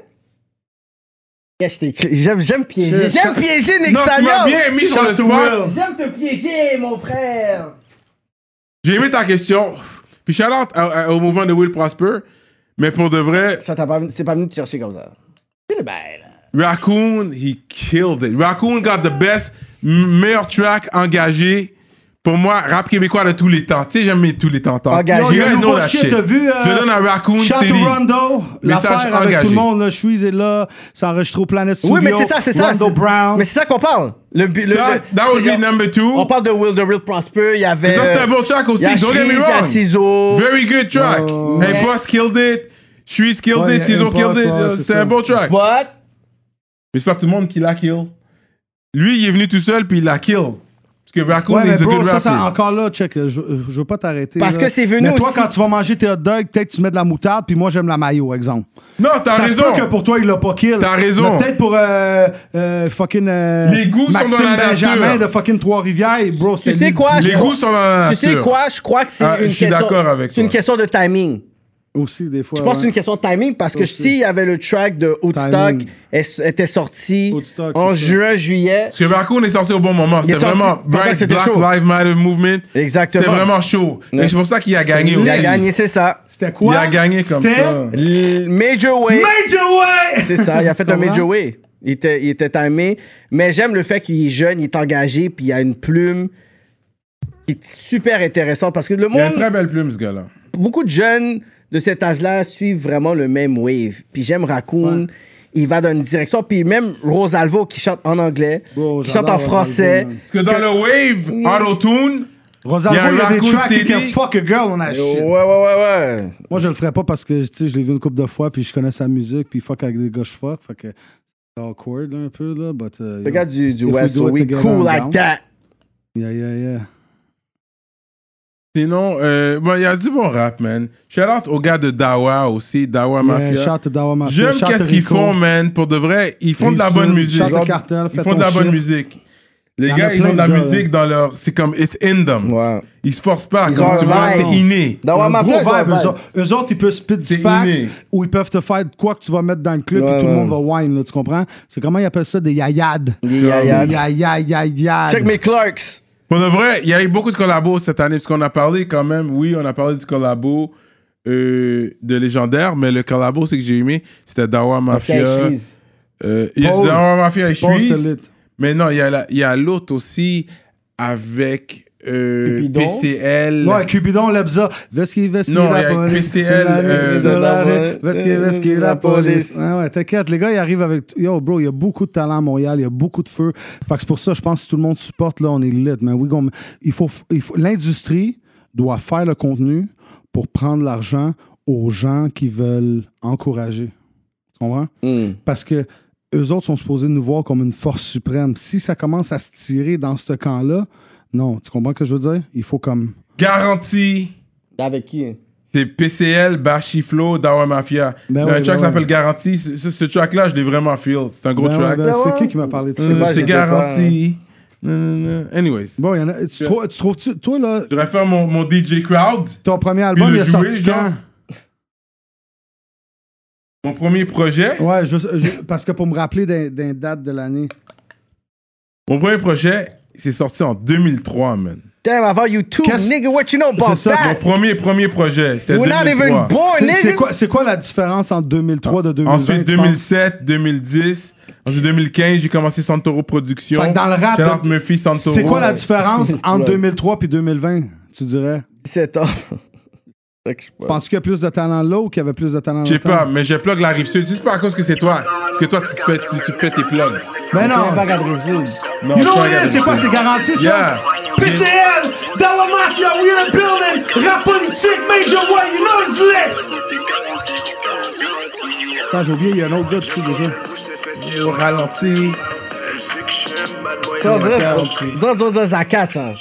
C: Yeah, je t'ai- J'aime j'aime piéger.
D: Je-
C: J'aime piéger, Nick
B: Non, tu m'as
C: Sayon.
B: bien mis sur le
D: Shout to
B: spot.
D: Will.
C: J'aime te piéger, mon frère.
B: J'ai aimé ta question. Puis shout out à- à- au mouvement de Will Prosper. Mais pour de vrai,
C: Ça t'a pas, venu- c'est pas venu te chercher comme ça. C'est le bail.
B: Raccoon, he killed it. Raccoon got the best, m- meilleur track engagé. Pour moi, rap québécois de tous les temps. Tu sais, j'aime mes tous les temps. temps.
C: Engagé.
B: You
D: Yo, il y a
B: guys
D: un
B: know
D: nouveau
B: that
D: shit,
B: shit.
D: t'as vu? euh,
B: Je donne à Raccoon
D: Shout
B: City.
D: to Rondo.
B: Message
D: L'affaire avec
B: engagé.
D: tout le monde, là, Shreeze est là, ça enregistre au Planète Studio.
C: Oui, mais c'est ça, c'est ça.
D: Rondo
C: c'est-
D: Brown.
C: Mais c'est ça qu'on parle. Le, bi- le-
B: Ça,
C: le-
B: that would
C: c'est-
B: be number
C: On
B: two.
C: parle de Will the Real Prosper, il y avait. euh,
B: Ça, c'est un bon track aussi,
C: Il y a
B: don't get me
C: Shreeze, il y a
B: wrong.
C: Tizo.
B: Very good track.
C: Ouais.
B: Hey, Boss killed it. Suis killed
D: Oh. Ouais,
B: it. Tizo
D: Impulse,
B: killed it.
D: ouais,
B: Euh,
D: c'est
B: C'est
D: ça.
B: un bon track.
C: But,
B: Mais c'est pas tout le monde qui l'a kill. Lui, il est venu tout seul, puis il l'a kill. Parce que Raccoon
D: Ouais, mais
B: is a
D: bro,
B: good
D: ça, ça,
B: rapper.
D: encore là, check, euh, je, euh, je veux pas t'arrêter.
C: Parce
D: là.
C: que c'est venu
D: Mais toi,
C: aussi-
D: quand tu vas manger tes hot dogs, peut-être tu mets de la moutarde, puis moi, j'aime la mayo, exemple.
B: Non, t'as
D: Ça se
B: raison.
D: peut que pour toi, il l'a pas kill.
B: T'as raison.
D: Mais peut-être pour euh, euh, fucking. euh,
B: Les goûts sont
D: Maxime
B: dans la
D: Benjamin
B: nature.
D: de fucking Trois-Rivières, bro.
C: tu sais quoi?
B: Les
C: je-
B: goûts sont euh, dans la
C: Tu sais
B: nature.
C: quoi? Je crois que c'est
B: Ah,
C: une
B: je suis
C: question-
B: d'accord avec
C: C'est une
B: toi.
C: question de timing.
D: Aussi, des fois.
C: Je pense que c'est
D: ouais.
C: une question de timing parce que
D: Aussi.
C: s'il y avait le track de Woodstock,
D: Timing.
C: elle s- était sorti
D: Woodstock, c'est
C: en
D: ça.
C: juin, juillet.
B: Parce que Raccoon est sorti au bon moment. C'était
C: sorti
B: vraiment
C: pendant que
B: Black,
C: c'était
B: Black
C: chaud.
B: Lives Matter Movement.
C: Exactement.
B: C'était vraiment chaud. Et c'est pour ça qu'il a gagné aussi.
C: Il a gagné, c'est ça.
D: C'était quoi?
B: Il a gagné comme
D: C'était
B: ça.
C: L- Major Way.
D: Major Way!
C: C'est ça, il a fait un
D: comprends?
C: Major Way. Il était, il était timé. Mais j'aime le fait qu'il est jeune, il est engagé, puis il a une plume qui est super intéressante parce que le
B: Il a une
C: monde,
B: très belle plume, ce gars-là.
C: beaucoup de jeunes de cet âge-là suivent vraiment le même wave. Puis j'aime Raccoon. Il va dans une direction. Puis même Rosalvo qui chante en anglais,
D: Bro,
C: qui chante en
D: j'adore Rosalvo,
C: français.
D: man.
B: Parce que dans le wave, auto-tune,
D: Rosalvo,
B: Il y a un
D: il y a des
B: raccoon
D: tracks qui
B: CD.
D: can fuck a girl on that
C: Ouais,
D: shit.
C: ouais, ouais, ouais.
D: Moi, je le ferais pas parce que, tu sais, je l'ai vu une couple de fois, puis je connais sa musique, puis fuck avec des gars, je fuck. Fait que c'est awkward, là, un peu, là, but... euh,
C: Le
D: yo.
C: gars du, du
D: If we
C: West,
D: do
C: so
D: it
C: we
D: together,
C: cool
D: I'm
C: like
D: down.
C: that.
D: Yeah, yeah, yeah.
B: Sinon, euh, bon, il y a du bon rap, man. Shout out aux gars de Dawa aussi, Dawa
D: Yeah,
B: Mafia.
D: shout to Dawa Mafia,
B: J'aime
D: shout to
B: qu'est-ce qu'ils
D: Rico.
B: font, man. Pour de vrai, ils font de la
D: Rico,
B: bonne musique.
D: shout to Cartel,
B: ils
D: fais
B: font de
D: ton
B: la bonne
D: chiffre.
B: musique. Les
D: y en a
B: gars, ils
D: plein
B: ont de la
D: de gars,
B: musique dans leur. C'est comme, it's in them.
C: Ouais.
B: Ils se forcent pas.
C: Ils
B: comme
C: ont
B: tu
C: un
B: vois, c'est
C: vibe.
B: inné.
C: D'avoir
D: Un
C: ma
D: gros
C: place,
D: vibe,
C: ouais,
D: eux, autres. Eux autres, ils peuvent spit du
B: C'est
D: fax
B: inné.
D: ou ils peuvent te faire de quoi que tu vas mettre dans le club et
C: Ouais,
D: tout le
C: ouais.
D: monde va whine, là, tu comprends? C'est comment ils appellent ça? Des yayades.
C: Des yayades.
D: Des yayades, yayades.
C: Check mes clerks.
B: Pour de vrai, il y a eu beaucoup de collabos cette année, parce qu'on a parlé quand même, oui, on a parlé du collabo euh, de Légendaire, mais le collabo, c'est que j'ai aimé, c'était Dawa Mafia.
C: Mafia et Cheese.
B: Euh, il y a
D: Paul.
B: Dawa Mafia et
D: Paul,
B: Suisse.
D: c'était lit.
B: Mais non, il y a la- il y a l'autre aussi avec euh,
C: Cupidon.
B: PCL.
D: Ouais, Cupidon, Lebza. Veski, Veski,
B: Non,
D: la
B: il y a
D: police.
B: PCL, euh,
D: Veski,
C: euh,
D: Veski,
C: la
D: la
C: police.
D: police. Ah Ouais, ouais, t'inquiète, les gars, ils arrivent avec. Yo, bro, il y a beaucoup de talent à Montréal, il y a beaucoup de feu. Fait que c'est pour ça, je pense que si tout le monde supporte, là, on est lit, man. We gon- il faut, il faut, l'industrie doit faire le contenu pour prendre l'argent aux gens qui veulent encourager. Tu comprends? Parce que eux autres sont supposés nous voir comme une force suprême. Si ça commence à se tirer dans ce camp-là, non, tu comprends ce que je veux dire? Il faut comme.
B: Garantie.
C: Avec qui?
B: C'est PCL, Bachiflo, Dawa Mafia.
D: Ben
B: Il y a un
D: ouais,
B: track
D: ben
B: qui s'appelle
D: ouais.
B: Garantie. Ce, ce- ce track-là, je l'ai vraiment feel. C'est un gros
D: Ben ouais,
B: track.
D: ben,
C: Ben
D: c'est
C: ouais.
D: qui qui m'a parlé de ça?
B: Euh,
C: pas,
B: c'est
C: j'étais pas-
B: garanti. Non, non, non. Anyways.
D: Bon, il y en a.
B: Euh.
D: Tu, trou- tu trouves-tu. Toi, là,
B: Je devrais faire mon, mon DJ crowd.
D: ton premier album,
B: le
D: il est
B: jouer,
D: sorti
B: genre?
D: quand?
B: Mon premier projet.
D: Ouais, je, je- parce que pour me rappeler d'un d'un date de l'année.
B: Mon premier projet, c'est sorti en 2003, man.
C: Damn, avant YouTube,
D: Qu'est-ce-
C: nigga, what you know about
D: C'est ça,
B: Mon
C: that?
B: premier, premier projet, c'était
C: We're not even
B: 2003.
C: born,
D: C'est- C'est
C: nigga.
D: quoi, c'est quoi la différence entre 2003 de 2020?
B: Ensuite,
D: tu penses?
B: 2007, 2010. Ensuite, 2015, j'ai commencé Santoro Productions.
D: Fait que dans le rap,
B: Shout out Murphy Santoro.
D: C'est quoi la différence
C: C'est
D: entre
C: vrai.
D: 2003 puis 2020, tu dirais?
C: 17 ans. Fait que je sais pas.
D: Penses-tu qu'il y a plus de talent là ou qu'il y avait plus de talent là?
B: Je sais pas, mais je plug la rive sud. C'est pas à cause que c'est toi. Parce que toi, tu te fais, tu, tu te fais tes plugs.
D: Mais Ben non!
B: Non, je
D: You know
B: suis
D: what
B: un gars
D: it
B: de
D: is? C'est quoi,
B: ça.
D: c'est garanti, ça?
B: Yeah.
D: PCL, dans la mafia, we are building, rap politique, major way, you know it's lit! Attends, j'ai oublié, il y a un autre gars dessus déjà.
B: Au ralenti.
C: Ça, on dirait-
G: Je dois- je dois dire ça casse, hein.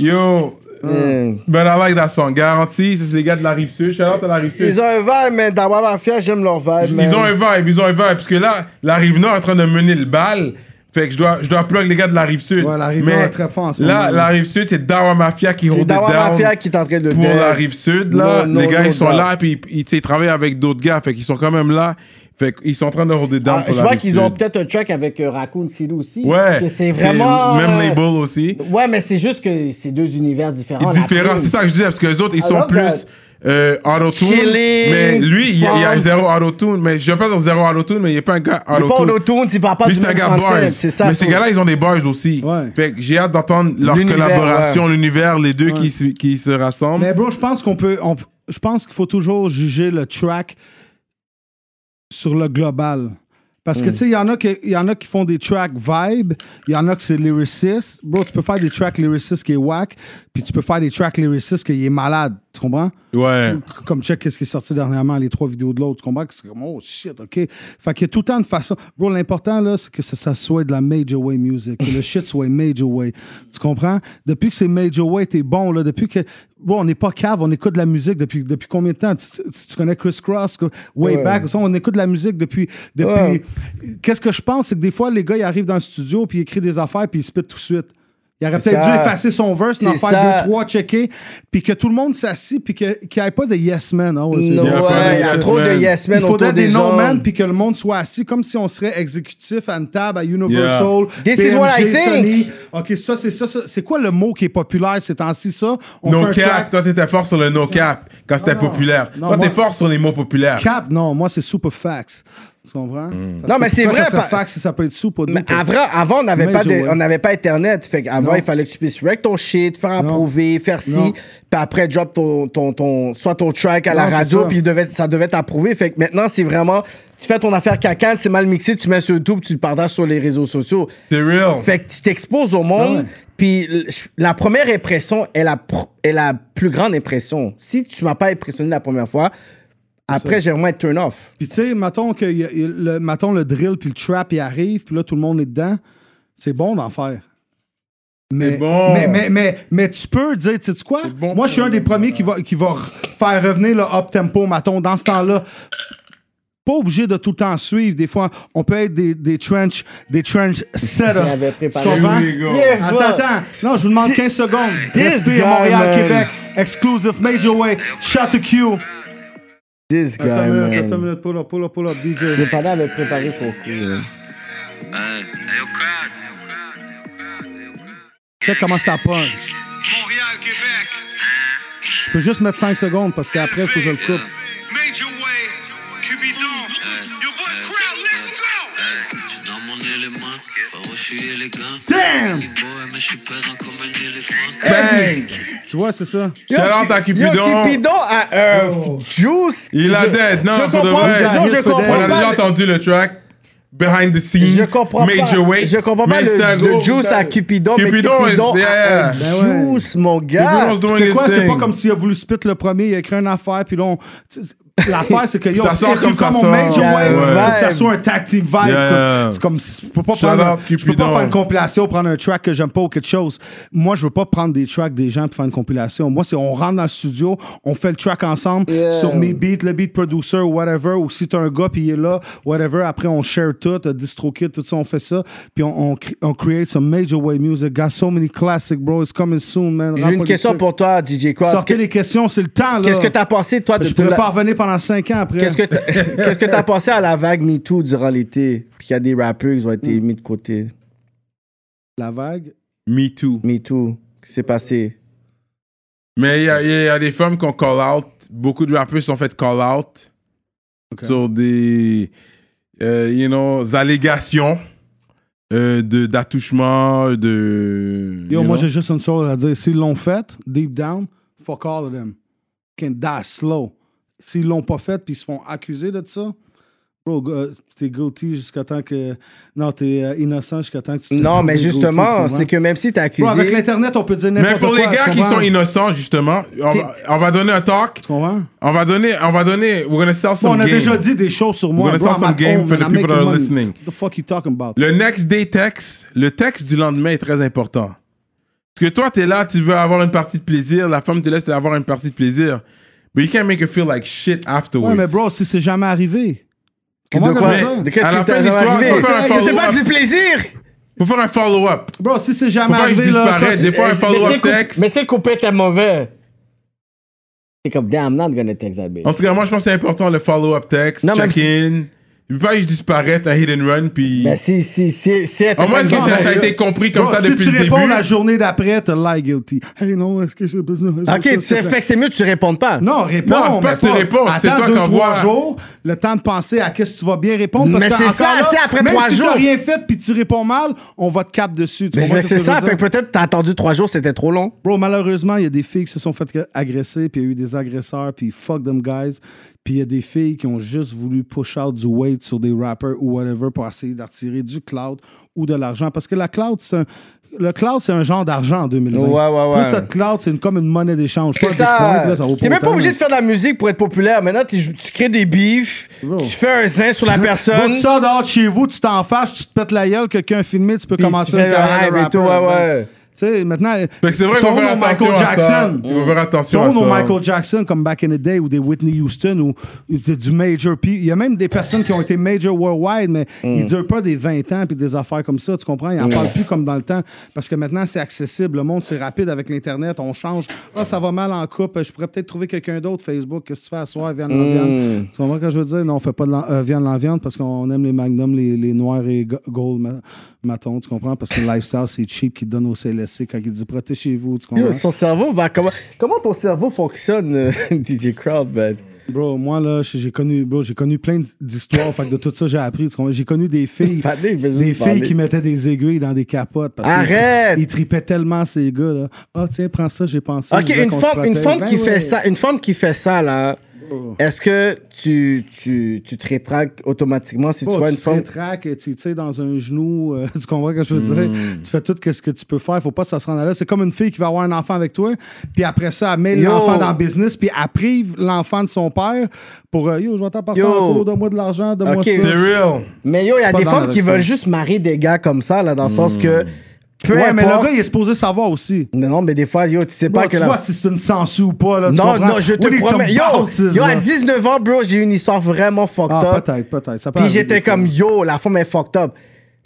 B: Yo.
D: Mm.
B: But I like that song. Garanti, ça, c'est les gars de la rive sud. Shout out à la rive sud.
C: Ils ont un vibe, mais dans ma mafia, j'aime leur vibe.
B: Ils ont un vibe, ils ont un vibe. Parce que là, la rive nord est en train de mener le bal. Fait que je dois, je dois plug les gars de la rive sud.
D: Ouais, la Rive-Nord est très fort en ce
B: Là,
D: moment.
B: la rive sud, c'est Dawa Mafia qui
C: C'est
B: hold it
C: dans ma
B: down.
C: mafia qui est en train de
B: pour
C: dead.
B: la rive sud là
C: Non, non,
B: les gars
C: non,
B: ils sont
C: non.
B: là puis ils, ils, tu sais, ils travaillent avec d'autres gars fait qu'ils sont quand même là fait qu'ils sont en train de rouler down
G: Ah,
B: pour
G: Je
B: la
G: vois
B: rive
G: qu'ils ont
B: sud.
G: peut-être un track avec euh, Raccoon City aussi.
B: ouais
G: Que c'est vraiment.
B: même
G: euh,
B: label aussi
G: Ouais, mais c'est juste que c'est deux univers différents.
B: différent
G: Raccoon.
B: c'est ça que je disais parce que les autres ils sont
G: love
B: plus euh, auto tune
G: Chilling,
B: mais lui il y a, il y a
G: fun.
B: zéro auto tune mais je pense zéro auto tune mais il n'y a pas un gars
G: Il est pas en
B: auto tune
G: automne, il va pas
B: lui
G: du
B: c'est un
G: même
B: gars
G: concept,
B: bars
G: C'est ça.
B: mais ces
G: son-
B: gars là ils ont des bars aussi
D: Ouais.
B: fait que j'ai hâte d'entendre leur
C: L'univers,
B: collaboration l'univers les deux qui, se- qui se rassemblent
D: Mais bro, je pense qu'on peut. on- je pense qu'il faut toujours juger le track sur le global. Parce que, tu sais, il y, en a que- il y en a qui font des tracks vibe, il y en a que c'est lyriciste. Bro, tu peux faire des tracks lyricistes qui est whack, puis tu peux faire des tracks lyricistes qui est malade. Tu comprends?
B: ouais
D: Comme check qu'est-ce qui est sorti dernièrement, les trois vidéos de l'autre. Tu comprends? que C'est comme, oh shit, OK. Fait qu'il y a tout le temps de façon. Bro, l'important, là, c'est que ça, ça soit de la major way music, que le shit soit major way. Tu comprends? Depuis que c'est major way, t'es bon, là. Depuis que. Bro, on n'est pas cave, on écoute de la musique depuis, depuis combien de temps? Tu, tu- tu connais Chris Cross, que- way back. Ça, on écoute de la musique depuis. depuis...
C: Ouais.
D: Qu'est-ce que je pense? C'est que des fois, les gars, ils arrivent dans le studio, puis ils écrivent des affaires, puis ils spit tout de suite. Il aurait
C: C'est
D: peut-être dû
C: ça.
D: effacer son verse, en
C: C'est
D: faire
C: ça.
D: deux, trois, checker, puis que tout le monde s'assit, puis que- qu'il n'y ait pas de yes men. Ah ouais, c'est-
C: Non,
B: Il y a
C: ouais,
B: pas de
C: il y a
B: yes
C: trop de
B: man.
C: yes
D: Il
C: men autour
D: faudrait
C: des,
D: des
C: gens.
D: no-men, puis que le monde soit assis, comme si on serait exécutif à une table à Universal.
C: This is what I think.
D: OK, ça, c'est ça. ça. C'est quoi le mot qui est populaire ces temps-ci, ça? On
B: No
D: fait un
B: cap,
D: track-
B: toi t'étais fort sur le no cap quand c'était populaire.
D: Non,
B: toi
D: moi-
B: t'es fort sur les mots populaires.
D: Cap, non, moi, c'est super fax. Tu comprends?
C: Mm. Non, mais c'est vrai,
D: Ça,
C: par-
D: fax, ça peut être soupe ou
C: Mais avant, avant on n'avait
D: Mais
C: pas,
D: je-
C: de-
D: ouais.
C: on n'avait pas Internet. Fait qu'avant,
D: Non.
C: il fallait que tu puisses rec ton shit, faire approuver, faire ci,
D: Non.
C: puis après drop ton, ton, ton, soit ton track à la
D: Non, c'est
C: radio,
D: ça.
C: puis il devait- ça devait t'approuver. Fait que maintenant, c'est vraiment, tu fais ton affaire caca, c'est mal mixé, tu mets sur YouTube, tu le partages sur les réseaux sociaux.
B: C'est real.
C: Fait que tu t'exposes au monde, puis l- la première impression est la, pr- est la plus grande impression. Si tu m'as pas impressionné la première fois, après, j'ai vraiment être turn off.
D: Puis tu sais, mettons, que y a- y a le, mettons le drill puis le trap, il arrive, puis là, tout le monde est dedans. C'est bon d'en faire. Mais,
B: C'est bon.
D: mais, mais, mais, mais tu peux dire, tu sais quoi?
B: bon
D: Moi, je suis un des premiers qui va, qui va re- faire revenir le up-tempo, mettons, dans ce temps-là. Pas obligé de tout le temps suivre. Des fois, on peut être des, des trench, des trench setters.
C: Il avait préparé.
D: Tu comprends?
B: Here we go.
C: Yeah,
D: Attends,
C: voilà.
D: attends. Non, je vous demande 15 secondes.
C: this
D: Respire,
C: guy,
D: Montréal,
C: man.
D: Québec. Exclusive, Major Way, Shot to Q.
C: This guy,
D: Attends une minute,
C: man.
D: attends une minute, pull up, pull up, pull up, DJ.
C: Le panneau avait préparé son coup. là.
H: Hey, yo, crowd.
D: Check comment ça punch.
H: Montréal, Québec.
D: Je peux juste mettre 5 secondes parce qu'après, il faut que je le coupe.
H: Major Way. Cubidon. Your boy crowd, let's go. Dans mon élément, oh, je suis élégant.
D: Damn!
H: Je suis beau, mais je suis pesant comme un éléphant.
B: Bang!
D: Tu vois, c'est ça.
C: Yo,
B: Shout out à
C: Ki-
B: Cupidon. Oh.
C: Yo, Cupidon a euh, Juice.
B: Il a
C: Je-
B: dead, non,
C: je
B: pour de
C: comprends,
B: vrai.
C: Yo, je
D: Faut
B: On a
C: comprends
D: dead.
B: déjà
C: pas.
B: entendu le track Behind the Scenes.
C: Je comprends pas.
B: Major Way.
C: Je comprends pas
B: Mais c'est un
C: le, le
B: gros-
C: Juice à Cupidon,
B: Cupidon
C: mais Cupidon
B: is- yeah.
C: a un
D: Ben ouais.
C: Juice, mon
B: Cupidon
C: gars.
B: is doing
D: C'est
B: his
D: quoi? C'est pas
B: thing.
D: comme s'il a voulu spit le premier, il a écrit une affaire, puis là, on. tu sais, L'affaire, c'est que yo,
B: Ça
D: si
B: sort
D: écrit
B: comme ça
D: on
B: sort.
D: Major
B: Yeah,
D: Way,
C: ouais.
D: faut que ça soit un tactile vibe.
B: Yeah.
D: comme- C'est comme si je peux pas
B: Shout out,
D: prendre. Je peux
B: Cupidon.
D: pas faire une compilation, prendre un track que j'aime pas ou quelque chose. Moi, je veux pas prendre des tracks des gens pour faire une compilation. Moi, c'est on rentre dans le studio, on fait le track ensemble sur mes beats, le beat producer, whatever, ou si t'as un gars puis il est là, whatever. Après, on share tout, euh, DistroKid, tout ça, on fait ça. Puis on, on, cr- on create some major way music. Got so many classics, bro. It's coming soon, man.
C: J'ai
D: Rap
C: une
D: politique.
C: question pour toi, DJ Quad.
D: Sortez les questions, c'est le temps, là.
C: Qu'est-ce que t'as pensé, toi, de
D: Je
C: tout
D: pourrais
C: la-
D: pas revenir pendant 5 ans après.
C: Qu'est-ce que t'as- qu'est-ce que t'as pensé à la vague MeToo durant l'été? Puis qu'il y a des rappeurs qui ont été mis de côté.
D: La vague.
B: Me too.
C: MeToo, qu'est-ce qui s'est passé?
B: Mais il y, a- il y a des femmes qu'on call out. Beaucoup de rappeurs se sont fait call out sur des euh, you know, allégations euh, de- d'attouchement, de.
D: Yo,
B: you
D: moi,
B: know.
D: j'ai juste une chose à dire. S'ils l'ont fait, deep down, fuck all of them. can die slow. S'ils l'ont pas fait puis ils se font accuser de ça, bro, euh, t'es guilty jusqu'à temps que. Non, t'es euh, innocent jusqu'à temps que tu te
C: Non,
D: trouves
C: mais
D: guilty, tu
C: justement,
D: comprends?
C: c'est que même si t'es accusé.
D: Bro, avec l'Internet, on peut dire n'importe
B: Mais
D: quoi.
B: pour les gars
D: tu
B: qui
D: comprends?
B: sont innocents, justement, on va, on va donner un talk.
D: Tu comprends?
B: On va donner, on va donner, we're gonna sell
D: Bon,
B: some
D: on a
B: game.
D: déjà dit des choses sur moi.
B: gonna
D: bro,
B: sell
D: I'm
B: some
D: at
B: game
D: home
B: for
D: and
B: the
D: I'm
B: people that
D: making
B: are
D: money.
B: listening.
D: The fuck you talking about?
B: Le next day text, le texte du lendemain est très important. Parce que toi, t'es là, tu veux avoir une partie de plaisir, la femme te laisse avoir une partie de plaisir. But you can't make her feel like shit afterwards.
D: Ouais, mais bro, si c'est jamais arrivé. Comment
C: de
D: que
C: quoi?
D: je veux
C: De
D: dire?
C: qu'est-ce
B: À la
C: qui
B: fin de
C: t'est
B: l'histoire,
C: arrivé?
B: faut faire un
C: C'était pas
B: follow-up.
C: du plaisir!
B: Faut faire un follow-up.
D: Bro, si c'est
B: Faut
D: jamais
B: pas que je
D: arrivé, là, ça,
B: disparaisse. Des
D: c'est-
B: fois, un follow-up texte.
C: Mais c'est coupé, t'es mauvais. C'est comme, damn, I'm not gonna text that bitch.
B: En tout cas, moi, je pense que c'est important le follow-up text,
C: Non, mais-
B: check-in. Il veut pas que je disparaisse, un hit and run, puis.
C: Mais Ben, si, si, si, si. elle
B: Au moins, est-ce que
C: t'aime
B: ça,
C: pas,
B: ça a
C: mais-
B: été compris comme
D: Bro,
B: ça
D: si
B: depuis
D: tu
B: le
D: réponds
B: début?
D: la journée d'après, t'as lie guilty. Hey, non, est-ce que j'ai besoin de
C: Ok, tu sais, fait que c'est mieux que tu répondes pas.
D: Non, réponds.
B: Non, c'est pas
D: mais
B: que tu réponds, c'est
D: Attends
B: toi
D: deux,
B: qu'on
D: trois
B: voit.
D: jours, le temps de penser à qu'est-ce que tu vas bien répondre. Parce
C: Mais
D: que
C: c'est
D: encore
C: ça,
D: là,
C: c'est après
D: même
C: trois
D: si
C: jours.
D: t'as rien fait puis tu réponds mal, on va te cap dessus. Tu
C: Mais
D: comprends
C: c'est-
D: ce
C: c'est
D: que je veux
C: ça,
D: dire?
C: fait que peut-être t'as attendu trois jours, c'était trop long.
D: Bro, malheureusement, il y a des filles qui se sont fait agresser, puis il y a eu des agresseurs, puis fuck them guys. Puis il y a des filles qui ont juste voulu push out du weight sur des rappers ou whatever pour essayer d'attirer du cloud ou de l'argent. Parce que la cloud, c'est un. Le cloud, c'est un genre d'argent en 2020.
C: Ouais, ouais, ouais.
D: Plus t'as de cloud, c'est une- comme une monnaie d'échange.
C: C'est
D: Toi,
C: ça.
D: Bitcoin, là, ça vaut
C: T'es même pas
D: autant,
C: obligé
D: là.
C: de faire de la musique pour être populaire. Maintenant, tu, tu crées des beefs, tu fais un zin sur la
D: Bon,
C: personne.
D: tu sors dehors de chez vous, tu t'en fâches, tu te pètes la gueule, quelqu'un a filmé, tu peux
C: puis
D: commencer
C: tu fais
D: une
C: le
D: carrière de
C: hype et tout, ouais,
D: rappeur, là.
C: ouais.
D: Tu sais, maintenant,
B: Fait que c'est vrai qu'il faut
D: son
B: faire
D: nom,
B: attention
D: Michael
B: à ça.
D: Jackson.
B: Il faut faire attention à
D: Tourne au
B: ça.
D: Michael Jackson comme back in the day ou des Whitney Houston ou ou de- du Major P. Il y a même des personnes qui ont été Major Worldwide, mais ils durent pas des 20 ans puis des affaires comme ça. Tu comprends? Ils en parlent plus comme dans le temps parce que maintenant c'est accessible. Le monde c'est rapide avec l'Internet. On change. Ah, ça va mal en couple. Je pourrais peut-être trouver quelqu'un d'autre Facebook. Qu'est-ce que tu fais à soir? Viande, l'enviande. Tu comprends ce que je veux dire? Non, on fait pas de l'en- euh, viande, l'enviande parce qu'on aime les magnums, les, les noirs et go- gold ma- maton. Tu comprends? Parce que le lifestyle c'est cheap qu'ils donnent au CLSC quand ils disent protégez-vous. Tu comprends?
C: Yo, Son cerveau va comment Comment ton cerveau fonctionne, euh, DJ Crowd, man?
D: Bro, moi là, j'ai j'ai connu, bro, j'ai connu plein d'histoires. fait que de tout ça, j'ai appris. tu comprends? J'ai connu des filles,
C: Fallait, il veut juste
D: des
C: parler.
D: filles qui mettaient des aiguilles dans des capotes. Parce qu'ils-
C: Arrête!
D: Ils tripaient tellement ces gars là. Ah tiens, prends ça, j'ai pensé.
C: Ok,
D: je voulais
C: une
D: qu'on se
C: femme, une
D: protège.
C: femme
D: Ben
C: qui
D: ouais. Oh.
C: fait ça, une femme qui fait ça là. Est-ce que tu, tu, tu te rétractes automatiquement si
D: Bro,
C: tu vois
D: Oh, tu
C: une
D: te
C: femme
D: rétractes, tu sais, dans un genou, euh, tu comprends ce que je veux dire?
C: Hmm.
D: Tu fais tout ce que tu peux faire, faut pas que ça se rende là. C'est comme une fille qui va avoir un enfant avec toi, puis après ça, elle met
C: Yo.
D: l'enfant dans le business, puis elle prive l'enfant de son père pour euh, Yo, je vais t'apporter un
C: Yo.
D: cours, donne-moi de l'argent, donne-moi
C: Ok.
D: ça.
B: C'est real.
C: Mais yo, il y a
D: pas
C: des
D: dans
C: femmes
D: la
C: qui
D: raison.
C: veulent juste marier des gars comme ça là, dans le sens que peu
D: Ouais,
C: importe.
D: mais le gars, il est supposé savoir aussi.
C: Non, mais des fois, yo, tu sais
D: Bon,
C: pas que
D: tu
C: la-
D: vois si c'est une sensu ou pas, là. tu
C: Non,
D: comprends?
C: non, je
D: We
C: te
D: need some
C: promets. Yo,
D: bounces,
C: yo, à
D: là.
C: 19 ans, bro, j'ai eu une histoire vraiment fucked
D: Ah,
C: up.
D: peut-être, peut-être. ça peut
C: Puis
D: arriver
C: j'étais
D: des fois.
C: comme, yo, la femme est fucked up.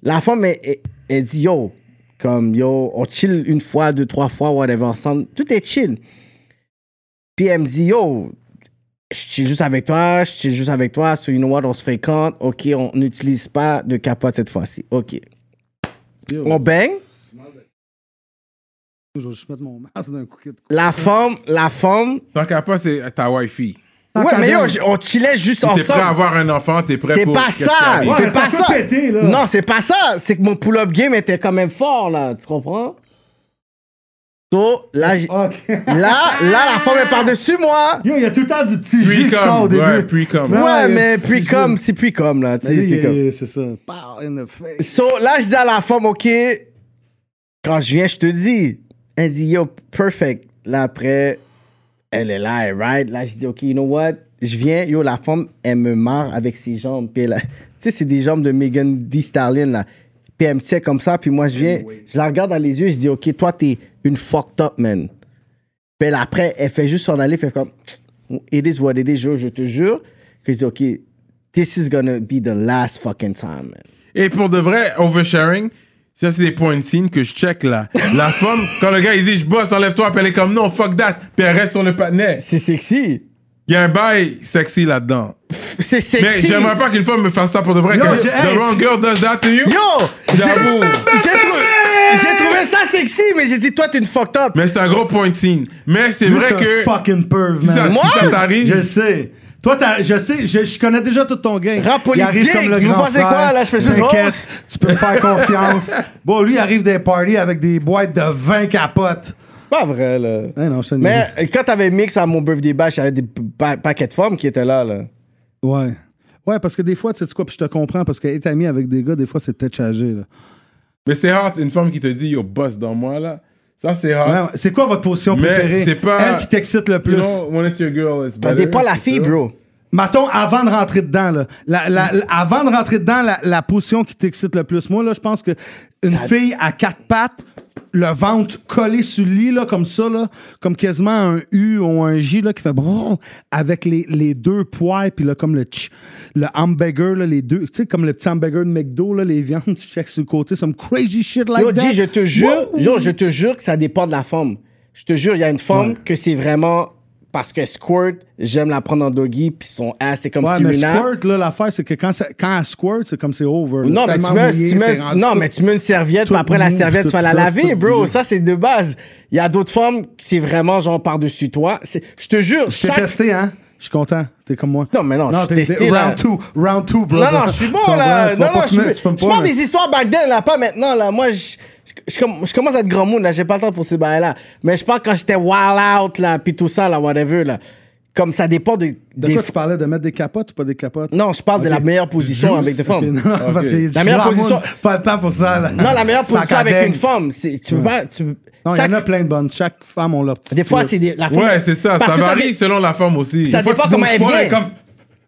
C: La femme, elle, elle- elle dit, yo, comme, yo, on chill une fois, deux, trois fois, whatever, ensemble. Tout est chill. Puis elle me dit, yo, je chill juste avec toi, je chill juste avec toi, so you know what, on se fréquente, ok, on n'utilise pas de capote cette fois-ci, ok. On bang,
D: Je vais juste mettre mon masque d'un coup.
C: la femme, la femme.
B: Sans capa, c'est ta wifi.
C: Ouais, mais yo,
D: cadence.
C: j- on chillait juste
B: T'es prêt à
C: ensemble.
B: avoir un enfant, t'es prêt
C: C'est
B: pour.
C: pas
B: qu'est-ce
C: ça.
B: qui arrive.
C: C'est
D: mais
C: pas
D: peut
C: ça.
D: péter, là.
C: Non, c'est pas ça. C'est que mon pull-up game était quand même fort, là. Tu comprends? So, là, j-
D: OK.
C: là, là, la femme est par-dessus moi.
D: Yo, il y a tout le temps du petit jus qui
B: Pre-com,
D: sort au début.
B: ouais, pre-com.
D: Ouais,
C: Ouais,
D: ouais,
C: mais
D: c'est
C: puis
D: juste-
C: comme, c'est puis comme, là. tu
D: Mais
C: sais, C'est
D: yeah,
C: comme.
D: yeah, C'est ça. Pow in the face.
C: So, là, je dis à la femme, OK, quand je viens, je te dis. Elle dit, yo, perfect. Là, après, elle est là, elle ride. Là, je dis, OK, you know what? Je viens, yo, la femme, elle me marre avec ses jambes. Puis, elle- tu sais, c'est des jambes de Megan D. Stalin, là. Puis, elle me tient comme ça. Puis, moi, je viens, je la regarde dans les yeux. Je dis, OK, toi, t'es une fucked up, man. Puis, elle, après, elle fait juste s'en aller, fait comme, it is what it is, yo, je te jure. Que je dis, OK, this is gonna be the last fucking time, man.
B: Et pour de vrai, oversharing, ça, c'est des points de signe que je check là. La femme, quand le gars, il dit je bosse, enlève-toi, puis elle est comme non, fuck that, puis elle reste sur le patinet.
C: C'est sexy.
B: Il y a un bail sexy là-dedans.
C: C'est
B: Mais
C: sexy.
B: j'aimerais pas qu'une femme me fasse ça pour de vrai. que
D: j'ai-
B: the
D: hey,
B: wrong
D: tu-
B: girl does that to you.
C: Yo! J'ai
B: J'avoue.
C: j'ai trou- j'ai trouvé ça sexy, mais j'ai dit, toi, t'es une fucked up.
B: Mais c'est un gros point de signe. Mais c'est
D: Lui,
B: vrai
D: c'est un
B: que.
D: Fucking perv,
B: Si ça,
D: man.
B: si
C: Moi?
B: ça t'arrive.
D: Je sais. Toi, t'as- je sais, je, je connais déjà tout ton game.
C: Rap politique, vous pensez quoi, là? Je fais juste
D: T'inquiète,
C: rose.
D: Tu peux me faire confiance. Bon, lui, il arrive des parties avec des boîtes de 20 capotes.
C: oh, C'est pas vrai, là.
D: Eh non, je te le
C: Mais euh, quand t'avais mix à mon birthday bash, j'avais des pa- paquets de femmes qui étaient là, là.
D: dis. Ouais. Ouais, parce que des fois, tu sais quoi, puis je te comprends, parce que être ami avec des gars, des fois, c'est peut-être chargé. là.
B: Mais c'est hot, une femme qui te dit, yo, boss dans moi, là. Ça, c'est hot.
D: Ouais, ouais. c'est quoi votre position
B: Mais
D: préférée?
B: c'est pas-
D: Elle qui t'excite le
B: You
D: plus.
B: know, when it's your girl, it's
C: Ça
B: better,
C: dépend la
B: c'est
C: fille,
B: ça.
C: bro.
D: Mettons, avant de rentrer dedans, là, la- la- la- avant de rentrer dedans, la, la position qui t'excite le plus, moi, là, je pense que une fille à quatre pattes, le ventre collé sur le lit, là, comme ça, là, comme quasiment un U ou un J, là, qui fait brrr, avec les, les deux poils, puis là, comme le, tch- le hamburger, là, les deux, tu sais, comme le petit hamburger de McDo, là, les viandes, tu checks sur le côté, some crazy shit like
C: Yo,
D: that.
C: G, je te jure,
D: Wow!
C: genre, je te jure que ça dépend de la femme. Je te jure, il y a une femme que c'est vraiment parce que squirt, j'aime la prendre en doggy, puis son ass, c'est comme
D: Ouais,
C: si
D: mais
C: Serena.
D: squirt, là, l'affaire, c'est que quand, ça- quand elle squirt, c'est comme c'est over. là.
C: Non,
D: C'est
C: mais tu
D: tellement
C: mets,
D: mouillé,
C: tu mets-
D: c'est rendu
C: non
D: tout-
C: mais tu mets une serviette,
D: tout
C: puis après la
D: mou,
C: serviette,
D: tout
C: tu vas la
D: ça,
C: laver,
D: tout
C: bro.
D: mou.
C: Ça, c'est de base. Il y a d'autres femmes, c'est vraiment genre par-dessus toi. C'est- Je te jure,
D: Je t'ai
C: chaque-
D: testé, hein? Je suis content. T'es comme moi.
C: Non, mais non, je suis
D: t'es-
C: testé,
D: t'es-
C: là.
D: Round 2, round 2, bro.
C: Non, non, je suis bon, là. Non, non, je suis- je parle des histoires back then, là, pas maintenant, là. Moi, je, je, je com- je commence à être grand monde, là. J'ai pas le temps pour ces bails-là. Mais je parle quand j'étais wild out, là, puis tout ça, là, whatever, là. Comme ça dépend de,
D: De
C: des...
D: quoi tu parlais? De mettre des capotes ou pas des capotes?
C: Non, je parle de la meilleure position
D: Juice?
C: avec des
D: Ok,
C: femmes.
D: non, non, parce que je suis
C: meilleure
D: dans le
C: position-
D: monde, Pas le temps pour ça, là.
C: Non, la meilleure
D: Ça
C: position avec
D: cadaigne.
C: une femme, c'est... Tu peux pas... Tu,
D: Non, il
C: chaque-
D: y en a plein de bonnes. Chaque femme, on l'a petit.
C: Des fois,
D: twist.
C: c'est des... La femme-
B: Ouais, c'est ça.
C: Parce
B: ça
C: que
B: varie
C: dé-
B: selon la femme aussi.
C: Ça
B: Des fois,
C: dépend
B: tu
C: comment
B: bouges
C: elle
B: pas,
C: vient.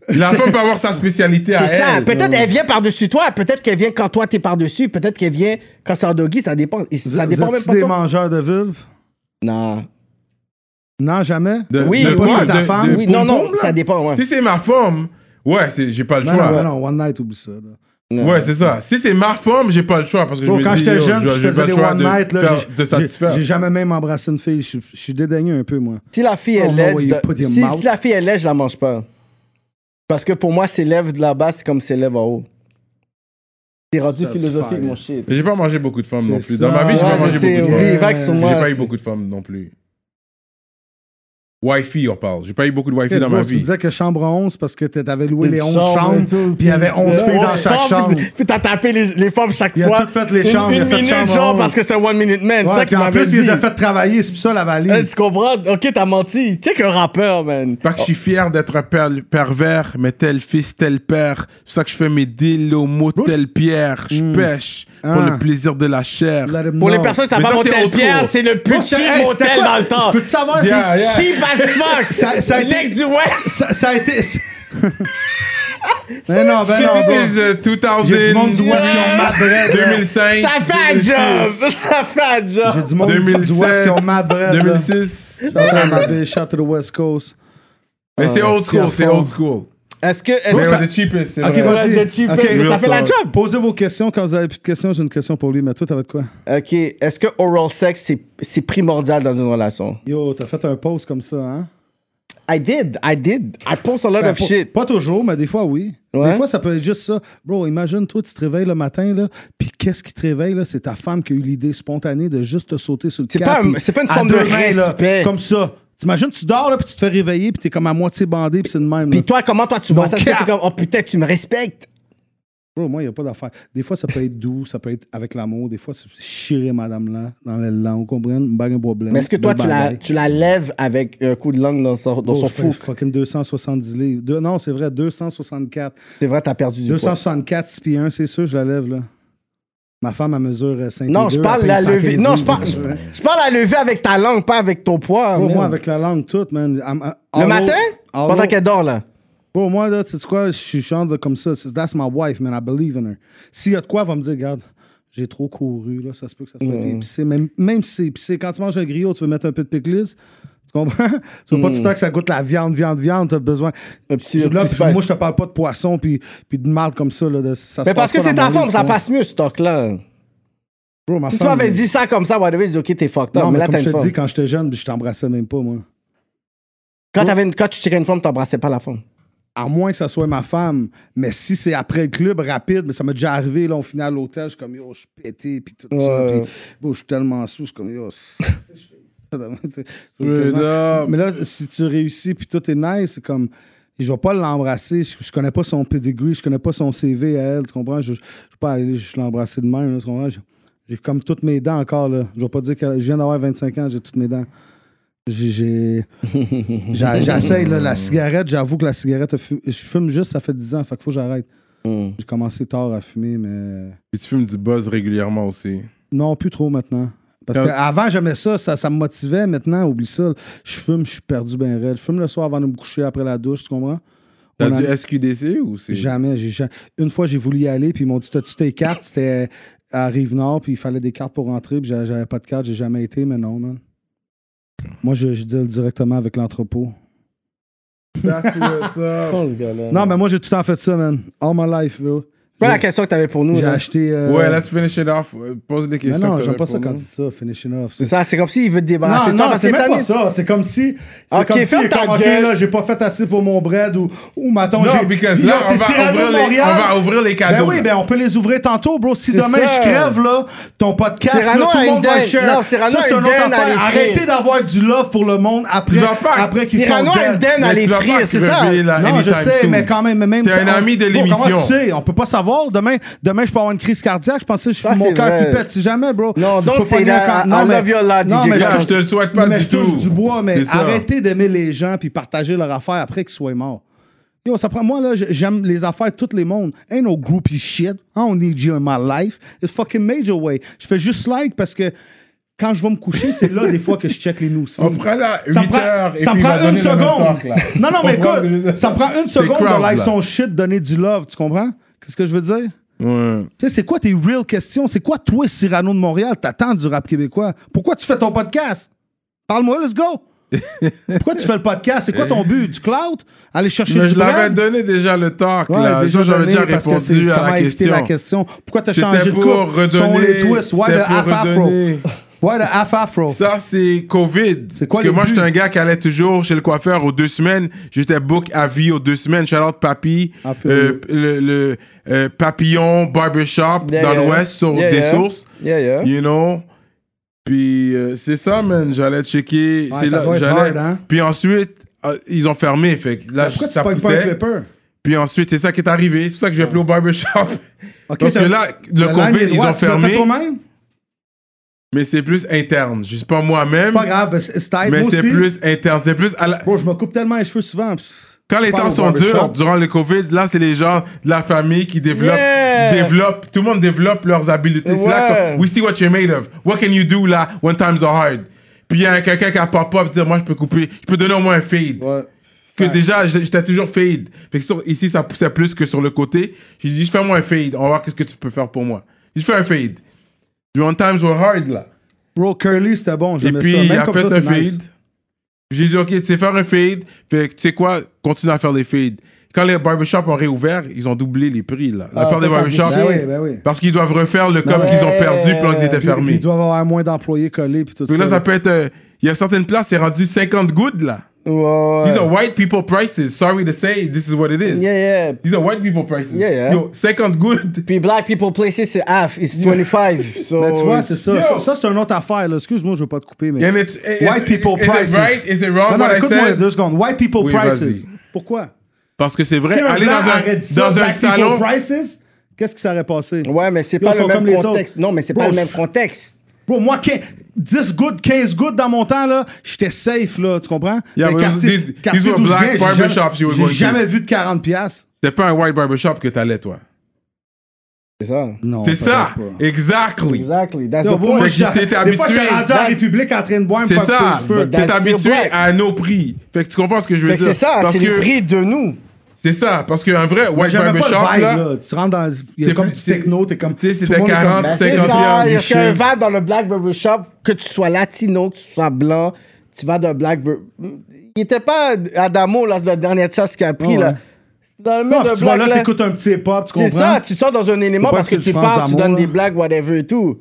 B: comme- La femme peut avoir sa spécialité à
C: C'est ça.
B: elle.
C: Peut-être elle Mm. vient par-dessus toi. Peut-être qu'elle vient quand toi, t'es par-dessus. Peut-être qu'elle vient quand c'est en doggy. Ça dépend. Et
D: Vous
C: Ça
D: êtes
C: dépend même pas de
D: des
C: toi.
D: mangeurs de vulve?
C: Non.
D: Non, jamais?
B: De-
C: Oui,
B: de
C: oui,
B: quoi?
D: de ta femme?
C: Oui,
B: poum-poum,
C: non, non,
B: là?
C: ça dépend, ouais.
B: Si c'est ma femme, ouais, c'est- j'ai pas le
D: Non, non,
B: choix.
D: non, non, one night, oublie ça. là.
B: Ouais, c'est ça. Si c'est ma femme, j'ai pas le choix parce que
D: Bro,
B: je me
D: quand
B: dis,
D: j'étais
B: yo,
D: jeune,
B: je-
D: je
B: j'ai pas
D: faisais
B: le
D: des
B: choix
D: one
B: de
D: night, là,
B: faire-
D: j'ai-
B: de
D: j'ai-
B: satisfaire.
D: J'ai jamais même embrassé une fille. Je suis- je suis dédaigneux un peu, moi.
C: Si la fille est
D: Oh, no
C: laide,
D: way
C: je
D: you put
C: dois-
D: your
C: si,
D: mouth.
C: si la fille est laide, je la mange pas. Parce que pour moi, ses lèvres de là-bas, c'est comme ses lèvres en haut. C'est rendu
D: That's
C: philosophique,
D: fine.
C: mon shit. Ah,
B: Mais J'ai pas mangé beaucoup de femmes non
D: C'est
B: plus. Dans ma vie, j'ai
D: ça.
B: pas
D: Ouais,
B: mangé
D: je
B: beaucoup
D: sais,
B: de
D: oui,
B: femmes.
C: oublie, vague sur
D: J'ai
C: moi.
B: J'ai pas eu
C: c'est-
B: beaucoup de femmes non plus. Wifi, on parle. J'ai pas eu beaucoup de wifi
D: Chris,
B: dans
D: bro,
B: ma
D: Tu
B: vie.
D: disais que chambre 11 parce que t'a- t'avais loué
C: Des
D: les 11
C: chambres
D: chambres,
C: et tout,
D: puis il y avait 11
C: Ouais,
D: filles dans
C: Euh, on
D: chaque
C: sort,
D: chambre.
C: puis- Puis t'as tapé les, les femmes chaque
D: Il a
C: fois.
D: tout fait, les chambres,
C: Une,
D: il a
C: une
D: fait
C: minute,
D: chambre
C: genre,
D: onze.
C: parce que c'est one minute man.
D: Ouais,
C: c'est ça
D: puis
C: qui
D: en
C: m'avait
D: plus,
C: dit.
D: ils les a fait travailler, c'est pour ça la
C: Euh,
D: valise.
C: Tu comprends? Ok, t'as menti. Tu sais qu'un rappeur, man.
B: Pas que je suis fier d'être un per- pervers, mais tel fils, tel père. C'est pour ça que je fais mes deals au mot tel pierre. Je pêche pour
D: Hmm. Ah.
B: le plaisir de la chair.
D: Let him
C: Pour les
D: know.
C: personnes qui savent
B: Mais
C: pas
B: ça, c'est
C: Motel
B: autre
C: Pierre,
B: chose.
C: c'est le plus
D: Moi, c'est-
C: cheap
D: hey, c'était
C: motel
D: quoi?
C: dans le temps.
D: Je peux-tu savoir?
B: Yeah,
D: si-
B: yeah.
D: si-
C: Cheap as fuck.
D: Ça- ça a été-
C: Leg du West.
D: Ça ça a été... Mais non, ben non, bro.
B: This is, uh, 2000.
D: J'ai du monde du West qui ont mad bread, là.
B: 2005.
C: Ça fait un job. Ça fait un job.
D: J'ai du monde du West qui ont mad bread, là.
B: 2006.
D: J'entends ma bitch, Shout to the West Coast.
B: Mais c'est old school,
D: Pierre
B: c'est
D: Ah, Fond.
B: old school.
C: Est-ce que. Est
B: Mais
C: que
B: on the cheapest, c'est
D: Ok,
B: vrai.
D: vas-y.
C: de cheap,
D: Ok,
C: ça
D: real
C: fait la
D: talk.
C: job.
D: Posez vos questions. Quand vous avez plus de questions, j'ai une question pour lui. Mais toi, t'avais de quoi?
C: Ok, est-ce que oral sex c'est- c'est primordial dans une relation?
D: Yo, t'as fait un post comme ça, hein?
C: I did, I did. I post a lot
D: Ben,
C: of
D: pas-
C: Ah, shit.
D: Pas toujours, mais des fois, oui.
C: Ouais.
D: Des fois, ça peut être juste ça. Bro, imagine, toi, tu te réveilles le matin, là, puis qu'est-ce qui te réveille, là? C'est ta femme qui a eu l'idée spontanée de juste te sauter sur le
C: C'est
D: cap,
C: pas un-
D: puis
C: c'est pas une
D: à
C: forme de
D: deux mains, là,
C: respect.
D: comme ça. T'imagines, tu dors, là, puis tu te fais réveiller, puis t'es comme à moitié bandé, puis c'est de même. là.
C: Puis toi, comment toi tu vois
D: Donc,
C: ça? Est-ce que C'est
D: cap.
C: comme, oh putain, tu me respectes.
D: Bro, moi, il n'y a pas d'affaire. Des fois, ça peut être doux, ça peut être avec l'amour. Des fois, c'est chirer madame là, dans les langues, vous comprenez? Me bague un problème.
C: Mais est-ce que toi,
D: Deux
C: tu la, Oh,
D: bagailles.
C: tu la lèves avec un coup de langue dans son, dans
D: Bro,
C: son
D: Oh, je fais
C: fou?
D: fucking 270 livres. Deux- non, c'est vrai, 264.
C: C'est vrai, t'as perdu du poids.
D: 264 six pieds 1, c'est sûr, je la lève, là. Ma femme, elle mesure euh, 5
C: Non, je parle la levée. Non, je parle, je, je parle la levée avec ta langue, pas avec ton poids.
D: Pour
C: man.
D: moi, avec la langue toute, man. I'm- I'm-
C: Le
D: all
C: matin?
D: over- all
C: Pendant
D: over-
C: qu'elle dort là.
D: Pour moi, là, tu sais quoi, je suis genre de comme ça. C'est- That's my wife, man. I believe in her. S'il y a de quoi, elle va me dire, regarde, j'ai trop couru, là, ça se peut que ça soit bien
C: Mm.
D: épicé. Même, même si c'est épicé, quand tu manges un griot, tu veux mettre un peu de pickles. Tu comprends? Tu veux pas tout le temps que ça goûte la viande, viande, viande, t'as besoin.
C: Mm. Un petit-
D: là,
C: un petit
D: puis
C: spice.
D: moi, je te parle pas de poisson puis, puis de marde comme ça. Là, de- ça se passe
C: Mais parce que
D: pas
C: c'est
D: dans
C: ta
D: mon
C: forme,
D: lit,
C: ça
D: tu comprends?
C: passe mieux ce stock là.
D: Bro, ma
C: Si tu
D: femme,
C: m'avais dit ça comme ça, whatever, je dis ok, t'es fucked up.
D: Non,
C: mais
D: mais
C: là,
D: comme
C: t'as
D: je
C: une
D: te
C: forme.
D: dis, quand je t'étais jeune, je t'embrassais même pas, moi.
C: Quand, t'avais une, quand tu tirais une forme, t'embrassais pas la forme.
D: À moins que ça soit ma femme. Mais si c'est après le club, rapide, mais ça m'est déjà arrivé, là, on finit à l'hôtel, je suis comme, yo, je suis pété, puis tout ça.
C: Ouais.
D: Puis, bon, je suis tellement sous, je suis comme, yo, qu'est-ce que je fais ça demain, tu sais, c'est
B: Word
D: quasiment-
B: up.
D: Mais là, si tu réussis, puis tout est nice, c'est comme, je vais pas l'embrasser, je, je connais pas son pedigree, je connais pas son CV à elle, tu comprends? Je, je peux pas aller, je l'embrasser de même, là, tu comprends? Je- J'ai comme toutes mes dents encore, là. Je vais pas dire que je viens d'avoir 25 ans, j'ai toutes mes dents. J'ai- J'ai. j'a- J'essaye, là, la cigarette. J'avoue que la cigarette, a fu- je fume juste, ça fait 10 ans, fait qu'il faut que j'arrête.
F: Hmm.
D: J'ai commencé tard à fumer, mais.
B: Et tu fumes du buzz régulièrement aussi.
D: Non, plus trop maintenant. Parce
B: Comme-
D: qu'avant, j'aimais ça, ça, ça me motivait. Maintenant, oublie ça. Je fume, je suis perdu ben raide. Je fume le soir avant de me coucher, après la douche, tu comprends?
B: T'as
D: On a-
B: du SQDC ou c'est.
D: Jamais, j'ai jamais. Une fois, j'ai voulu y aller, puis ils m'ont dit T'as-tu tes cartes C'était à Rive-Nord, puis il fallait des cartes pour rentrer, puis j'avais j'avais pas de cartes, j'ai jamais été, mais non, man. Moi, je, je deal directement avec l'entrepôt.
B: That's what's up.
D: Oh, Non, mais moi, j'ai tout le temps fait ça, man. All my life, bro.
F: C'est pas la question que t'avais pour nous.
D: J'ai
F: là.
D: acheté. euh,
B: Ouais, let's finish it off. Euh, Pose des
D: mais
B: questions.
D: Ah non,
B: que
D: j'aime pas
B: t'aurais
D: ça
B: pour
D: quand
B: nous.
D: tu dis ça, finishing off.
F: C'est ça, c'est comme s'il veut te débarrasser
D: Non,
F: de toi
D: non,
F: parce
D: c'est
F: que
D: même
F: t'as
D: pas
F: mis-
D: ça. C'est comme si. C'est
F: Ok,
D: comme si,
F: ferme ta
D: comme, ok,
F: gueule.
D: là, j'ai pas fait assez pour mon bread ou, ou ma tante.
B: Non,
D: j'ai-
B: because
D: Yo,
B: là, on
D: c'est
B: va,
D: Cyrano de
B: ouvrir les, on
D: Montréal.
B: va ouvrir les
D: Ben
B: cadeaux.
D: oui, ben on peut les ouvrir tantôt, bro. Si
F: C'est
D: demain
F: ça.
D: je crève, là, ton podcast,
F: Cyrano
D: là, tout
F: a
D: le
F: une
D: monde va le
F: denne.
D: share.
F: Non, Cyrano
D: ça,
F: a
D: c'est
F: une
D: une autre
F: denne à
D: affaire.
F: l'effet.
D: Arrêtez d'avoir du love pour le monde après,
B: Tu vas pas-
D: après qu'ils sont
F: Cyrano a une
D: dead.
F: denne à
B: Mais tu vas
F: l'effrire,
B: pas
F: c'est ça.
B: révéler la-
D: Non, je
B: anytime
D: sais,
B: soon.
D: mais quand même, mais même.
B: T'es
D: ça-
B: un
D: on-
B: ami de
D: Bon, Comment
B: l'émission.
D: tu sais? On peut pas savoir. Demain, demain, je peux avoir une crise cardiaque. Je pensais que je-
F: Ça,
D: mon
F: c'est
D: cœur
F: vrai.
D: qui pète. Si jamais, bro.
F: Non,
D: Je
F: don't
D: peux
F: say
D: pogner
F: that.
D: un cancer.
F: I-
D: Non,
F: I
D: mais-
F: love your lot,
D: non,
F: DJ
D: mais
B: Gars,
F: Gars,
B: je te le souhaite pas
D: mais
B: du
D: je touche
B: tout.
D: du bois, mais
B: C'est ça.
D: arrêtez d'aimer les gens puis partagez leur affaire après qu'ils soient morts. Yo, ça prend, moi, là, j- j'aime les affaires de tous les mondes. Ain't no groupie shit. I don't need you in my life. It's fucking major way. Je fais juste like parce que quand je vais me coucher, c'est là des fois que je check les news.
B: On prend là 8
D: Ça me prend,
B: heures et
D: ça me
B: puis il va
D: prend une
B: donner le même
D: seconde.
B: talk, là.
D: non, non, mais
B: On prend deux-
D: écoute, ça me prend une seconde
B: crowd,
D: de like
B: là.
D: son shit, donner du love, tu comprends? Qu'est-ce que je veux dire?
B: Ouais.
D: Tu sais, c'est quoi tes real questions? C'est quoi toi, Cyrano de Montréal, t'attends du rap québécois? Pourquoi tu fais ton podcast? Parle-moi, let's go! Pourquoi tu fais le podcast? C'est quoi ton but? Du cloud? Aller chercher
B: Mais
D: du
B: je l'avais
D: brand?
B: donné déjà le talk,
D: Ouais,
B: là.
D: déjà
B: Ça, J'avais
D: donné
B: déjà
D: parce que
B: répondu
D: c'est
B: à
D: comment
B: la
D: éviter
B: question.
D: la question. Pourquoi t'as
B: C'était
D: changé
B: pour
D: de coupe? Sont
B: redonner.
D: les twists? Why
B: c'était
D: the half
B: pour
D: afro?
B: redonner.
D: Why the half afro?
B: Ça, c'est COVID.
D: C'est quoi
B: Parce que
D: les
B: moi,
D: buts?
B: j'étais un gars qui allait toujours chez le coiffeur aux deux semaines. J'étais book à vie aux deux semaines. Shout-out Papy.
D: I feel
B: Euh,
D: you.
B: le le, euh, Papillon Barbershop
F: Yeah,
B: dans
F: yeah.
B: l'Ouest sur
F: Yeah,
B: des
F: yeah.
B: sources.
F: Yeah,
D: Hein?
F: yeah.
B: You know? Puis euh, c'est ça, man. J'allais checker.
D: Ouais,
B: c'est
D: ça
B: là,
D: doit être
B: j'allais-
D: hard, hein?
B: Puis ensuite, euh, ils ont fermé. Fait que là,
D: Pourquoi tu
B: ça
D: pognes pas un
B: poussait.
D: clipper?
B: Puis ensuite, c'est ça qui est arrivé. C'est pour ça que je vais plus au barbershop.
D: Ok,
B: Parce que
D: ça-
B: là, le
D: la ligne est
B: COVID, ils ont
D: droite, tu l'as fait
B: fermé.
D: toi-même?
B: Mais c'est plus interne. Je sais pas
D: C'est
B: moi-même.
D: pas grave, c'est c'est tight.
B: Euh, Mais
D: Moi
B: c'est
D: aussi.
B: plus interne. C'est plus. à la-
D: Bro, je me coupe tellement les cheveux souvent. pff.
B: Quand les
D: Pas
B: temps
D: au
B: sont
D: barbershop.
B: durs, durant le COVID, là, c'est les gens de la famille qui développent,
F: Yeah.
B: développent, tout le monde développe leurs habiletés. C'est là
F: Ouais.
B: que, we see what you're made of. What can you do, là, when times are hard? Puis il y a quelqu'un qui a pop-up, dire, moi, je peux couper, je peux donner au moins un fade. Que déjà, j'- j'étais toujours fade. Fait que sur- ici, ça poussait plus que sur le côté. J'ai dit, fais-moi un fade, on va voir qu'est-ce que tu peux faire pour moi. Je fais un fade. Durant times were hard, là.
D: Bro, Curly, c'était bon.
B: Et
D: j'aimais
B: puis,
D: ça.
B: il
D: Même
B: a
D: comme
B: fait
D: ça,
B: un
D: c'est
B: fade.
D: nice.
B: J'ai dit, OK, tu sais faire un fade. Fait que, tu sais quoi, continue à faire des fades. Quand les barbershops ont réouvert, ils ont doublé les prix, là. La part des barbershops.
D: Ben oui, ben oui. Ben
B: Parce qu'ils doivent refaire le com qu'ils ont perdu pendant qu'ils étaient
D: Euh, Puis- puis
B: fermés.
D: Ils doivent avoir moins d'employés collés puis tout
B: Donc
D: ça.
B: là, ça peut être. euh, Il y a certaines places, c'est rendu 50 gouttes, là.
F: Ouais,
B: These
F: ouais.
B: are white people prices. Sorry to say, this is what it is.
F: Yeah, yeah.
B: These are white people prices.
F: Yeah, yeah.
B: Yo, 50 gouttes.
F: Puis Black People Places, c'est half, it's 25. so
D: Mais tu vois,
F: it's-
D: c'est ça.
B: Oh, Yo.
D: Ça, ça, c'est une autre affaire. là. Excuse-moi, je veux pas te couper, mais...
B: And it's- it's-
D: White people
B: is it
D: prices.
B: right? Is it wrong
D: Non, non,
B: what I
D: écoute-moi
B: said?
D: deux secondes. White people
B: Oui,
D: prices.
B: vas-y.
D: Pourquoi?
B: Parce que c'est vrai,
D: Si un
B: aller
D: blanc
B: dans un,
D: arrête ça,
B: dans un
D: black people
B: salon.
D: prices, qu'est-ce qui s'aurait passé?
F: Ouais, mais c'est
D: Yo,
F: pas
D: ils sont
F: le
D: comme
F: même
D: les
F: contexte.
D: autres.
F: Non, mais c'est
D: Bro,
F: pas le même
D: je-
F: contexte.
D: Bro, moi, quin- 10 gouttes, 15 gouttes dans mon temps, là, j'étais safe, là, tu comprends?
B: Yeah,
D: Les
B: but
D: quartiers-
B: these- these
D: quartiers
B: were
D: d'où je
B: black
D: viens, j'ai
B: barbershops you were
D: jamais-
B: going to.
D: J'ai jamais vu de 40 piastres.
B: C'était pas un white barbershop que t'allais, toi.
F: C'est ça.
D: Non,
B: C'est
D: peut-être
B: ça.
D: pas.
B: Exactly.
F: Exactly. That's
D: Yo,
F: the
D: bro,
F: point.
D: moi,
B: Fait que
D: j'étais-
B: t'étais
D: Des fois,
B: habitué.
D: j'étais rendu à la République en train de boire, me
B: C'est
D: faire
B: ça.
D: couper les cheveux.
F: But
B: T'es
F: that's
B: habitué
F: still black.
B: à nos prix. Fait que tu comprends ce que je veux
F: Fait que
B: dire.
F: c'est ça,
B: Parce
F: c'est
B: que-
F: le prix de nous.
B: C'est ça. Parce qu'un vrai
D: Mais
B: white
D: j'aimais
B: barbershop,
D: pas le vibe,
B: là,
D: là. Tu rentres dans. Il y
B: c'est
D: a comme
B: plus-
D: du techno, t'es comme.
B: Tu sais,
D: tout le
B: c'était
D: monde est comme-
B: 40,
D: Ben,
F: C'est
B: 50
F: ça,
B: piastres,
F: il y a
B: Michel.
F: un va dans le Black Barber Shop, que tu sois latino, que tu sois blanc, tu vas d'un Black Barber... Il était pas Adamo, là, la dernière chasse qu'il a pris,
D: Ah ouais.
F: là. C'est Dans le
D: Non,
F: même
D: puis
F: de
D: tu vois,
F: Black,
D: là,
F: là.
D: t'écoutes un petit hip-hop, tu comprends?
F: C'est ça, tu sors dans un élément
D: Faut pas
F: parce que,
D: que
F: tu
D: tu
F: parles,
D: fasses
F: tu donnes
D: d'amour,
F: des
D: là.
F: blagues, whatever et tout.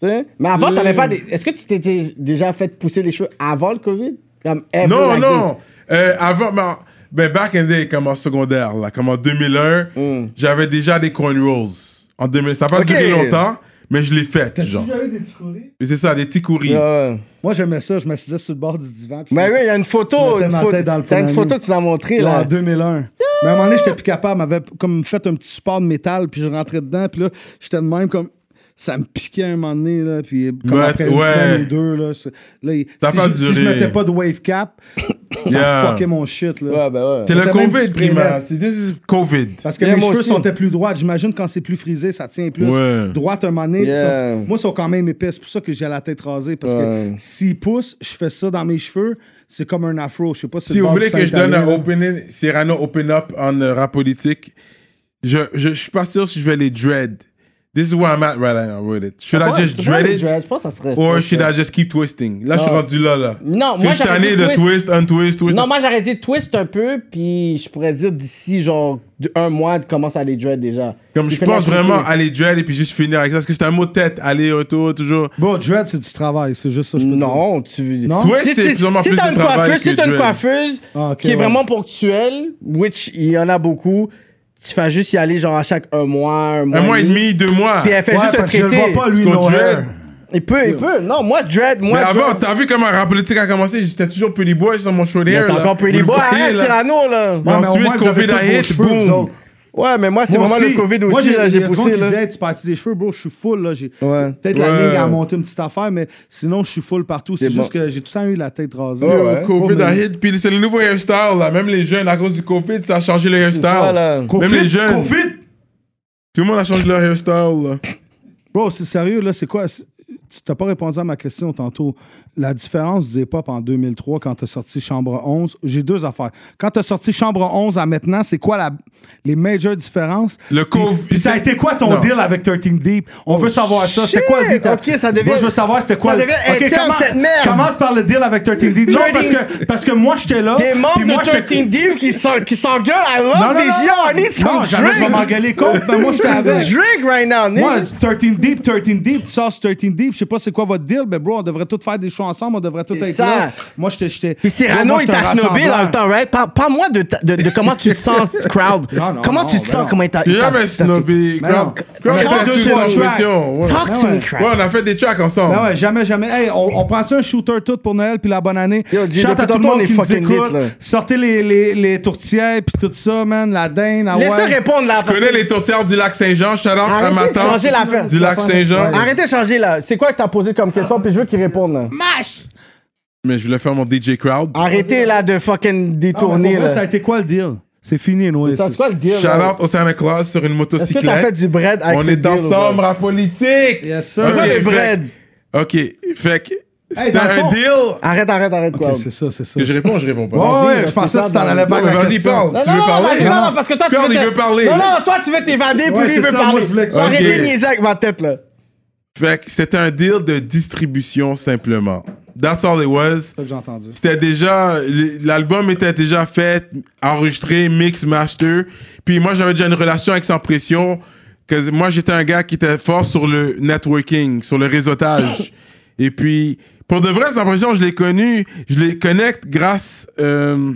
F: Tu sais? Mais avant, t'avais pas des... Est-ce que tu t'étais déjà fait pousser les cheveux avant le COVID? Comme ever
B: Non,
F: like
B: non. Euh, avant, ben, ben, back in the day, comme en secondaire, là, comme en 2001, j'avais déjà des coin rolls. En 2000, ça n'a pas
F: Mm. Ok.
B: duré longtemps, mais je l'ai fait, genre.
D: J'avais des petits courriers.
B: Et c'est ça, des petits courriers.
F: this. Euh,
D: Moi, j'aimais ça, je m'assisais sur le bord du divan. puis
F: Mais
D: je-
F: oui, il y a une photo.
D: Je mettais
F: une
D: ma
F: photo-
D: tête dans le
F: T'as une
D: panier.
F: photo que tu as montrée,
D: Là,
F: là.
D: en 2001. Mais à un moment donné, j'étais plus capable. m'avait comme fait un petit support de métal, puis je rentrais dedans, puis là, j'étais de même comme. ça me piquait un moment donné, là, puis comme
B: Ouais,
D: après une
B: ouais.
D: semaine ou deux, là, c'est- là, il-
B: Ça
D: si,
B: a pas
D: je- si je
B: duré.
D: mettais pas de wave cap, ça
B: Yeah.
D: fuckait mon shit, là.
C: Ouais, ben ouais.
B: C'est le
D: T'as même hein.
B: COVID,
D: du spray
B: Prima.
D: net.
B: C'est this is COVID.
D: Parce que
C: Yeah,
D: mes
C: moi
D: cheveux
C: aussi.
D: sont plus droits. J'imagine quand c'est plus frisé, ça tient plus.
B: Ouais.
D: Droite un moment donné. puis
C: Yeah.
D: sont- moi, ils sont quand même épais. C'est pour ça que j'ai la tête rasée. Parce
C: Ouais.
D: que s'ils poussent, je fais ça dans mes cheveux. C'est comme un afro. Je sais pas si,
B: Si
D: le
B: vous
D: bord
B: voulez
D: du
B: que je donne
D: Saint-Italien,
B: un
D: là.
B: open Cyrano open up en euh, rap politique, je, je, je suis pas sûr si je vais les dread. This is where I'm at right now with it. Should I
C: Ouais,
B: just
C: je pourrais
B: dread
C: le
B: it?
C: dread, Je pense que ça serait.
B: Or should I just keep twisting? Là, je suis
C: Non.
B: rendu là, là.
C: Non,
B: Parce que
C: moi,
B: je suis
C: j'aurais
B: tanné
C: dit
B: de
C: twist.
B: twist, untwist, twist.
C: Non, moi j'aurais dit twist un peu, puis je pourrais dire d'ici genre d- un mois, de commence à les dread déjà.
B: Comme
C: Puis
B: je pense
C: finir
B: vraiment
C: avec
B: aller dread et puis juste finir avec ça. Parce que c'est un mot de tête, aller, retour, toujours.
D: Bon, dread, c'est du travail. C'est juste ça. que Je peux
C: tout.
D: te dire.
C: Non, tu.
D: Non?
B: Twist,
C: Si,
B: c'est
C: si,
B: sûrement
C: si
B: plus
C: t'as
B: de
C: une
B: travail
C: coiffeuse,
B: que
C: si t'as une
B: dread.
C: coiffeuse
D: Ah, ok,
C: qui est
D: ouais.
C: vraiment ponctuelle, which il y en a beaucoup, tu fais juste y aller genre à chaque un mois, un mois.
B: Un mois et demi, deux mois.
C: Puis elle fait
D: Ouais,
C: juste un
D: parce que je le
C: traité.
D: vois pas, lui,
B: Parce qu'on
D: non.
B: dread.
D: hein.
C: Il peut, il peut. Non, moi dread, moi.
B: Mais avant,
C: dread.
B: t'as vu comment rap politique a commencé? J'étais toujours Pretty Boy sur mon
C: Mais
B: shoulder.
C: t'es
B: là.
C: encore
B: Vous
C: Pretty
B: le
C: Boy, Ah, hein,
B: voyez,
C: arrête
B: là.
C: Cyrano là.
D: Ouais, mais au
B: Ensuite,
D: moins, vous
B: Covid
D: avez tous
B: a
D: vos
B: hit,
D: cheveux,
B: boom.
D: vous autres.
C: Ouais, mais moi c'est
D: Moi
C: vraiment
D: aussi.
C: le Covid
D: Moi,
C: aussi là,
D: il y
C: j'ai
D: a des gens
C: poussé
D: qui
C: là.
D: disaient, Hey, tu parti des cheveux, bro, je suis full. Là. J'ai-
C: Ouais.
D: Peut-être la
B: Ouais.
D: ligne a monté une petite affaire, mais sinon, je suis full partout. C'est
C: C'est
D: juste
C: bon.
D: que j'ai tout le temps eu la tête rasée.
C: Ouais,
B: Yo,
C: ouais.
B: Covid a
D: mais-
B: hit. Puis c'est le nouveau hairstyle, là. Même les jeunes, à cause du Covid, ça a changé le hairstyle.
C: ça, là.
B: Même les jeunes. Tout le monde a changé leur hairstyle, là.
D: Bro, c'est sérieux, là, c'est quoi? C'est- Tu t'as pas répondu à ma question tantôt. La différence du hip-hop en 2003 quand t'as sorti Chambre 11, j'ai deux affaires. Quand t'as sorti Chambre 11 à maintenant, c'est quoi la, les majeures différences?
B: Le
D: Puis-
B: Covid-
D: puis ça a
B: c'est-
D: été quoi ton
B: Non.
D: deal avec 13 Deep? On veut savoir ça. C'était quoi le deal?
C: Oh, Ok, ça devient-
D: Moi, je veux savoir c'était quoi
C: ça
D: le-
C: devient
D: Ok,
C: interne, cette merde.
D: Commence par le deal avec 13 Deep. Non, parce que, parce que moi, j'étais là.
C: Des membres
D: puis moi,
C: de
D: j'étais-
C: 13 Div qui s'en- qui s'engueulent. I love this shit. I need some
D: Non, j'arrête de
C: drink.
D: m'engueuler contre, mais moi, j'étais avec.
C: Drink right now,
D: Moi,
C: nigga.
D: 13 Deep, 13 Deep, tu sors sur 13 Deep, je sais pas c'est quoi votre deal, mais bro, on devrait tous faire des shows ensemble, on devrait tous
C: C'est
D: être
C: ça.
D: là. Moi, j'étais- j'étais.
C: Puis Cyrano,
D: Moi,
C: il
D: j'étais un
C: t'a snobé dans le
D: rassembleur.
C: temps, right? Par- Parle-moi de, ta- de, de comment tu te sens, crowd.
D: Non, non,
C: comment
D: non,
C: tu te
D: ben
C: sens,
D: non.
C: comment il t'a.
B: J'ai
C: il t'a-
B: jamais
C: t'a-
B: snobé.
D: Mais
B: Grave,
D: non.
B: grave,
D: Mais
B: c'était
D: deux
B: sous
D: sur
B: sa
D: un track.
B: pression. Ouais.
C: Talk
D: Ouais,
C: to me,
D: ouais.
B: Ouais,
C: crowd.
B: on a fait des tracks ensemble.
D: Ben ouais, jamais, jamais. Hey, on, on prend ça un shooter tout pour Noël puis la bonne année.
C: Yo, G,
D: Chante à tout le
C: depuis tantôt, on
D: monde
C: est
D: qui nous
C: fucking lit,
D: écoute.
C: là.
D: Sortez les, les, les tourtières puis tout ça, man, la dinde, la
C: Laisse-le
D: ouais.
C: répondre là.
B: Je connais les tourtières du lac Saint-Jean. Je suis allé à
C: Arrêtez
B: ma
C: de changer l'affaire.
B: tante du lac Saint-Jean.
C: Arrêtez de changer là. C'est quoi que t'as posé comme question? Puis je veux qu'il réponde là.
B: Mais je voulais faire mon DJ crowd.
C: Arrêtez là de fucking
D: Non, Ah, mais
C: détourner
D: pour vrai, Ça a
C: là.
D: été quoi le deal? C'est fini, nous.
C: Ça, c'est quoi le deal?
B: Shout
C: là?
B: out au Santa Claus sur une
C: Est-ce que t'as
B: motocyclette.
C: fait du bread avec
B: On
C: ce
B: est
C: deal,
B: ensemble
C: là?
B: en politique.
D: Yes, sir.
B: Ok,
C: C'est quoi le
B: fait-
C: bread?
B: Ok, fait que c'était
D: dans le
B: un
D: fond-
B: deal.
C: Arrête, arrête, arrête, quoi.
D: Ok, C'est ça, c'est ça. Oh,
B: Que je réponds, je réponds pas.
D: Ouais,
C: Vas-y,
D: ouais, je
C: parce
D: pensais
C: que
D: que tu t'en
C: là,
D: allais
C: dans-
D: pas
B: Ouais, mais vas-y, parle.
C: Non,
B: tu
C: non,
B: veux parler?
C: vas-y, non, non, parce que toi, tu
B: Carl,
C: veux
B: il
C: t'é-
B: veut parler.
C: Non, non, toi, tu veux t'évader, puis
D: Ouais,
C: lui, il
D: c'est
C: veut
D: ça,
C: parler.
D: moi, je voulais que-
C: Arrêtez de
B: Ok.
C: niaiser avec ma tête, là.
B: Fait que c'était un deal de distribution simplement. That's all it was.
D: C'est ça que j'ai entendu.
B: C'était déjà. L'album était déjà fait, enregistré, mix, master. Puis moi, j'avais déjà une relation avec Sans Pression. Que moi, j'étais un gars qui était fort sur le networking, sur le réseautage. Et puis, pour de vrai, Sans Pression, je l'ai connu. Je les connecte grâce. euh,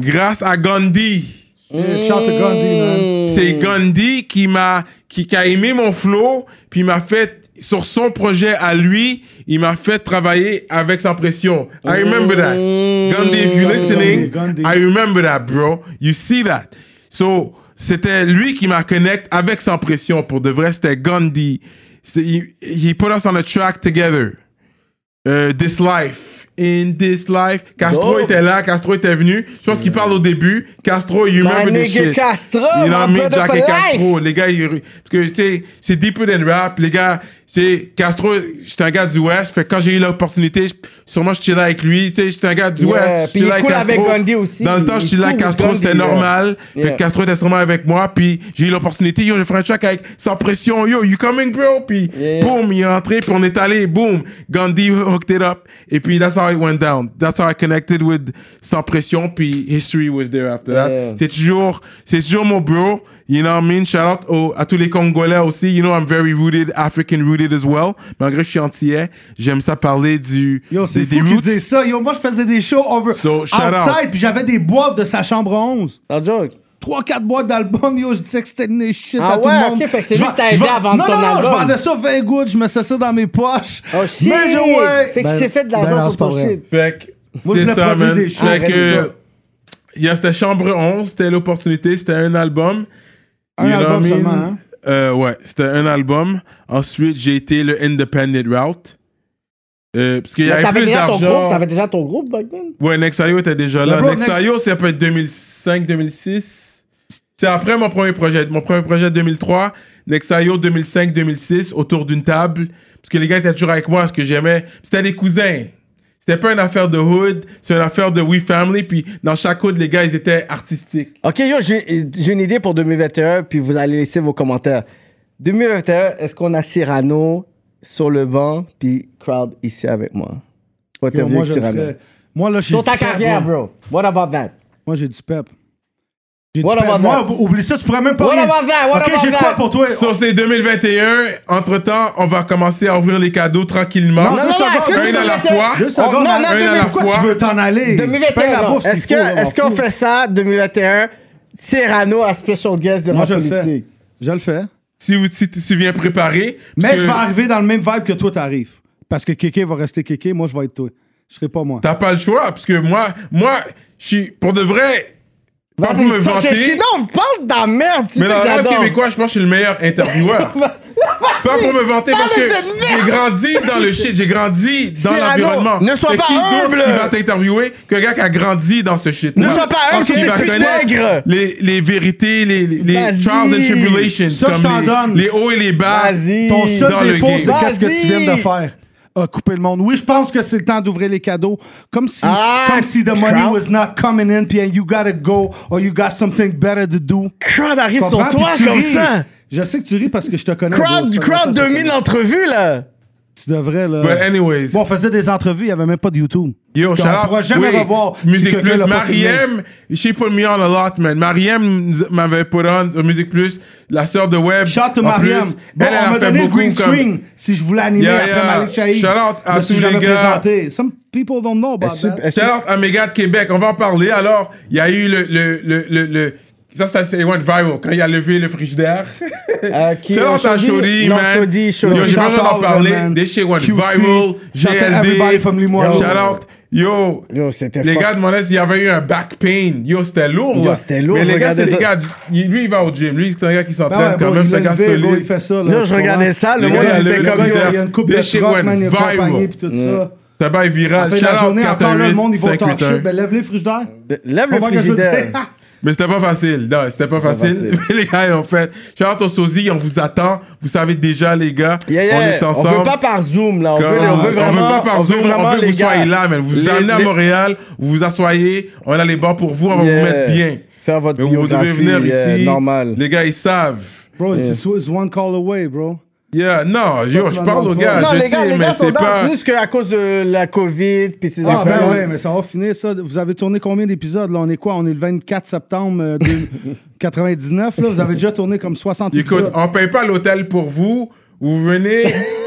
B: grâce à Gandhi.
D: Shout out to Gandhi,
C: Mm.
D: man.
B: C'est Gandhi qui m'a qui, qui a aimé mon flow, puis il m'a fait sur son projet à lui, il m'a fait travailler avec sa pression. I remember that. Gandhi, if you're listening,
D: Gandhi, Gandhi.
B: I remember that, bro. You see that. So, c'était lui qui m'a connecté avec sans pression. Pour de vrai, c'était Gandhi. C'est- He, he put us on a track together. Euh, this Life. In This Life. Castro
C: Dope.
B: était là, Castro était venu. Je pense qu'il parle au début. Castro, you
C: My
B: remember this
C: nigga
B: shit.
C: Castro,
B: You know
C: my
B: what I mean?
C: brother
B: Jack et
C: for
B: Castro. Les gars, ils- parce que tu sais, c'est deeper than rap. Les gars, c'est Castro, j'étais un gars du West. Fait que quand j'ai eu l'opportunité, j- sûrement je chillais avec lui. Tu sais, j'étais un gars du
C: Yeah,
B: West. je
C: puis il
B: chillais
C: est cool avec Gandhi aussi.
B: Dans le temps,
C: Il
B: je
C: est
B: chillais
C: cool
B: avec
C: with
B: Castro,
C: Gandhi,
B: c'était
C: yeah.
B: normal. Fait
C: Yeah.
B: que Castro était sûrement avec moi. Puis j'ai eu l'opportunité, yo, je ferai un track avec Sans Pression. Yo, you coming, bro? Puis
C: Yeah.
B: boom, il est rentré. Puis on est allé. Boom, Gandhi hooked it up. Et puis that's how it went down. That's how I connected with Sans Pression. Puis history was there after that.
C: Yeah.
B: C'est toujours, c'est toujours mon bro. You know what I mean? Shout out au- à tous les Congolais aussi. You know, I'm very rooted, African rooted as well. Malgré que je suis antillais, j'aime ça parler du,
D: Yo, c'est
B: des, des
D: fou qu'ils
B: roots.
D: disent ça. Yo, moi, je faisais des shows over
B: So, shout out.
D: outside, puis j'avais des boîtes de sa chambre 11.
C: Pas de joke.
D: 3-4 boîtes d'albums, yo, je disais que c'était une shit
C: Ah
D: à tout
C: ouais,
D: le monde.
C: ok, fait que c'est
D: Je
C: lui
D: vends-
C: qui t'a
D: je
C: aidé
D: vends-
C: à vendre
D: non,
C: ton
D: non, non,
C: album.
D: je vendais ça 20 gouttes, je mettais ça dans mes poches.
C: Oh shit!
D: Major way.
C: Fait que
D: Ben,
C: c'est fait de
D: ben non,
C: l'argent
D: c'est
C: sur
D: pas
C: ton
D: vrai.
C: shit.
B: Fait que,
D: Moi,
B: c'est
D: je voulais
B: ça,
D: produire
B: man.
D: des choses.
B: Fait
C: Arrête
B: que, il y a cette chambre 11, c'était l'opportunité, c'était un album.
D: Un
B: You know
D: album
B: what I mean?
D: seulement, hein.
B: Euh, ouais, c'était un album. Ensuite, j'ai été le independent route. Euh, parce qu'il y avait
C: T'avais
B: plus
C: déjà ton groupe,
B: d'argent.
C: t'avais déjà ton groupe back then?
B: Ouais, Nexayo était déjà là.
D: bro,
B: Nexayo, ça peut être 2005, 2006. C'est après mon premier projet. Mon premier projet 2003, Nexayo 2005, 2006, autour d'une table. Parce que les gars étaient toujours avec moi, ce que j'aimais. C'était des cousins. C'était pas une affaire de hood, c'est une affaire de We Family. Puis dans chaque hood, les gars, ils étaient artistiques.
C: Ok, yo, j'ai j'ai une idée pour 2021, puis vous allez laisser vos commentaires. 2021, est-ce qu'on a Cyrano sur le banc, puis Crowd ici avec moi? Toi, t'es
D: Yo,
C: venu
D: moi,
C: avec
D: je le
C: Cyrano.
D: ferais. Moi, là, j'ai
C: Sur
D: du
C: ta
D: pep,
C: carrière,
D: moi.
C: bro. What about that?
D: Moi, j'ai du pep. J'ai du
C: What
D: pep.
C: about
D: Moi,
C: that?
D: ou- oublie ça, tu pourrais même pas.
C: What
D: rien-
C: about that? What
D: Ok,
C: about
D: j'ai de quoi
C: that?
D: pour toi.
B: Sur ces 2021, entre-temps, on va commencer à ouvrir les cadeaux tranquillement.
D: Non, non, non, est-ce que
B: un à la fois.
D: Deux secondes,
C: Oh, non,
D: hein. Un
C: non,
D: à
B: deux
D: la
B: mille-
D: fois.
B: fois.
D: tu veux t'en aller? Tu payes
C: 2021,
D: la
C: non.
D: bouffe,
C: est-ce
D: c'est fou,
C: que-
D: on
C: est-ce
D: m'en
C: qu'on
D: fout.
C: fait ça, 2021, Cyrano à special guest de
D: Moi,
C: ma
D: je le fais.
C: politique?
D: Je le fais.
B: Si, vous- si tu viens préparer. parce
D: Mais
B: que
D: je vais arriver dans le même vibe que toi, t'arrives. Parce que Kéké va rester Kéké, moi, je vais être toi. Je serai pas moi.
B: T'as pas le choix, parce que moi, moi, je suis, pour de vrai, pas pour me
C: Ok,
B: vanter,
C: Sinon, on parle de la merde, tu
B: mais
C: sais
B: dans
C: que
B: le rap
C: j'adore.
B: québécois, je pense que je suis le meilleur intervieweur. pas pour me vanter, parce
C: de
B: que
C: cette
B: j'ai grandi dans le shit, j'ai grandi dans
C: Cyrano,
B: l'environnement.
C: ne sois
B: Fait
C: pas
B: qui d'autre
C: humble.
B: qui va t'interviewer qu'un gars qui a grandi dans ce shit
C: Ne sois pas humble, c'est plus nègre.
B: Les, les vérités, les, les, les
C: Vas-y.
B: trials and tribulations,
D: Ça, je
B: comme
D: t'en
B: les,
D: donne.
B: les hauts et les bas.
C: Vas-y.
D: Ton seul
B: dans le
D: défaut,
B: game.
D: c'est qu'est-ce que tu
C: Vas-y.
D: viens de faire? A couper le monde. Oui, je pense que c'est le temps d'ouvrir les cadeaux. Comme si,
C: Ah,
D: comme si the money
C: crowd.
D: was not coming in, puis you gotta go, or you got something better to do.
C: Crowd arrive
D: Tu
C: sur
D: comprends?
C: toi
D: Puis tu
C: comme
D: ris.
C: ça.
D: Je sais que tu ris parce que je te connais. gros.
C: Crowd,
D: Ça fait longtemps
C: crowd
D: que je te
C: 2000
D: connais.
C: entrevues, là.
D: Tu devrais, là.
B: But anyways.
D: Bon, on faisait des entrevues, il n'y avait même pas de YouTube.
B: Yo,
D: Donc,
B: shout
D: On
B: out.
D: pourra jamais
B: Oui.
D: revoir. si
B: Music
D: quelqu'un
B: Plus,
D: l'a pas filmé.
B: Mariem, she put me on a lot, man. Mariem nous- m'avait put on au Music Plus, la sœur de Web.
D: Shout out to
B: En
D: Mariam.
B: plus,
D: Bon,
B: elle, elle a
D: on m'a
B: fait
D: donné le
B: beaucoup
D: green
B: comme-
D: screen si je voulais animer
B: Yeah,
D: après
B: yeah.
D: Malik Shahid.
B: Shout out à
D: Je me suis
B: tous les
D: jamais
B: gars.
D: présenté. Some people don't know about
C: Est-ce-
D: that.
C: est-ce-
B: Shout out à mes gars de Québec. On va en parler. Alors, il y a eu le, le, le, le, le- ça, ça, c'est went viral quand il a levé le frigidaire.
D: Euh,
C: Ok,
B: Shout out à Shodi,
C: Non,
B: man.
C: Shoddy, Shoddy.
B: Yo, j'ai pas
D: Shout
B: besoin d'en
D: out,
B: parler.
D: man.
B: Des shit went
D: QC.
B: viral.
D: Shout out everybody from
B: GLD.
D: Limoilou.
B: Shout out. Yo.
C: Yo, c'était
B: Les
C: fuck.
B: gars demandaient s'il y avait eu un back pain. Yo, c'était lourd.
C: Yo,
B: là.
C: c'était lourd,
B: Mais
C: je
B: les gars, c'est
C: regardais
B: les
C: ça.
B: gars. il- Lui, il va au gym. Lui, c'est un gars qui s'entraîne
D: Ah ouais,
B: quand
D: bro,
B: même.
D: il
B: C'est un
D: l'a
B: gars
D: levé, bro,
B: solide.
D: il fait ça.
C: Là,
D: tu
C: je regardais
D: comprends?
C: ça, le
D: Les
B: monde était
D: gars, le
B: comme,
D: gars,
B: yo,
D: Il y a une coupe
B: this
D: de
B: shit
D: truck,
B: went
D: man, il y a une
B: viral.
D: compagnie, puis tout ça.
B: C'était pas
D: À la
B: viral.
D: fin de
B: Shout
D: la
B: out
D: journée, encore là, le monde, ils vont
B: 48,
D: talk shit.
B: 581.
D: Ben, lève les frigidaires.
C: Lève le
D: Comprends ce que je veux
C: frigidaire.
D: dire?
B: Mais c'était pas facile. Non, c'était pas facile.
C: facile.
B: Mais les gars, ils ont fait. Shout out aux sosies, on vous attend. Vous savez déjà, les gars.
C: Yeah, yeah.
B: On est ensemble.
C: On veut pas par Zoom, là. On
B: Comme-
C: veut, on veut vraiment,
B: pas par
C: on veut
B: Zoom, on veut,
C: vraiment
B: que
C: les
B: vous soyez
C: gars.
B: là, man. Vous
C: Les-
B: vous amenez à
C: les-
B: Montréal, vous vous asseyez, on a les bars pour vous, on va
C: Yeah.
B: vous mettre bien.
C: Faire votre
B: Mais vous devez
C: biographie,
B: venir
C: yeah,
B: ici.
C: normal.
B: Les gars, ils savent.
D: Bro, it's it's one call away, bro.
B: Yeah, non, yo, je
D: tu m'as
B: parle aux
D: demandé
B: gars,
D: pas.
C: Non,
B: je
C: les gars,
B: sais,
C: les
B: mais
C: gars sont
B: c'est pas.
C: down plus qu'à cause de la COVID puis ces
D: Ah, ben
C: affaires.
D: ouais, mais ça va finir ça. Vous avez tourné combien d'épisodes? Là, on est quoi? On est le 24 septembre euh, deux- 99. Là, vous avez déjà tourné comme 60
B: Écoute,
D: épisodes.
B: on paye pas l'hôtel pour vous, vous venez,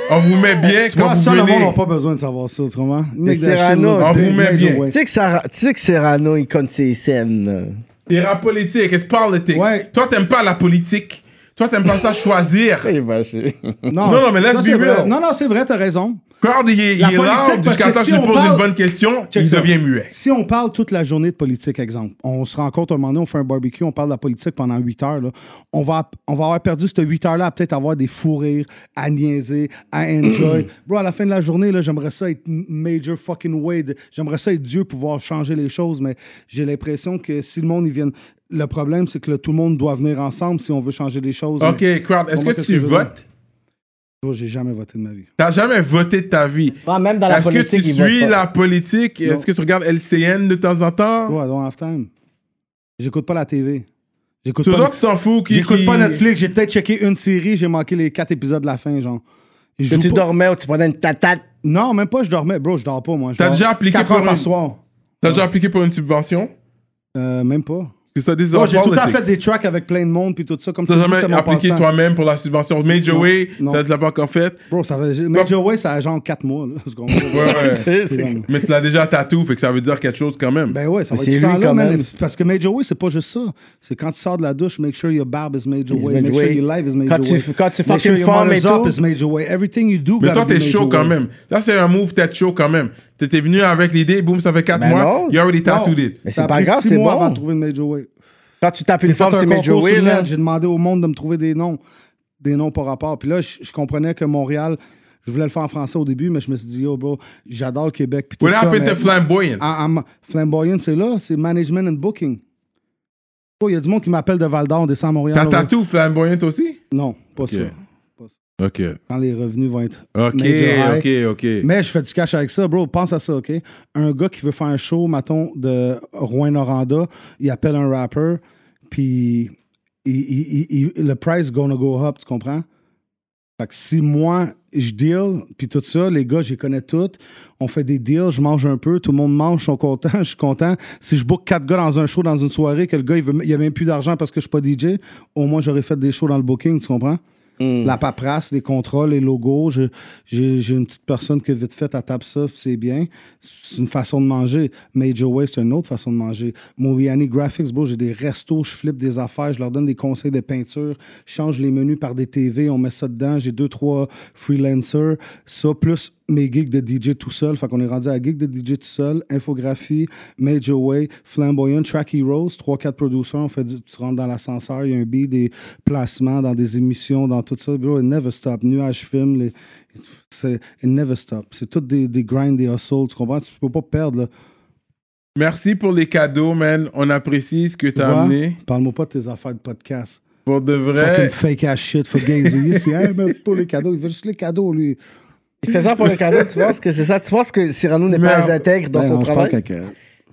B: on vous met bien
D: Tu
B: quand
D: vois,
B: vous
D: ça, le monde
B: venez.
D: n'a pas besoin de savoir ça, autrement. Nick
C: Cyrano,
B: on vous met bien.
C: Tu sais que Sarah- tu sais que Serrano, il compte ses scènes.
B: C'est rap politique, it's politics.
D: Ouais.
B: Toi, t'aimes pas la politique. Toi, t'aimes pas ça choisir.
C: Il va chier.
B: Non, non, mais let's
D: ça,
B: be
D: c'est vrai.
B: real.
D: Non, non, c'est vrai, t'as raison.
B: Crowd, il est il
D: La
B: est
D: politique,
B: loud,
D: parce
B: jusqu'à
D: que
B: temps que
D: si
B: tu lui
D: on
B: poses
D: parle-
B: une bonne question,
D: Check
B: il
D: ça.
B: devient muet.
D: Si on parle toute la journée de politique, exemple, on se rencontre un moment donné, on fait un barbecue, on parle de la politique pendant 8 heures, là. On, va, on va avoir perdu cette 8 heures-là à peut-être avoir des fous rires, à niaiser, à enjoy. Bro, à la fin de la journée, là, j'aimerais ça être Major fucking Wade. J'aimerais ça être Dieu, pouvoir changer les choses, mais j'ai l'impression que si le monde y vient. Le problème, c'est que là, tout le monde doit venir ensemble si on veut changer les choses. mais-
B: Ok, Crowd, est-ce
D: Comment
B: que
D: que
B: tu
D: c'est vrai?
B: votes?
D: Bro, j'ai jamais voté de ma vie.
B: T'as jamais voté de ta vie.
C: Ah, même dans la
B: Est-ce que
C: politique,
B: tu
C: il vote
B: suis
C: pas.
B: la politique? Est-ce que tu regardes LCN de temps en temps?
D: Bro, I don't have time. J'écoute pas la TV. J'écoute
B: Tu
D: pas
B: autres, tu t'en fous qui.
D: J'écoute
B: qui-
D: pas Netflix, j'ai peut-être checké une série, j'ai manqué les quatre épisodes de la fin, genre. Et je
C: Que
D: joue
C: tu
D: pas-
C: dormais ou tu prenais une tatate.
D: Non, même pas, je dormais. Bro, je dors pas, moi. Je
B: T'as
D: dors
B: déjà appliqué
D: quatre
B: pour
D: heures par
B: une-
D: soir.
B: T'as déjà appliqué pour une subvention?
D: Euh, même pas.
B: Parce que ça des
D: Bro, j'ai tout le temps fait des tracks avec plein de monde, puis tout ça, comme
B: T'as
D: tu dis, c'était
B: jamais
D: mon
B: appliqué
D: passe-temps.
B: toi-même pour la subvention? Major
D: Non,
B: Way,
D: non.
B: t'as l'as pas encore fait?
D: Bro, ça fait... Major Way, ça a genre 4 mois, là. ce qu'on-
B: Ouais, ouais.
D: C'est comme-
B: Mais tu l'as déjà tatoué, fait que ça veut dire quelque chose quand même.
D: Ben ouais, ça va
C: c'est
D: être tout le
C: lui
D: temps là,
C: quand
D: man.
C: même.
D: Parce que Major Way, c'est pas juste ça. C'est quand tu sors de la douche, make sure your barb is Major
C: Is
D: Way,
C: Major
D: make sure
C: Way.
D: your life is Major
C: Quand tu-
D: Way.
C: quand tu
D: Make
C: fuck une
D: your
C: femme
D: mother's
C: et
D: up
C: tout.
D: is Major Way. Everything you do
B: Mais
D: gotta
B: toi,
D: be
B: t'es
D: Major
B: chaud quand
D: Way.
B: même. Ça, c'est un move, t'es chaud quand même. T'étais venu avec l'idée, boum, ça fait 4
C: Ben
B: mois.
C: non.
B: You already tattooed
D: Non.
B: it.
C: Mais
D: Ça
C: c'est
D: a
C: pas
D: pris
C: grave,
D: six
C: c'est
D: mois
C: bon.
D: avant de trouver une Major Way.
C: Quand tu tapes une
D: J'ai fait
C: femme,
D: un
C: c'est Major
D: concours
C: Will,
D: sur
C: là.
D: net, J'ai demandé au monde de me trouver des noms. des noms par rapport. Puis là, je, je comprenais que Montréal, je voulais le faire en français au début, mais je me suis dit, yo, bro, j'adore le Québec. puis tout
B: What
D: ça,
B: happened
D: mais-
B: to flamboyant?
D: Ah, ah, ma- flamboyant, c'est là, c'est management and booking. Oh, Il y a du monde qui m'appelle de Val d'Or, on descend à Montréal.
B: T'as
D: ouais.
B: tatou flamboyant aussi?
D: Non, pas
B: Ok.
D: ça.
B: Ok.
D: Quand les revenus vont être.
B: Ok,
D: major high.
B: ok, ok.
D: Mais je fais du cash avec ça, bro. Pense à ça, OK? Un gars qui veut faire un show, mettons, de Rouen-Noranda, il appelle un rapper, puis il- il- il- il- le price gonna go up, tu comprends? Fait que si moi, je deal, puis tout ça, les gars, je les connais toutes, on fait des deals, je mange un peu, tout le monde mange, ils sont contents, je suis content. Si je book quatre gars dans un show, dans une soirée, que le gars, il, veut, il a même plus d'argent parce que je suis pas DJ, au moins, j'aurais fait des shows dans le booking, tu comprends? La paperasse, les contrats, les logos. je- J'ai j'ai une petite personne que vite fait, à tape ça, puis c'est bien. C'est une façon de manger. Major Way, c'est une autre façon de manger. Moliani Graphics, bro, j'ai des restos, je flippe des affaires, je leur donne des conseils de peinture, je change les menus par des TV, on met ça dedans. J'ai deux, trois freelancers, ça, plus mes gigs de DJ tout seul. Fait qu'on est rendu à gigs de DJ tout seul, infographie, Major Way, Flamboyant, Track Heroes, 3-4 producteurs. On fait du- tu rentres dans l'ascenseur, il y a un beat, des placements dans des émissions, dans tout ça. Bro, it never stop. Nuage film, les, c'est it never stop. C'est tout des, des grinds, des hustles. Tu comprends? Tu peux pas perdre. Là.
B: Merci pour les cadeaux, man. On apprécie ce que
D: Tu
B: t'as
D: vois?
B: amené.
D: Parle-moi pas de tes affaires de podcast.
B: Pour de
D: Fucking
B: vrai.
D: fake ass shit, faut gazer. C'est hey, mais c'est pour les cadeaux. Il veut juste les cadeaux, lui.
C: Il fait ça pour le cadeau, tu penses que c'est ça? Tu penses que Cyrano n'est
B: Mais-
C: pas intègre dans
D: Ben,
C: son
D: on se parle
C: travail?
D: quelqu'un.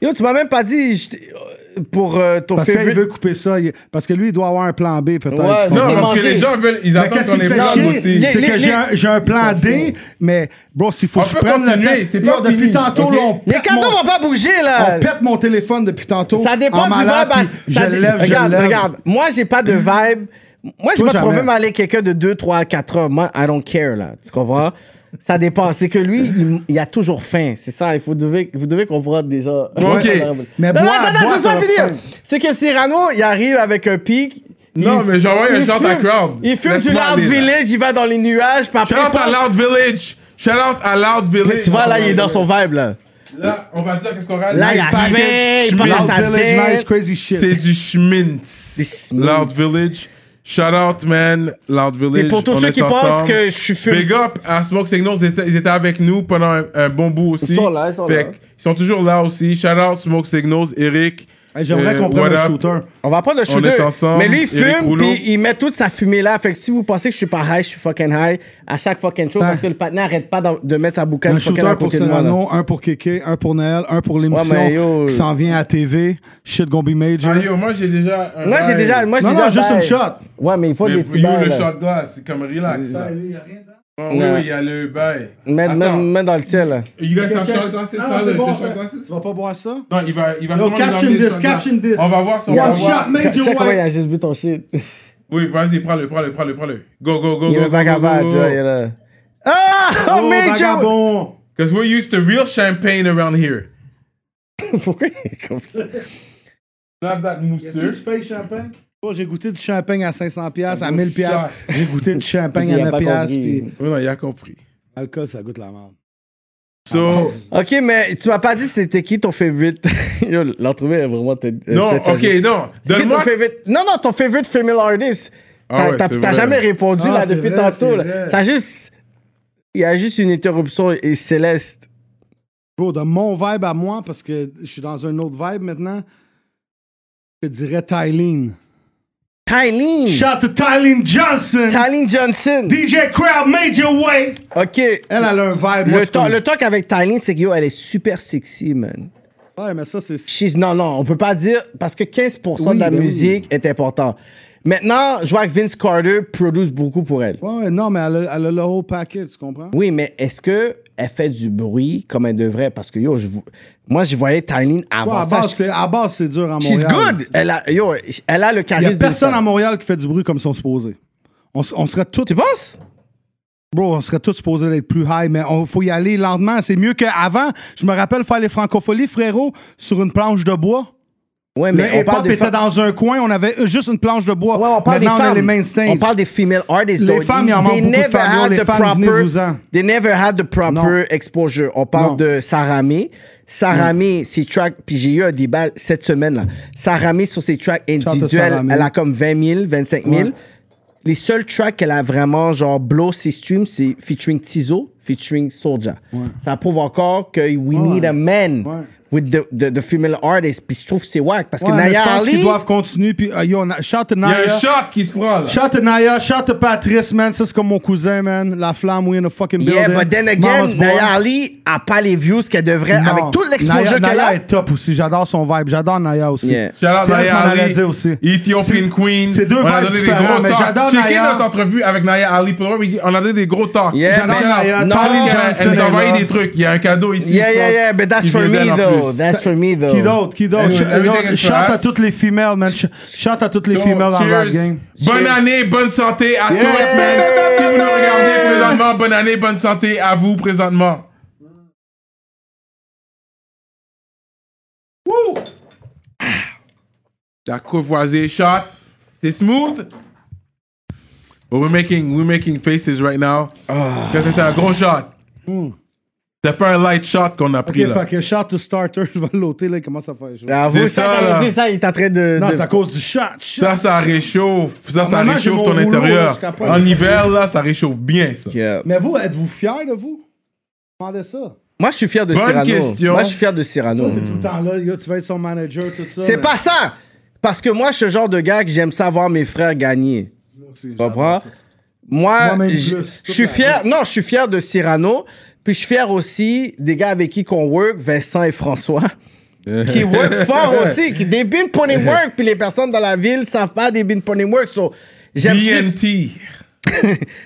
C: Yo, tu m'as même pas dit je t'ai- euh, pour euh, ton
D: Parce qu'il
C: favorite-
D: veut couper ça. il- Parce que lui, il doit avoir un plan B, peut-être.
C: Ouais,
D: tu comprends?
B: Non,
C: on
B: parce
C: s'est
B: que
C: mangé.
B: les gens veulent. Ils
D: Mais
B: attendent
D: qu'est-ce
B: qu'on
D: qui me
B: les
D: fait
B: blâme
D: chier?
B: aussi.
C: Les-
D: C'est
C: les-
D: que j'ai un, j'ai un plan D, mais bro, s'il faut
B: On
D: que je
B: peut
D: prenne le
B: continuer,
D: temps.
B: c'est pas
D: Yo, depuis
B: fini,
D: tantôt,
B: ok?
D: là, on
C: Les
D: pète
C: cadeaux
D: mon-
C: vont pas bouger,
D: On
C: là!
D: pète mon téléphone depuis tantôt.
C: Ça dépend
D: en
C: du
D: malade,
C: vibe.
D: puis
C: à- ça
D: Je
C: dé-
D: lève,
C: regarde,
D: je lève.
C: regarde. Moi, j'ai pas de vibe. Moi, j'ai
D: Toi,
C: pas de problème
D: jamais.
C: à aller quelqu'un de 2, 3, 4 heures. Moi, I don't care, là. Tu comprends? Ça dépend. C'est que lui, il, il a toujours faim. C'est ça. Il faut devez, vous devez comprendre déjà.
B: Ok.
D: Mais boire-
C: non, non, attends,
D: boire,
C: attends,
D: ça
C: laisse-moi
D: va
C: finir.
D: prendre.
C: C'est que Cyrano, il arrive avec un pic.
B: Non,
C: il-
B: mais j'envoie un
C: il
B: shout à
C: fume-
B: crowd.
C: Il fume du
B: Laisse-moi
C: Loud
B: aller, là.
C: Village, il va dans les nuages, puis après.
B: Shout
C: il
B: out à
C: pense-
B: Loud Village. Shout out à Loud Village.
C: Tu vois, là, il est dans son vibe, là.
B: Là, on va dire qu'est-ce qu'on a.
C: Là, il
B: Nice
C: a
B: package,
C: faim, il passe à
B: Schmintz.
C: sa
D: Loud Village,
C: tête.
D: nice, crazy shit.
B: C'est du Schmintz.
C: Schmintz.
B: Loud Village. Shout out, man. Loud Village.
C: Et pour tous
B: on
C: ceux
B: est
C: qui
B: ensemble.
C: pensent que je suis fumé.
B: Big up à Smoke Signals. Ils étaient, ils étaient avec nous pendant un, un bon bout aussi.
C: Ils sont là, ils sont là.
B: que- ils sont toujours là aussi. Shout out Smoke Signals, Eric.
D: Hey, J'aimerais
B: Euh,
D: qu'on prenne
B: what
D: un
B: up?
D: shooter.
C: On va prendre le show
B: On est
C: deux.
B: ensemble,
C: Mais lui, il
B: Éric
C: fume,
B: Rouleau.
C: puis il met toute sa fumée là. Fait que si vous pensez que je suis pas high, je suis fucking high à chaque fucking show
D: Ah.
C: parce que le patinet arrête pas d'en- de mettre sa boucane
D: Un
C: fucking
D: shooter
C: à
D: pour
C: côté de moi. là.
D: Cyrano, un pour Kéké, un pour Noël, un pour l'émission
C: Ouais, mais yo.
D: qui s'en vient à TV. Shit gonna be major.
B: Ah, yo, moi, j'ai déjà. un
C: Moi, j'ai
B: bail.
C: déjà. Moi, j'ai
D: non,
C: déjà
D: non, juste
C: bail.
D: une shot.
C: Ouais, mais il faut
B: Mais
C: des
B: yo,
C: petits bails,
B: le
C: là.
B: shot glass, c'est comme relax. ça. Ah, oui,
C: Non.
B: oui, il y a le bail.
C: Mets- mets-
B: Attends,
C: mets dans le ciel, là.
B: you guys have shot glasses?
D: Ah, Non, non,
B: Tyler?
D: c'est
B: T'as
D: bon,
B: shot
D: ça.
B: glasses?
D: Tu vas pas boire ça?
B: Non, il va, il va
D: Yo,
B: sûrement nous
D: caption
B: amener le
D: this,
B: shot glass.
D: caption this.
B: On va voir si on va
D: One
B: voir.
D: shot,
C: Check
D: major
C: check comment il
D: white.
C: a juste bu ton shit.
B: Oui, vas-y, prends-le, prends-le, prends-le, prends-le. Go, go, go, go.
C: Il est un
B: go, go,
C: vagabond,
B: go,
C: tu vois, il est
B: go.
C: là. Ah! Oh,
D: Oh,
C: Major!
D: vagabond.
B: Because we're used to real champagne around here.
C: Pourquoi il est comme ça?
B: Snap that
D: Tu
B: mousseux.
D: fais champagne? Oh, j'ai goûté du champagne à 500 pièces, à
B: Un
D: 1000 pièces.
B: shot.
D: J'ai goûté du champagne
C: Il a
D: à 9
C: pas
D: pièces.
C: compris.
D: Puis
B: Oui, Oh non, il a compris.
C: Ah,
D: alcool, ça goûte la merde.
B: So,
C: Ok, mais tu m'as pas dit c'était qui ton favorite. Yo, l'entrevue est vraiment. euh, t-
B: non,
C: touchée.
B: ok, non.
C: C'est qui ton
B: Donne-moi.
C: favorite- Non, non, ton favorite female artist.
B: Ah
C: T'as-
B: ouais,
C: T'as
B: c'est
C: t'as
B: vrai.
C: jamais répondu
D: Ah,
C: là
D: c'est
C: depuis
D: vrai,
C: tantôt.
D: c'est
C: Là.
D: vrai.
C: Ça a juste. Il y a juste une interruption et céleste.
D: Bro, de mon vibe à moi, parce que je suis dans un autre vibe maintenant, je dirais Tylene.
C: Tylene!
D: Shout to Tylene Johnson!
C: Tylene Johnson!
D: DJ Crowd Major Way!
C: Ok.
D: Elle, elle a un vibe. moi,
C: Le,
D: c'est
C: to-
D: comme-
C: le talk avec Tylene, c'est que yo, elle est super sexy, man.
D: Ouais, mais ça, c'est.
C: She's- non, non, on peut pas dire parce que 15%
D: Oui,
C: de la
D: ben oui.
C: musique est important. Maintenant, je vois que Vince Carter produce beaucoup pour elle.
D: Ouais, ouais, non, mais elle a, elle a le whole package, tu comprends?
C: Oui, mais est-ce que elle fait du bruit comme elle devrait? Parce que yo, je, vous- moi, je voyais Tylene
D: Ouais,
C: avant
D: à,
C: ça.
D: base,
C: je-
D: c'est, à base, c'est dur à Montréal.
C: She's good. Elle a, yo, elle a le
D: Il
C: charisme.
D: n'y a
C: d'une
D: personne
C: femme.
D: à Montréal qui fait du bruit comme ils sont supposés. On, s- on serait tous.
C: Tu penses?
D: Bro, on serait tous supposés d'être plus high, mais on faut y aller lentement. C'est mieux qu'avant. Je me rappelle faire les francopholies, frérot, sur une planche de bois.
C: Ouais,
D: Mais le hip-hop était dans un coin, on avait euh, juste une planche de bois.
C: Ouais, on
D: Maintenant,
C: parle des femmes.
D: on a les main stage.
C: On parle des female artists.
D: Les
C: donc,
D: femmes, il en
C: they
D: manque beaucoup de
C: never
D: femmes.
C: had
D: Yo, les
C: the
D: femmes,
C: proper-
D: venez-vous-en.
C: They never had the proper
D: Non.
C: exposure. On parle
D: Non.
C: de Sarami. Sarami, ses tracks, puis j'ai eu un débat cette semaine-là. Sarami, sur ses tracks
D: out à
C: individuels,
D: Sarami.
C: elle a comme 20 000, 25 000.
D: Ouais.
C: les seuls tracks qu'elle a vraiment, genre, blow ses streams, c'est featuring Tizo, featuring Soulja. Ça prouve encore que we need a man
D: Ouais.
C: with the, the, the female artist. Puis je trouve que c'est whack parce que
D: Ouais, mais
C: Naya
D: je pense
C: Ali.
D: qu'ils doivent continuer. Puis, euh, yo, na- shout to
B: Il y a
D: Naya.
B: un shot qui se prend, là.
D: Shout to Naya, shout to Patrice, man. Ça, c'est comme mon cousin, man. La flamme, we in the fucking building.
C: Yeah, but then
D: Mama's
C: again,
D: boy.
C: Naya Ali a pas les views qu'elle devrait
D: Non.
C: avec tout
D: Naya-
C: l'exposure qu'elle
D: Naya
C: a.
D: est top aussi. J'adore son vibe. J'adore Naya aussi.
B: Shout
C: Yeah.
B: out
D: C'est là que je
B: Naya
D: m'en allais
B: Ali,
D: dire aussi.
B: Ethiopian
D: C'est-
B: Queen.
D: c'est deux
B: on a
D: vibes
B: donné des
D: différents,
B: gros
D: mais
B: talks.
D: j'adore
B: Checkez
D: Naya.
B: notre entrevue avec Naya Ali. Pour le moment, on a donné des gros talks.
C: Yeah,
B: Shout out
C: mais-
B: Naya.
C: Non.
D: Tommy
B: Elle nous a
D: Johnson est
B: envoyé
D: là.
B: des trucs. Il y a un cadeau ici.
C: Yeah,
B: je
C: yeah,
B: pense,
C: yeah, but that's
B: qui
C: for
B: vient
C: me
B: d'elle en
C: though.
B: plus.
C: That's for me though.
D: Qui d'autre? Qui d'autre?
B: Anyway, everything is
D: Shout à
B: fast.
D: toutes les femelles, man. Ch- Shout à toutes les
B: So,
D: femelles dans
B: cheers.
D: la game.
B: Bonne
C: Cheers.
B: année, bonne santé à tous, man. Si vous nous regardez présentement, bonne année, bonne santé à vous présentement. Woo! Ah. That courvoisier shot, c'est smooth. But we're making, we're making faces right now.
D: Ah.
B: Parce que c'était un gros shot. C'était pas un light shot qu'on a
D: Hmm. Ok,
B: pris là.
D: fait que shout to starter. Je vais le loter, là. Il commence à faire chaud.
C: Ah,
B: C'est
C: vous,
B: ça,
C: ça,
B: là.
C: j'allais dire ça, il est en train de.
D: Non,
C: de-
D: c'est à cause du shot. shot.
B: Ça, ça réchauffe. Ça, ça
D: Normalement, j'ai
B: réchauffe
D: mon
B: ton
D: rouleau, là,
B: intérieur.
D: Ah, je capote.
B: En hiver, là, ça réchauffe bien, ça.
C: Yeah.
D: Mais vous, êtes-vous fiers de vous? Demandez ça.
C: Moi, je suis fier de
B: Bonne
C: Cyrano.
B: question.
C: Moi, je suis fier de Cyrano.
D: T'es tout le temps là. yo, tu vas être son manager, tout ça.
C: C'est
D: mais-
C: pas ça! Parce que moi, je suis le genre de gars que j'aime ça voir mes frères gagner.
D: Moi aussi,
C: Tu comprends?
D: j'adore ça.
C: Moi,
D: Moi-même
C: je
D: plus.
C: je suis fier. Non, je suis fier de Cyrano. Puis je suis fier aussi des gars avec qui qu'on work, Vincent et François, qui work fort aussi, qui des been pony work. Puis les personnes dans la ville savent pas des been pony work. So, j'aime juste-
B: BNT.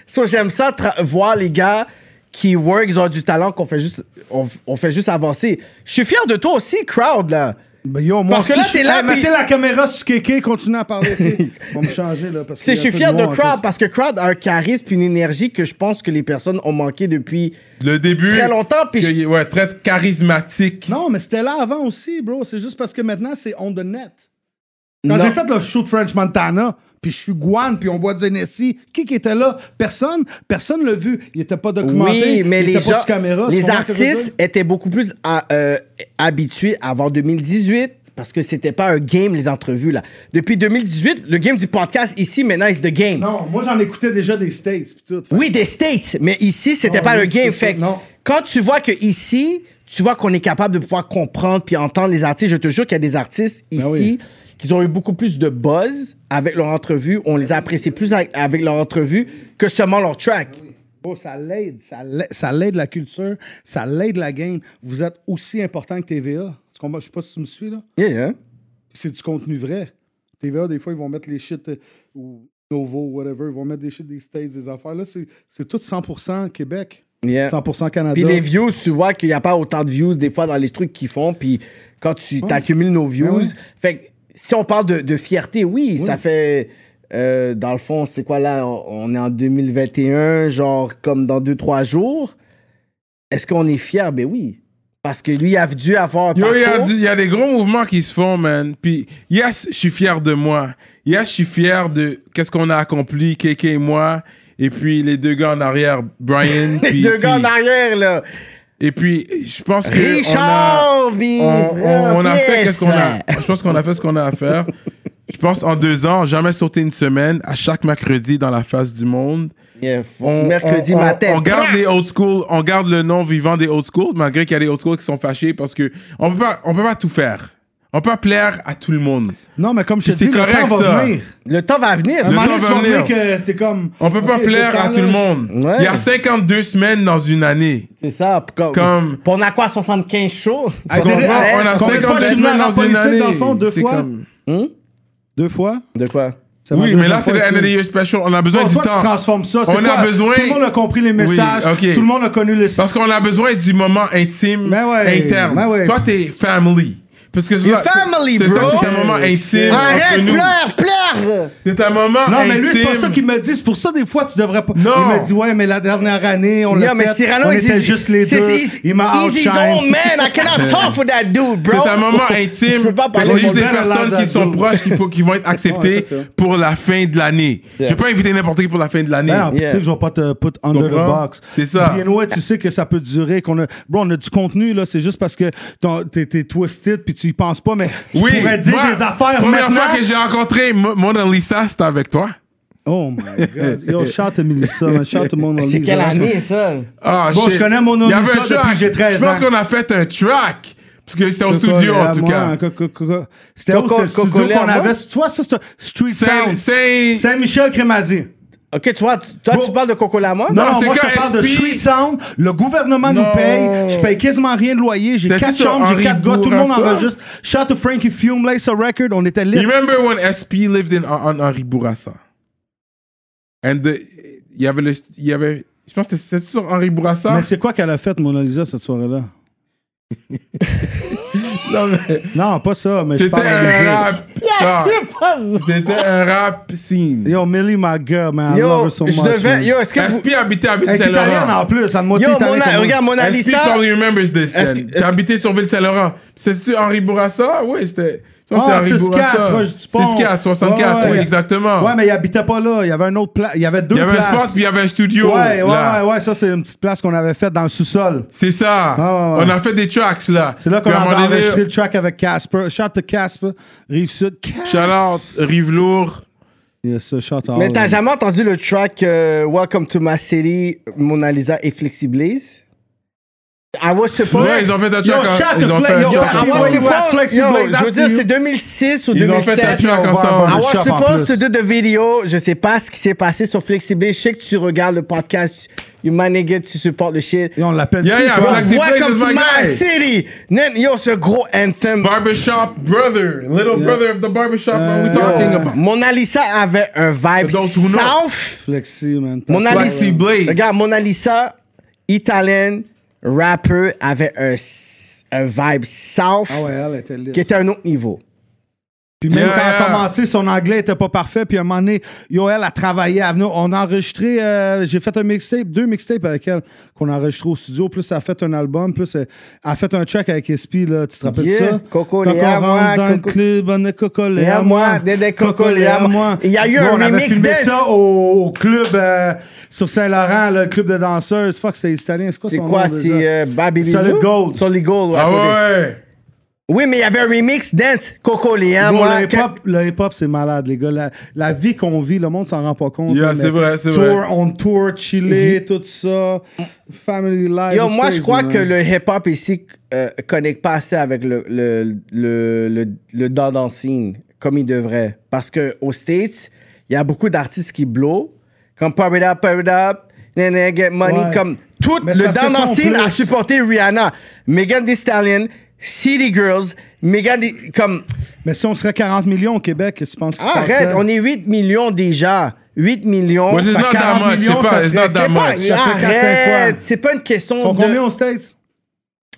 C: so, j'aime ça tra- voir les gars qui work, ils ont du talent, qu'on fait juste, on, on fait juste avancer. Je suis fier de toi aussi, crowd là.
D: Ben, yo, moi
C: Parce que
D: aussi,
C: là,
D: je-
C: t'es là,
D: Hey,
C: puis-
D: Mettez la caméra sur Kéké, continuez à parler. ok? On va me changer, là. Parce que
C: C'est, je suis fier de Crowd
D: Crab.
C: parce que Crowd a un charisme puis une énergie que je pense que les personnes ont manqué depuis.
B: Le début.
C: Très longtemps, puis
B: que- Ouais, très charismatique.
D: Non, mais c'était là avant aussi, bro. C'est juste parce que maintenant, c'est on the net. Quand
C: Non.
D: j'ai fait le show de French Montana, puis je suis Guan, puis on boit du Hennessy, qui qui était là? Personne. Personne l'a vu. Il était pas documenté.
C: Oui, mais
D: il
C: les
D: était pas
C: gens,
D: sur caméra. Tu
C: les
D: comprends ce que je veux dire?
C: artistes étaient beaucoup plus à, euh, habitués avant 2018 parce que c'était pas un game les entrevues là. Depuis 2018, le game du podcast ici maintenant is the game.
D: Non, moi, j'en écoutais déjà des States, puis tout. Fait-
C: Oui, des States, mais ici, c'était
D: Non,
C: pas
D: oui,
C: le game.
D: c'est
C: Fait que
D: ça, non.
C: quand tu vois que ici, tu vois qu'on est capable de pouvoir comprendre puis entendre les artistes, je te jure qu'il y a des artistes ici
D: Ben oui.
C: qui ont eu beaucoup plus de buzz avec leur entrevue. On les a appréciés plus avec- avec leur entrevue que seulement leur track.
D: Ah Bro, ça l'aide, ça l'aide, ça l'aide la culture, ça l'aide la game. Vous êtes aussi important que TVA. Tu comprends? Je sais pas si tu me suis, là.
C: Yeah, hein? yeah.
D: c'est du contenu vrai. TVA, des fois, ils vont mettre les shit euh, ou Novo, whatever, ils vont mettre des shit des States, des affaires. Là, c'est c'est tout 100% Québec,
C: Yeah.
D: 100% Canada.
C: Euh, Puis les views, tu vois qu'il n'y a pas autant de views des fois dans les trucs qu'ils font. Puis quand tu t'accumules
B: Ben
C: nos views,
D: Ouais, ouais.
C: fait que si on parle de, de fierté, oui, ça fait. euh, dans le fond, c'est quoi là On on est en 2021, genre comme dans 2-3 jours. Est-ce qu'on est fier Ben oui. Parce que lui, il a dû avoir un
B: Yo, il y, a
C: parcours.
B: du- il y a des gros mouvements qui se font, man. Puis, yes, je suis fier de moi. Yes, je suis fier de qu'est-ce qu'on a accompli, KK et moi. Et puis, les deux gars en arrière, Brian.
C: Les
B: puis
C: deux
B: T.
C: gars en arrière, là.
B: Et puis, je pense que. on a-
C: Richard,
B: on, on- on a fait qu'est-ce qu'on a. Je pense qu'on a fait ce qu'on a à faire. Je pense en deux ans, jamais sauter une semaine à chaque mercredi dans la face du monde. On-
C: mercredi
B: on- on-
C: matin.
B: On garde
C: Prah!
B: les old school, on garde le nom vivant des old school, malgré qu'il y a des old school qui sont fâchés parce que on peut pas, on peut pas tout faire. On peut pas plaire à tout le monde.
D: Non, mais comme je te
B: C'est
D: dis, le
B: correct,
D: temps va
B: ça.
D: venir.
C: Le temps va venir.
D: Un
B: Le
D: moment
B: temps
D: donné,
B: va
D: tu vas
B: venir.
D: voir que t'es comme...
B: On peut pas
D: Ok,
B: plaire
D: ce
B: à tout le
D: temps-là,
B: monde.
C: Ouais.
B: Il y a 52 semaines dans une année.
C: C'est ça. Comme,
B: Comme-
C: Puis on a quoi, 75 shows?
D: Ah,
B: On,
D: c'est vrai,
B: on a
D: combien de fois
B: 52
D: tu
B: semaines
D: mets en
B: dans une
D: politique,
B: année.
D: dans le fond, deux
B: C'est
D: fois?
B: comme-
D: Deux fois?
C: De quoi?
D: ça va
B: Oui,
D: deux
B: mais là,
D: fois
B: c'est le
D: ici.
B: end of the year special. On a besoin
D: Bon,
B: du
D: toi, tu
B: temps.
D: transformes ça. c'est
B: On a
D: quoi?
B: besoin-
D: Tout le monde a compris les messages.
B: ok. Ah,
D: Tout le monde a connu le...
B: Parce qu'on a besoin du moment intime,
D: Ben ouais,
B: interne.
D: ben ouais.
B: Toi, t'es family. Parce que
C: You're
B: c'est-
C: family,
B: c'est ça,
C: bro.
B: c'est un moment intime. entre
C: Arrête,
B: nous.
C: pleure, pleure!
B: C'est un moment
D: Non,
B: intime.
D: mais lui, c'est pas ça qu'il me dit. C'est pour ça, des fois, tu devrais pas.
B: Non.
D: Il me dit, ouais, mais la dernière année, on l'a
C: Yo,
D: fait.
C: mais Cyrano,
D: on
C: he's-
D: était juste les
C: c'est-
D: deux.
C: c'est-
D: Il m'a
C: he's his
D: outshine.
C: own man. I cannot talk for that dude, bro.
B: C'est un moment
C: Je
B: intime.
C: peux pas
B: Puis
C: parler
B: C'est
C: de
B: juste
C: mon
B: des
D: père à
B: personnes
D: l'âge
B: qui sont
D: adulte.
B: proches qui, pour- qui vont être acceptées
D: Ouais, c'est
B: pour la fin de l'année. Je vais pas inviter n'importe qui pour la fin de l'année.
D: Ben non, puis
C: Yeah.
D: tu sais que je vais pas te put under the
B: Comprends?
D: box.
B: C'est ça.
D: Puis anyway, tu sais que ça peut durer, qu'on a, bro, on a du contenu là. C'est juste parce que ton- t'es t'es twisted puis tu y penses pas, mais tu pourrais dire
B: moi,
D: des affaires
B: Première
D: maintenant.
B: fois que j'ai rencontré Mo- Mona Lisa, c'était avec toi.
D: Oh my God. Yo, shout à Melissa, man. shout à mon
C: C'est quelle année, ça?
B: Ah,
D: Bon,
B: shit.
D: je connais mon
B: Il y
D: Only
B: avait
D: Son
B: un
D: depuis
B: track.
D: que j'ai 13
B: Je pense
D: ans.
B: qu'on a fait un track. Parce que c'était au studio, en tout cas.
D: C'était où
C: Coco-
D: ce studio
C: Cocolé à
D: qu'on
C: moi?
D: avait? Tu vois, ça, c'est un Street
B: Saint-
D: Sound.
B: Saint-
D: Saint-Michel Crémazie.
C: Ok, toi, tu- toi tu parles de Coco Lama?
D: Non,
B: Non,
D: non,
B: c'est
D: moi, je
B: quand
D: te parle de
B: SP
D: Street Sound. Le gouvernement
B: Non.
D: nous paye. Je paye quasiment rien de loyer. J'ai
B: T'as dit
D: quatre
B: sur
D: chambres,
B: Henri
D: j'ai quatre gars. Tout le monde
B: Bourassa?
D: enregistre. Shout to Frankie Fume, Lace a Record. On était
B: You
D: lit.
B: remember when SP lived in on, on Henri Bourassa? And the- il y avait le, il y avait, je pense que c'était sur Henri Bourassa.
D: Mais c'est quoi qu'elle a fait, Mona Lisa, cette soirée-là? non, pas ça, mais je
B: C'était
D: parle de
B: un
D: musique.
B: rap. Ah, C'était un rap scene.
D: Yo, Millie, my girl, man. I love
C: Yo,
D: her so
C: je
D: much, man.
C: devais. Yo, est-ce que vous.
B: SP habitait à
D: Elle est italienne en
B: Ville-Saint-Laurent.
D: plus, elle moitié
C: Yo,
D: italienne.
C: Mona-
D: comme moi.
C: regarde, Mona
B: SP
C: Lisa.
B: probably remembers this
C: Est-ce
B: then.
C: que- est-ce-
B: T'habitais sur Ville-Saint-Laurent. C'est-tu Henri Bourassa? Oui, c'était... je pense que
D: Ah, 64, proche du pont.
B: 64, 64,
D: Ouais,
B: oui,
D: ouais.
B: exactement.
D: Ouais, mais il habitait pas là. Il y avait un autre pla- Il y avait deux
B: il y avait un
D: places.
B: spot, puis il y avait un studio.
D: Ouais, ouais,
B: là.
D: ouais, ouais, ça c'est une petite place qu'on avait faite dans le sous-sol.
B: C'est ça.
D: Ah, ouais, ouais.
B: On a fait des tracks, là.
D: C'est là qu'on
B: Puis à un
D: a
B: moment donné,
D: enregistré le track avec Casper. Shout to Casper, Rive-Sud.
B: Shout out, Rive Lourd.
D: Yes, sir, shout out.
C: Mais t'as jamais entendu le track euh, Welcome to my city, Mona Lisa et Flexiblaze? I was supposed.
B: Ouais, ils ont fait un
D: Yo,
B: track. en-
D: shout
B: ils
D: to
B: ont
D: Flex,
B: fait un
D: yo,
B: track
D: I
C: I
B: ensemble.
C: was
D: Ouais,
C: supposed-
D: Flexiblaze,
C: Yo, je veux
D: that's
C: dire,
D: you.
C: c'est 2006 ou
B: Ils ont fait un
C: 2007.
B: track
D: on va
B: ensemble.
D: avoir-
C: I was
D: Shop en
C: supposed to
D: plus.
C: do the video. Je sais pas ce qui s'est passé sur Flexiblaze. Je sais que tu regardes le podcast. You my nigga, tu supportes le shit.
D: Et on l'appelle
B: Yeah,
D: tu,
B: yeah,
D: quoi?
B: Flexi- Flexiblaze
C: Welcome
B: is
C: to
B: my
C: my
B: guy.
C: city. Nen- Yo, ce gros anthem.
B: Barbershop brother, little brother of the barbershop. what are
D: Euh,
B: we talking about?
C: Euh, Mona Lisa avait un vibe
B: Don't you know?
C: south.
D: Flexi, man.
C: Mona
B: Flexi
C: Lisa.
B: Blaze.
C: Regarde, Mona Lisa, italienne, rappeur, avait un, s- un vibe south
D: Ah ouais, elle était lit.
C: qui était un autre niveau.
D: Puis même
B: Yeah,
D: quand elle
B: yeah.
D: a commencé, son anglais était pas parfait. Puis à un moment donné, yo, elle a travaillé à venir. On a enregistré, euh, j'ai fait un mixtape, deux mixtapes avec elle qu'on a enregistré au studio. Plus elle a fait un album, plus elle elle a fait un track avec SP, là. Tu te rappelles de
C: Yeah.
D: ça?
C: Coco,
D: Quand
C: les
D: on
C: à
D: rentre
C: moi,
D: dans le
C: Coco-
D: club, on est Coco, les
C: Les à
D: à
C: moi,
D: moi.
C: Dédé, Coco, les à moi. Il y a eu
D: Yo,
C: un
D: on avait
C: remix
D: filmé
C: dance.
D: ça au, au club euh, sur Saint-Laurent, là, le club de danseuses. Fuck, c'est italien. C'est quoi
C: C'est
D: son
C: quoi?
D: nom,
C: C'est
D: déjà?
C: euh, Babylon.
D: Solid Gold.
C: Solid Gold. ouais,
B: Ah
C: attendez.
B: ouais.
C: Oui, mais il y avait un remix dance. Coco Léa,
D: Gros,
C: moi.
D: le
C: que-
D: hip-hop, le hip-hop, c'est malade, les gars. La, la vie qu'on vit, le monde s'en rend pas compte.
B: Yeah,
D: là, mais
B: c'est vrai, c'est
D: tour,
B: vrai.
D: On tour, chiller, tout ça. Family life.
C: Yo,
D: it's
C: moi,
D: crazy,
C: je crois
D: man.
C: que le hip-hop ici euh, connecte pas assez avec le, le, le, le, le down dancing comme il devrait. Parce que aux States, il y a beaucoup d'artistes qui blow, comme Pump It Up, Pump It Up, Nah, nah, Get Money,
D: Ouais.
C: comme tout
D: Mais c'est
C: le
D: parce que
C: down
D: ça, en
C: dancing
D: plus-
C: a supporté Rihanna, Megan Thee Stallion, City Girls, Megan Thee- comme
D: Mais si on serait 40 millions au Québec, tu penses Ah, que
C: arrête, on est 8 millions déjà. 8 millions.
B: Which is
C: Fait
B: not
C: que-
B: that
D: 40
B: much. C'est
D: millions,
B: pas,
D: ça
B: it's not
D: serait-
B: that
C: c'est pas,
B: much.
D: Ça se fait quatre, cinq
C: arrête,
D: fois.
C: c'est pas une question
D: Sont
C: de
D: combien aux States?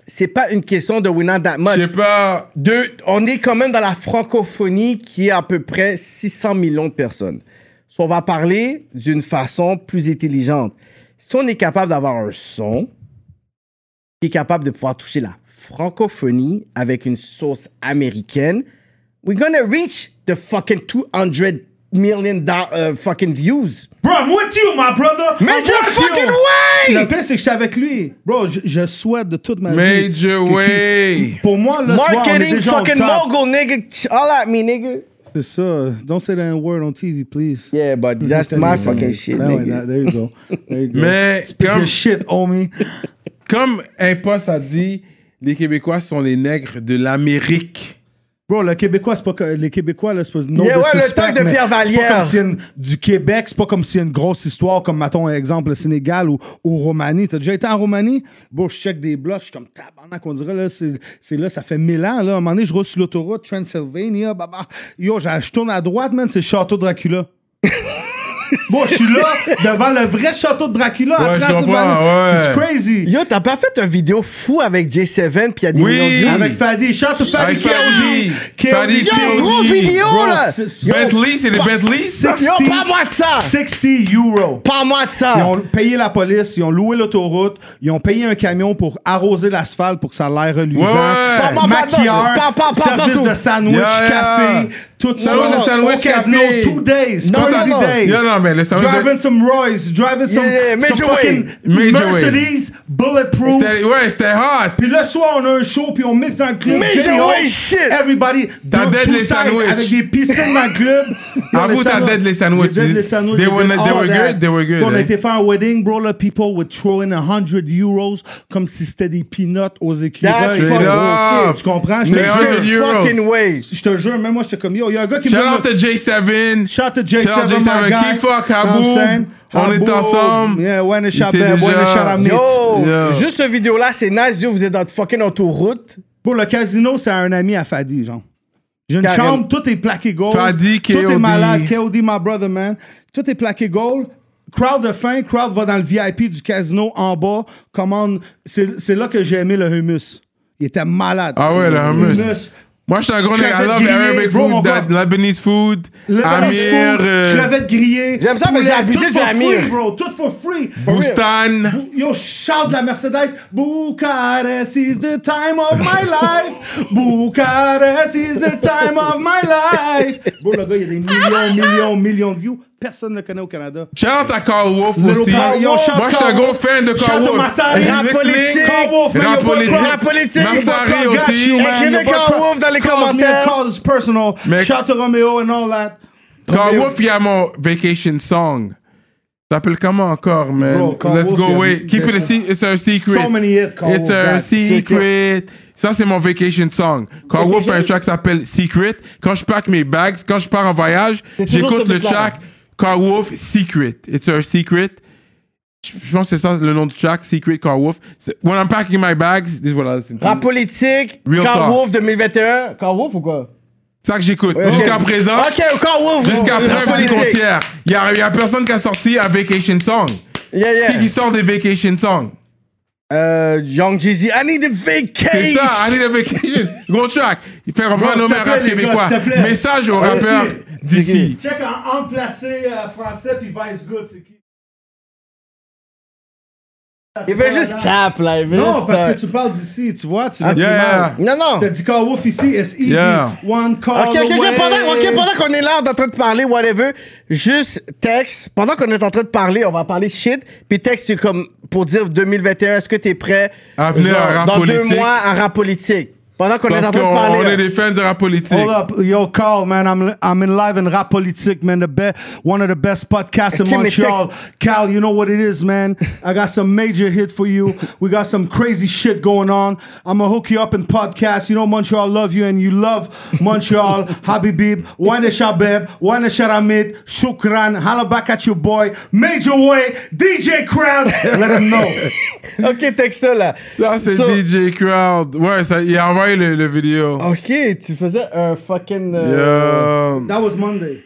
C: c'est pas une question de winner that much.
B: Je sais pas.
C: Deux, on est quand même dans la francophonie qui est à peu près 600 millions de personnes. So, on va parler d'une façon plus intelligente. Si on est capable d'avoir un son qui est capable de pouvoir toucher la francophonie avec une source américaine, we're gonna reach the fucking 200 million do- euh, fucking views.
D: Bro, I'm with you, my brother. I'm
C: Major
D: with you.
C: fucking way!
D: Le pire, c'est que je suis avec lui. Bro, je, je souhaite de toute ma vie.
B: Major
D: que-
B: way.
D: Pour moi, là, tu vois, on est
C: Marketing
D: déjà au
C: fucking
D: top.
C: mogul, nigga. All at me, nigga.
D: C'est ça. Don't say that word on TV, please.
C: Yeah, but that's my fucking shit,
D: Ben ouais,
C: nigga.
D: that- there you go. There you go.
B: Mais
D: Piece of
B: comme-
D: shit, homie.
B: Comme Impost a dit, les Québécois sont les nègres de l'Amérique.
D: Bro, le Québécois, c'est pas que- les Québécois, là, c'est pas no
C: Yeah, ouais, le
D: disrespect,
C: talk de
D: mais
C: Pierre
D: C'est
C: Vallière.
D: pas comme s'il y a une- du Québec, c'est pas comme s'il y a une grosse histoire, comme, mettons, exemple, le Sénégal ou, ou Roumanie. T'as déjà été en Roumanie? Bro, je check des blocs, je suis comme tabarnak, on dirait, là, c'est c'est là, ça fait mille ans, là. À un moment donné, je roule sur l'autoroute, Transylvania, baba. Yo, je, je tourne à droite, man, c'est Château Dracula. bon, je suis là, devant le vrai Château de Dracula,
B: Ouais,
D: à
B: je comprends,
D: Transylvania.
B: ouais.
D: C'est crazy.
C: Yo, t'as pas fait une vidéo fou avec J7 pis y'a des
B: Oui,
C: millions de
D: Avec
C: vues?
D: Fadi, shout out Fadi
B: Avec Fadi.
D: Kéoudi.
B: Fadi Kéoudi.
C: Yo, gros vidéo,
D: Bro,
C: là!
B: Ben,
D: c'est-
C: Yo,
B: Bentley, c'est les Bentley. ça?
C: Yo, parle-moi de ça!
D: 60 euros.
C: Parle-moi de
D: Ils
C: ça!
D: ont payé la police, ils ont loué l'autoroute, ils ont payé un camion pour arroser l'asphalte pour que ça a l'air reluisant.
B: Ouais, ouais.
C: Pardon,
D: Maquilleur,
C: pardon, pardon, pardon,
D: service
C: tout.
D: de sandwich,
B: Yeah, yeah.
D: café, tout ça.
B: Service de sandwich,
D: Au casino,
B: café.
D: two days,
C: Non,
D: crazy
C: non, non.
D: days.
B: Non, non, Non, mais laisse tomber,
D: Driving some Royce, driving some,
C: Yeah, yeah,
D: some
C: Major
D: fucking
B: Way. Major Way.
D: Mercedes, bulletproof.
B: C'était- Ouais, c'était hot.
D: Puis le soir, on a un show, puis on mixe dans le club.
C: Major
D: Génial.
C: Way, shit.
D: Everybody,
B: T'as
D: do
B: dead
D: two
B: les
D: sides
B: sandwichs.
D: Avec des piscines dans le club.
B: Ah, vous, t'as dead les sandwichs.
D: J'ai dead les sandwichs.
B: They
D: j'ai
B: were
D: dead
B: not- they
D: all
B: were
D: that.
B: good, they were good,
D: Puis On
B: hein.
D: était faire un wedding, bro, là, people would throw in 100 euros comme si c'était des peanuts aux écureuils.
C: That's
D: Bro,
C: fucked
B: up.
D: Tu comprends? Je te
B: Mais
D: jure,
B: 100 euros.
C: Fucking way.
D: je te jure, même moi, j'étais comme, yo, y a un gars qui me
B: Shout
D: donne-
B: out to J7.
D: Shout out to
B: Shout out
D: J7,
B: J7,
D: my guy.
B: Key Fuck,
D: You know what I'm
B: Haboub.
D: saying?
B: On est
D: Haboub.
B: ensemble.
D: Yeah, when the
B: Il
D: shop
B: sait
D: band, when the
B: déjà.
D: shop band meet.
C: Yo,
B: Yo.
C: juste cette vidéo-là, c'est nice. Yo, vous êtes dans votre fucking autoroute.
D: Pour le casino, c'est un ami à Fadi, genre. J'ai une
C: Carrément.
D: chambre, tout est plaqué gold.
B: Fadi,
D: Tout
B: KOD.
D: est malade. KOD, my brother, man. Tout est plaqué gold. Crowd de fin, crowd va dans le VIP du casino en bas, commande. C'est c'est là que j'ai aimé le hummus. Il était malade.
B: Ah ouais, le hummus. Moi, je suis un gros nègre. I
D: Crevette
B: love
D: grillée,
B: Arabic
D: bro, mon
B: food, that-
D: gars.
B: Lebanese food,
D: Le
B: Amir, euh,
D: crevettes grillées.
C: J'aime ça, mais
D: poulet,
C: j'ai abusé
D: tout
C: du
D: for
C: Amir.
D: Free, bro, tout for free.
B: Boustan.
D: Yo, shout de la Mercedes. Bucharest is the time of my life. Bucharest is the time of my life. Bro, le gars, il y a des millions, millions, millions de views. Personne ne le connaît au Canada.
B: Shout out à Carl Wolf
D: Little
B: aussi.
D: Carl Wolf, shout
B: Moi, je suis un
D: Carl
B: gros
D: Wolf.
B: fan de Carl
D: Shout out
B: Wolf.
D: Massari, rap
B: Rick
D: politique,
B: Link,
D: Carl Wolf, man,
B: Rap
D: yo,
B: politique.
D: rap
C: politique.
B: Massari
D: Got you,
B: aussi.
D: man.
C: Écrivez
D: Your
C: Carl
D: brother
C: Wolf dans les
D: calls me and
C: commentaires.
D: calls personal.
B: Mais-
D: Shout to Romeo and all that.
B: Carl Wolf, il y a mon vacation song. Ça s'appelle comment encore, man?
D: Bro, Carl
B: Let's
D: Wolf,
B: go
D: il y a
B: away.
D: des-
B: Keep it a
D: des-
B: secret. It's a secret.
D: So many hits, Carl
B: It's
D: Wolf,
B: a
D: God.
B: secret. Ça, c'est mon vacation song. Carl Wolf fait un track qui s'appelle Secret. Quand je pack mes bags, quand je pars en voyage,
C: toujours
B: j'écoute
C: ce
B: le
C: beat-là.
B: track Carl Wolf Secret. It's a secret. Je je pense que c'est ça le nom du track, Secret Carl Wolf. C'est- When I'm packing my bags, this is what I listen to.
C: Rap politique,
B: Mm. Real
C: Car
B: talk.
C: Wolf 2021. Car Wolf ou quoi?
B: C'est ça que j'écoute. Jusqu'à
C: Ok.
B: présent.
C: Ok, Car Wolf.
B: Jusqu'à
C: Rap
B: preuve du
C: politique.
B: contraire. Il n'y a, personne qui a sorti un vacation song.
C: Yeah,
B: Qui
C: yeah.
B: qui sort des vacation songs?
C: Euh, Young Jeezy, I need a
B: C'est
C: vacation.
B: ça, I need a vacation. Gros track. Il fait
D: Bro,
B: reprendre
D: s'il
B: un
D: te
B: rap
D: plaît, les gars,
B: québécois.
D: s'il te plaît.
B: Message aux
D: Ah,
B: rappeurs
D: c'est-
B: d'ici.
D: Check en, en placé euh, français puis vice good, c'est qui?
C: Il veut juste cap, là. Il veut
D: Non,
C: juste,
D: parce
C: euh,
D: que tu parles d'ici, tu vois, tu l'as dit
B: Yeah.
D: mal.
C: Non, non.
D: T'as dit Call Wolf ici, it's easy.
B: Yeah.
D: One call
C: Ok, ok,
B: Oh,
C: ok,
D: away.
C: pendant, ok, pendant qu'on est là, on est en train de parler, whatever, juste texte, pendant qu'on est en train de parler, on va parler shit, puis texte, c'est comme pour dire 2021, est-ce que t'es prêt
B: À venir à rap
C: dans deux
B: politique.
C: mois à rap politique? Pendant qu'on est en
B: Parce
C: train de
B: qu'on
C: parler.
B: on
C: là.
B: est des fans de rap politique.
D: Hold up, yo, Carl, man, I'm I'm in live in rap politique, man. The be- one of the best podcasts in
C: Give me
D: Montreal. Cal, you know what it is, man. I got some major hit for you. We got some crazy shit going on. I'm gonna hook you up in podcast. You know Montreal love you, and you love Montreal. Habibib, Wane Shabeb, Wane Sharamit, Shukran, holla back at your boy, Major Way, DJ Crowd. Let him know.
C: Ok, texte là.
B: Ça, c'est
C: So-
B: DJ Crowd. Ouais, ça, il a envoyé le, le
D: Ah
B: vidéo.
C: Ok, tu faisais un fucking. euh,
B: Yo.
D: That was Monday.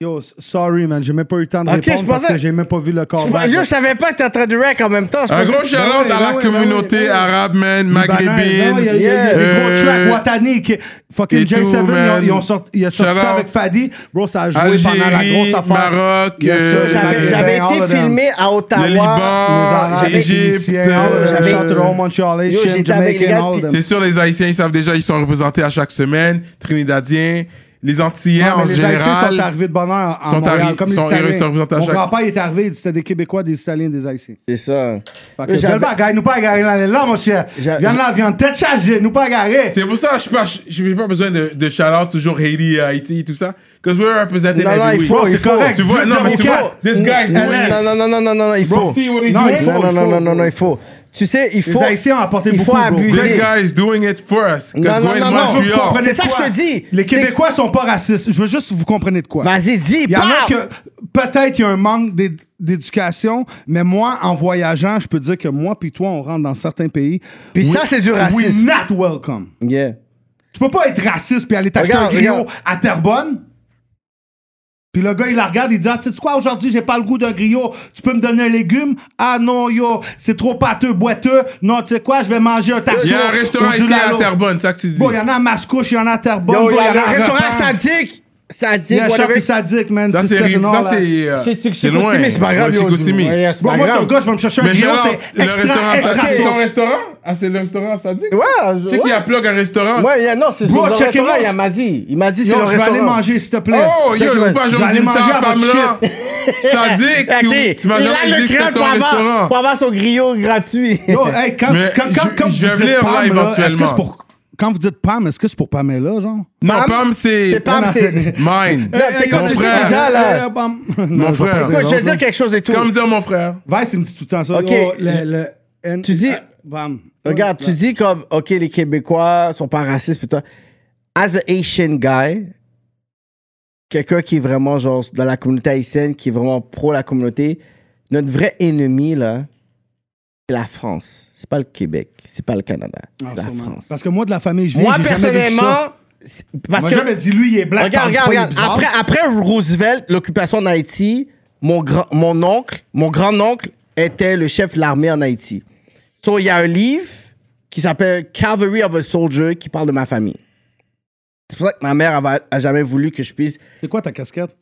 D: Yo, s- sorry, man, j'ai même pas eu le temps de
C: Ok,
D: répondre
C: je
D: parce
C: pensais-
D: que j'ai même pas vu le corps.
C: je- Je savais pas que t'es en train de rec en même temps. je
B: Un
C: pense-
B: gros shout
D: Ben ouais,
B: à la
D: ben ouais, ben ouais,
B: communauté
D: ben ouais.
B: arabe, man,
D: Maghrébine. Il y a, il y a- il y a des
B: Yeah.
D: gros
B: Euh,
D: tracks, Watani, qui-
B: et
D: fucking J7,
B: tout,
D: ils ont-
B: man.
D: ils ont sorti, il a sorti
B: Shout
D: ça
B: out.
D: avec Fadi. Bro, ça a joué pendant la
B: Algérie,
D: grosse affaire.
B: Maroc,
D: Yes, sir,
B: euh,
C: J'avais
D: Ben,
C: j'avais
D: all
C: été
D: of them.
C: filmé à
B: le
C: Ottawa.
B: Liban,
D: Les Arabes, les
B: l'Égypte.
D: Tunisiens, all of them.
B: euh,
C: j'avais-
D: Shout out to all Montreal,
C: Yo,
D: Asian,
C: j'étais avec les
D: Jamaican,
C: gars,
D: all of them.
B: C'est sûr, les Haïtiens, ils savent déjà, ils sont représentés à chaque semaine. Trinidadiens, les Antillais
D: Non, mais
B: en
D: les
B: général.
D: Haïtiens sont arrivés de bonheur en
B: sont
D: Montréal,
B: arri-
D: comme les
B: sont
D: Italiens.
B: représentés à
D: Mon
B: chaque-
D: grand-père il est arrivé, c'était des Québécois, des Italiens, des Haïtiens.
C: C'est ça.
D: Fait
C: Là,
D: que,
C: j'avais-
D: gueule pas, gars, nous pas garer là, là, mon cher.
C: J'a-
D: Viens là, viens, tête chargée, nous pas garer.
B: C'est pour ça, je n'ai pas, je n'ai pas besoin de, de shout-out toujours Haiti, euh, Haïti, tout ça. Parce que we're represented
C: Non, non,
B: every
C: il
B: week.
C: faut, il
D: c'est
C: faut.
D: correct.
B: Tu vois, non, mais tu
D: Zéro
B: vois, this guy is doing this.
C: Non, non, non, non, non, non, il faut.
B: See what he's
D: Non,
B: doing.
D: il faut.
C: Non, non, non, non, non, non, il faut. Tu sais, il faut.
D: Haïtiens ont apporté
C: il faut
D: beaucoup, bro.
B: This
C: abuser.
B: guy is doing it for us. 'Cause
C: Non, non,
B: we're in
C: non, non.
B: Montreal.
D: Vous comprenez
C: C'est ça
D: de
C: que
D: quoi?
C: je te dis.
D: Les
C: C'est-
D: Québécois sont pas racistes. Je veux juste que vous compreniez de quoi.
C: Vas-y, dis,
D: Il y en a
C: parle.
D: que peut-être il y a un manque d'é- d'éducation, mais moi, en voyageant, je peux dire que moi puis toi, on rentre dans certains pays.
C: Puis
D: We-
C: ça, c'est du racisme.
D: We not welcome.
C: Yeah.
D: Tu peux pas être raciste puis aller t'acheter un
C: Regarde,
D: griot
C: regarde.
D: à Terrebonne. Puis le gars, il la regarde, il dit Ah, tu sais quoi, aujourd'hui, j'ai pas le goût d'un griot. Tu peux me donner un légume Ah non, yo, c'est trop pâteux, boiteux. Non, tu sais quoi, je vais manger un taco.
B: Il y a un
D: ou
B: restaurant
D: du
B: ici à
D: lalo.
B: Terrebonne, c'est ça que tu dis.
D: Bon, il y en a à Mascouche, il y en a à Terrebonne.
C: Yo,
D: bro,
C: il y a
D: à
C: le restaurant
D: Repent.
C: sadique. Sadique,
D: Yeah,
C: whatever.
D: Shorty Sadique, man.
B: Ça,
D: c'est
B: c'est ri-
D: second all,
B: ça,
D: là.
B: c'est, euh,
C: C'est- c'est-
B: c'est
C: c'est
B: loin.
C: Chicoutimi, mais c'est pas grave,
B: Ouais,
C: yo,
B: Chicoutimi.
C: dis-moi. Ouais, c'est
D: Bon,
C: pas
D: moi, c'est un
C: grave.
D: gars, je vais me chercher un
B: Mais
D: grillon,
B: genre,
D: c'est
B: le restaurant,
D: extra, extra
B: c'est son
D: sauce.
B: restaurant? Ah, c'est le restaurant, ça dit?
C: Ouais, je-
B: Tu sais qu'il y a plug un restaurant?
C: Ouais, yeah, non, c'est
D: Bro,
C: sur le
D: check it
C: restaurant,
D: out.
C: il m'a dit. Il m'a dit, c'est
D: Yo,
C: le
D: je vais aller
C: restaurant.
D: manger, s'il te plaît.
B: Oh, yo,
D: Check
B: j'ai
D: it
B: pas
D: out.
B: jamais
D: J'allais
B: dit
D: manger
B: ça à
D: à votre
B: Pamela. Ça dit que
C: Ok,
B: tu- tu m'as
C: Eh, il a
B: jamais
C: le
B: dit que c'était
C: crâne
B: ton
C: pour avoir,
B: restaurant.
C: pour avoir son griot gratuit.
D: Yo, hey, quand,
B: Mais
D: quand, quand,
B: je-
D: quand
B: je
D: vous
B: vais
D: dites
B: venir là,
D: Pam, là, est-ce que
B: éventuellement.
D: c'est pour... Quand vous dites Pam, est-ce que c'est pour Pamela, genre?
B: Non, Pam, c'est
C: C'est Euh, Pam, c'est...
B: mine.
C: Non, t'es
B: mon
C: comme tu sais
B: frère.
C: déjà, là.
D: Eh, Pam.
B: Mon
D: Non, je vais
B: frère.
D: pas
C: Écoute,
D: dire
C: je vais
D: non,
C: dire quelque chose et tout.
B: Comme dire mon frère.
D: non. Vice, il me dit tout le temps ça.
C: Ok,
D: Yo, le-
C: je-
D: le- N-
C: tu dis-
D: Ah, Pam.
C: Regarde, tu dis comme, OK, les Québécois sont pas racistes, pis toi, as a Asian guy, quelqu'un qui est vraiment, genre, dans la communauté haïtienne, qui est vraiment pro la communauté, notre vrai ennemi, là, c'est la France. C'est pas le Québec, c'est pas le Canada,
D: Ah,
C: c'est la
D: sûrement.
C: France.
D: Parce que moi, de la famille, je viens,
C: Moi,
D: j'ai jamais vécu ça.
C: personnellement, c'est- parce
D: Moi,
C: que...
D: jamais dit, lui, il est black.
C: Regarde,
D: Pam, c'est
C: regarde,
D: pas, il est
C: regarde.
D: bizarre.
C: Après, après Roosevelt, l'occupation en Haïti, mon, grand, mon oncle, mon grand-oncle était le chef de l'armée en Haïti. So, il y a un livre qui s'appelle Cavalry of a Soldier qui parle de ma famille. C'est pour ça que ma mère elle va- a jamais voulu que je puisse.
D: C'est quoi ta casquette?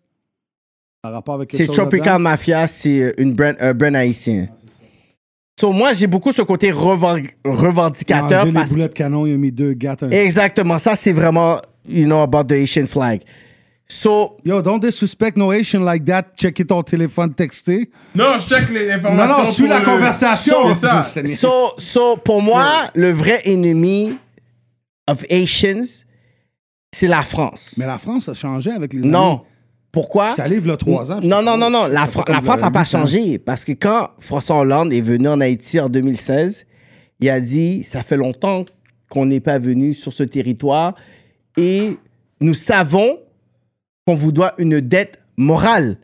D: En rapport avec quelque
C: C'est
D: chose
C: Tropical
D: là-dedans?
C: Mafia, c'est euh, une brand, un brand haïtien. So, moi, j'ai beaucoup ce côté revan-
D: Il a
C: revendicateur
D: enlevé les
C: parce que
D: boulets de canon, il a mis deux gâtes. un-
C: Exactement, ça, c'est vraiment, you know, about the Haitian flag. So,
D: Yo, don't disrespect no Asian like that. Checker ton téléphone texté.
B: Non, je check les
D: Non,
B: informations.
D: non, suis
B: pour
D: la
B: le-
D: conversation.
B: C'est ça.
C: So, so, pour moi, le vrai ennemi of Asians, c'est la France.
D: Mais la France a changé avec les
C: non.
D: années.
C: Pourquoi?
D: J'étais allé il y a trois ans. j'étais
C: Non, non, non, non. La,
D: Je sais pas
C: Fran- la
D: comme
C: France n'a
D: j'avais
C: pas
D: huit ans.
C: changé. Parce que quand François Hollande est venu en Haïti en 2016, il a dit Ça fait longtemps qu'on n'est pas venu sur ce territoire et nous savons qu'on vous doit une dette morale.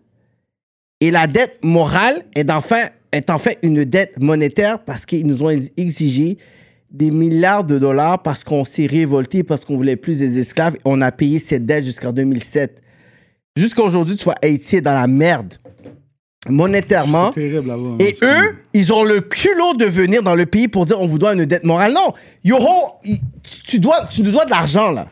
C: Et la dette morale est en fait, est en fait une dette monétaire parce qu'ils nous ont ex- exigé des milliards de dollars parce qu'on s'est révolté, parce qu'on voulait plus des esclaves. Et on a payé cette dette jusqu'en 2007. Jusqu'à aujourd'hui, tu vois, Haïti est dans la merde monétairement.
D: C'est terrible là-bas.
C: Et eux, ils ont le culot de venir dans le pays pour dire on vous doit une dette morale. Non, Yo, tu, tu dois, tu nous dois de l'argent là.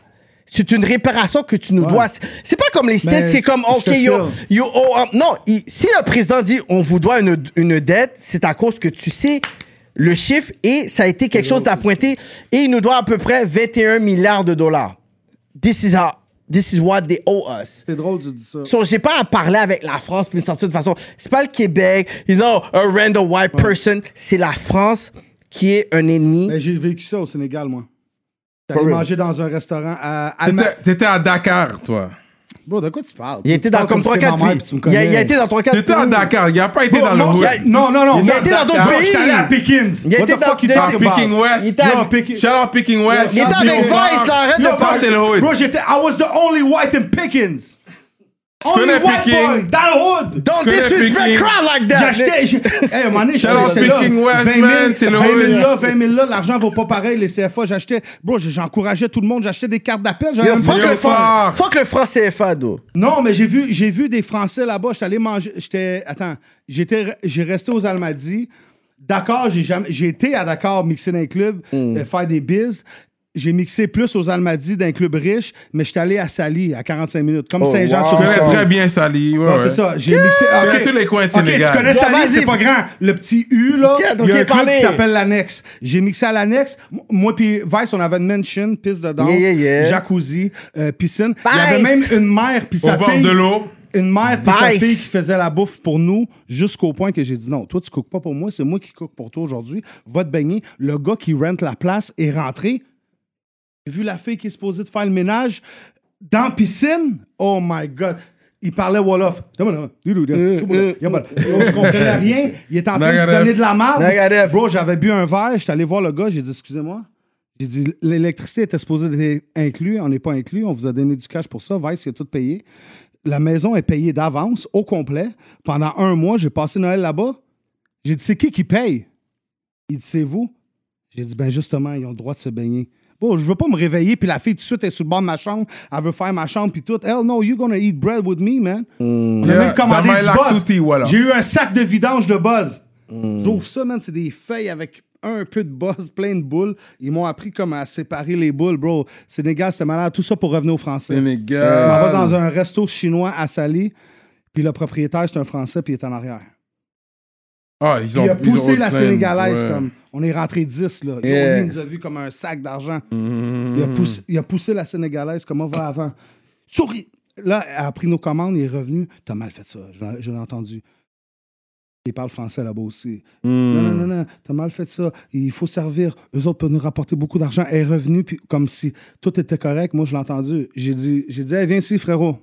C: C'est une réparation que tu nous dois. C'est- C'est pas comme les States,
D: Mais
C: c'est comme
D: je
C: ok
D: te
C: yo,
D: file.
C: yo oh, um, non. il- si le président dit on vous doit une, une dette, c'est à cause que tu sais le chiffre et ça a été quelque chose d'appointé et il nous doit à peu près 21 milliards de dollars. This is how, this is what they owe us.
D: C'est drôle, tu dis ça.
C: So, j'ai pas à parler avec la France puis me sentir de façon. C'est pas le Québec. Ils ont a random white person. C'est la France qui est un ennemi.
D: Mais j'ai vécu ça au Sénégal, moi. J'étais allé
C: real.
D: manger dans un restaurant à Alma...
B: T'étais- T'étais à Dakar, toi.
D: Bro, de quoi tu parles?
C: Il a été
D: Tu
C: dans
D: parles
C: comme
D: si
C: 3
D: c'était ma
C: 4
D: mère,
C: pays.
D: puis tu me
C: Il a,
D: connais.
C: il a été dans 3 4
B: T'étais à Dakar, il a pas été dans le
D: non,
B: hood.
D: c'est- non, non, non.
C: Il a été
B: Dakar.
C: dans d'autres
B: Bro,
C: pays.
D: J'étais allé à Pickens.
C: Il a
D: What
C: été
D: the fuck you
C: dans-
B: Dans
D: talking about?
B: Peking
C: Il
B: West.
C: était à-
D: Yo, Peking-
B: Shout out Peking West.
C: Il était
B: Shout out
C: avec
B: Peking
C: Vice,
B: West.
C: arrête
B: Yo,
C: de
B: ça,
C: faire-
B: c'est le hood.
D: Bro, j'étais... I was the only white in Pickens. Only
B: connais
D: white
B: Peking.
D: boy dans le hood.
C: Don't
B: Je connais
C: disrespect
B: Peking.
C: crowd like that.
D: J'achetais. j'ai- Hey, à un moment donné,
B: Shout out
D: j'étais là.
B: Speaking West,
D: 20 000,
B: man, c'est le
D: 20 000
B: haut.
D: là, 20 000 là, l'argent vaut pas pareil, les CFA. J'achetais. Bro, j'ai- j'encourageais tout le monde, j'achetais des cartes d'appel. j'avais
C: Yo,
D: un
C: fuck,
D: bon-
C: le franc,
B: Léopard.
C: fuck le franc CFA, d'où.
D: Non, mais j'ai vu, j'ai vu des Français là-bas. J'étais allé manger. J'étais. Attends, j'étais, j'ai resté aux Almadies. D'accord, j'ai jamais. J'ai été à Dakar mixer dans un club,
B: Mm.
D: euh, faire des bises. J'ai mixé plus aux Almadies d'un club riche, mais j'étais allé à Sali à 45 minutes, comme Saint-Jean
C: wow.
D: sur
B: Je Oh, connais
D: Saône.
B: très bien Sali. ouais,
D: Non,
B: ouais.
D: c'est ça. J'ai mixé. ok.
B: connais tous les coins de
D: Ok,
B: Sénégal.
D: tu connais
C: Bon,
D: Sali,
C: vas-y.
D: c'est pas grand. Le petit U, là.
C: Ok, donc
D: il y a
C: il
D: un
C: est
D: club
C: parlé.
D: qui s'appelle l'Annexe. J'ai mixé à l'Annexe. M- Moi, puis Vice, on avait une mansion, piste de danse,
C: Yeah, yeah, yeah.
D: jacuzzi, euh, piscine. Il y avait
C: Vice.
D: même une mère, puis
B: Au
D: sa
B: bord
D: fille.
B: de l'eau.
D: Une mère, puis sa
C: Vice.
D: fille qui faisait la bouffe pour nous, jusqu'au point que j'ai dit non, toi, tu cookes pas pour moi, c'est moi qui cook pour toi aujourd'hui. Va te baigner. Le gars qui rente la place est rentré. J'ai vu la fille qui est supposée de faire le ménage dans la piscine. Oh my God. Il parlait Wolof. Je comprenais rien. Il était en train de se
B: Negative.
D: donner de la merde.
C: Negative.
D: Bro, j'avais bu un verre. J'étais allé voir le gars. J'ai dit, excusez-moi. J'ai dit, l'électricité était supposée d'être inclue. On n'est pas inclus. On vous a donné du cash pour ça. Vice, il a tout payé. La maison est payée d'avance, au complet. Pendant un mois, j'ai passé Noël là-bas. J'ai dit, c'est qui qui paye? Il dit, c'est vous. J'ai dit, ben justement, ils ont le droit de se baigner. Bon, je veux pas me réveiller, puis la fille, tout de suite, est sur le bord de ma chambre. Elle veut faire ma chambre, puis tout. Hell no, you gonna eat bread with me, man. On a
B: Yeah,
D: même commandé
B: dans my
D: du
B: lac
D: buzz.
B: tout est, voilà.
D: J'ai eu un sac de vidange de buzz. J'ouvre ça, man, c'est des feuilles avec un peu de boss, plein de boules. Ils m'ont appris comment à séparer les boules, bro. Sénégal, c'est malade. Tout ça pour revenir aux Français.
I: Sénégal.
D: Je m'en vais dans un resto chinois à Sali, puis le propriétaire, c'est un Français, puis il est en arrière.
B: Ah, ils
D: Puis
B: ont
D: il a
B: ils ont
D: poussé la
B: autre
D: Sénégalaise
B: scène, ouais.
D: comme on est rentré 10 là. Yo,
I: Yeah.
D: lui, il nous a vu comme un sac d'argent. Il, a poussé, il a poussé la Sénégalaise comme on va avant. Souris. Là, elle a pris nos commandes, il est revenu. T'as mal fait ça, je l'ai- je l'ai entendu. Il parle français là-bas aussi.
B: Hmm.
D: Non, non, non, non, t'as mal fait ça. Il faut servir. Eux autres peuvent nous rapporter beaucoup d'argent. Elle est revenue, puis comme si tout était correct. Moi, je l'ai entendu. J'ai dit, j'ai dit, Hey, viens ici, frérot.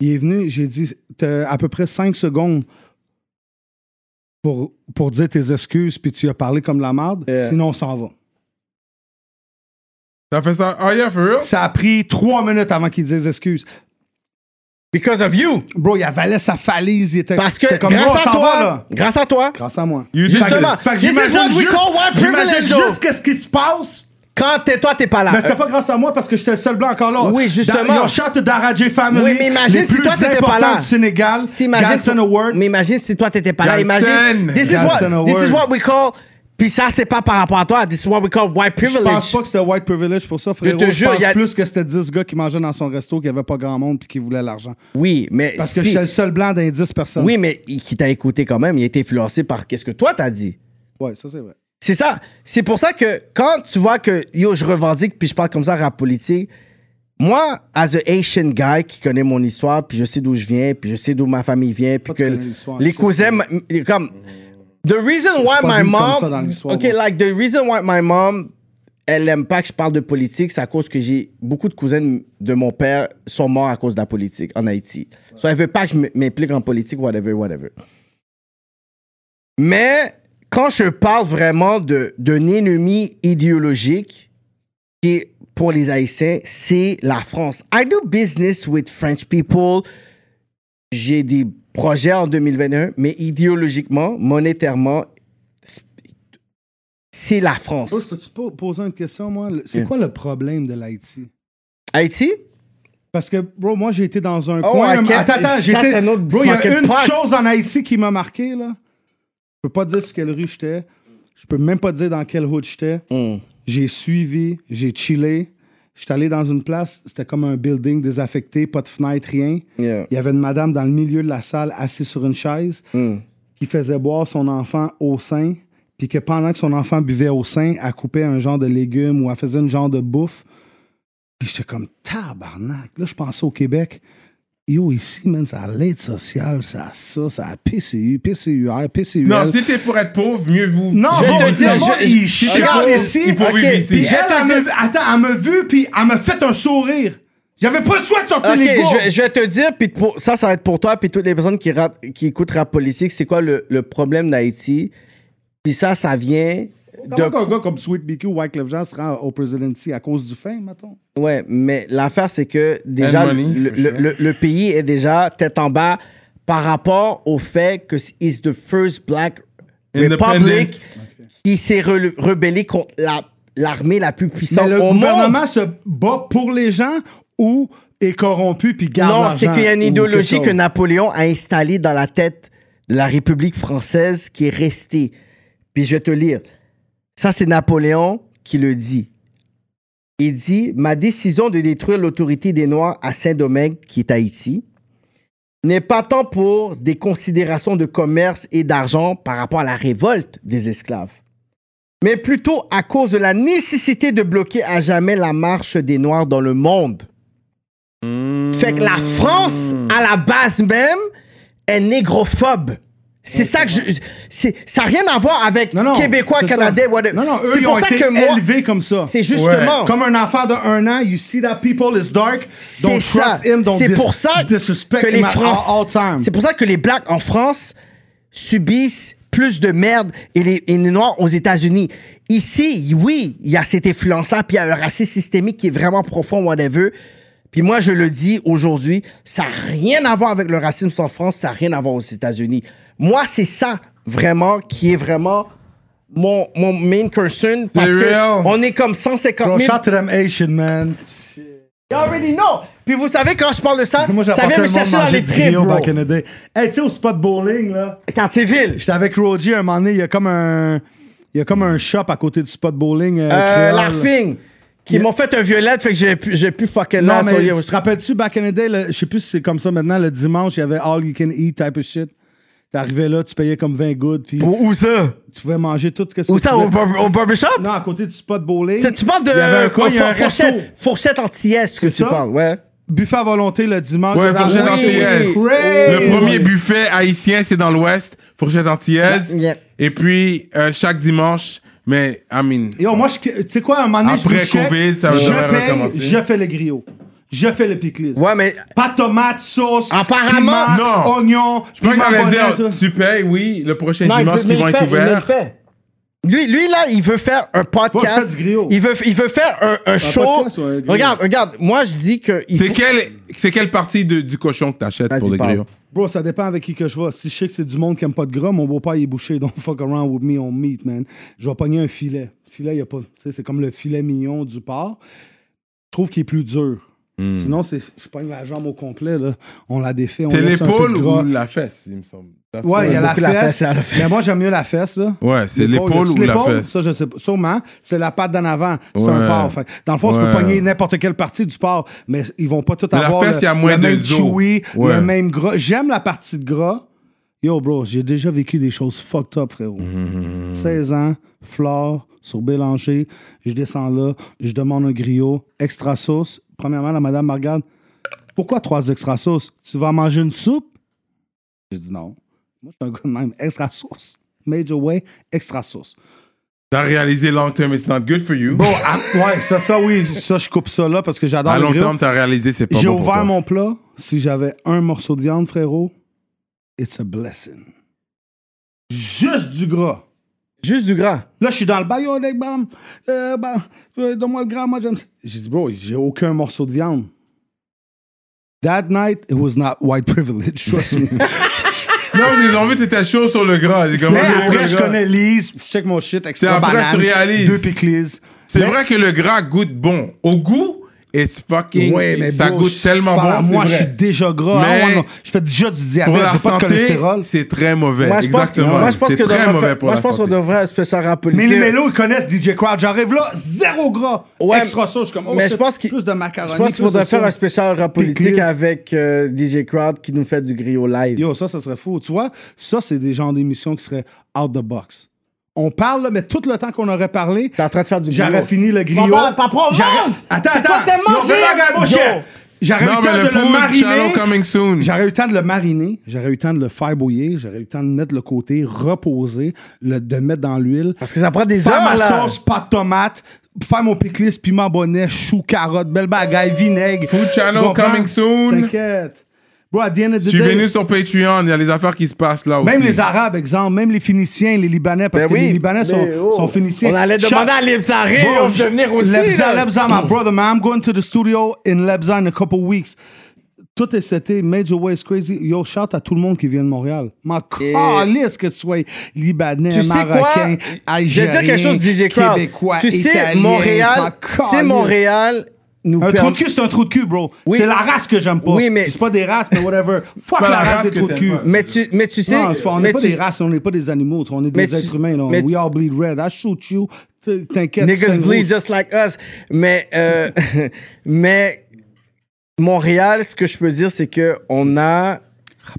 D: Il est venu, j'ai dit, t'as à peu près 5 secondes pour, pour dire tes excuses, puis tu as parlé comme la merde.
I: Yeah.
D: Sinon, on s'en va.
B: T'as fait ça? Ah, yeah, for real?
D: Ça a pris trois minutes avant qu'il dise excuses.
C: Because of you.
D: Bro, il avalait sa falise. Il était,
C: Parce que
D: c'était comme, Bro,
C: grâce
D: on s'en
C: à
D: va,
C: toi,
D: là.
C: grâce à toi,
D: Grâce à moi.
B: You did
C: Justement.
B: this.
D: Fait que
C: This is
D: j'imagine
C: what we
D: juste-
C: call white
D: j'imagine
C: privilege, Ah.
D: juste qu'est-ce qui se passe.
C: quand t'es toi, t'es pas là.
D: Mais c'était pas grâce à moi parce que j'étais le seul blanc encore là.
C: Oui, justement.
D: Dans, ils ont chanté Darajé Family.
C: Oui, mais imagine
D: les
C: si
D: plus
C: toi, t'étais
D: importants
C: pas là.
D: du Sénégal.
C: Si imagine-
D: Galson Award.
C: Mais imagine si toi t'étais pas là.
B: Galson.
C: Imagine. This is what,
D: Galson
C: this is
D: Award.
C: what we call. Puis ça c'est pas par rapport à toi. This is what we call white
D: Je pense
C: privilege.
D: pas que c'était white privilege pour ça, frérot.
C: te
D: Je,
C: jure,
D: pense
C: y a-
D: plus que c'était 10 gars qui mangeaient dans son resto, qui avait pas grand monde puis qui voulaient l'argent.
C: Oui, mais
D: Parce que
C: si-
D: j'étais le seul blanc dans 10 personnes.
C: oui, mais il- qui t'a écouté quand même, il a été influencé par qu'est-ce que toi t'as dit.
D: Ouais, ça c'est vrai.
C: C'est ça. C'est pour ça que quand tu vois que yo je revendique puis je parle comme ça rap politique, moi as a Asian guy qui connaît mon histoire puis je sais d'où je viens puis je sais d'où ma famille vient
D: Toi,
C: puis
D: tu
C: que
D: connais l'histoire,
C: les
D: je sais ce
C: cousins m- m- comme the reason why
D: pas
C: my
D: vu comme
C: mom
D: ça dans l'histoire,
C: OK
D: moi.
C: like the reason why my mom elle aime pas que je parle de politique, c'est à cause que j'ai beaucoup de cousines de mon père sont morts à cause de la politique en Haïti. So elle veut pas que je m- m'implique en politique whatever whatever. Mais quand je parle vraiment de- d'un ennemi idéologique qui est pour les Haïtiens, c'est la France. I do business with French people. J'ai des projets en 2021, mais idéologiquement, monétairement, c'est la
D: Toi,
C: France.
D: peux-tu po- poser une question, moi? Le- C'est
C: Yeah.
D: quoi le problème de l'Haïti?
C: Haïti?
D: Parce que, bro, moi, j'ai été dans un
C: Oh,
D: coin.
C: ok.
D: Attends, attends,
C: Ça,
D: j'ai
C: c'est un autre
D: été. Bro, il y
C: fucking
D: a une
C: point.
D: chose en Haïti qui m'a marqué, là. Je peux pas dire sur quelle rue j'étais. Je peux même pas dire dans quelle hood j'étais. J'ai suivi, j'ai chillé. J'étais allé dans une place, c'était comme un building désaffecté, pas de fenêtre, rien.
C: Yeah.
D: Il y avait une madame dans le milieu de la salle, assise sur une chaise, qui faisait boire son enfant au sein, puis que pendant que son enfant buvait au sein, elle coupait un genre de légumes ou elle faisait une genre de bouffe. Puis j'étais comme tabarnak. Là, je pensais au Québec. Yo, ici, man, ça a l'aide sociale, ça a ça, ça a PCU, PCUR, PCUL.
B: Non, si t'es pour être pauvre, mieux vous.
D: Non,
B: Je
D: bon,
B: te dis,
D: le
B: je-
D: monde,
B: je-
D: il
B: si t'es
D: chiale
B: pauvre,
D: ici.
B: Il faut
D: Ok,
B: vivre
D: Puis
B: ici.
D: elle, elle me- attends, elle m'a vu, puis elle m'a fait un sourire. J'avais pas le choix de sortir
C: Ok,
D: les gars.
C: je, je vais te dire, puis pour- ça, ça va être pour toi, puis toutes les personnes qui, rap- qui écoutent rap politique, c'est quoi le, le problème d'Haïti? Puis ça, ça vient de
D: Comment un Euh, gars comme Sweet BQ ou Wyclef Jean se rend au presidency à cause du faim, mettons?
C: Ouais, mais l'affaire, c'est que déjà,
B: And money,
C: le,
B: for
C: le-
B: sure.
C: le- le pays est déjà tête en bas par rapport au fait que c'est is the first black
B: Independent.
C: republic qui s'est rele- rebellé contre la- l'armée la, plus puissante
D: Mais le
C: au
D: gouvernement
C: monde.
D: se bat pour les gens ou est corrompu puis garde
C: Non,
D: l'argent
C: c'est qu'il y a une
D: ou quelque
C: idéologie que
D: chose.
C: Napoléon a installée dans la tête de la République française qui est restée. Puis je vais te lire. Ça, c'est Napoléon qui le dit. Il dit Ma décision de détruire l'autorité des Noirs à Saint-Domingue, qui est Haïti, n'est pas tant pour des considérations de commerce et d'argent par rapport à la révolte des esclaves, mais plutôt à cause de la nécessité de bloquer à jamais la marche des Noirs dans le monde. Fait que la France, à la base même, est négrophobe. C'est ça que je. c'est- Ça n'a rien à voir avec
D: Non, non,
C: Québécois,
D: c'est ça.
C: Canadais, whatever.
D: Non, non, eux,
C: C'est
D: ils
C: pour
D: ont
C: ça
D: été
C: que moi.
D: élevés comme ça.
C: C'est justement.
D: Comme un enfant de un an, you see that people is dark,
C: C'est
D: don't
C: ça.
D: trust him, don't
C: C'est
D: dis-
C: pour ça
D: disrespect
C: que les
D: him at all, all
C: Français,
D: time.
C: c'est pour ça que les blacks en France subissent plus de merde et les, et les noirs aux États-Unis. Ici, oui, il y a cette influence-là, puis il y a un racisme systémique qui est vraiment profond, whatever. Puis moi, je le dis aujourd'hui, ça n'a rien à voir avec le racisme en France, ça n'a rien à voir aux États-Unis. Moi, c'est ça vraiment qui est vraiment mon, mon main concern parce
B: C'est
C: que
B: real.
C: on est comme 150
D: Bro,
C: 000
D: shout to them Asian, man.
C: You already know. Puis vous savez, quand je parle de ça,
D: Moi,
C: ça vient
D: le
C: me
D: monde
C: chercher dans
D: manger
C: les
D: du
C: tripes,
D: griot
C: bro.
D: back in the day. Hey, tu sais, au spot bowling, là,
C: Quand c'est ville.
D: J'étais avec Roger un moment donné, il y a comme un. Il y a comme un shop à côté du spot bowling. euh,
C: Euh,
D: créole.
C: Larfing, qui m'ont fait un violette, fait que j'ai pu, j'ai pu fucking
D: Non,
C: lance au
D: mais
C: lieu.
D: tu te rappelles-tu, back in the day, le- je sais plus si c'est comme ça maintenant, le dimanche, il y avait all you can eat type of shit. T'arrivais là, tu payais comme 20 gouttes, puis
C: Où où ça?
D: tu pouvais manger tout ce que
C: Où
D: tu
C: ça? Au,
D: voulais.
C: bar- au barbershop?
D: Non, à côté du spot bowling.
C: Tu tu parles de
D: Il y avait un coin, il y a un
C: four- fourchette,
D: resto.
C: fourchette antillaise que tu
D: ça?
C: parles, ouais.
D: Buffet à volonté le dimanche.
B: Ouais,
D: Ah,
B: fourchette
D: oui,
B: antillaise.
D: crazy.
B: Le premier buffet haïtien, c'est dans l'Ouest, Fourchette Antillaise.
C: Yeah, yeah.
B: Et puis, euh, chaque dimanche, mais, I mean,
D: Yo, moi, je- tu sais quoi, à un moment donné,
B: Après
D: je check,
B: COVID, ça va jamais
D: Je
B: recommencer.
D: paye, je fais le griot. Je fais le pickles.
C: Ouais, mais
D: Pas de tomate, sauce,
C: Apparemment-
D: piment,
B: Non.
D: oignon,
B: je pense
D: piment
B: qu'on allait
D: bonheur,
B: dire,
D: tout.
B: tu payes, oui, le prochain
C: Non, il
B: dimanche
C: peut-
B: qui
C: mais
B: vont
C: il
B: être
C: fait- mais il
B: ouverts.
C: fait. Lui, lui, là, il veut faire un
D: Moi, je fais
C: podcast.
D: du griot.
C: il, veut, il veut faire un, un show.
D: podcast ou un griot?
C: regarde, regarde, moi, je dis que. il
B: C'est
C: faut-
B: quelle, c'est quelle partie de- du cochon que t'achètes
C: Vas-y,
B: pour le
C: parle.
B: grillon?
D: Bro, ça dépend avec qui que je vais. Si je sais que c'est du monde qui aime pas de gras, mon beau-père il est bouché, donc fuck around with me on meat, man. Je vais pogner un filet. Filet, y a pas. Tu sais, c'est comme le filet mignon du porc. Je trouve qu'il est plus dur. Sinon, c'est, je pogne la jambe au complet, là. On la défait. on
B: C'est
D: laisse un peu de
B: l'épaule
D: gras.
B: ou la fesse, il me semble. That's
D: Ouais,
B: what
D: il y a
B: I-
D: la
C: beaucoup
D: fesse,
C: la fesse, la fesse.
D: Mais moi, j'aime mieux la fesse, là.
B: Ouais, c'est l'épaule
D: y a-tu
B: ou la
D: l'épaule?
B: fesse?
D: Ça, je sais pas. Sûrement, c'est la patte d'en avant. C'est
B: Ouais.
D: un porc. Fait que Dans le fond, tu peux
B: Ouais.
D: pogner n'importe quelle partie du porc, mais ils vont pas tout
B: La
D: avoir
B: fesse, il y a
D: le,
B: moins
D: le
B: de
D: même
B: zo.
D: chewy,
B: Ouais.
D: le même gras. J'aime la partie de gras. Yo, bro, j'ai déjà vécu des choses fucked up, frérot. 16 ans, flore, sur Bélanger, je descends là, je demande un griot, extra sauce. Premièrement, la madame me regarde. Pourquoi trois extra sauces? Tu vas manger une soupe? J'ai dit non. Moi, je suis un gars de même. Extra sauce. Major way, extra sauce.
B: T'as réalisé long term, it's not good for you.
D: Bon, ah, ouais, ça, ça, oui, ça, je coupe ça là parce que j'adore
B: à
D: le
B: long
D: grill.
B: terme, t'as réalisé c'est pas
D: J'ai
B: bon pour toi.
D: ouvert mon plat. Si j'avais un morceau de viande, frérot, it's a blessing. Juste du gras.
C: Juste du gras.
D: Là, je suis dans le bail, yo, mec, bam, euh, bam, euh, donne-moi le gras, moi, j'aime ça. J'ai dit, bro, j'ai aucun morceau de viande. That night, it was not white privilege, trust me.
B: Non, j'ai envie t'étais chaud sur le gras. C'est comme,
D: Mais
B: moi, j'ai le
D: après, je
B: gras.
D: connais Lise, je check mon shit, extra
B: après,
D: banane,
B: tu réalises.
D: deux pickles.
B: C'est
D: Mais-
B: vrai que le gras goûte bon. Au goût, it's fucking.
D: Ouais, mais
B: ça
D: bro,
B: goûte
D: je-
B: tellement
D: par-
B: bon.
D: Moi,
B: c'est
D: je
B: vrai.
D: suis déjà gras.
B: Mais-
D: Ah ouais, non, je fais déjà du
B: pour
D: diabète,
B: la
D: j'ai pas de
B: santé,
D: cholestérol.
B: c'est très mauvais.
C: Moi, je pense que,
B: Exactement.
C: moi, je pense
B: c'est
C: que
B: très
C: devrait
B: mauvais
C: faire-
B: pour
C: moi,
B: la
C: je pense qu'on
B: santé.
C: devrait un spécial rap
D: Mais
C: politique.
D: les mélos, ils connaissent DJ Crowd. J'arrive là, zéro gras.
C: Ouais,
D: Extra sauce, je suis comme, oh,
C: mais
D: shit,
C: je pense qu'il-
D: plus de macaroni.
C: Je pense qu'il
D: plus de
C: faudrait faire
D: sauce.
C: un spécial rap politique
D: Pickles.
C: avec euh, DJ Crowd qui nous fait du griot live.
D: Yo, ça, ça serait fou. Tu vois, ça, c'est des genres d'émissions qui seraient out the box. On parle, là, mais tout le temps qu'on aurait parlé,
C: T'es en train de faire du griot.
D: j'aurais fini le griot.
C: Papa, papa, mange!
D: J'aurais- Attends,
C: T'es
D: attends.
C: pas tellement
D: Yo, fais
C: vite!
D: la gamme au
C: Yo.
D: chien. J'aurais eu
B: Non,
D: le
B: mais
D: temps
B: le
D: de le
B: food, channel
D: mariner.
B: coming soon.
D: J'aurais eu le temps de le mariner, j'aurais eu le temps de le faire bouillir, j'aurais eu le temps de mettre le côté, reposer, le, de le mettre dans l'huile.
C: Parce que ça prend des
D: Faire
C: heures,
D: ma
C: là.
D: sauce, pas de tomate, faire mon pickles, piment bonnet, chou, carotte, belle bagaille, vinaigre.
B: Food
D: Tu
B: channel
D: comprends?
B: coming soon.
D: T'inquiète. Bro, à the end of the
B: Je suis
D: day-
B: venu sur Patreon, il y a les affaires qui se passent là aussi.
D: Même les Arabes, exemple, même les Phéniciens, les Libanais, parce
C: Ben
D: que
C: oui,
D: les Libanais sont,
C: mais oh,
D: sont Phéniciens.
C: On allait demander à Lebzaré
D: Bro,
C: de venir aussi.
D: Lebza,
C: là.
D: Lebza, my brother, man, I'm going to the studio in Lebza in a couple weeks. Tout est c'était Major Way is crazy. Yo, shout à tout le monde qui vient de Montréal. Ma calisse que tu sois Libanais,
C: Tu sais
D: Marocain,
C: quoi? Je vais
D: Algérien,
C: dire quelque chose, DJ Crowd.
D: Québécois,
C: tu sais,
D: Italien,
C: Montréal,
D: ma
C: tu sais,
D: calisse.
C: Montréal nous
D: Un
C: permet-
D: trou de cul, c'est un trou de cul, bro.
C: Oui.
D: C'est la race que j'aime pas.
C: Oui, mais-
D: C'est pas des races, mais whatever. Fuck
B: pas
D: la,
B: la race
D: race des
B: que
D: trous de
B: t'aimes
D: cul.
B: pas.
C: Mais tu, mais tu sais,
D: Non, c'est pas- on
C: mais
D: n'est pas
C: tu-
D: des races, on n'est pas des animaux, on est
C: Mais
D: des
C: tu-
D: êtres humains. là.
C: mais tu-
D: We all bleed red. I shoot you. T- T'inquiète. tu
C: Niggas
D: saignes
C: bleed
D: rouge.
C: just like us. Mais, euh, mais Montréal, ce que je peux dire, c'est que on a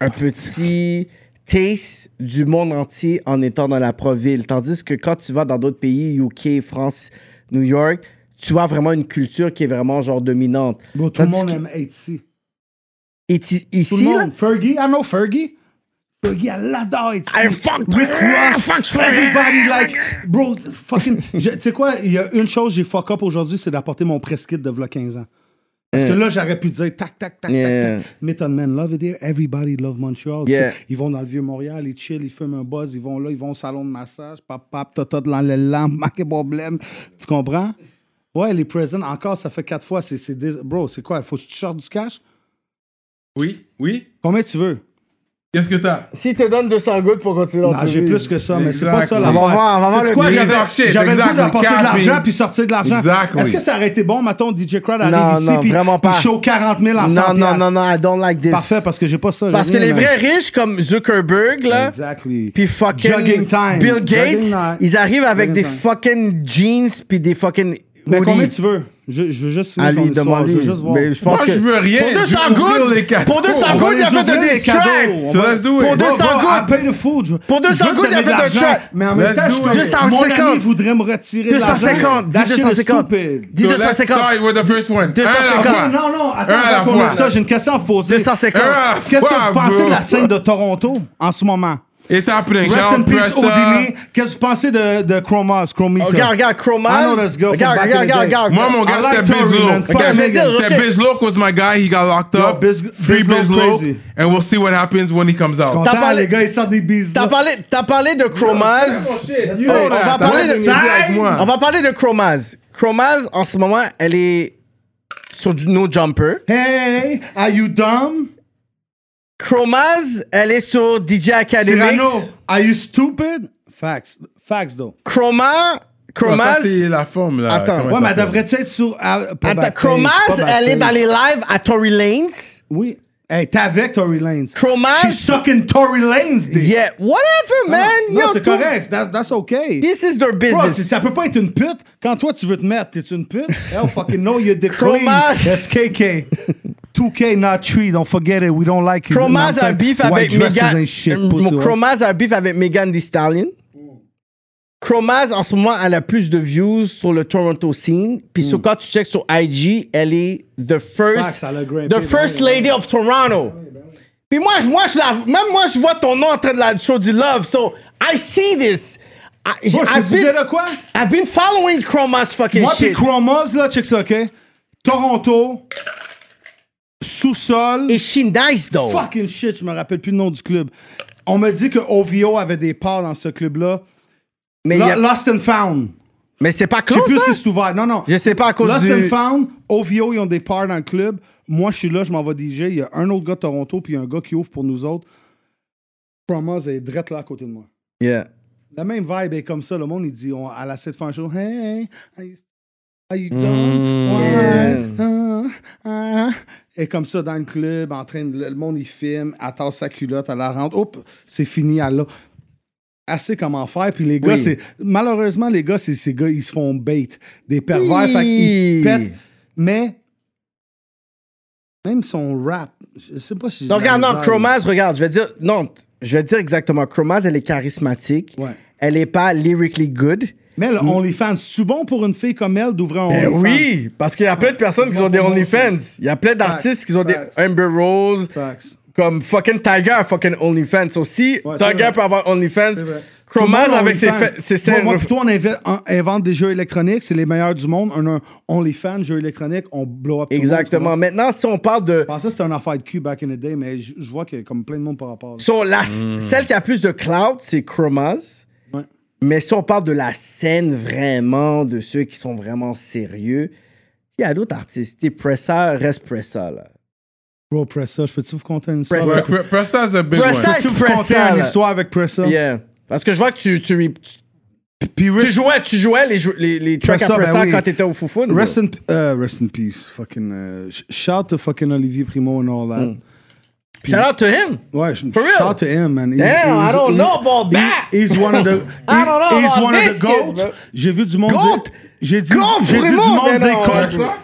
C: un petit taste du monde entier en étant dans la province. Tandis que quand tu vas dans d'autres pays, UK, France, New York, tu vois vraiment une culture qui est vraiment genre dominante.
D: Bro, tout le
C: Tandis
D: monde
C: que-
D: aime être ici.
C: Et ti-
D: Tout le
C: ici, là,
D: monde. Fergie, I know Fergie. Fergie, elle adore être ici.
C: I fucked
D: Rick
C: her,
D: Ross,
C: fuck Fergie.
D: everybody like... Bro, fucking... je- Tu sais quoi, il y a une chose j'ai fuck up aujourd'hui, c'est d'apporter mon press kit de v'là 15 ans. Parce que là, j'aurais pu dire tac, tac, tac,
C: Yeah.
D: tac, tac. Method Man, love it here. Everybody love Montreal. Tu
C: Yeah.
D: sais, Ils vont dans le vieux Montréal, ils chill, ils fument un buzz, ils vont là, ils vont au salon de massage, pap, pap, tata, dans les lampes, manqué problème. Tu comprends? Ouais, les presents, encore, ça fait quatre fois. c'est c'est des- Bro, c'est quoi? Faut que tu sortes du cash?
B: Oui, oui.
D: Combien tu veux?
B: Qu'est-ce que t'as?
C: S'il te donne 200 gouttes pour continuer
D: Non, j'ai plus que ça, mais c'est pas ça
B: Exactly.
D: la
B: On va
C: voir, on va voir le
D: quoi,
B: big
D: j'avais,
B: talk shit,
D: j'avais le goût
B: exactly.
D: d'apporter de l'argent
B: Capping.
D: puis sortir de l'argent.
B: Exactly.
D: Est-ce que ça aurait été bon, mettons, DJ Crowd arrive
C: Non,
D: ici
C: non,
D: puis
C: vraiment pas.
D: il show 40 000 en 100
C: Non, non,
D: piastres?
C: non, non, I don't like this.
D: Parfait, parce que j'ai pas ça. j'ai
C: Parce que
D: rien,
C: les
D: man.
C: vrais riches comme Zuckerberg, là,
D: Exactly.
C: puis fucking
D: Jogging time.
C: Bill Gates,
D: Jogging night.
C: ils arrivent avec
D: Jogging
C: des
D: time.
C: fucking jeans puis des fucking
D: Mais combien
C: hoodies.
D: tu veux? Je, je veux juste finir
C: à
D: son
C: lui
D: histoire,
C: demander.
D: Je veux juste voir.
C: Mais je pense
B: Moi,
C: que
B: je veux rien.
C: Pour
B: Je
C: 200
B: veux ouvrir
C: gouttes,
B: les cadeaux.
C: pour 200
B: On va
C: gouttes, il a
D: les
C: fait
D: ouvrir, les
C: un
D: cadeaux.
C: track.
D: On
B: So
D: va-
B: let's do it.
C: Pour deux- 200
D: Bro, bro, I
C: gouttes.
D: pay the food. Je-
C: Pour
D: je
C: 200
D: veux te
C: gouttes, il a
D: donner
C: fait
D: de
C: un
D: l'argent,
C: track.
D: Mais en même
B: Let's
D: temps, je
B: do
D: suis
B: it.
D: comme,
C: 250.
D: Mon ami voudrait me retirer de l'argent.
C: 250,
D: That
C: dis
D: shit is
C: 250.
D: stupid. Ah,
C: Dis
B: So let's
C: 250.
B: start with the first one. Un à la
C: 250.
B: fois.
D: Non, non, attends,
B: Un à la
D: avant qu'on
B: fois.
D: ouvre ça, j'ai une question à vous poser.
C: 250.
B: Un à la
D: Qu'est-ce que
B: fois,
D: vous pensez
B: bro.
D: de la scène de Toronto en ce moment?
B: It's happening.
D: Rest
B: Shout
D: in
B: out
D: peace,
B: Pressa.
D: Houdini. Qu'est-ce que vous pensez de, de Chroma, Chromita?
C: Oh, Regarde, regarde,
D: I
C: Chroma.
D: know this girl from
C: Regarde,
D: back in the
C: regarde,
D: day.
C: regarde, regarde.
B: Moi, mon
D: I
B: gars,
D: like
B: c'était
D: Tory, man.
B: Bizlook.
D: Fuck
C: je veux dire,
B: C'était
C: ok.
B: Bizlook was my guy. He got locked
D: Yo,
B: up.
D: Biz-
B: Free
D: Bizlock
B: Bizlook.
D: crazy.
B: And we'll see what happens when he comes out.
D: Content,
C: T'as parlé-
D: les gars, ils sortent des bises.
C: T'as parlé, t'as parlé de Chromaz.
B: Yo,
C: on va
B: t'as
C: parler
B: pas
C: de-
B: de avec
D: Ah.
B: moi.
C: On va parler de Chromaz. Chromaz, en ce moment, elle est sur nos jumpers.
D: Hey, are you dumb?
C: Chromaz, elle est sur DJ Academics.
D: Cyrano, are you stupid? Facts. Facts, though.
C: Chroma,
B: Ça,
C: Chromaz.
B: c'est la forme, là.
C: Attends.
B: Comment
D: Ouais,
B: Ah, ça
D: mais elle
B: s'appelle?
D: devrait-tu être sur. ah, pas
C: Attends,
D: backstage,
C: Chromaz,
D: pas
C: elle est dans
D: backstage.
C: les lives à Tory Lanez.
D: Oui. Hey, t'es avec Tory Lanez.
C: Chromaz-
D: She's sucking Tory Lanez, dick.
C: Yeah, whatever, man.
D: Ah, Non,
C: Yo,
D: c'est
C: tout-
D: correct. That- that's okay.
C: This is their
D: Bro,
C: business.
D: c'est- ça peut pas être une pute. Quand toi, tu veux te mettre, t'es une pute. Hell fucking no, you're the queen.
C: Chromaz.
D: SKK. 2K, not 3. Don't forget it. We don't like you.
C: Chromaz
D: You know
C: a
D: what I'm
C: beef
D: saying?
C: avec
D: White dresses
C: Megan.
D: and shit,
C: Mm,
D: pussy, ouais.
C: Chromaz a beef avec Megan Thee Stallion. Chromaz, en ce moment, elle a plus de views sur le Toronto scene. Puis
D: Mm.
C: sur- quand tu checks sur IG, elle est the first,
D: Facts, elle a Ah, grimpé,
C: the first
D: ben oui,
C: lady of Toronto. Puis moi, je- moi, je la, même moi, je vois ton nom en train de la show du love. So, I see this. I,
D: Bro, je peux
C: I've,
D: te dire
C: been,
D: de quoi?
C: I've been following Chromaz fucking
D: Moi pis
C: shit.
D: Chromaz, là, check ça, OK? Toronto, sous-sol,
C: Et she nice, though.
D: fucking shit, je me rappelle plus le nom du club. On me dit que OVO avait des parts dans ce club-là.
C: Mais,
D: Lo-
C: y a-
D: Lost and Found.
C: mais c'est pas
D: Je
C: close,
D: sais plus
C: ça?
D: si c'est ouvert. Non, non.
C: Je sais pas à cause
D: Lost
C: du-
D: and Found, OVO, ils ont des parts dans le club. Moi, je suis là, je m'en vais DJ. Il y a un autre gars de Toronto, puis il y a un gars qui ouvre pour nous autres. Promos est drette là à côté de moi.
C: Yeah.
D: La même vibe est comme ça. Le monde, il dit on, à la 7 fin show, hey, are you- are you done?
C: Hmm.
D: Ouais, ah, ah. Et comme ça, dans le club, en train de, le monde, il filme, elle tasse sa culotte, elle la rentre, hop, c'est fini, elle l'a. Assez comment faire. Puis les gars,
C: Oui.
D: c'est. Malheureusement, les gars, c'est ces gars, ils se font bait. Des pervers,
C: Oui.
D: fait qu'ils pètent. Mais. Même son rap, je sais pas si. j'ai
C: Non,
D: de
C: regarde,
D: la
C: non,
D: misère.
C: Chromaz, regarde, je vais dire, non, je vais dire exactement. Chromaz, elle est charismatique.
D: Ouais.
C: Elle est pas lyrically good.
D: Mais le OnlyFans, c'est-tu bon pour une fille comme elle d'ouvrir un
C: Hmm? Ben
D: OnlyFans?
C: oui, parce qu'il y a plein de personnes qui ont des OnlyFans. Il y a plein d'artistes qui ont des
D: Facts.
C: Amber Rose,
D: Facts.
C: comme fucking Tiger a fucking OnlyFans. So, si
D: Ouais, c'est
C: Tiger
D: vrai.
C: peut avoir OnlyFans,
D: vrai.
C: Chromaz
D: Tout le monde
C: avec ses,
D: OnlyFans.
C: fa- ses
D: Moi,
C: scènes.
D: moi, plutôt, on inve- on invente des jeux électroniques, c'est les meilleurs du monde. On a un OnlyFans, jeux électroniques, on blow up. tout le monde, tout le
C: Exactement.
D: monde.
C: Maintenant, si on parle de.
D: Je pensais que c'était un affaire de cul back in the day, mais je je vois qu'il y a comme plein de monde par rapport. là.
C: So, la,
D: Hmm.
C: Celle qui a plus de clout, c'est Chromaz.
D: Ouais.
C: Mais si on parle de la scène vraiment, de ceux qui sont vraiment sérieux, il y a d'autres artistes. T'es Pressa, reste Pressa, là.
D: Bro, Pressa, je peux-tu vous conter une histoire?
C: Pressa.
D: Je
B: Ouais, Pre- Pressa's a big
C: Pressa-
B: one.
D: Peux-tu vous
C: Pressa,
D: conter une
C: là.
D: histoire avec Pressa?
C: Yeah. Parce que je vois que tu, tu, tu- tu
D: Puis rest,
C: jouais, tu jouais les, jou- les, les tracks
D: Pressa,
C: à Pressa
D: ben oui.
C: quand t'étais au Foufoune. là.
D: rest, in, euh, rest in peace. Fucking, euh, sh- shout to fucking Olivier Primo and all
C: Mm.
D: that.
C: Shout out to him.
D: Ouais, je,
C: For real?
D: shout to him, man. He's-
C: Damn, I
D: he's-
C: don't
D: he-
C: know about
D: he-
C: that.
D: he's one of the.
C: I don't know
D: he- he's
C: about
D: one of
C: this
D: the
C: shit,
D: goats.
C: bro.
D: J'ai vu du monde
C: Goat?
D: dire. J'ai dit,
C: Goat,
D: j'ai dit du
C: vraiment?
D: monde
C: Ben non,
D: dire goat.
B: Pressa?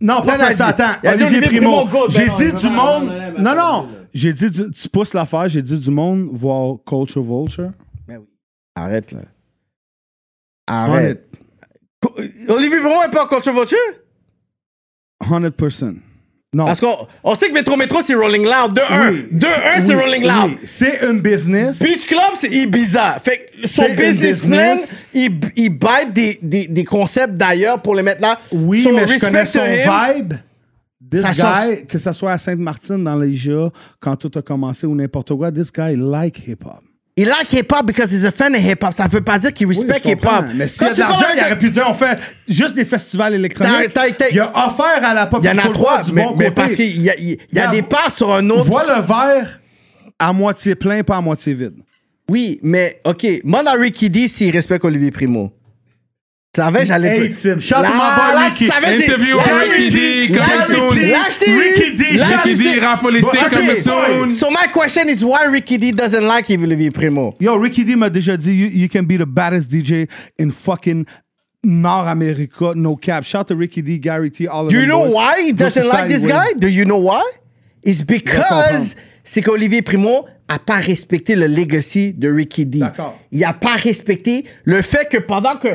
D: Non, pas
C: non, il
D: Pressa,
C: dit-
D: attends.
C: il a dit
D: Olivier
C: Olivier Primo,
D: Primo.
C: goat, ben
D: J'ai
C: non,
D: dit
C: non,
D: du
C: non,
D: monde. Non, non. J'ai dit, du- tu pousses l'affaire, j'ai dit du monde voir Culture Vulture.
C: Arrête, là.
D: Arrête.
C: Arrête. Olivier Bron est pas contre voiture?
D: 100%. Non.
C: Parce qu'on on sait que Métro Métro, c'est Rolling Loud. De 1.
D: Oui,
C: De 1, c'est
D: oui,
C: Rolling Loud.
D: oui. C'est un business.
C: Beach Club, c'est Ibiza. Fait que son
D: C'est une
C: business plan,
D: business.
C: il, il bite des, des, des concepts d'ailleurs pour les mettre là.
D: Oui,
C: So,
D: mais je
C: respect
D: connais
C: to
D: son
C: him.
D: vibe. This
C: Ça
D: guy, que ce soit à Sainte-Martine, dans les GA, quand tout a commencé ou n'importe quoi, this guy like hip-hop.
C: Il like hip-hop because he's a fan of hip-hop. Ça veut pas dire qu'il
D: Oui,
C: respecte
D: je comprends,
C: hip-hop.
D: Mais s'il y a
C: Quand
D: de
C: tu
D: l'argent,
C: parles
D: il
C: avec-
D: aurait pu dire on fait juste des festivals électroniques.
C: T'as- t'as- t'as-
D: Il y a offert à la pop.
C: Il y en
D: faut
C: a
D: le
C: trois,
D: voir du
C: mais,
D: bon
C: mais
D: côté.
C: parce qu'il y a, il y a
D: Regarde,
C: des pas sur un autre.
D: Vois le verre à moitié plein, pas à moitié vide.
C: Oui, mais OK. Manda Ricky D s'il respecte Olivier Primo. Tu savais, j'allais.
J: Hey,
C: te-
J: Tim, shout out to my
C: Là,
J: boy
C: là,
J: Ricky.
C: tu savais, j'ai-
B: Interview
C: là,
B: avec
C: j'ai-
B: Ricky D,
C: là,
B: coming
C: j'ai-
B: soon.
C: là, je t'ai dit.
J: Ricky D,
C: Là,
J: Ricky
B: Qui
C: je t'ai-
B: dit rap politique
C: Ok.
B: coming soon.
C: So my question is why Ricky D doesn't like Olivier Primo?
D: Yo, Ricky D m'a déjà dit, you, you can be the baddest DJ in fucking North America, no cap. Shout out to Ricky D, Gary T, all of
C: Do you
D: them
C: know
D: boys.
C: why he
D: Go
C: doesn't like
D: Society
C: this
D: Win.
C: guy? Do you know why? It's
D: comprends.
C: because c'est qu'Olivier Primo a pas respecté le legacy de Ricky D.
D: D'accord.
C: Il a pas respecté le fait que pendant que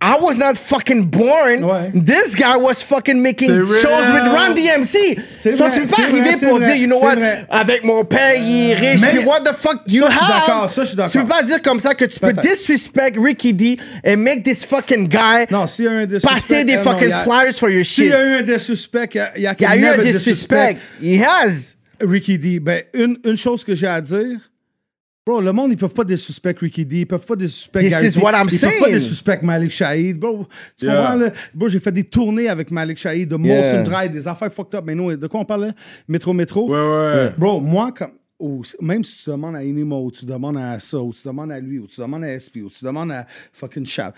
C: I was not fucking born,
D: Ouais.
C: this guy was fucking making
B: C'est vrai.
C: shows with Run DMC. So
D: C'est vrai,
C: tu peux pas
D: c'est
C: arriver
D: vrai, c'est
C: pour
D: vrai,
C: dire, you know
D: c'est
C: what,
D: vrai.
C: avec mon père, il est riche,
D: Mais-
C: puis what the fuck you
D: je suis
C: have?
D: d'accord, ça, je suis
C: Tu peux
D: d'accord.
C: pas dire comme ça que tu peux
D: Peut-être.
C: disrespect Ricky D and make this fucking guy
D: Non, s'il y a un disrespect,
C: passer des
D: eh non,
C: fucking
D: il y a-
C: flyers for your
D: S'il
C: shit.
D: y a eu un disrespect, il y a, il y a,
C: Il y a eu un
D: never
C: disrespect. He has.
D: Ricky D. Ben, une, une chose que j'ai à dire, bro, le monde, ils peuvent pas disrespect Ricky D. Ils peuvent pas disrespect
C: This
D: Gary
C: is
D: T.
C: what I'm
D: Ils
C: saying.
D: peuvent pas disrespect Malik Shahid, bro. Tu
B: Yeah.
D: comprends, là? Bro, j'ai fait des tournées avec Malik Shahid, de Molson
C: Yeah.
D: Drive, des affaires fucked up. Mais non, de quoi on parlait? Métro, métro.
B: Ouais, ouais.
D: Bro, moi, comme. ou- même si tu demandes à Inimo, ou tu demandes à ça, ou tu demandes à lui, ou tu demandes à SP, ou tu demandes à fucking Chap.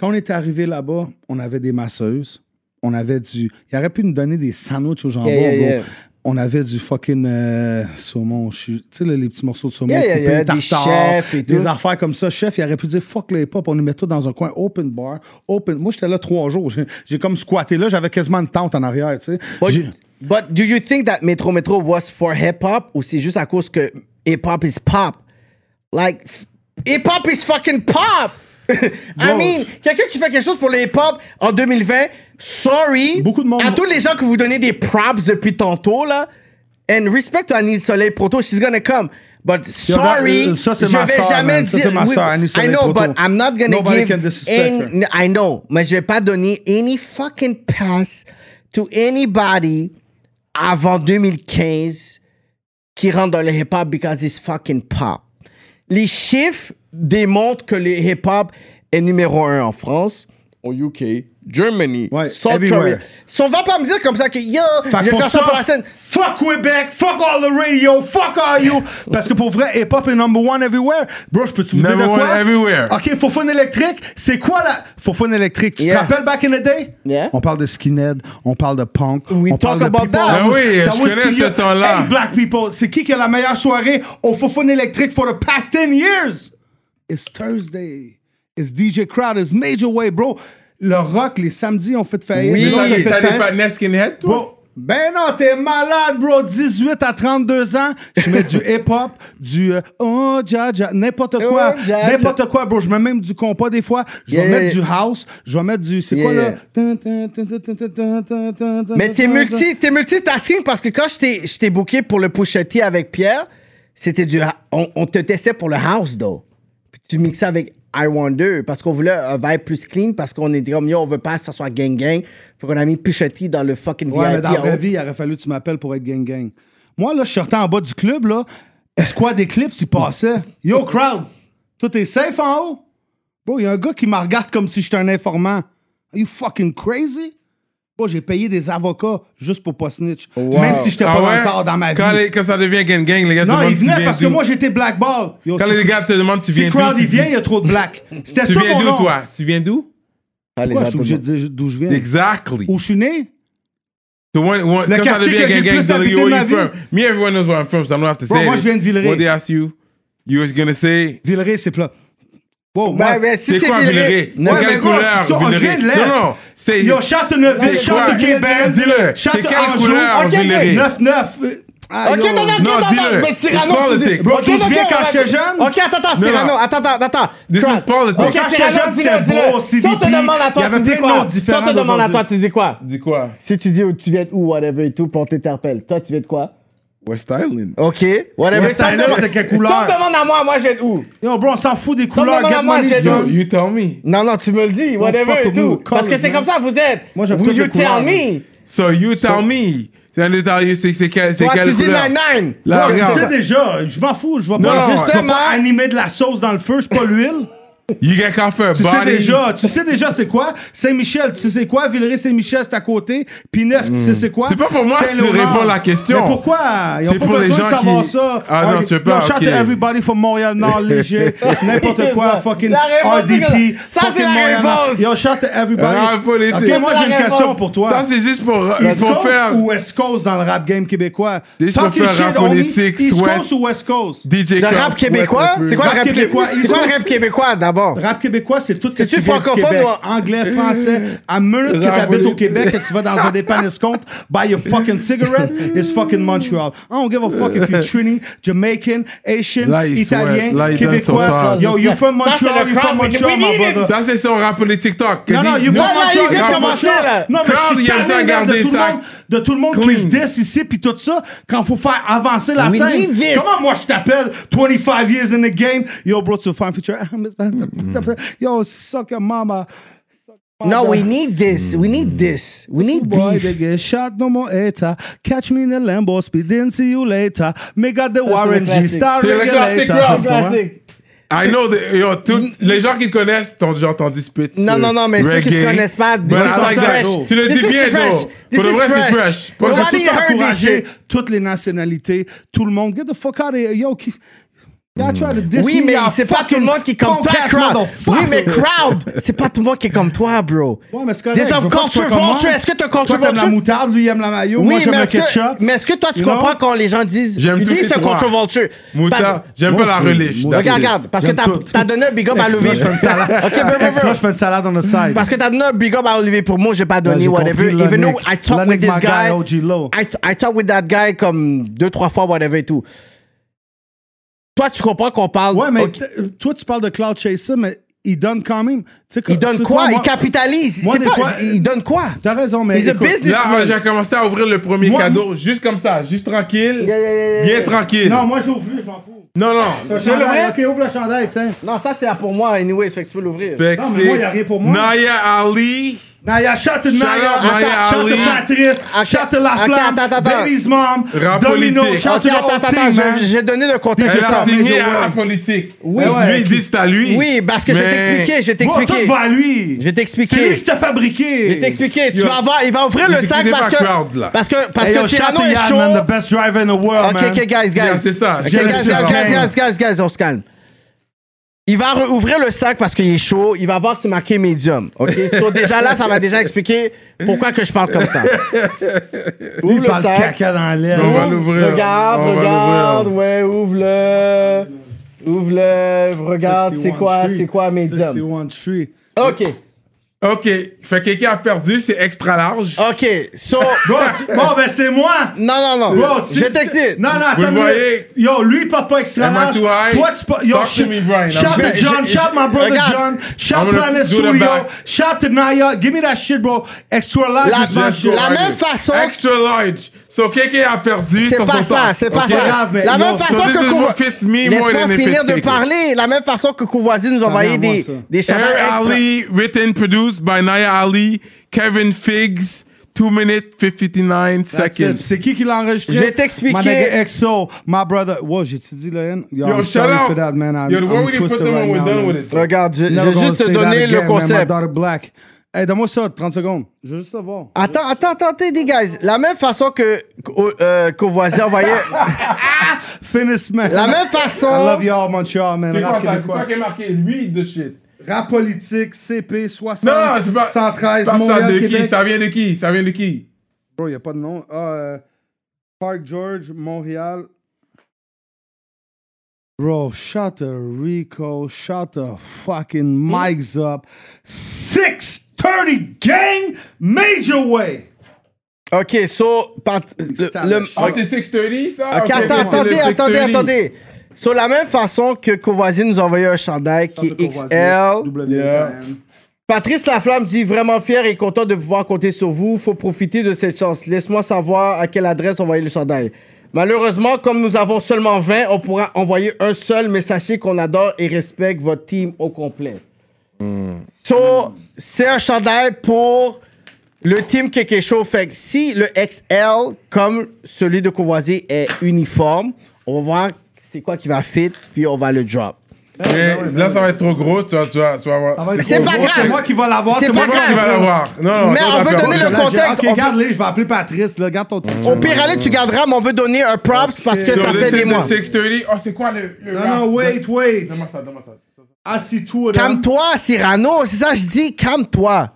D: Quand on est arrivé là-bas, on avait des masseuses. On avait du. Il aurait pu nous donner des sandwichs au jambon,
C: Yeah, yeah,
D: bro.
C: yeah.
D: On avait du fucking euh, saumon. je suis- Tu sais, là, les petits morceaux de saumon
C: Yeah, yeah,
D: coupés,
C: yeah, des
D: tartare,
C: chefs et
D: des
C: tout.
D: affaires comme ça. Chef, il aurait pu dire fuck le hip-hop, on les met tout dans un coin, open bar, open. Moi, j'étais là trois jours. J'ai- J'ai comme squatté là, j'avais quasiment une tente en arrière, tu sais.
C: But,
D: J'ai-
C: but do you think that Metro Metro was for hip hop ou c'est juste à cause que hip hop is pop? Like, f- hip hop is fucking pop! I mean, quelqu'un qui fait quelque chose pour le hip hop en 2020, sorry.
D: Beaucoup de monde-
C: À tous les gens que vous donnez des props depuis tantôt, là. And respect to Annie Soleil Proto, she's gonna come. But sorry,
D: regarde, euh, ça, c'est
C: je
D: ma
C: vais
D: sœur,
C: jamais
D: man. Ça,
C: dire.
D: c'est ma
C: oui,
D: sœur, Annie
C: I
D: Soleil
C: know,
D: Proto.
C: but I'm not gonna
D: Nobody
C: give
D: can disrespect
C: any-
D: her.
C: N- I know, mais je vais pas donner any fucking pass to anybody avant 2015 qui rentre dans le hip-hop because it's fucking pop. Les chiffres démontrent que le hip-hop est numéro un en France, au UK, Germany,
D: Ouais,
C: South
D: everywhere.
C: Korea. Si on va pas me dire comme ça que yo,
D: Fait que
C: je vais
D: pour
C: faire ça pour la scène.
D: Fuck Quebec, fuck all the radio, fuck all you. Parce que pour vrai, hip hop est number one everywhere. Bro, je peux te vous dire de
B: Number
D: quoi?
B: one everywhere.
D: Ok, Fofone électrique, c'est quoi la Fofone électrique? Tu te
C: Yeah.
D: rappelles back in the day?
C: Yeah.
D: On parle de skinhead, on parle de punk.
C: We
D: on parle
C: talk
D: de
C: about
D: people
C: that.
B: Ben
D: was-
B: oui, je
D: was
B: connais
D: the
B: ce
D: year.
B: temps-là.
D: Hey, black people, c'est qui qui a la meilleure soirée au Fofone électrique for the past 10 years? It's Thursday. It's DJ Crowd. It's Major Way, bro. Le rock, les samedis, on fait de faillite.
C: Oui,
D: Le rock, on fait de
B: T'as des
D: faillite.
B: partenaires skinhead, toi?
D: Bro, ben non, t'es malade, bro. 18 à 32 ans, je mets du hip-hop, du euh, oh, ja, ja, n'importe quoi.
C: Oh, ja, ja.
D: n'importe quoi, bro. Je mets même du compas des fois. Je vais
C: Yeah,
D: mettre
C: yeah.
D: du house. Je vais mettre du. C'est
C: Yeah,
D: quoi,
C: yeah.
D: là? Tin, tin, tin, tin, tin, tin, tin, tin, tin, tin,
C: Mais t'es
D: tin,
C: multi, t'es multitasking parce que quand je t'ai- je t'ai booké pour le pushetier avec Pierre, c'était du, ha- on, on te testait pour le house though. Puis tu mixais avec I Wonder parce qu'on voulait un vibe plus clean parce qu'on était comme yo, on veut pas que ça soit gang gang. Faut qu'on a mis pushetier dans le fucking
D: Ouais, mais
C: VIP.
D: dans la
C: en haut.
D: vraie vie, il aurait fallu que tu m'appelles pour être gang-gang. Moi, là, je sortais en bas du club, là. Esquad Eclipse, il passait. Yo, crowd, tout est safe en haut? Bro, il y a un gars qui me regarde comme si j'étais un informant. Are you fucking crazy? Bro, j'ai payé des avocats juste pour pas snitch. Même si j'étais
B: Ah
D: pas
B: ouais?
D: dans le tort dans ma vie.
B: Quand, les- quand ça devient gang gang, les gars, tout
D: Non,
B: le monde
D: il
B: dit,
D: venait
B: viens
D: parce que
B: d'où?
D: moi, j'étais blackball. Yo,
B: Quand
D: si-
B: les gars te demandent, tu
D: si
B: viens d'où?
D: crowd,
B: tu
D: il
B: dis-
D: vient, il y a trop de black. C'était
B: Tu
D: ça
B: viens
D: mon
B: d'où,
D: nom.
B: toi? Tu viens d'où?
C: Ah, les
D: Pourquoi je
C: gens,
D: suis obligé de dire d'où je viens?
B: Exactly.
D: Où je suis né?
B: The one, one,
D: Le
B: quand ça
D: quartier
B: devient
D: que j'ai
B: gang gang,
D: plus
B: they'll
D: habité
B: go,
D: de
B: where
D: ma
B: you from? Me, everyone knows where I'm from, so I'm not have to
D: Bro,
B: say
D: moi,
B: it.
D: je viens de Villeray.
B: What they ask you, you was gonna say...
D: Villeray, c'est plat. Wow,
C: Ouais,
D: moi-
C: Ben, mais si
B: C'est quoi Villeray?
C: Non,
B: De
D: Ouais,
C: mais-
B: quelle
D: mais bro,
B: couleur,
D: si tu- on vient
B: Villeray?
D: de l'Est.
B: Non, non, c'est...
D: Yo, Châteauneuf,
B: C'est quoi?
D: Château-Québec,
B: Dis-le. C'est quelle couleur,
D: Château-Anjou,
B: Villeray?
D: 9-9. euh, ah,
C: Ok,
D: yo.
C: non, non, non,
B: Non,
C: non,
B: dis-le.
C: non, mais
B: It's
C: Cyrano, tu dis.
B: politics. Bro,
C: Ok,
D: d'où je
C: ok,
D: viens quand
C: ouais,
D: j'étais
C: ouais.
D: jeune?
C: Ok, attends, attends,
B: Non,
C: Cyrano,
B: non.
C: attends, attends, attends.
B: This
C: Crap.
B: is politics.
C: Ok,
D: Quand j'étais
C: Cyrano,
D: jeune,
C: dis-le,
D: c'était beau,
C: dis-le. Si on te
D: CDP.
C: demande à
D: Il y
C: toi,
D: avait
C: tu dis
D: plein de
C: quoi?
D: noms
C: Si
D: différents
C: on te demande à
D: d'aujourd'hui.
C: toi, tu dis quoi?
B: Dis quoi?
C: Si tu dis où tu viens de où, whatever et tout, puis on t'interpelle. Toi, tu viens de quoi?
B: West Island.
C: OK. Whatever.
D: Ouais, ça,
C: Si on
D: là,
C: demande-
D: c'est quelle couleur?
C: Si on me demande à moi, moi, je vais de où?
D: Yo, bro, on s'en fout des couleurs.
C: non, non,
D: Garde-moi
C: non,
D: les
C: j'ai-
D: yeux.
B: Yo, you tell me.
C: Non, non, tu me le dis,
D: fuck
C: whatever et
D: with
C: tout.
D: me,
C: Parce que
D: call
C: c'est
D: me.
C: comme ça que vous êtes.
D: Moi, j'aime
C: Vous,
D: toutes les
C: you
D: couleurs.
C: tell me.
B: So, you tell me. C'est un détail, c'est c'est quelle c'est
C: Toi,
B: quelle
C: tu dis
B: couleur?
C: 9-9.
B: Là,
D: Je sais
B: regarde.
D: déjà, je m'en fous, je vais
B: Non,
D: pas, je vais
B: justement.
D: pas animer de la sauce dans le feu, je suis pas l'huile.
B: You get off a
D: Tu sais
B: body.
D: déjà, tu sais déjà c'est quoi? Saint-Michel, tu sais c'est quoi? Villeray-Saint-Michel, c'est à côté. Puis neuf, tu sais c'est quoi?
B: C'est pas pour moi que tu
D: Saint-Laurent.
B: réponds la question.
D: Mais pourquoi? Ils
B: C'est
D: ont pas
B: pour les
D: besoin de
B: gens
D: savoir
B: qui-
D: ça.
B: Ah non, tu veux pas,
D: Yo, shout
B: ok.
D: to everybody from Montréal, Nord, léger, n'importe quoi, fucking
C: La réponse,
D: RDP.
C: ça, c'est
D: fucking
C: la
D: Montréal, Nord.
C: réponse.
D: Yo, shout to everybody.
B: Ah, politique.
D: Ok,
B: Ça,
D: moi
C: c'est
D: j'ai
C: la
D: une question
C: réponse.
D: pour toi.
B: Ça, c'est juste pour. Ils
D: East
B: vont
D: Coast
B: faire
D: ou West Coast dans le rap game québécois?
B: Des
D: Talk
B: chauffeurs
D: your shit,
B: rap
D: homie.
B: politique,
D: East
B: souhait.
D: Coast ou West Coast?
B: DJ
C: Le rap québécois? C'est quoi le
D: Rap
C: rap
D: québécois,
C: québécois?
D: ils
C: C'est quoi
D: sont-
C: le rap québécois d'abord?
D: Rap québécois, c'est tout ce
C: C'est-tu
D: qui vient du
C: francophone
D: Québec.
C: ou en-
D: Anglais, français. À minute que
B: Rap
D: t'habites au
B: politique.
D: Québec, que tu vas dans un dépanne-escompte, buy your fucking cigarette, it's fucking Montreal. I don't give a fuck if you're Trini, Jamaican, Asian,
B: Là, il
D: Italien,
B: sweat. Là, il donne son
D: Québécois.
B: temps.
D: Yo, you from
C: Ça, c'est
D: Montreal,
C: le
D: you from
C: crowd,
D: Montreal,
C: we
D: my
C: need it.
D: brother.
B: Ça, c'est son rap politique talk.
D: Non, non, you from
C: Non, non, il
D: Montreal.
C: vient de
D: you from
C: commencer,
D: Montreal.
C: là.
D: Non, mais
B: Crowd,
D: je suis
B: il aime ça
D: tanné, regarde,
B: garder
D: de tout le
B: ça
D: monde, de tout le monde qui se diss ici puis tout ça, quand faut faire avancer la
C: We
D: scène.
C: need this.
D: Comment moi je t'appelle 25 years in the game, yo bro, tu veux faire un feature? Ah,
B: Mm.
D: Yo, suck your mama.
C: No, we need this. We need this. We need
D: Mm. Boy, they
C: beef.
D: get shot no more hater. Catch me in the Lambo, speed in, see you later. Me got the Warren G,
C: classique.
D: star
B: C'est le classique rap.
D: regulator.
B: I know, the- yo, tout- les gens qui te connaissent t'ont déjà entendu spit.
C: Non, non, non, mais ceux qui
B: reggae.
C: ne connaissent pas, this
B: But I
C: is
B: like that.
C: fresh.
B: Tu le
C: This
B: dis
C: is
B: bien,
C: fresh.
B: though.
C: This
B: Pour le
C: is
B: vrai, c'est
C: fresh.
B: fresh. Pas
C: Nobody
B: que-
D: tout
C: heard this
D: encourager
C: shit.
D: toutes les nationalités, tout le monde. Get the fuck out of here. Yo, qui... Y'all try to diss
C: Oui,
D: me,
C: mais
D: y'all
C: c'est pas tout le
D: fucking
C: monde qui est comme toi,
D: punk-ass
C: crowd.
D: motherfucker.
C: Oui, mais crowd, c'est pas tout le monde qui est comme toi, bro.
D: Ouais, mais c'est correct,
C: Des
D: je veux pas
C: hommes
D: que tu sois
C: culture
D: comme moi.
C: vulture, est-ce que t'as
D: Toi,
C: culture
D: t'aimes la
C: vulture?
D: moutarde, lui, il aime la mayo. moi,
C: Oui,
D: j'aime
C: mais
D: le
C: est-ce
D: ketchup.
C: que, mais est-ce que toi, tu
D: You know?
C: comprends quand les gens disent,
B: J'aime tout
C: lui,
B: les
C: c'est
B: trois.
C: culture vulture?
B: Moutarde, j'aime
D: Moi
B: pas la
D: aussi,
B: relish.
D: moi
B: that's
C: Regarde,
B: it.
C: regarde, parce que
D: J'aime
C: t'as
D: tout.
C: t'as donné un big up à
D: Extra,
C: Louis.
D: je fais une salade.
C: Ok, bro, bro,
D: Extra,
C: bro.
D: je fais une salade on the side.
C: Parce que t'as donné un big up à Olivier pour moi, j'ai pas
D: Ouais,
C: donné
D: j'ai
C: whatever.
D: compris,
C: Even
D: Lannick.
C: though I talk
D: Lannick,
C: with this
D: my guy, oh.
C: guy,
D: OG Low.
C: I, I talk with that guy comme deux, trois fois, whatever et tout. Toi, tu comprends qu'on parle.
D: Ouais, mais
C: ok,
D: t- toi, tu parles de Cloud Chaser, mais il donne quand même. Tu sais,
C: il
D: tu
C: donne
D: sais
C: quoi?
D: moi-
C: Il capitalise.
D: moi,
C: C'est
D: des
C: pas-
D: fois-
C: Il donne quoi?
D: T'as raison, mais.
C: He's a
D: écoute,
C: business.
B: Là, j'ai commencé à ouvrir le premier
D: Moi-
B: cadeau, juste comme ça, juste tranquille,
C: Yeah, yeah, yeah, yeah.
B: bien tranquille.
D: Non, moi, j'ouvre lui, je m'en fous.
B: non, non.
D: Le
C: C'est le
D: chandail,
C: vrai?
D: Ok, ouvre le chandail, tiens.
C: Non, ça, c'est pour moi, anyway, fait que tu peux l'ouvrir.
B: Fait que
D: Non, mais moi,
B: c'est
D: y a rien pour moi.
B: Naya Ali.
D: Naya, shout to Naya,
B: out Naya
D: shout to
B: Ali.
D: Patrice,
C: Ok,
D: shout to La
C: ok,
D: Flamme,
C: attends, attends, attends.
D: Baby's Mom,
B: Rap
D: Domino,
B: politique.
D: shout
C: Ok,
D: to the
C: attends,
D: whole
C: attends,
D: team,
C: attends,
D: man.
C: je- j'ai donné le contexte.
D: Eh,
B: Elle
C: de
B: a
C: ça.
B: signé
D: Major
B: à la
D: World.
B: politique.
C: Oui.
B: Lui,
D: Ouais,
B: il dit c'est à lui.
C: Oui, parce que je
B: Mais-
C: vais t'expliquer, je vais
D: Bon, tout
C: t'expliquer.
D: va à lui.
C: Je vais t'expliquer.
D: C'est lui qui t'a fabriqué.
C: Je vais t'expliquer. Tu
B: Yo.
C: vas avoir, il va ouvrir le
B: Écoutez
C: sac
B: pas
C: parce que,
B: Crowd, là.
C: parce que, parce
D: Hey, yo,
C: que
D: shout
C: Cyrano
D: to
C: est
D: Yann,
C: chaud.
D: man, the best driver in the world,
C: Ok,
D: man.
C: ok, guys, guys.
B: Yeah, c'est ça.
C: Ok,
B: J'aime
C: guys,
B: ça.
C: guys, guys, guys, guys, guys, on se calme. Il va re- ouvrir le sac parce qu'il est chaud. Il va voir si c'est marqué médium. OK? So, déjà là, ça va déjà expliquer pourquoi que je parle comme ça.
D: Lui,
C: Ouvre
D: il
C: le
D: parle
C: sac.
D: caca dans Oh, l'air.
B: On va l'ouvrir.
C: Regarde,
B: On va
C: regarde.
B: l'ouvrir.
C: Ouais, ouvre-le. Ouvre-le. Regarde, c'est quoi, c'est quoi
D: 61
C: médium.
D: tree.
C: OK.
B: Ok, fait que quelqu'un a perdu, c'est extra
C: Oh,
B: large.
C: OK. So.
D: Bro,
B: Ah!
D: tu- Bon, ben, c'est moi.
C: Non, non, non.
D: Bro, tu-
C: Je t'excite.
D: Non, non,
B: Vous
D: attends.
B: le
D: une minute.
B: voyez?
D: Yo, lui, il porte pas extra
B: Am I
D: large.
B: too high?
D: Toi, tu portes. Yo,
B: Talk to
D: shit.
B: me, Brian.
D: Shout
B: Je
C: vais-
D: to John.
C: je-
D: Shout
C: je-
D: my brother
C: regarde.
D: John.
B: I'm
D: Shout
B: gonna
D: Planet
B: do the
D: Studio.
B: back.
D: Shout to Naya. Give me that shit, bro. Extra large
C: La-
D: is my
C: la-
D: shit.
C: la- même façon-
B: Extra large. So quelqu'un a perdu.
C: C'est
B: sur
C: pas
B: son
C: ça,
B: temps.
C: c'est pas
B: Ok.
C: ça.
D: grave, mais
C: la
D: yo,
C: même
D: so
C: façon
B: this is
C: que
B: what fits me more
C: Laisse-moi
B: than it
C: finir
B: fits
C: de
B: Keiko.
C: parler. La même façon que Courvoisier nous envoyait
D: vient à moi,
C: des,
D: ça.
C: des chanteurs
B: Air
C: extra.
B: Ali, written, produced by Naya Ali, Kevin Figs, 2 minutes 59
D: That's it.
B: seconds.
D: C'est qui qui l'a enregistré?
C: Je vais t'expliquer.
D: My nigga XO, my brother. Wow, j'ai-tu dit le N? Yo,
B: Yo,
D: I'm
B: shout
D: sorry
B: out.
D: for that, man. I'm,
B: Yo, the way
D: I'm
B: we didn't put
D: twisted
B: them
D: right
B: on, we're
D: now,
B: done
D: man.
B: with it.
C: Regarde, je, je
D: Never
C: vais
D: gonna
C: juste te
D: say that
C: donner le
D: again, man. My
C: concept.
D: daughter black. Hey, donne-moi ça, 30 secondes. Je veux juste le voir.
C: Attends, attends, attends, les guys. La même façon que qu'au- euh, Courvoisier envoyait.
D: Finish, man.
C: la même
D: I
C: façon.
D: love y'all, Montreal, man.
B: C'est quoi
D: Rap
B: ça? C'est
D: québécois.
B: toi qui as marqué. Lui, de shit.
D: Rap politique, CP, 60,
B: Non, non, c'est pas.
D: 113,
B: Pas ça
D: Montréal,
B: de qui?
D: Québec.
B: Ça vient de qui? Ça vient de qui?
D: Bro, y a pas de nom. Ah, euh, Park George, Montréal. Bro, shut the Rico, shut the fucking mics up. 630 gang, major way.
C: Ok, so. par- le- Ah, le-
B: Ah, c'est 630 ça?
C: ok, attends, attendez, attendez, attendez. So, la même façon que Courvoisier nous envoyait un chandail qui est XL. Patrice Laflamme dit vraiment fier et content de pouvoir compter sur vous. Faut profiter de cette chance. Laisse-moi savoir à quelle adresse envoyer le chandail. Malheureusement, comme nous avons seulement 20, on pourra envoyer un seul, mais sachez qu'on adore et respecte votre team au complet. So, c'est un chandail pour le team Keke Show. Fait que si le XL, comme celui de Courvoisier, est uniforme, on va voir c'est quoi qui va fit, puis on va le drop.
B: Mais Eh, là, ça va être trop gros. Tu vas, tu vas, tu vas avoir.
C: Mais c'est pas grave.
D: C'est moi qui vais l'avoir.
C: C'est
D: C'est moi
C: pas
B: Comment
C: grave.
B: il va l'avoir? Non, non,
C: Mais
B: toi,
C: on veut
B: t'as
C: donner
B: peur.
C: le contexte,
D: Ok,
C: on-
D: regarde-les, je vais appeler Patrice. Là. Regarde ton truc.
C: Au pire, allez, tu garderas, mais on veut donner un props parce que
B: Sur
C: ça
B: le
C: fait
B: site
C: des
B: de
C: mois.
B: 630, oh, c'est quoi le. le
D: Non,
C: Ah,
B: rap?
D: non, wait, wait.
B: Donne-moi ça, donne-moi ça.
D: Assis-toi. Ah, là.
C: Calme-toi, Cyrano. C'est ça, que je dis, calme-toi.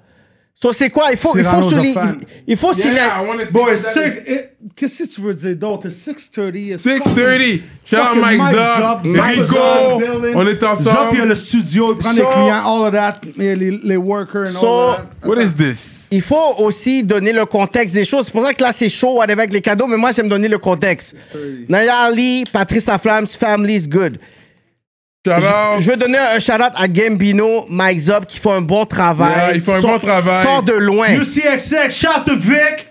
C: So, c'est quoi? Il faut, il faut
D: Cyrano
C: souligner.
D: Jaffan.
C: Il, il faut souligner.
B: Yeah, Ah, I wanna see
D: Boy,
B: what that is.
D: six- eh, qu'est-ce que tu veux dire d'autre? 6.30.
B: 630. Shout out
D: Fucking
B: Mike
D: Mike
B: Zop,
D: Zop, Mike
B: Rico,
D: Zop, Dylan.
B: on est
D: Zop, il y a
B: ensemble.
D: le studio, il prend les
C: So-
D: clients, all of that, et les, les workers and
C: So-
D: all of that.
B: What is this?
C: Il faut aussi donner le contexte des choses. C'est pour ça que là, c'est chaud whatever, avec les cadeaux, mais moi, j'aime donner le contexte. Naya Ali, Patrice Laflamme, Family is good.
B: Shout
C: Je
B: out.
C: veux donner un shout-out à Gambino, Mike Zop, qui font un bon travail.
B: Yeah, ils font un
C: Sort-
B: bon travail.
C: Sort de loin.
D: UCXX, shout to Vic.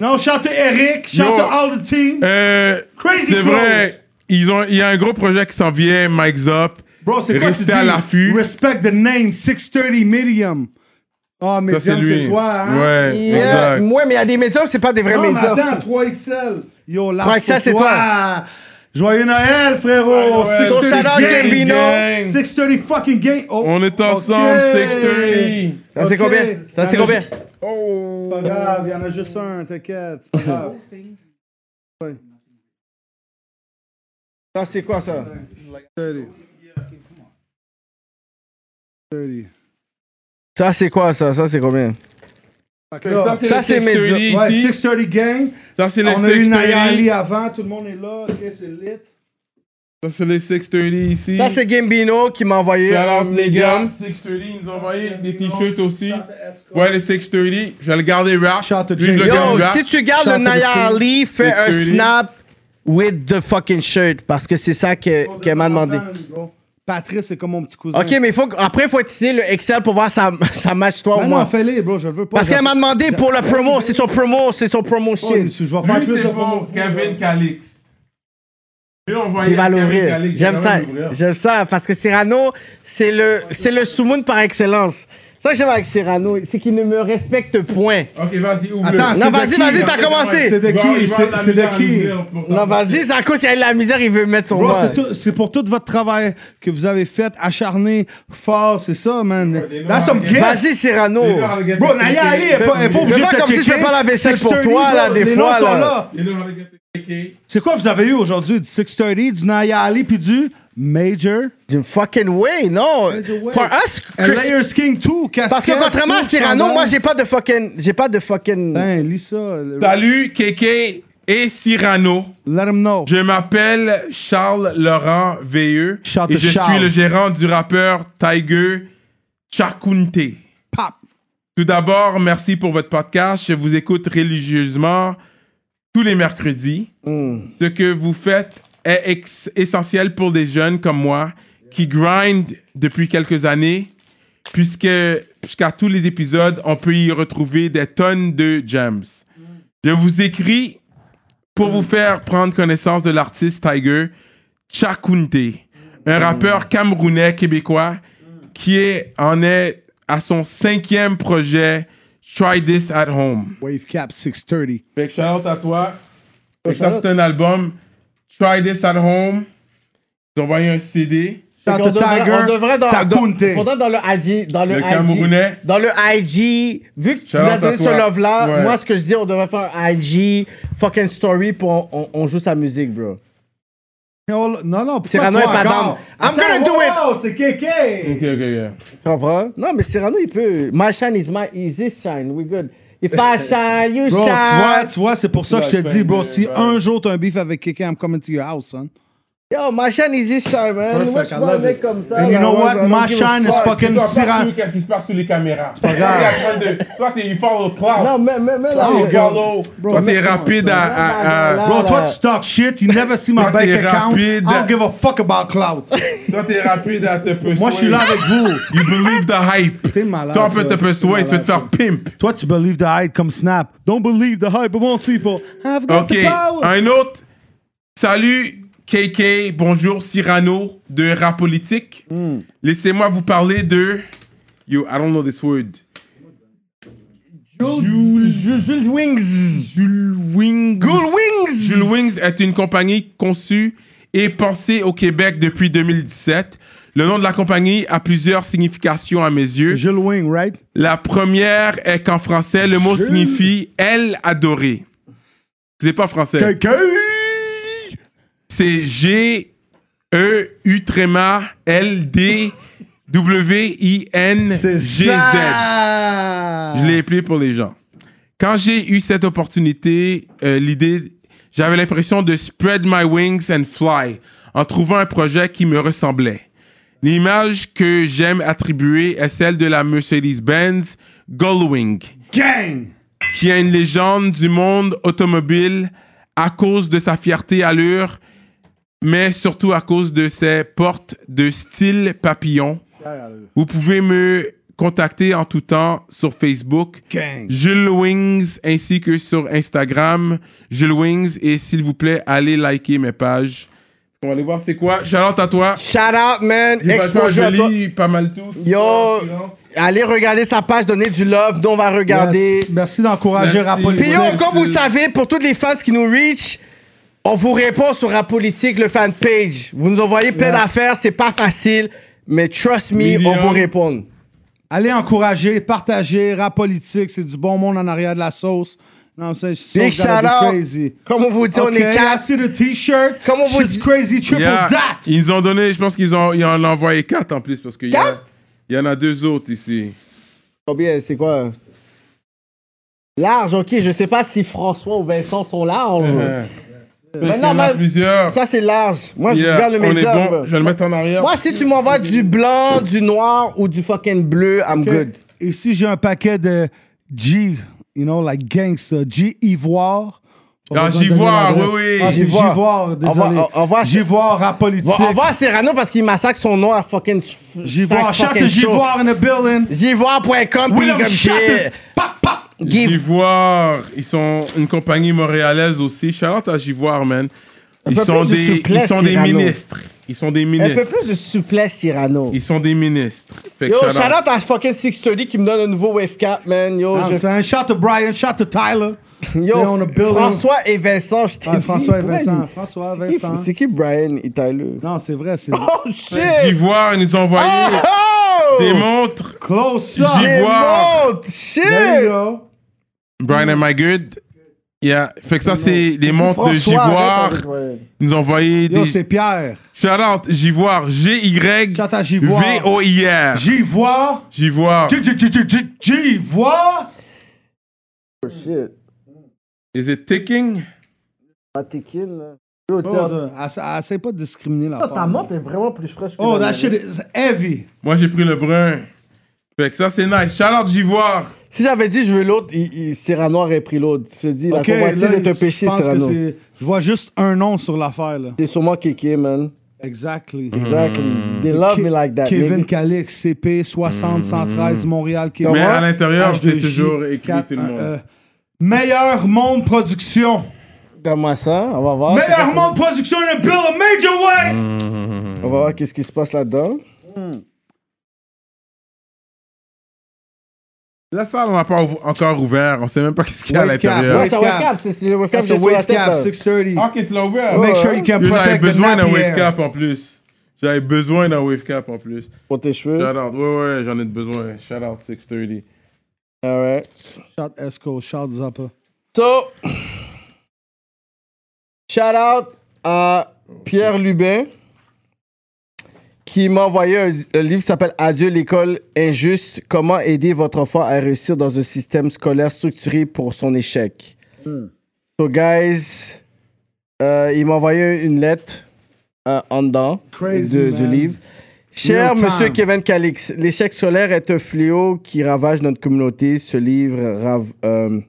D: Non, shout to Eric. Shout
B: Yo.
D: to all the team.
B: Euh,
D: Crazy
B: C'est
D: Clothes.
B: vrai, ils ont, il y a un gros projet qui s'en vient, Mike Zop.
D: Bro, c'est quoi tu
B: Restez à
D: dis?
B: l'affût.
D: Respect the name, 630 Medium. Ah,
B: Ça,
D: Medium,
B: c'est lui.
D: c'est toi, hein?
B: Ouais,
C: Yeah.
B: exact.
C: Ouais, mais il y a des médias, où c'est pas des vrais
D: Non, Oh, mais
C: médias.
D: attends, 3XL. Yo, là,
C: 3XL, c'est
D: Joyeux Noël, frérot.
B: Joyeux Noël.
C: Ton shout-out,
D: 630 gang.
C: Gambino.
B: Gang.
D: 630 fucking gang. Oh,
B: On est ensemble,
D: ok.
B: 630.
C: Ça, c'est
D: Ok.
C: combien? Ça, c'est
D: Y'en a-
C: combien?
B: Oh.
D: C'est pas grave, il y en a juste un, t'inquiète. C'est pas grave.
C: Ça, c'est quoi, ça?
D: 30. 30.
C: Ça, c'est quoi, ça? Ça, c'est combien?
D: Fait que là,
C: Ça, c'est
B: le 630
D: Ouais,
B: ici.
D: 630 gang.
B: Ça, c'est le
D: On a eu
B: 630.
D: Nayali avant, tout le monde est là, ok, c'est lit.
B: Ça, c'est le 630 ici.
C: Ça, c'est Gambino qui m'a envoyé. euh,
B: Shout out,
C: un
B: les
C: média.
B: gars. 630, ils nous ont envoyé des t-shirts aussi. Ouais, les 630. Je vais le garder rap.
D: Shout out to
B: Lui, je le
D: Jay.
B: garde
C: Yo,
B: rap.
C: si tu gardes le
D: Shout out to the
C: Naya
D: team.
C: Ali, fais un
B: Security.
C: snap with the fucking shirt parce que c'est ça que- qu'elle m'a demandé.
D: Patrice, c'est comme mon petit cousin. Ben
C: Ok, mais faut que- après, il faut utiliser le Excel pour voir ça, ça match toi
D: mais
C: ou
D: Ben non,
C: moi.
D: fais-les, bro, je le veux pas.
C: Parce qu'elle m'a demandé pour le promo, c'est son promo, c'est son promo
D: Oh, Je vais
C: shit.
D: faire
B: Lui,
D: plus
B: c'est
D: de
B: bon,
D: promo.
B: Kevin Calix. Lui, on voyait
C: Il va
B: Kevin
C: l'ouvrir.
B: Calix,
C: J'aime
B: il
C: ça.
B: va l'ouvrir.
C: J'aime ça parce que Cyrano, c'est le, c'est le sous-moon par excellence. Ça que j'aime avec Cyrano, c'est qu'il ne me respecte point.
B: Ok, vas-y, ouvre
D: Attends,
C: Non,
D: c'est de
C: vas-y,
D: qui?
C: vas-y, t'as commencé.
D: C'est de qui? C'est- C'est de qui?
C: Non, vas-y, c'est à cause qu'il y a de la misère, il veut mettre son
D: Bro,
C: doigt.
D: c'est tout- c'est pour tout votre travail que vous avez fait, acharné, fort, c'est ça, man. That's some gift.
C: Vas-y, Cyrano.
D: oh. Bro, Naya Ali est pas, est pas obligée
C: pas
D: de te
C: comme si je
D: checker.
C: fais pas la vaisselle pour
D: 6:30,
C: toi, là,
D: bro,
C: des
D: les
C: fois,
D: noms sont
C: là.
D: C'est quoi vous avez eu aujourd'hui? Du 630, du Naya Ali, puis du Major.
C: D'une fucking way, non.
D: Way.
C: For us,
D: Un
C: Chris-
D: Layers King 2, casquette.
C: Parce que contrairement à
D: sauce,
C: Cyrano,
D: chandail.
C: moi, j'ai pas de fucking. J'ai pas de fucking.
D: Ben, lis ça. le-
B: Salut, KK et Cyrano.
D: Let him know.
B: Je m'appelle Charles Laurent Veilleux.
D: Shout
B: et
D: to
B: je
D: Charles.
B: suis le gérant du rappeur Tiger Chakunte.
D: Pop.
B: Tout d'abord, merci pour votre podcast. Je vous écoute religieusement tous les mercredis.
D: Mm.
B: Ce que vous faites est ex- essentiel pour des jeunes comme moi qui grind depuis quelques années, puisque jusqu'à tous les épisodes, on peut y retrouver des tonnes de gems. Je vous écris pour vous faire prendre connaissance de l'artiste Tiger Chakunte, un rappeur camerounais québécois qui est, en est à son cinquième projet Try This at Home.
D: Wave Cap 630.
B: Fait que shout out à toi. Fait que ça, c'est un album Try This at Home. Ils ont envoyé un CD.
D: Shout
C: On
D: out to
C: devrait, on
D: Tiger.
C: devrait dans, dans,
D: Takunte.
C: faudrait dans le IG, dans le,
B: Le
C: IG,
B: Camerounais.
C: dans le IG, vu que tu
B: Shout out
C: l'as
B: à
C: donné ce
B: toi.
C: love là,
B: Ouais.
C: moi ce que je dis, on devrait faire un IG fucking story pour on, on- on joue sa musique, bro.
D: Non, non, pourquoi
C: Cyrano
D: toi
C: est pas
D: encore?
C: down. I'm gonna
D: Attends,
C: do it.
D: wow, c'est KK.
B: Ok, ok, ok.
C: Tu comprends? Non, mais Cyrano il peut. My shine is my, is his shine, we good. If I shine, you
D: Bro, tu vois,
C: shine.
D: tu vois, c'est pour ça que je te
B: Ouais,
D: dis, bro,
B: ouais,
D: si
B: ouais.
D: un jour t'as un beef avec KK, I'm coming to your house, son.
C: Yo, my shine is his shine, man. What
D: I
C: tu vois,
D: love
C: mec
D: it.
C: comme ça?
D: And you
C: là,
D: know
C: moi, je- I
D: what?
C: don't
D: My
C: give a
D: shine is
C: fuck.
D: fucking
B: Toi,
D: Cyrano.
B: partout, qu'est-ce qui se passe sous les caméras? Toi, t'es en train de- Toi, t'es fort au cloud.
C: Non, mais, mais, mais là,
B: Toi,
C: il-
B: t'es follow. Toi, t'es
C: mais-
B: rapide à- à... à-
D: Bro, toi, tu talk shit. You never see my
B: Toi, t'es
D: bank account. I
B: rapide.
D: don't give a fuck about clout.
B: Toi, t'es rapide à te persuader.
D: Moi, je suis là avec vous.
B: You believe the hype.
D: T'es malade,
B: Toi, on peut te
D: toi.
B: persuader,
D: T'es
B: tu veux te faire
D: malade,
B: pimp.
D: Toi, tu believe the hype comme Snap. Don't believe the hype among people. I've got
B: OK.
D: the power.
B: Un autre. Salut, KK. Bonjour, Cyrano de Rap Politique.
C: Hmm.
B: Laissez-moi vous parler de. Yo, I don't know this word. Jules,
C: Jules Wings.
B: Jules Wings.
C: Jules Wings.
B: Jules Wings est une compagnie conçue est pensé au Québec depuis 2017. Le nom de la compagnie a plusieurs significations à mes yeux.
D: Jules Wing, right?
B: La première est qu'en français, le mot signifie elle adorée. C'est pas français. C'est G E U tréma L D W I N G Z.
C: Ah.
B: Je l'ai appelé pour les gens. Quand j'ai eu cette opportunité, euh, l'idée, j'avais l'impression de spread my wings and fly en trouvant un projet qui me ressemblait. L'image que j'aime attribuer est celle de la Mercedes-Benz Gullwing,
D: Gang!
B: qui est une légende du monde automobile à cause de sa fierté allure, mais surtout à cause de ses portes de style papillon. Vous pouvez me contacter en tout temps sur Facebook,
D: Gang!
B: Jules Wings, ainsi que sur Instagram, Jules Wings, et s'il vous plaît, allez liker mes pages. On va aller voir c'est quoi. Charlotte à toi.
C: Shout out, man.
B: Il va
C: Exposure à
B: faire
C: toi.
B: joli, pas mal tout.
C: Yo, allez regarder sa page, donner du love. Nous, on va regarder.
D: Yes. Merci d'encourager
B: Merci.
D: Rapoli.
C: Puis yo,
B: Merci.
C: comme vous le savez, pour toutes les fans qui nous reach, on vous répond sur la politique, le fan page. Vous nous envoyez plein d'affaires, c'est pas facile, mais trust me, on
B: Millions.
C: vous répond.
D: Allez encourager, partager, rap politique, c'est du bon monde en arrière de la sauce. Non, c'est
C: Big
D: c'est
C: shout out.
D: crazy.
C: Comme on vous dit, on
D: Ok,
C: est quatre.
D: Merci le t-shirt.
C: Comme on vous
D: She's
C: dit-
D: crazy triple
B: Yeah.
D: dat.
B: Ils nous ont donné, je pense qu'ils ont, ils en ont envoyé quatre en plus parce qu'il y, a-
C: Quatre?
B: il y en a deux autres ici.
C: Combien, c'est quoi? Large, ok, je sais pas si François ou Vincent sont larges.
B: Uh-huh. Il y
C: non,
B: en a
C: mais-
B: plusieurs.
C: Ça, c'est large. Moi, je
B: Yeah,
C: regarde le
B: on est
C: média.
B: bon. Je vais le mettre en arrière.
C: Moi, si tu m'envoies du blanc, du noir ou du fucking bleu, I'm good.
D: Ici, j'ai un paquet de G, you know, like gangsta. G Ivoire. Pas
B: Ah,
D: besoin de
B: Givoire,
D: donner l'adresse.
B: oui, oui.
D: Ah, c'est
C: Givoire.
D: Givoire,
C: On va-
D: désolé.
C: on- on va-
D: Givoire, rap
C: Bon,
D: politique.
C: on va à Serrano parce qu'il massacre son nom à fucking.
D: Givoire,
C: chaque
D: shout
C: fucking
D: to
C: show.
D: Givoire in the building.
C: Jivoire.com, puis
D: William
C: comme
D: shout
C: shit.
D: is pop, pop.
C: Give.
B: Givoire, ils sont une compagnie montréalaise aussi. Charlotte à Givoire, man. Ils
C: peu
B: sont,
C: plus de
B: des, ils
C: souplesse,
B: sont des
C: Cyrano.
B: ministres. Ils sont des
C: Un peu
B: ministres.
C: plus de souplesse, Cyrano.
B: Ils sont des ministres. Fait que
C: Yo,
B: shout out.
C: shout-out à fucking 630 qui me donne un nouveau wave cap, man. Yo,
D: Ah,
C: je-
D: c'est un shout to Brian, shout to Tyler.
C: Yo,
D: They're on the building.
C: François et Vincent, je t'ai
D: Ah,
C: dit.
D: François et
C: Pourquoi
D: Vincent.
C: il-
D: François,
C: C'est qui-
D: Vincent.
C: C'est qui Brian et Tyler?
D: Non, c'est vrai, c'est
C: Oh, shit!
B: Givoire, ils nous ont envoyé
C: Oh!
B: des montres.
D: close
B: Givoire.
D: up.
C: Des
B: Oh,
C: montres,
D: There you
C: Shit!
D: go.
B: Brian, am I good? Yeah. Fait que ça, c'est les montres de
C: François,
B: Givoire.
C: arrête avec Brian.
B: Ils nous ont envoyé
D: Yo,
B: des.
D: c'est Pierre.
B: Shout out Givoire,
D: Shout out
B: G-Y
D: Givoire.
B: V-O-I-R.
D: Givoire.
B: Givoire.
D: Gi- gi- gi- gi- gi- Givoire.
C: Shit.
B: Is it ticking?
C: Ah, t'es kin, là. Yo, t'es-
D: Oh, Essa- Essaye pas de discriminer la
C: euh, Oh, Ta
D: femme.
C: montre est vraiment plus fraîche que
D: Ah, Oh, that
C: la mienne.
D: shit is heavy.
B: Moi, j'ai pris le brun. Fait que ça, c'est nice. Shout out Givoire.
C: Si j'avais dit je veux l'autre, il, il- Cyrano aurait pris l'autre. Il se dit,
D: Ok,
C: la convoitise
D: là,
C: est un
D: je
C: péché,
D: pense que
C: Cyrano.
D: c'est- Je vois juste un nom sur l'affaire, là.
C: C'est sûrement Kéké, man.
D: Exactly.
B: Mm-hmm.
C: Exactly.
D: Hmm.
C: They love me
D: Ke-
C: like that,
D: Kevin
C: nigga.
D: Calix, CP 60 113 Montréal, Québec.
B: Mm-hmm. Mais à l'intérieur,
D: H2J,
B: j'ai toujours écrit tout le monde.
D: euh, Meilleur monde production.
C: Donne-moi ça, on va voir.
D: Meilleur
C: Ah, C'est quoi-
D: monde production in a bill a major way.
B: Mm.
C: On va voir qu'est-ce qui se passe là-dedans.
B: La salle, on n'a pas ouv- encore ouvert. On sait même pas qu'est-ce qu'il y a à
D: Wave cap,
B: l'intérieur.
C: Ouais,
D: wave
C: c'est un
D: cap.
C: wavecap, c'est c'est le wavecap
D: That's a
C: juste sur la
D: wave
C: tête.
D: cap,
C: là.
D: 630.
B: Ah, qu'est-ce qu'il a ouvert?
D: Make sure you can
B: Yo, J'avais
D: protect the
B: besoin d'un
D: nappy
B: wave
D: hair.
B: cap en plus. J'avais besoin d'un wave cap en plus.
C: Pour tes
B: Shout
C: cheveux.
B: out. Ouais, ouais, j'en ai besoin. Shout out 630.
C: Alright.
D: Shout Esco, shout Zappa.
C: So, shout out à Pierre Lubin qui m'a envoyé un, un livre qui s'appelle Adieu l'école injuste, comment aider votre enfant à réussir dans un système scolaire structuré pour son échec.
D: Hmm.
C: So guys, euh, il m'a envoyé une lettre euh, en dedans
D: Crazy,
C: de- du
D: man.
C: livre. Cher
D: Real
C: Monsieur
D: time.
C: Kevin Calix, l'échec scolaire est un fléau qui ravage notre communauté. Ce livre rave- euh,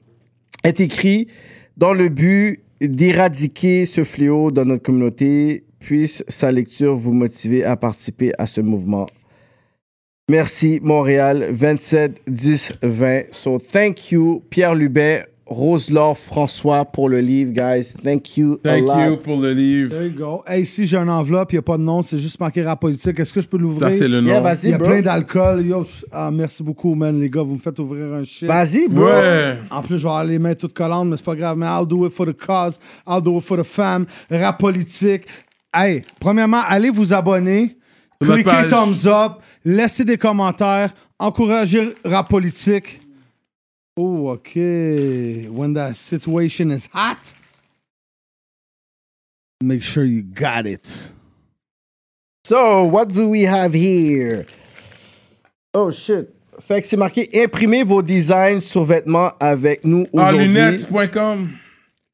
C: est écrit dans le but d'éradiquer ce fléau dans notre communauté. Puisse sa lecture vous motiver à participer à ce mouvement. Merci Montréal 27 10 20. So thank you Pierre Lubet, Rose-Laure François pour le livre, guys. Thank you a
B: Thank
C: lot.
B: you pour le livre.
D: There you go. Hey, ici, j'ai une enveloppe, il n'y a pas de nom, c'est juste marqué rap politique. Est-ce que je peux l'ouvrir?
B: Ça, c'est le
C: Yeah,
B: nom.
C: vas-y.
D: Il y a
C: bro.
D: plein d'alcool. Yo, ah, merci beaucoup, man, les gars. Vous me faites ouvrir un shit.
C: Vas-y, bro.
B: Ouais.
D: En plus, je vais avoir les mains toutes collantes, mais c'est pas grave. Mais I'll do it for the cause. I'll do it for the femme. Rap politique. Hey, premièrement, allez vous abonner,
B: Sur notre page.
D: cliquez thumbs up, laissez des commentaires, encouragez rap politique. Oh, OK. When the situation is hot, make sure you got it.
C: So, what do we have here? Oh shit. Fait que c'est marqué imprimez vos designs sur vêtements avec nous
B: En
C: aujourd'hui.
B: lunettes.com.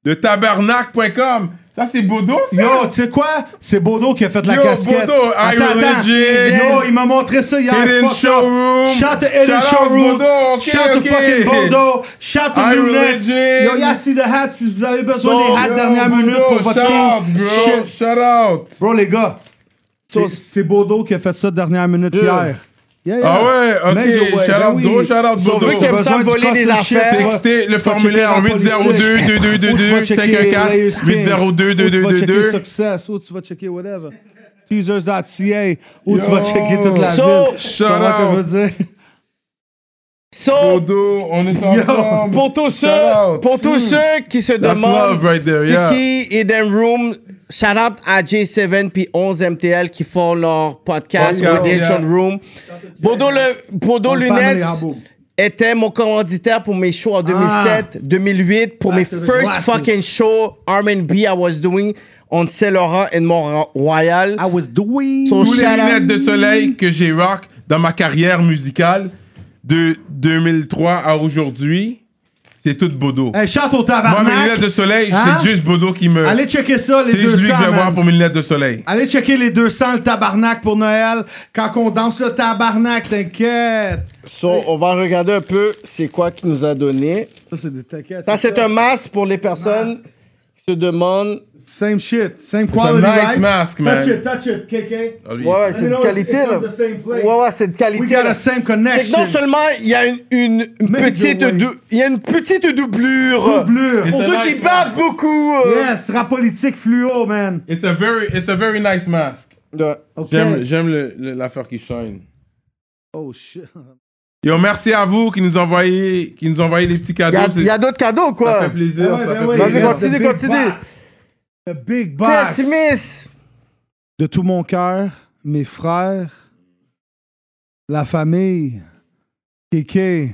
B: Le tabarnak.com. Ça, c'est Bodo, ça?
D: Yo, tu sais quoi? C'est Bodo qui a fait la
B: Yo,
D: casquette.
B: Bodo, I
D: Attends, attends.
B: Religion.
D: Yo, il m'a montré ça hier.
B: Hidden
D: Fuck
B: Showroom.
D: up. Shout to Hidden
B: Shout out
D: Showroom.
B: Bodo, ok,
D: Shout to
B: ok.
D: fucking Bodo. Shout to
B: I
D: Lunettes.
B: Religion.
D: Yo, Yassi the Hat, si vous avez besoin
B: Yo,
D: des hats dernière
B: Bodo,
D: minute pour votre
B: shout
D: team.
B: out, bro.
D: Shit.
B: Shout out.
D: Bro, les gars, c'est-
C: So-
D: c'est Bodo qui a fait ça dernière minute hier. Yeah, yeah.
B: Ah ouais, ok.
D: Major way,
B: shout
D: ben
B: out,
D: oui.
B: gros shout out,
C: on
B: Bodo.
C: veut qu'il y
D: T'as
C: ait- aime
D: besoin
C: ça
D: du
C: voler des
D: custom shit,
C: affaires.
D: tu vas-
B: Textez le
D: tu vas
B: formulaire
D: checker la politique. Ou tu vas checker les Players Kings, Ou tu vas checker
B: 222-222-222-222.
D: Success, ou tu vas checker whatever. Teasers.ca, ou tu vas checker toute la
C: So-
B: Shout
D: ville. Tu vois ce que
B: out.
D: je veux dire?
C: So,
B: Bodo, on est ensemble.
C: pour tous ceux,
B: Shout out. Hmm.
C: pour tous ceux qui se
B: That's
C: demandent
B: love right there,
C: c'est
B: yeah.
C: qui Eden Room, shout out à J7 puis 11MTL qui font leur podcast
B: Podcast,
C: Within
B: Oh, yeah.
C: Shot Room. Bodo, le, Bodo
D: On le
C: Lunettes
D: family album.
C: était mon commanditaire pour mes
B: Ah.
C: shows en 2007, 2008, pour mes
D: to the
C: first
D: glasses.
C: fucking show R&B I was doing on Saint-Laurent et Mont-Royal.
D: I was doing...
C: So
B: Tous Ah les
C: shout out.
B: lunettes de soleil que j'ai rock dans ma carrière musicale de 2003 à aujourd'hui, c'est tout Bodo.
D: Hey, shout au
B: Moi, mes
D: tabarnak.
B: lunettes de soleil,
D: Hein?
B: c'est juste Bodo qui me...
D: Allez checker ça, les
B: C'est juste lui que
D: 200,
B: je vais voir
D: man.
B: pour mes lunettes de soleil.
D: Allez checker les 200, le tabarnak pour Noël. Quand on danse le tabarnak, t'inquiète.
C: So, on va regarder un peu c'est quoi qu'il nous a donné.
D: Ça, c'est des t'inquiète.
C: Ça, c'est un masque pour les personnes
D: Masque.
C: qui se demandent.
D: Same shit, same quality,
B: nice
D: right?
B: mask, man.
D: Touch it, touch it, KK.
B: Ah, lui,
C: Ouais,
B: il-
C: c'est de qualité, là. Ouais, ouais, c'est de qualité.
D: We got
C: là.
D: a same
C: C'est que
D: connection.
C: non seulement il y a une, une- une
D: Make
C: petite
D: your way.
C: dou- il y a une petite doublure.
D: Doublure.
C: Pour
B: It's
C: ceux
B: a
C: qui
B: nice
C: parlent beaucoup. euh,
D: Yes, rap politique fluo, man.
B: It's a very, it's a very nice mask.
C: de-
D: Ok.
B: J'aime, j'aime le- le- l'affaire qui shine.
D: Oh shit.
B: Yo, merci à vous qui nous envoyez, qui nous envoyez les petits
C: Il y
B: cadeaux.
C: a-
B: c'est-
C: il y a, d'autres cadeaux,
B: Ça
C: quoi.
B: fait plaisir.
D: Ah ouais,
B: ça
D: ben
B: fait
D: ouais,
B: plaisir.
C: Vas-y,
D: yes,
C: continue,
D: the big
C: continue.
D: box. The big box.
C: Christmas.
D: De tout mon cœur, mes frères, la famille, KK.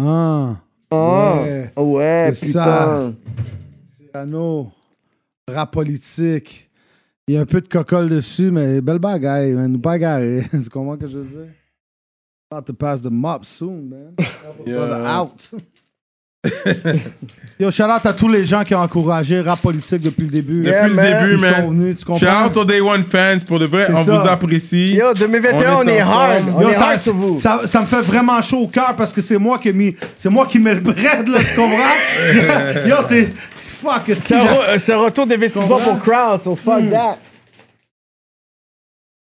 D: Ah.
C: Ah.
D: Ouais.
C: Ouais,
D: C'est
C: putain.
D: Cyrano, rap politique. Il y a un peu de cocolle dessus, mais belle bagaille, man. Bagaille. tu comprends ce que je veux dire? About to pass the mop soon, man. Brother
B: Yeah.
D: out. Yo, shout out à tous les gens qui ont encouragé rap politique depuis le début.
B: Depuis le
C: man.
B: début,
D: Ils
B: man.
D: sont venus, tu comprends?
B: Shout out aux Day One fans pour de vrai,
D: C'est
B: on
D: ça.
B: vous apprécie.
C: Yo, 2021, on
B: On
C: est
B: est
C: hard.
B: ensemble.
C: On
D: Yo,
C: est
D: ça,
C: hard sur vous.
D: ça- ça me fait vraiment chaud au cœur parce que c'est moi qui ai mis. C'est moi qui mets le bread, là, tu comprends? Yo, c'est. Fuck, est-ce que
C: C'est un
D: j'ai-
C: re- euh, c'est un retour d'investissement
D: Comprends?
C: pour Crowd, so
D: Hmm.
C: fuck that.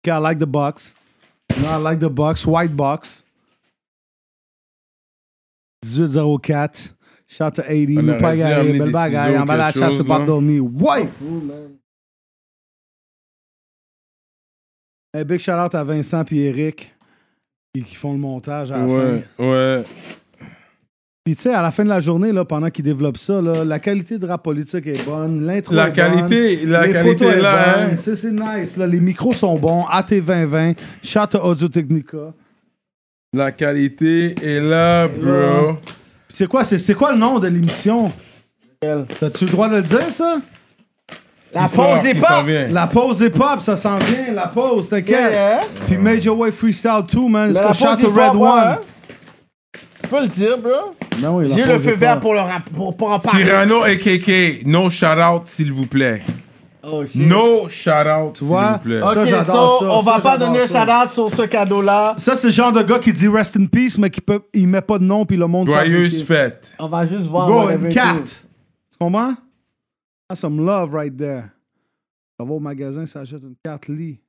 D: Okay, I like the box. No, I like the box. White box. 1804. Shout to 80.
B: On
D: Nous
B: aurait
D: pas
B: dû
D: gagné.
B: amener
D: Belle
B: des
D: bagaille.
B: ciseaux,
D: En bas la
B: quelque
D: chasse,
B: chose,
D: pas
B: là.
D: dormi. Ouais! Un big shout out à Vincent et Eric qui, qui font le montage à la fin.
B: Ouais, ouais.
D: Puis tu sais, à la fin de la journée, là, pendant qu'ils développent ça, là, la qualité de rap politique est bonne, l'intro
B: La
D: est
B: qualité-
D: bonne,
B: la
D: les
B: qualité
D: photos
B: est
D: est
B: là,
D: bonne.
B: hein.
D: C'est- C'est nice, là, les micros sont bons, AT2020, Chat Audio Technica.
B: La qualité est là, bro.
D: Puis C'est quoi, c'est c'est quoi le nom de l'émission? T'as-tu le droit de le dire, ça?
C: La
B: Histoire
C: pause est
B: qui
C: pas.
B: s'en vient.
D: La pause est pop, ça s'en vient, la pause, t'inquiète.
C: Yeah.
D: Puis Major Way Freestyle 2, man, c'est
C: Mais la
D: quoi Chat
C: pause est
D: Red
C: pas, ouais,
D: One?
C: hein. Tu peux le dire, bro.
D: Non, oui, la
C: J'ai eu
D: pause
C: le
D: est
C: feu
D: pop.
C: vert pour, le rap- pour, pour en parler.
B: Cyrano et KK, no shout out, s'il vous plaît.
C: Oh, shit.
B: No shout out, s'il
D: vois?
B: vous plaît.
D: Ok.
C: Ok,
D: Ça, j'adore
C: so,
D: ça,
C: on
D: ça,
C: va pas
D: j'adore
C: donner un
D: ça.
C: shout-out sur ce cadeau-là.
D: Ça, c'est le genre de gars qui dit Rest in Peace, mais qui peut, il met pas de nom, puis le monde savent c'est qui.
B: Joyeuse fête.
C: On va juste voir.
D: Bro, une
C: whatever it is.
D: carte. Tu comprends? That's some love right there. Ça va au magasin, ça achète une carte lit.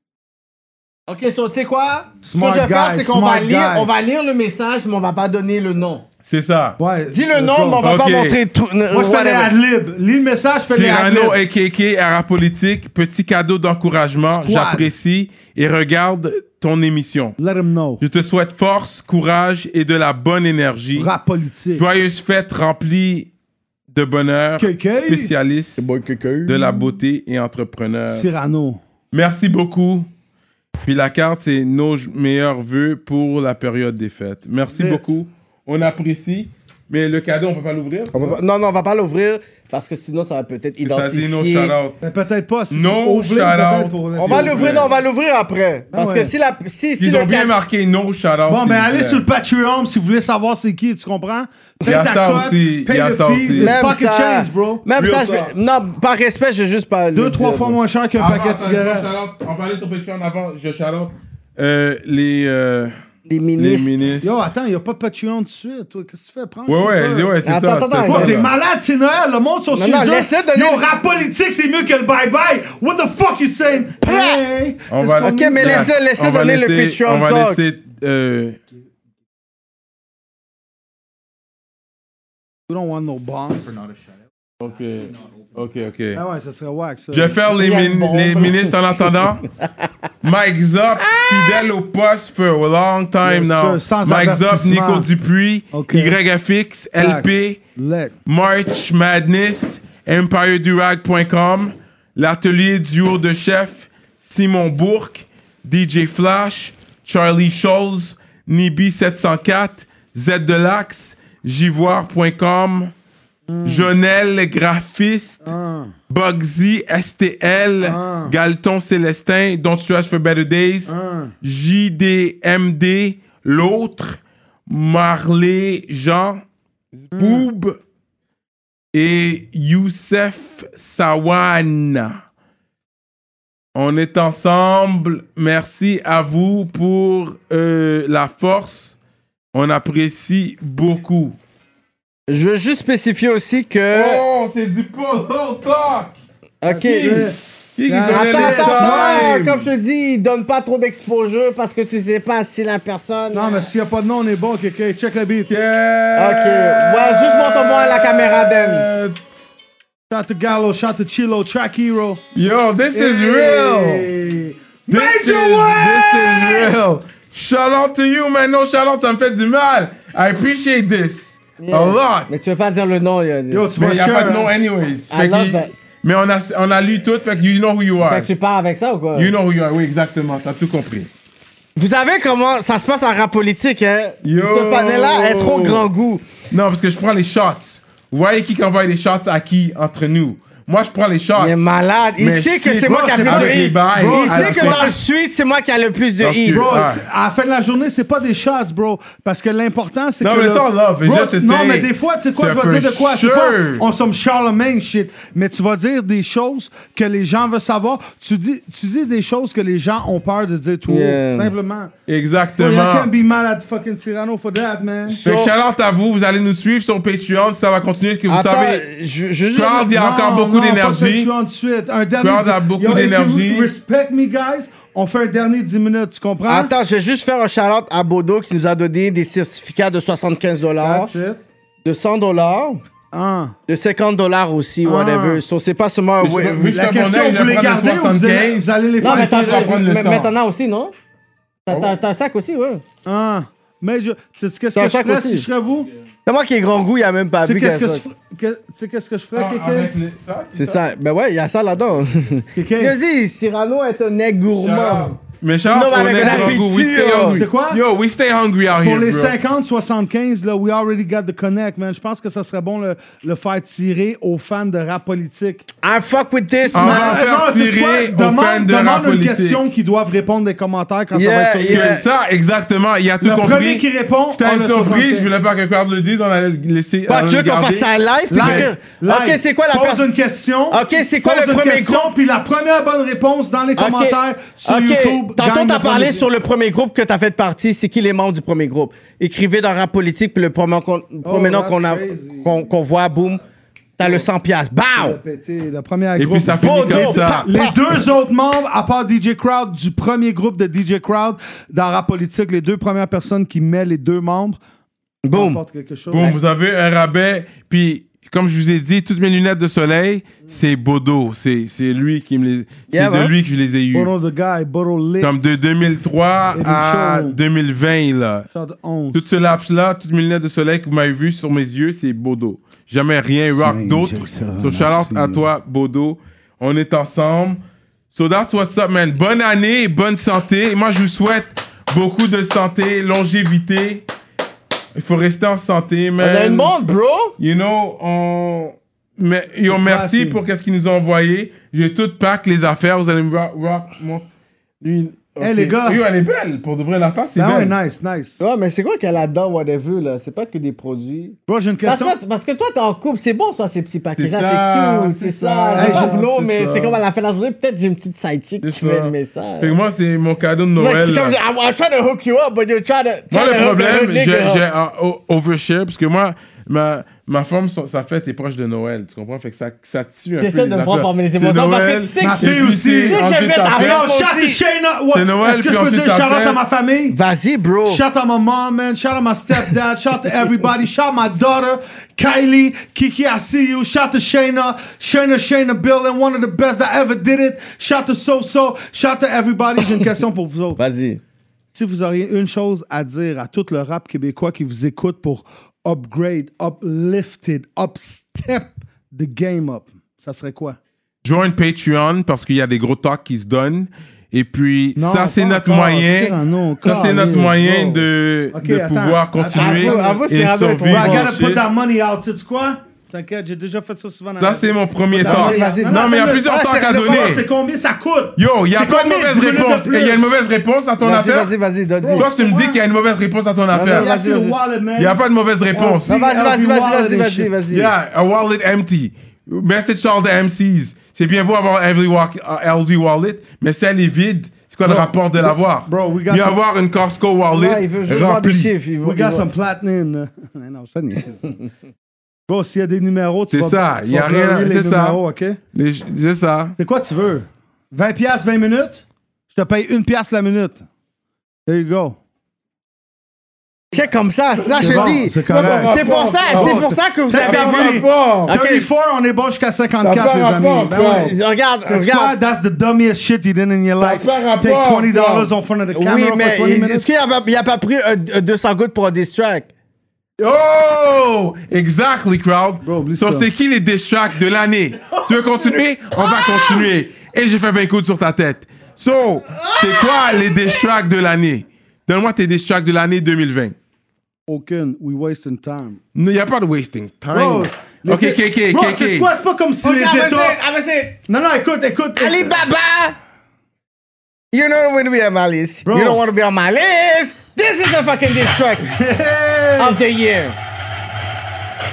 C: Ok, so, tu sais quoi? Ce que
D: Smart
C: je vais faire,
D: guy,
C: c'est qu'on va
D: smart
C: lire,
D: guy.
C: on va lire le message, mais on va pas donner le nom.
B: C'est ça.
D: Ouais.
C: Dis le
D: let's
C: nom,
D: go.
C: mais on va
B: Ok.
C: pas montrer tout.
D: Moi, je fais les ad-libs. Lis le message, je fais les
B: Cyrano
D: ad-libs.
B: et KK, à la politique, petit cadeau d'encouragement.
D: Squad.
B: J'apprécie et regarde ton émission.
D: Let him know.
B: Je te souhaite force, courage et de la bonne énergie.
D: Rap politique.
B: Joyeuse fête remplie de bonheur,
D: KK.
B: spécialiste de la beauté et entrepreneur.
D: Cyrano.
B: Merci beaucoup. Puis la carte, c'est nos j- meilleurs vœux pour la période des fêtes. Merci beaucoup. On apprécie. Mais le cadeau, on peut pas l'ouvrir.
C: On va pas- Non, non, on va pas l'ouvrir parce que sinon ça va peut-être
B: Ça dit
C: identifier.
B: nos shout-out.
D: Mais peut-être pas. Si
B: No Oh,
D: tu oublies, peut-être
B: shout-out.
D: pour le-
C: On va l'ouvrir, non, on va l'ouvrir après. Parce
D: Ah ouais.
C: que si la. Si, si
B: Ils
C: le
B: ont bien
C: cal-
B: marqué nos shout-out.
D: Bon,
B: s'il
D: ben
B: vous
D: allez
B: plaît.
D: sur le Patreon si vous voulez savoir c'est qui, tu comprends? Paye
B: y a
D: ta
B: ça
D: cote,
B: aussi,
D: paye
B: y a
D: le
B: ça
D: fees,
B: aussi.
D: it's
C: Même
D: pocket
C: ça,
D: change, bro.
C: Même
B: Real
C: ça, je vais-
B: talk.
C: Non, par respect, je vais juste pas. le
D: Deux,
C: dire,
D: trois fois
C: bro.
D: moins cher qu'un
B: Avant,
D: paquet de
B: attends, je vais
D: cigarettes.
B: shout-out. On va aller sur Patreon avant. Je shout-out euh, les, euh,
C: Les
B: les
C: ministres.
B: ministres.
D: Yo, attends, il a pas de Patreon tout de suite. toi. Qu'est-ce que tu fais? Prends
B: Ouais,
D: je sais
B: ouais,
D: pas.
B: c'est- ouais, c'est
C: Attends,
B: ça.
C: attends,
B: c'était
C: attends,
B: ça.
D: Toi, t'es malade, c'est Noël, le monde sont
C: Non,
D: chez
C: non,
D: eux.
C: laisse-le donner-
D: Yo, rap politique, c'est mieux que le bye-bye. What the fuck you saying? Hey!
B: On va-
D: Est-ce qu'on
C: Ok,
D: nous
C: mais
D: dit-
C: laisse- laissez- laissez
B: on va
C: donner le
B: laisser-
C: Patreon
B: On va
C: talk.
B: laisser. euh,
D: We don't want Oh, no bombs.
B: Ok, ok, ok.
D: Ah ouais, ça serait whack, ça.
B: Je vais faire les, min- les ministres en attendant. Mike Zop, fidèle au poste for a long time
D: Yes,
B: now.
D: sir, sans
B: Mike Zop,
D: avertissement.
B: Nico Dupuis,
D: Ok.
B: YFX, LP,
D: Let.
B: March Madness, EmpireDurag.com, l'atelier duo de chef, Simon Bourque, DJ Flash, Charlie Scholes, Nibi704, Z de l'Axe, Jivoire.com, Jonel Graphiste, Bugsy STL, Galton Célestin, Don't Trash for Better Days, JDMD, L'autre, Marley Jean, Boob et Youssef Sawan. On est ensemble. Merci à vous pour euh, la force. On apprécie beaucoup.
C: Je veux juste spécifier aussi que.
B: Oh, c'est du polo talk!
C: ok.
B: Qui qui
D: Attends,
B: donnait
C: Attends,
B: le
C: attends, attends,
B: time?
C: comme je te dis, donne pas trop d'exposure parce que tu sais pas si la personne.
D: Non, mais s'il y a pas de nom, on est bon. Ok, ok, check la beat.
B: Yeah.
C: Ok, ouais, juste montre-moi à la caméra, Ben. Dan.
D: Shout to Gallo, shout to Chilo, track hero.
B: Yo, this is real!
D: Hey.
B: This is, this is real! Shout out to you, man. No shout out, ça me fait du mal. I appreciate this. A lot.
C: Mais tu veux pas dire le nom, il a dit.
D: Yo, tu
B: Mais
D: vas
B: il n'y a
D: sure,
B: pas de
D: hein.
B: nom anyways.
C: I love
B: qu'il-
C: that.
B: Mais on a, on a lu tout, fait que you know who you
C: Fait
B: are.
C: que tu pars avec ça ou quoi?
B: You know who you are, oui, exactement. T'as tout compris.
C: Vous savez comment ça se passe en rap politique, hein?
B: Yo.
C: Ce panel-là est trop grand goût.
B: Non, parce que je prends les shots. Vous voyez qui envoie les shots à qui entre nous? Moi, je prends les shots.
C: Il est malade. Il
B: Mais
C: sait que
B: si,
C: c'est
B: bro,
C: moi qui ai
B: c'est
C: le plus
B: avec
C: de
B: les
C: hits.
B: bails.
C: Il
B: Bro,
C: sait
B: c'est
C: que
B: pas-
C: dans le suite, c'est moi qui ai le plus de
B: Parce que-
C: hits.
D: Bro,
B: Ouais.
D: c'est- à la fin de la journée, c'est pas des shots, bro. Parce que l'important, c'est
B: Non,
D: que.
B: mais
D: le-
B: ça, on love.
D: Bro,
B: Just
D: non,
B: essayer.
D: mais des fois, tu sais quoi,
B: C'est
D: je vais dire
B: for
D: de quoi? c'est
B: sure.
D: pas, on somme Charlemagne shit. Mais tu vas dire des choses que les gens veulent savoir. Tu dis, tu dis des choses que les gens ont peur de dire tout haut,
C: Yeah.
D: Simplement. Bro, you
B: Exactement.
D: can't be mad at fucking Cyrano for that, man.
B: Fait que shout out à vous. Vous allez nous suivre sur Patreon. Ça va continuer. Que vous
C: Attends,
B: savez,
C: je, je, je-
B: Crowd, il y a encore
D: Non,
B: beaucoup
D: non, pas
B: d'énergie.
D: Patreon de suite. Un dernier.
B: Crowd a
D: dix-
B: beaucoup
D: Yo, if you
B: d'énergie.
D: Respect me, guys. On fait un dernier 10 minutes, tu comprends?
C: Attends, je vais juste faire un shout-out à Bodo qui nous a donné des certificats de 75 dollars,
D: That's it.
C: de 100 dollars,
D: Ah.
C: de 50 dollars aussi, whatever. So, c'est pas seulement un...
B: Ah. Mais je-
C: Ouais,
B: mais je-
D: euh, La
B: Comme on a,
D: question,
B: il
D: vous
B: va
D: les
B: prendre
D: gardez ou vous
B: 75?
D: allez, vous allez les
C: Non, mais
D: faire
C: t'as,
B: je vais prendre le Oh.
C: mais-
B: sang.
C: mais t'en as aussi, non? T'as, t'as- t'as un sac aussi, ouais.
D: Ah, mais je, tu sais qu'est-ce
C: Ça
D: que je
C: choque
D: ferais
C: aussi.
D: si je serais vous?
C: C'est moi qui ai grand goût, il a même pas
D: Tu sais
C: vu
D: qu'est-ce que
C: qu'un
D: je
C: sac.
D: ferais? que- Tu sais qu'est-ce que je ferais,
B: Ah, avec
D: Kéké?
B: les- ça,
C: C'est ça. Ben ouais, il y a ça là-dedans.
D: Kéké?
C: Je dis, Cyrano est un nec gourmand.
B: Mais shout out,
C: Non, mais
B: on
C: avec
B: est
C: l'appétit,
B: hungry. We stay
C: là.
B: hungry.
D: oh. C'est quoi?
B: Yo, we stay hungry out
D: Pour
B: here,
D: les
B: bro.
D: 50-75, là, we already got the connect, man. Je pense que ça serait bon le, le faire tirer aux fans de rap politique.
C: I fuck with this,
B: Ah,
C: man.
B: va faire
D: non, c'est
B: tirer
D: quoi?
B: aux
D: Demande-
B: fans de
D: demande
B: rap
D: une
B: politique.
D: question qu'ils doivent répondre des commentaires quand
C: Yeah,
D: ça va être sur
C: yeah.
B: C'est ça, exactement. Il a tout
D: Le
B: compris.
D: premier euh, qui répond,
B: C'était
D: on
B: une
D: le
B: surprise.
D: 75.
B: Je voulais pas que Crowd le dise. On allait le laisser. on
C: Quoi,
B: allait
C: tu veux
B: le
C: qu'on
B: garder.
C: fasse ça live? puis
D: Live,
C: que-
D: live.
C: Ok, c'est quoi la
D: Pose
C: personne?
D: une question.
C: Ok, c'est quoi
D: Pose
C: le
D: une
C: premier
D: question,
C: groupe?
D: Puis la première bonne réponse dans les
C: Ok.
D: commentaires sur
C: Ok,
D: YouTube. gagne
C: Tantôt, t'as
D: le premier
C: parlé
D: groupe.
C: sur le premier groupe que t'as fait partie. C'est qui les membres du premier groupe? Écrivez dans Rap Politique, puis le premier, qu'on- premier nom
D: that's
C: qu'on a-
D: crazy.
C: qu'on qu'on voit, boum, t'as le 100 piastres.
D: Le
C: Bow!
D: pété, le premier
B: Et
D: groupe.
B: puis ça finit
C: Bodo,
B: comme ça.
C: pa-
D: Les deux autres membres, à part DJ Crowd, du premier groupe de DJ Crowd dans Rap Politique, les deux premières personnes qui mettent les deux membres,
C: Boum!
D: apportent quelque chose.
B: Boum, vous avez un rabais. Puis, comme je vous ai dit, toutes mes lunettes de soleil, c'est Bodo. C'est c'est lui qui me les. C'est
C: Yeah,
B: de
C: man.
B: lui que je les ai eues.
D: Bodo the Guy, Bodo Lit,
B: Comme de 2003
D: Et
B: à
D: Michaud.
B: 2020, là.
D: Shot 11.
B: Tout ce laps-là, toutes mes lunettes de soleil que vous m'avez vues sur mes yeux, c'est Bodo. Jamais rien rock d'autre. So, shout out à toi, Bodo. On est ensemble. So that's what's up, man. Bonne année, bonne santé. Et moi, je vous souhaite beaucoup de santé, longévité. Il faut rester en santé, man.
C: On a une montre, bro.
B: You know, on. Mais, yo, merci pour qu'est-ce qu'ils nous ont envoyé. J'ai tout pack les affaires. Vous allez me voir. voir mon- lui,
D: Hey,
B: ok.
D: les gars.
B: Yo, elle est belle. Pour de vrai, la face, c'est
D: Ah ouais,
B: belle.
D: nice, nice.
C: Ouais, mais c'est quoi qu'elle a dedans, whatever, là? C'est pas que des produits.
D: Bro, j'ai une
C: Parce
D: question.
C: que, parce que toi, t'es en couple, c'est bon, ça, ces petits paquets
B: C'est
C: là,
B: ça,
C: c'est cute, c'est
B: c'est
C: ça.
B: ça.
C: J'ai
D: Hey,
C: pas
D: j'ai-
C: de blond,
D: c'est
C: mais
D: ça.
C: c'est comme à la fin de la journée, peut-être j'ai une petite side chick
B: C'est
C: qui va
B: ça.
C: aimer ça.
B: Fait que moi, c'est mon cadeau de
C: Tu vois,
B: Noël.
C: C'est
B: là.
C: comme, I'm, I'm trying to hook you up, but you're trying to.
B: Moi,
C: trying to
B: le
C: hook
B: problème,
C: the
B: j'ai
C: nigga up.
B: j'ai un o- overshare parce que moi, ma, ma femme, son- sa fête est proche de Noël. Tu comprends? Fait que ça, ça tue un peu.
C: T'essaies de
B: les
C: me prendre
B: affaires.
C: parmi les
B: C'est
C: émotions parce que
B: Noël,
C: tu sais que
B: ma
D: je-
B: fille
D: tu sais que
B: ensuite
C: j'aime mettre
B: ta
C: ta
B: fête.
C: femme.
D: Yo, shout to
C: aussi.
D: Oh, Shayna. Ouais.
B: C'est Noël,
D: Est-ce que
B: puis
D: je peux
B: ensuite
D: dire shout
B: ta
D: out à
B: fête.
D: ma famille?
F: Vas-y,
C: Oh.
F: bro.
D: Shout out my mom, man. Shout out my stepdad. Shout out to everybody. Shout out my daughter, Kylie. Kiki, I see you. Shout out to Shayna. Shayna, Shayna Building. One of the best I ever did it. Shout out to So So. Shout out to everybody. J'ai une question pour vous autres.
C: Vas-y.
D: Si vous auriez une chose à dire à tout le rap québécois qui vous écoute pour upgrade, uplifted, upstep the game up, ça serait quoi?
B: Join Patreon parce qu'il y a des gros talks qui se donnent. Et puis,
D: Non,
B: ça, c'est
D: pas
B: notre
D: encore,
B: moyen.
D: Cyrano,
B: Ça, c'est
D: Carlis,
B: notre moyen
D: bro.
B: de,
D: Ok,
B: de
D: attends,
B: pouvoir
D: attends.
B: continuer
D: Avoue, avoue,
B: et
C: Cyrano est trop
D: Bro,
B: survivre.
D: I
C: Bon,
D: Bah, gotta
B: en
D: put
B: shit.
D: that money out. Tu sais quoi? T'inquiète, j'ai déjà fait ça souvent. dans
B: Ça,
D: la-
B: c'est mon premier
D: Non,
B: talk.
D: mais-
C: Vas-y,
B: Non, mais il y a
D: attends,
B: plusieurs
D: attends,
B: talks à
D: le
B: donner.
D: problème, Ah, C'est combien ça coûte?
B: Yo, il n'y a pas
D: C'est
B: de
D: combien?
B: mauvaise
D: 10 minutes de
B: réponse.
D: plus.
B: Et Il y a une mauvaise réponse à ton
F: Vas-y,
B: affaire.
F: vas-y, vas-y, donne
B: Toi, tu me dis qu'il y a une mauvaise réponse à ton affaire.
F: non,
D: That's your wallet, man.
B: Il n'y a pas de mauvaise réponse.
D: Non,
F: Vas-y, vas-y, vas-y, vas-y, vas-y, vas-y.
B: Yeah, a wallet empty. Message to all the MCs. C'est bien beau avoir every walk- uh, LV wallet, mais si elle est vide, c'est quoi le rapport de l'avoir?
D: bro, we got
B: Mieux
D: some-
B: avoir une Costco
F: Là,
B: wallet
F: il veut juste voir des
B: remplie.
F: chiffres. il veut-
D: We
F: il
D: got
F: veut-
D: some platinum. Mais non, je te niaise. Bro, s'il y a des numéros, tu
B: C'est
D: vas-
B: ça,
D: tu
B: y a
D: vas
B: rien,
D: blurrer les
B: c'est ça.
D: numéros, ok?
B: Les- C'est ça.
D: C'est quoi tu veux? 20 piastres, 20 minutes? Je te paye une piastre la minute. There you go.
C: Check comme ça, c'est ça, je
D: C'est bon,
C: dis.
D: c'est correct.
C: C'est pour ça, c'est pour ça que vous
D: Ça
C: avez
D: va
C: vu.
B: rapport.
D: 34, on est bon jusqu'à 54, les
B: Ça
D: amis.
B: part rapport,
D: Ben
B: quoi.
D: ouais.
C: Regarde,
D: That's why
C: regarde.
D: that's the dumbest shit you did in your life.
B: fait rapport,
D: Take $20
B: quoi.
D: on front of the camera
C: Oui,
D: for
C: mais
D: 20 minutes.
C: est-ce qu'il n'y a, pas- il a pas pris euh, euh, 200 gouttes pour un diss track?
B: Oh! Exactly, crowd.
D: Bro, oublie
B: so,
D: ça.
B: c'est qui les diss tracks de l'année? tu veux continuer? On va continuer. Et j'ai fait 20 coups sur ta tête. So, c'est quoi les diss tracks de l'année? Donne-moi tes diss tracks de l'année 2020.
D: Aucune, we wasting time.
B: Il n'y a pas de wasting time.
D: Bro, les-
B: ok, KK,
D: Bro, tu sais
B: KK.
D: quoi, c'est pas comme si les États...
C: ah,
D: Non, non, écoute, écoute.
C: Ali Baba! You know when we are my list.
D: Bro.
C: You don't want to be on my list. This is the fucking diss track
D: Hey!
C: of the year.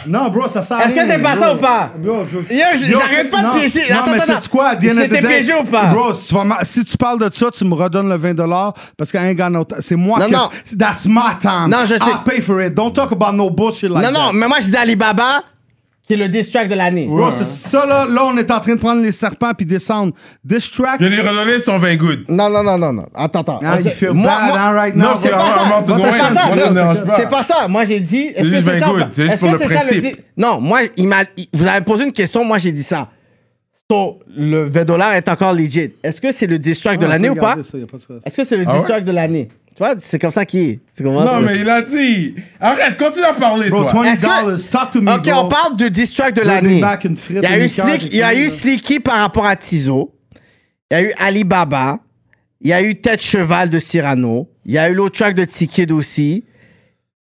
D: Non, bro, ça sert à
C: Est-ce que
D: rien,
C: c'est pas
D: bro.
C: ça ou pas?
D: Bro, je...
C: Yo, j- j'arrête
D: c'est-
C: pas de
D: non,
C: piéger.
D: Non,
C: Attends,
D: mais
C: attends,
D: sais-tu quoi, à the end of the
C: C'était
D: day-
C: piégé ou pas?
D: Bro, si tu, vas ma- si tu parles de ça, tu me redonnes le 20$ parce que I ain't got no time. C'est moi
C: Non,
D: qui...
C: non.
D: That's my time.
C: Non, je sais.
D: I'll pay for it. Don't talk about no bullshit like
C: Non,
D: that.
C: non, mais moi je dis Alibaba, qui est le diss track de l'année.
D: Bro, c'est ça là, là on est en train de prendre les serpents puis descendre. This track,
B: Je lui ai redonné son 20 good.
C: Non, non, non, non, non. Attends, attends.
D: Ah, you feel
C: Moi-
D: bad
C: moi-
D: hein, right
B: Non,
D: now.
B: c'est
D: bro.
B: pas ça.
D: Va
B: Moi,
D: t'en
C: C'est pas
B: Moi,
C: ça,
B: ça me dérange pas.
C: c'est pas ça. Moi, j'ai dit. Est-ce que
B: juste
C: c'est
B: vingt
C: ça? ou
B: gouttes.
C: pas?
B: C'est juste
C: Est-ce
B: pour
C: que
B: le
C: c'est ça le
B: principe.
C: di- Non, moi, il m'a. il- Vous avez posé une question. Moi, j'ai dit ça. So, le 20 dollars est encore legit. Est-ce que c'est le distract de
D: Ah,
C: l'année ou pas?
D: regardez ça, y a de stress.
C: Est-ce que c'est le
B: Ah ouais?
C: distract de l'année? Tu vois, c'est comme ça qu'il est. Tu comprends?
B: Non,
C: C'est-
B: mais il a dit. Arrête, continue à parler,
D: Bro,
B: toi.
D: 20
C: Est-ce que-
D: dollars, talk to me,
C: Ok,
D: bro.
C: on parle de distract de
D: Bring
C: l'année.
D: it back and Fred
C: Il y a
D: and
C: eu
D: Nicard,
C: Slick- il y a
D: j'ai
C: eu
D: fait, là.
C: Slicky par rapport à Tizo. Il y a eu Alibaba. Il y a eu Tête Cheval de Cyrano. Il y a eu l'autre track de T-Kid aussi.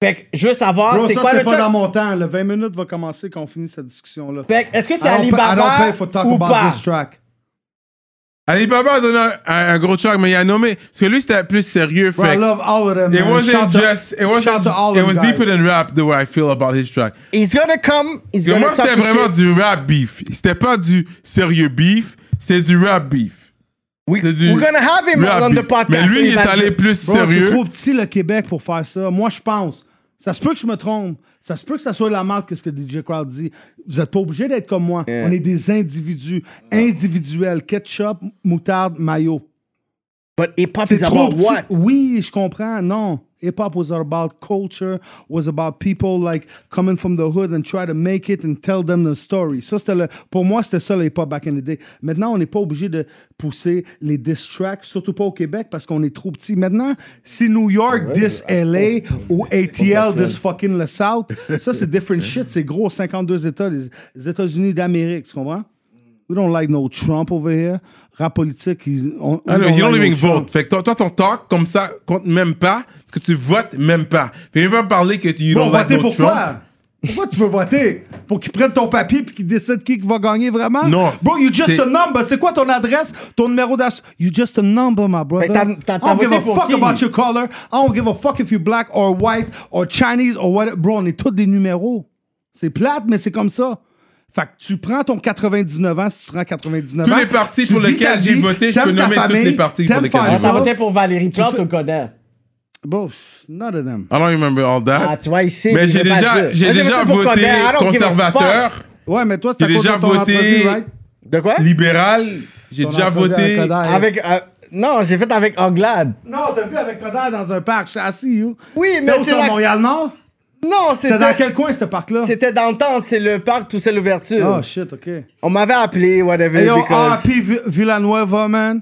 C: Fait que je veux savoir,
D: Bro,
C: c'est
D: ça,
C: quoi le
D: c'est pas
C: track?
D: dans mon temps. Le 20 minutes va commencer quand on finit cette discussion-là.
C: Fait que, est-ce que
D: I
C: c'est
D: don't pay- I don't
C: Alibaba
D: pay for talk
C: ou
D: about
C: pas?
D: this track.
B: Alibaba a donné un, un- un gros track, mais il a nommé. Parce que lui, c'était plus sérieux.
D: Bro, I
B: fait que-
D: love all of them,
B: It
D: man.
B: wasn't
D: Shout to-
B: just. It wasn't.
D: shout to all
B: it
D: them
B: was
D: guys.
B: deeper than rap the way I feel about his track.
C: He's gonna come,
B: Parce
C: he's
B: que
C: gonna
B: moi,
C: talk
B: c'était
C: his
B: vraiment
C: shit.
B: du rap beef. C'était pas du sérieux beef, c'était du rap beef.
C: We-
B: C'est du
C: we're gonna have him
B: rap
C: on the
B: beef.
C: podcast.
B: Mais lui, il est
C: va
B: allé
C: dire.
B: plus
D: Bro, c'est
B: sérieux.
D: trop petit le Québec pour faire ça. Moi, je pense. Ça se peut que je me trompe. Ça se peut que ça soit la marque que ce que DJ Crowd dit. Vous n'êtes pas obligé d'être comme moi. On est des individus individuels. Ketchup, moutarde, maillot.
C: But hip-hop
D: C'est
C: is
D: trop
C: about
D: petit.
C: what?
D: Oui, je comprends. Non. Hip hop was about culture, was about people like coming from the hood and try to make it and tell them the story. Ça, c'était le, pour moi, c'était ça le hip hop back in the day. Maintenant, on n'est pas obligé de pousser les diss tracks, surtout pas au Québec parce qu'on est trop petit. Maintenant, si New York diss LA ou ATL diss fucking le South, ça, c'est different shit. C'est gros, 52 États, les les États-Unis d'Amérique, tu comprends? We don't like no Trump over here. Rap politique, ils, on,
B: Ah
D: we
B: non, you don't
D: like no
B: even
D: Trump.
B: vote. Fait que toi, toi, ton talk, comme ça, compte même pas, parce que tu votes même pas. Fais même pas parler que tu you
D: Bon,
B: don't like
D: voter
B: no
D: pour
B: Trump.
D: quoi? Pourquoi tu veux voter? Pour qu'ils prennent ton papier puis qu'ils décident qui va gagner vraiment?
B: Non,
D: Bro, you just
B: c'est-
D: a number. C'est quoi ton adresse? Ton numéro d'assurance? You just a number, my brother.
C: Ben, t'as- t'as-
D: I
C: t'as
D: don't give
C: voté
D: a
C: pour
D: fuck
C: qui?
D: about your color. I don't give a fuck if you're black or white or Chinese or whatever. Bro, on est tous des numéros. C'est plate, mais c'est comme ça. Fait que tu prends ton 99 ans si tu prends 99 ans.
B: Tous les partis
D: tu
B: pour
D: vis
B: lesquels
D: ta
B: j'ai
D: vie,
B: voté, je peux
D: t'aimes ta
B: nommer tous les
D: famille,
B: partis pour
D: t'aimes
B: lesquels j'ai
D: faire
C: On
D: ça.
C: s'en Ah, votait pour Valérie Plante
D: fais-
C: au Codan.
D: Bro, none of them.
B: I don't remember all that.
C: Ah, tu vois, ici.
B: Mais
C: il
B: j'ai
C: veut pas le
B: déjà,
C: dire.
B: j'ai
C: Moi,
B: déjà
C: pour
B: voté
C: Coderre. I don't give a
B: conservateur,
D: Ouais, mais toi, c'est
B: J'ai
D: à cause
B: déjà
D: de ton
B: voté-
D: entrevue, right?
C: fuck. De quoi
B: libéral, j'ai
D: Ton
B: déjà
D: entrevue
B: voté.
D: à Kodai.
C: Avec. euh, Non, j'ai fait avec Anglade.
D: Non, t'as vu avec Coder dans un parc, je suis assis, you.
C: Oui, mais
D: où
C: c'est
D: sur
C: la-
D: Montréal-Nord?
C: Non,
D: C'est dans
C: c'était.
D: quel coin, ce parc-là?
C: C'était dans le temps, c'est le parc Toussaint
D: Oh,
C: l'ouverture.
D: shit, OK.
C: On m'avait appelé, whatever.
D: Hey, yo,
C: because-
D: RP Vi- Villanueva, man.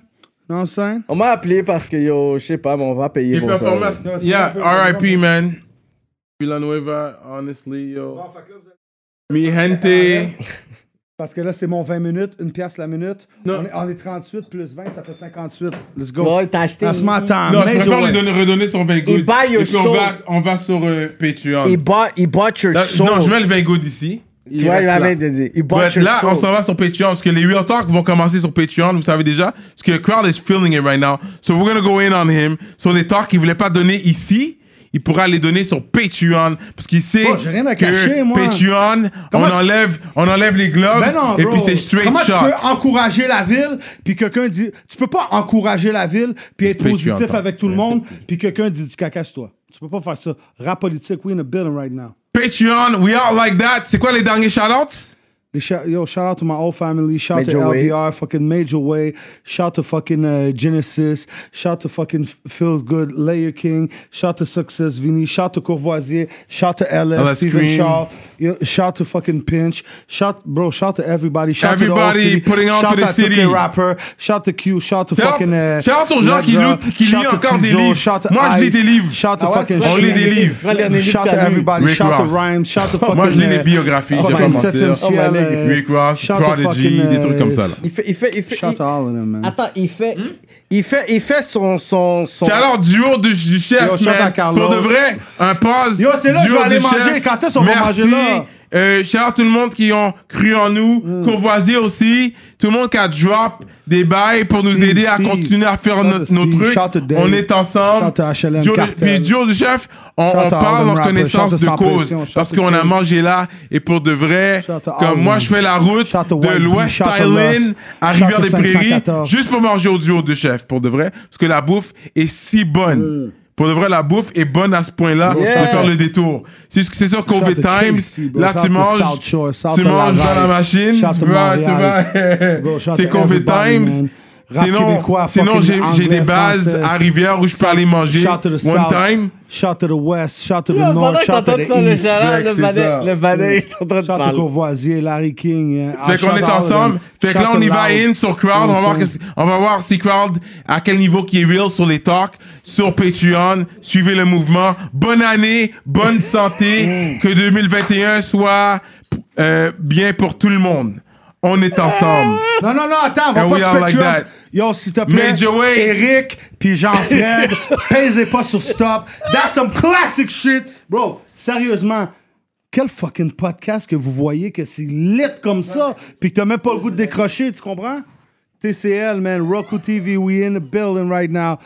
D: Non, c'est
C: On m'a appelé parce que yo, je sais pas, mais on va payer
B: Les
C: pour ça.
B: performances.
D: Non, c'est un
B: Yeah,
D: peu-
B: RIP, man. Villanueva, honestly, yo. Mi
D: Ah,
B: gente.
D: Parce que là, c'est mon 20 minutes, une pièce la minute.
B: Non.
D: On est, on est 38 plus 20, ça fait 58. Let's go.
C: Bon, il t'a acheté.
D: That's my time.
B: Non, je
D: Major
B: préfère
D: way.
B: lui donner, redonner son Very Good.
C: Il buy your
B: Et puis on
C: soul.
B: va, on va sur euh, Patreon.
C: Il bought, he bought your
B: Là,
C: soul.
B: non, je mets le Very Good ici.
C: Tu vois, il
B: reste
C: m'avait
B: là.
C: dit. Il bought
B: But
C: your
B: là,
C: soul.
B: on s'en va sur Patreon parce que les Real Talk vont commencer sur Patreon, vous savez déjà. Parce que le crowd is feeling it right now. So we're gonna go in on him. Sur les talks qu'il voulait pas donner ici, il pourra les donner sur Patreon parce qu'il sait
D: Oh, j'ai rien à
B: que
D: cacher, moi.
B: Patreon, on
D: Comment tu-
B: enlève, on enlève les gloves
D: Ben non,
B: et
D: bro.
B: puis c'est straight
D: Comment
B: shots.
D: tu peux encourager la ville, puis quelqu'un dit... Tu peux pas encourager la ville, puis être
B: Patreon,
D: positif
B: attends.
D: avec tout le monde, puis quelqu'un dit du caca sur toi. Tu peux pas faire ça. Rap politique, we in a building right now.
B: Patreon, we are like that. C'est quoi les derniers shoutouts?
D: They shout, yo, shout out to my whole family. Shout to
C: Major Way.
D: LBR, fucking Major Way. Shout to fucking uh, Genesis. Shout to fucking F- Feel Good, Layer King. Shout to Success Vini. Shout to Courvoisier. Shout to LS,
B: LS
D: Steven
B: Green.
D: Shaw. Yo, shout to fucking Pinch. Shout, bro, shout to everybody. Shout
B: Everybody
D: to the whole city.
B: putting on
D: shout
B: to the
D: out to
B: city.
D: rapper. Shout to Q. Shout to
B: Shout-
D: fucking. Uh,
B: shout aux gens qui
D: Nebza.
B: lootent- qui
D: Shout
B: lisent
D: to
B: encore des
D: Tizo.
B: livres.
D: Shout to
B: Moi, je lis
D: Ice.
B: des livres.
D: Shout to
C: Ah ouais,
D: fucking.
C: c'est vrai,
B: On lit des livres.
C: Frère, les livres
D: Shout
C: que
D: to
C: t'as lus.
D: everybody.
B: Rick
D: shout
B: Ross.
D: to Rhymes. Shout to fucking.
B: Moi, je lis les
D: uh,
B: biographies. je vais pas
D: Fucking septième
B: mentir.
D: ciel. euh,
B: Rick Ross,
D: shout to
B: Prodigy,
D: fucking,
B: des trucs
D: euh,
B: comme ça. Là.
C: Il fait, il fait, il fait.
D: Shout
C: il-
D: to all of them, man.
C: Attends, il fait,
B: Hmm?
C: il fait, il fait son, son, son.
B: Shout-out duo du, du chef,
D: Yo, shout
B: man.
D: out Carlos.
B: Pour de vrai, un pause.
D: Yo, c'est là que je vais aller manger. Quand est-ce qu'on va
B: Merci.
D: manger là? Mm.
B: Euh, shout out tout le monde qui ont cru en nous. Courvoisier aussi. Tout le monde qui a drop des bails pour nous
D: Steve,
B: aider à
D: Steve.
B: continuer à faire
D: Shout
B: no-
D: out to
B: nos
D: Steve. Shout
B: trucs.
D: to Dave.
B: On est ensemble.
D: Shout to HLM
B: Joe-
D: Cartel.
B: Puis Joe du chef, on, on
D: Shout to all
B: parle
D: them
B: en
D: rappers.
B: connaissance
D: Shout to
B: de
D: Sans
B: cause.
D: Pression. Shout
B: Parce
D: to
B: qu'on a
D: Kid.
B: mangé là. Et pour de vrai,
D: Shout to all
B: comme moi,
D: them.
B: je fais la route
D: Shout to
B: de
D: White
B: l'Ouest
D: Bee. Shout to
B: Thailand
D: Lost.
B: à
D: Shout to
B: Rivière-des-Prairies
D: 514.
B: juste pour manger au duo de chef, pour de vrai. Parce que la bouffe est si bonne. Pour de vrai, la bouffe est bonne à ce point-là. Je vais faire le détour. C'est ce- c'est sûr qu'au
D: Shout
B: COVID
D: to
B: Times,
D: KC, bro.
B: là,
D: Shout
B: tu
D: to
B: manges,
D: South Shore, South
B: tu
D: to
B: manges
D: Laval.
B: dans la machine, tu
D: Shout to
B: vas, tu vas.
D: Montréal. Bro, shout
B: C'est
D: to
B: COVID
D: everybody,
B: Times.
D: man. Rap
B: Sinon,
D: québécois,
B: sinon
D: fucking
B: j'ai j'ai des
D: anglais,
B: bases
D: français.
B: à Rivière où je peux aller manger
D: Shout to
B: one
D: the South.
B: time.
D: Shout to the West. Shout to
C: Là,
D: the
C: pendant
D: North.
C: que t'es en
D: Shout to
C: train de faire
D: the
C: le
D: East.
C: chaleur, le
B: c'est ça.
C: vanet, le vanet, il est en train de
D: Shout to
C: parler.
D: Courvoisier, Larry King. hein.
B: Fait
D: Shout
B: qu'on est
D: to all of
B: ensemble.
D: them.
B: Fait que
D: Shout
B: là, on
D: to
B: y va
D: Loud.
B: in sur Crowd. On va, voir
D: Ensemble.
B: qu'est-ce- on va voir si Crowd, à quel niveau qui est real sur les talks, sur Patreon. Suivez le mouvement. Bonne année, bonne
D: Mm.
B: santé. que 2021 soit euh, bien pour tout le monde. On est ensemble.
D: Non, non, non, attends, on va
B: And we
D: pas se
B: are like
D: Patreon.
B: that.
D: Yo, s'il te plaît,
B: Major Way.
D: Eric puis Jean-Fred, pèsez pas sur stop. That's some classic shit. Bro, sérieusement, quel fucking podcast que vous voyez que c'est lit comme ça puis que t'as même pas le goût de décrocher, tu comprends? TCL, man, Roku TV, we in the building right now.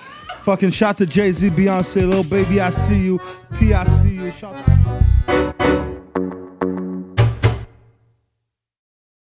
D: Fucking shout to Jay-Z, Beyoncé, Lil Baby, I see you. P, I see you. Shout to...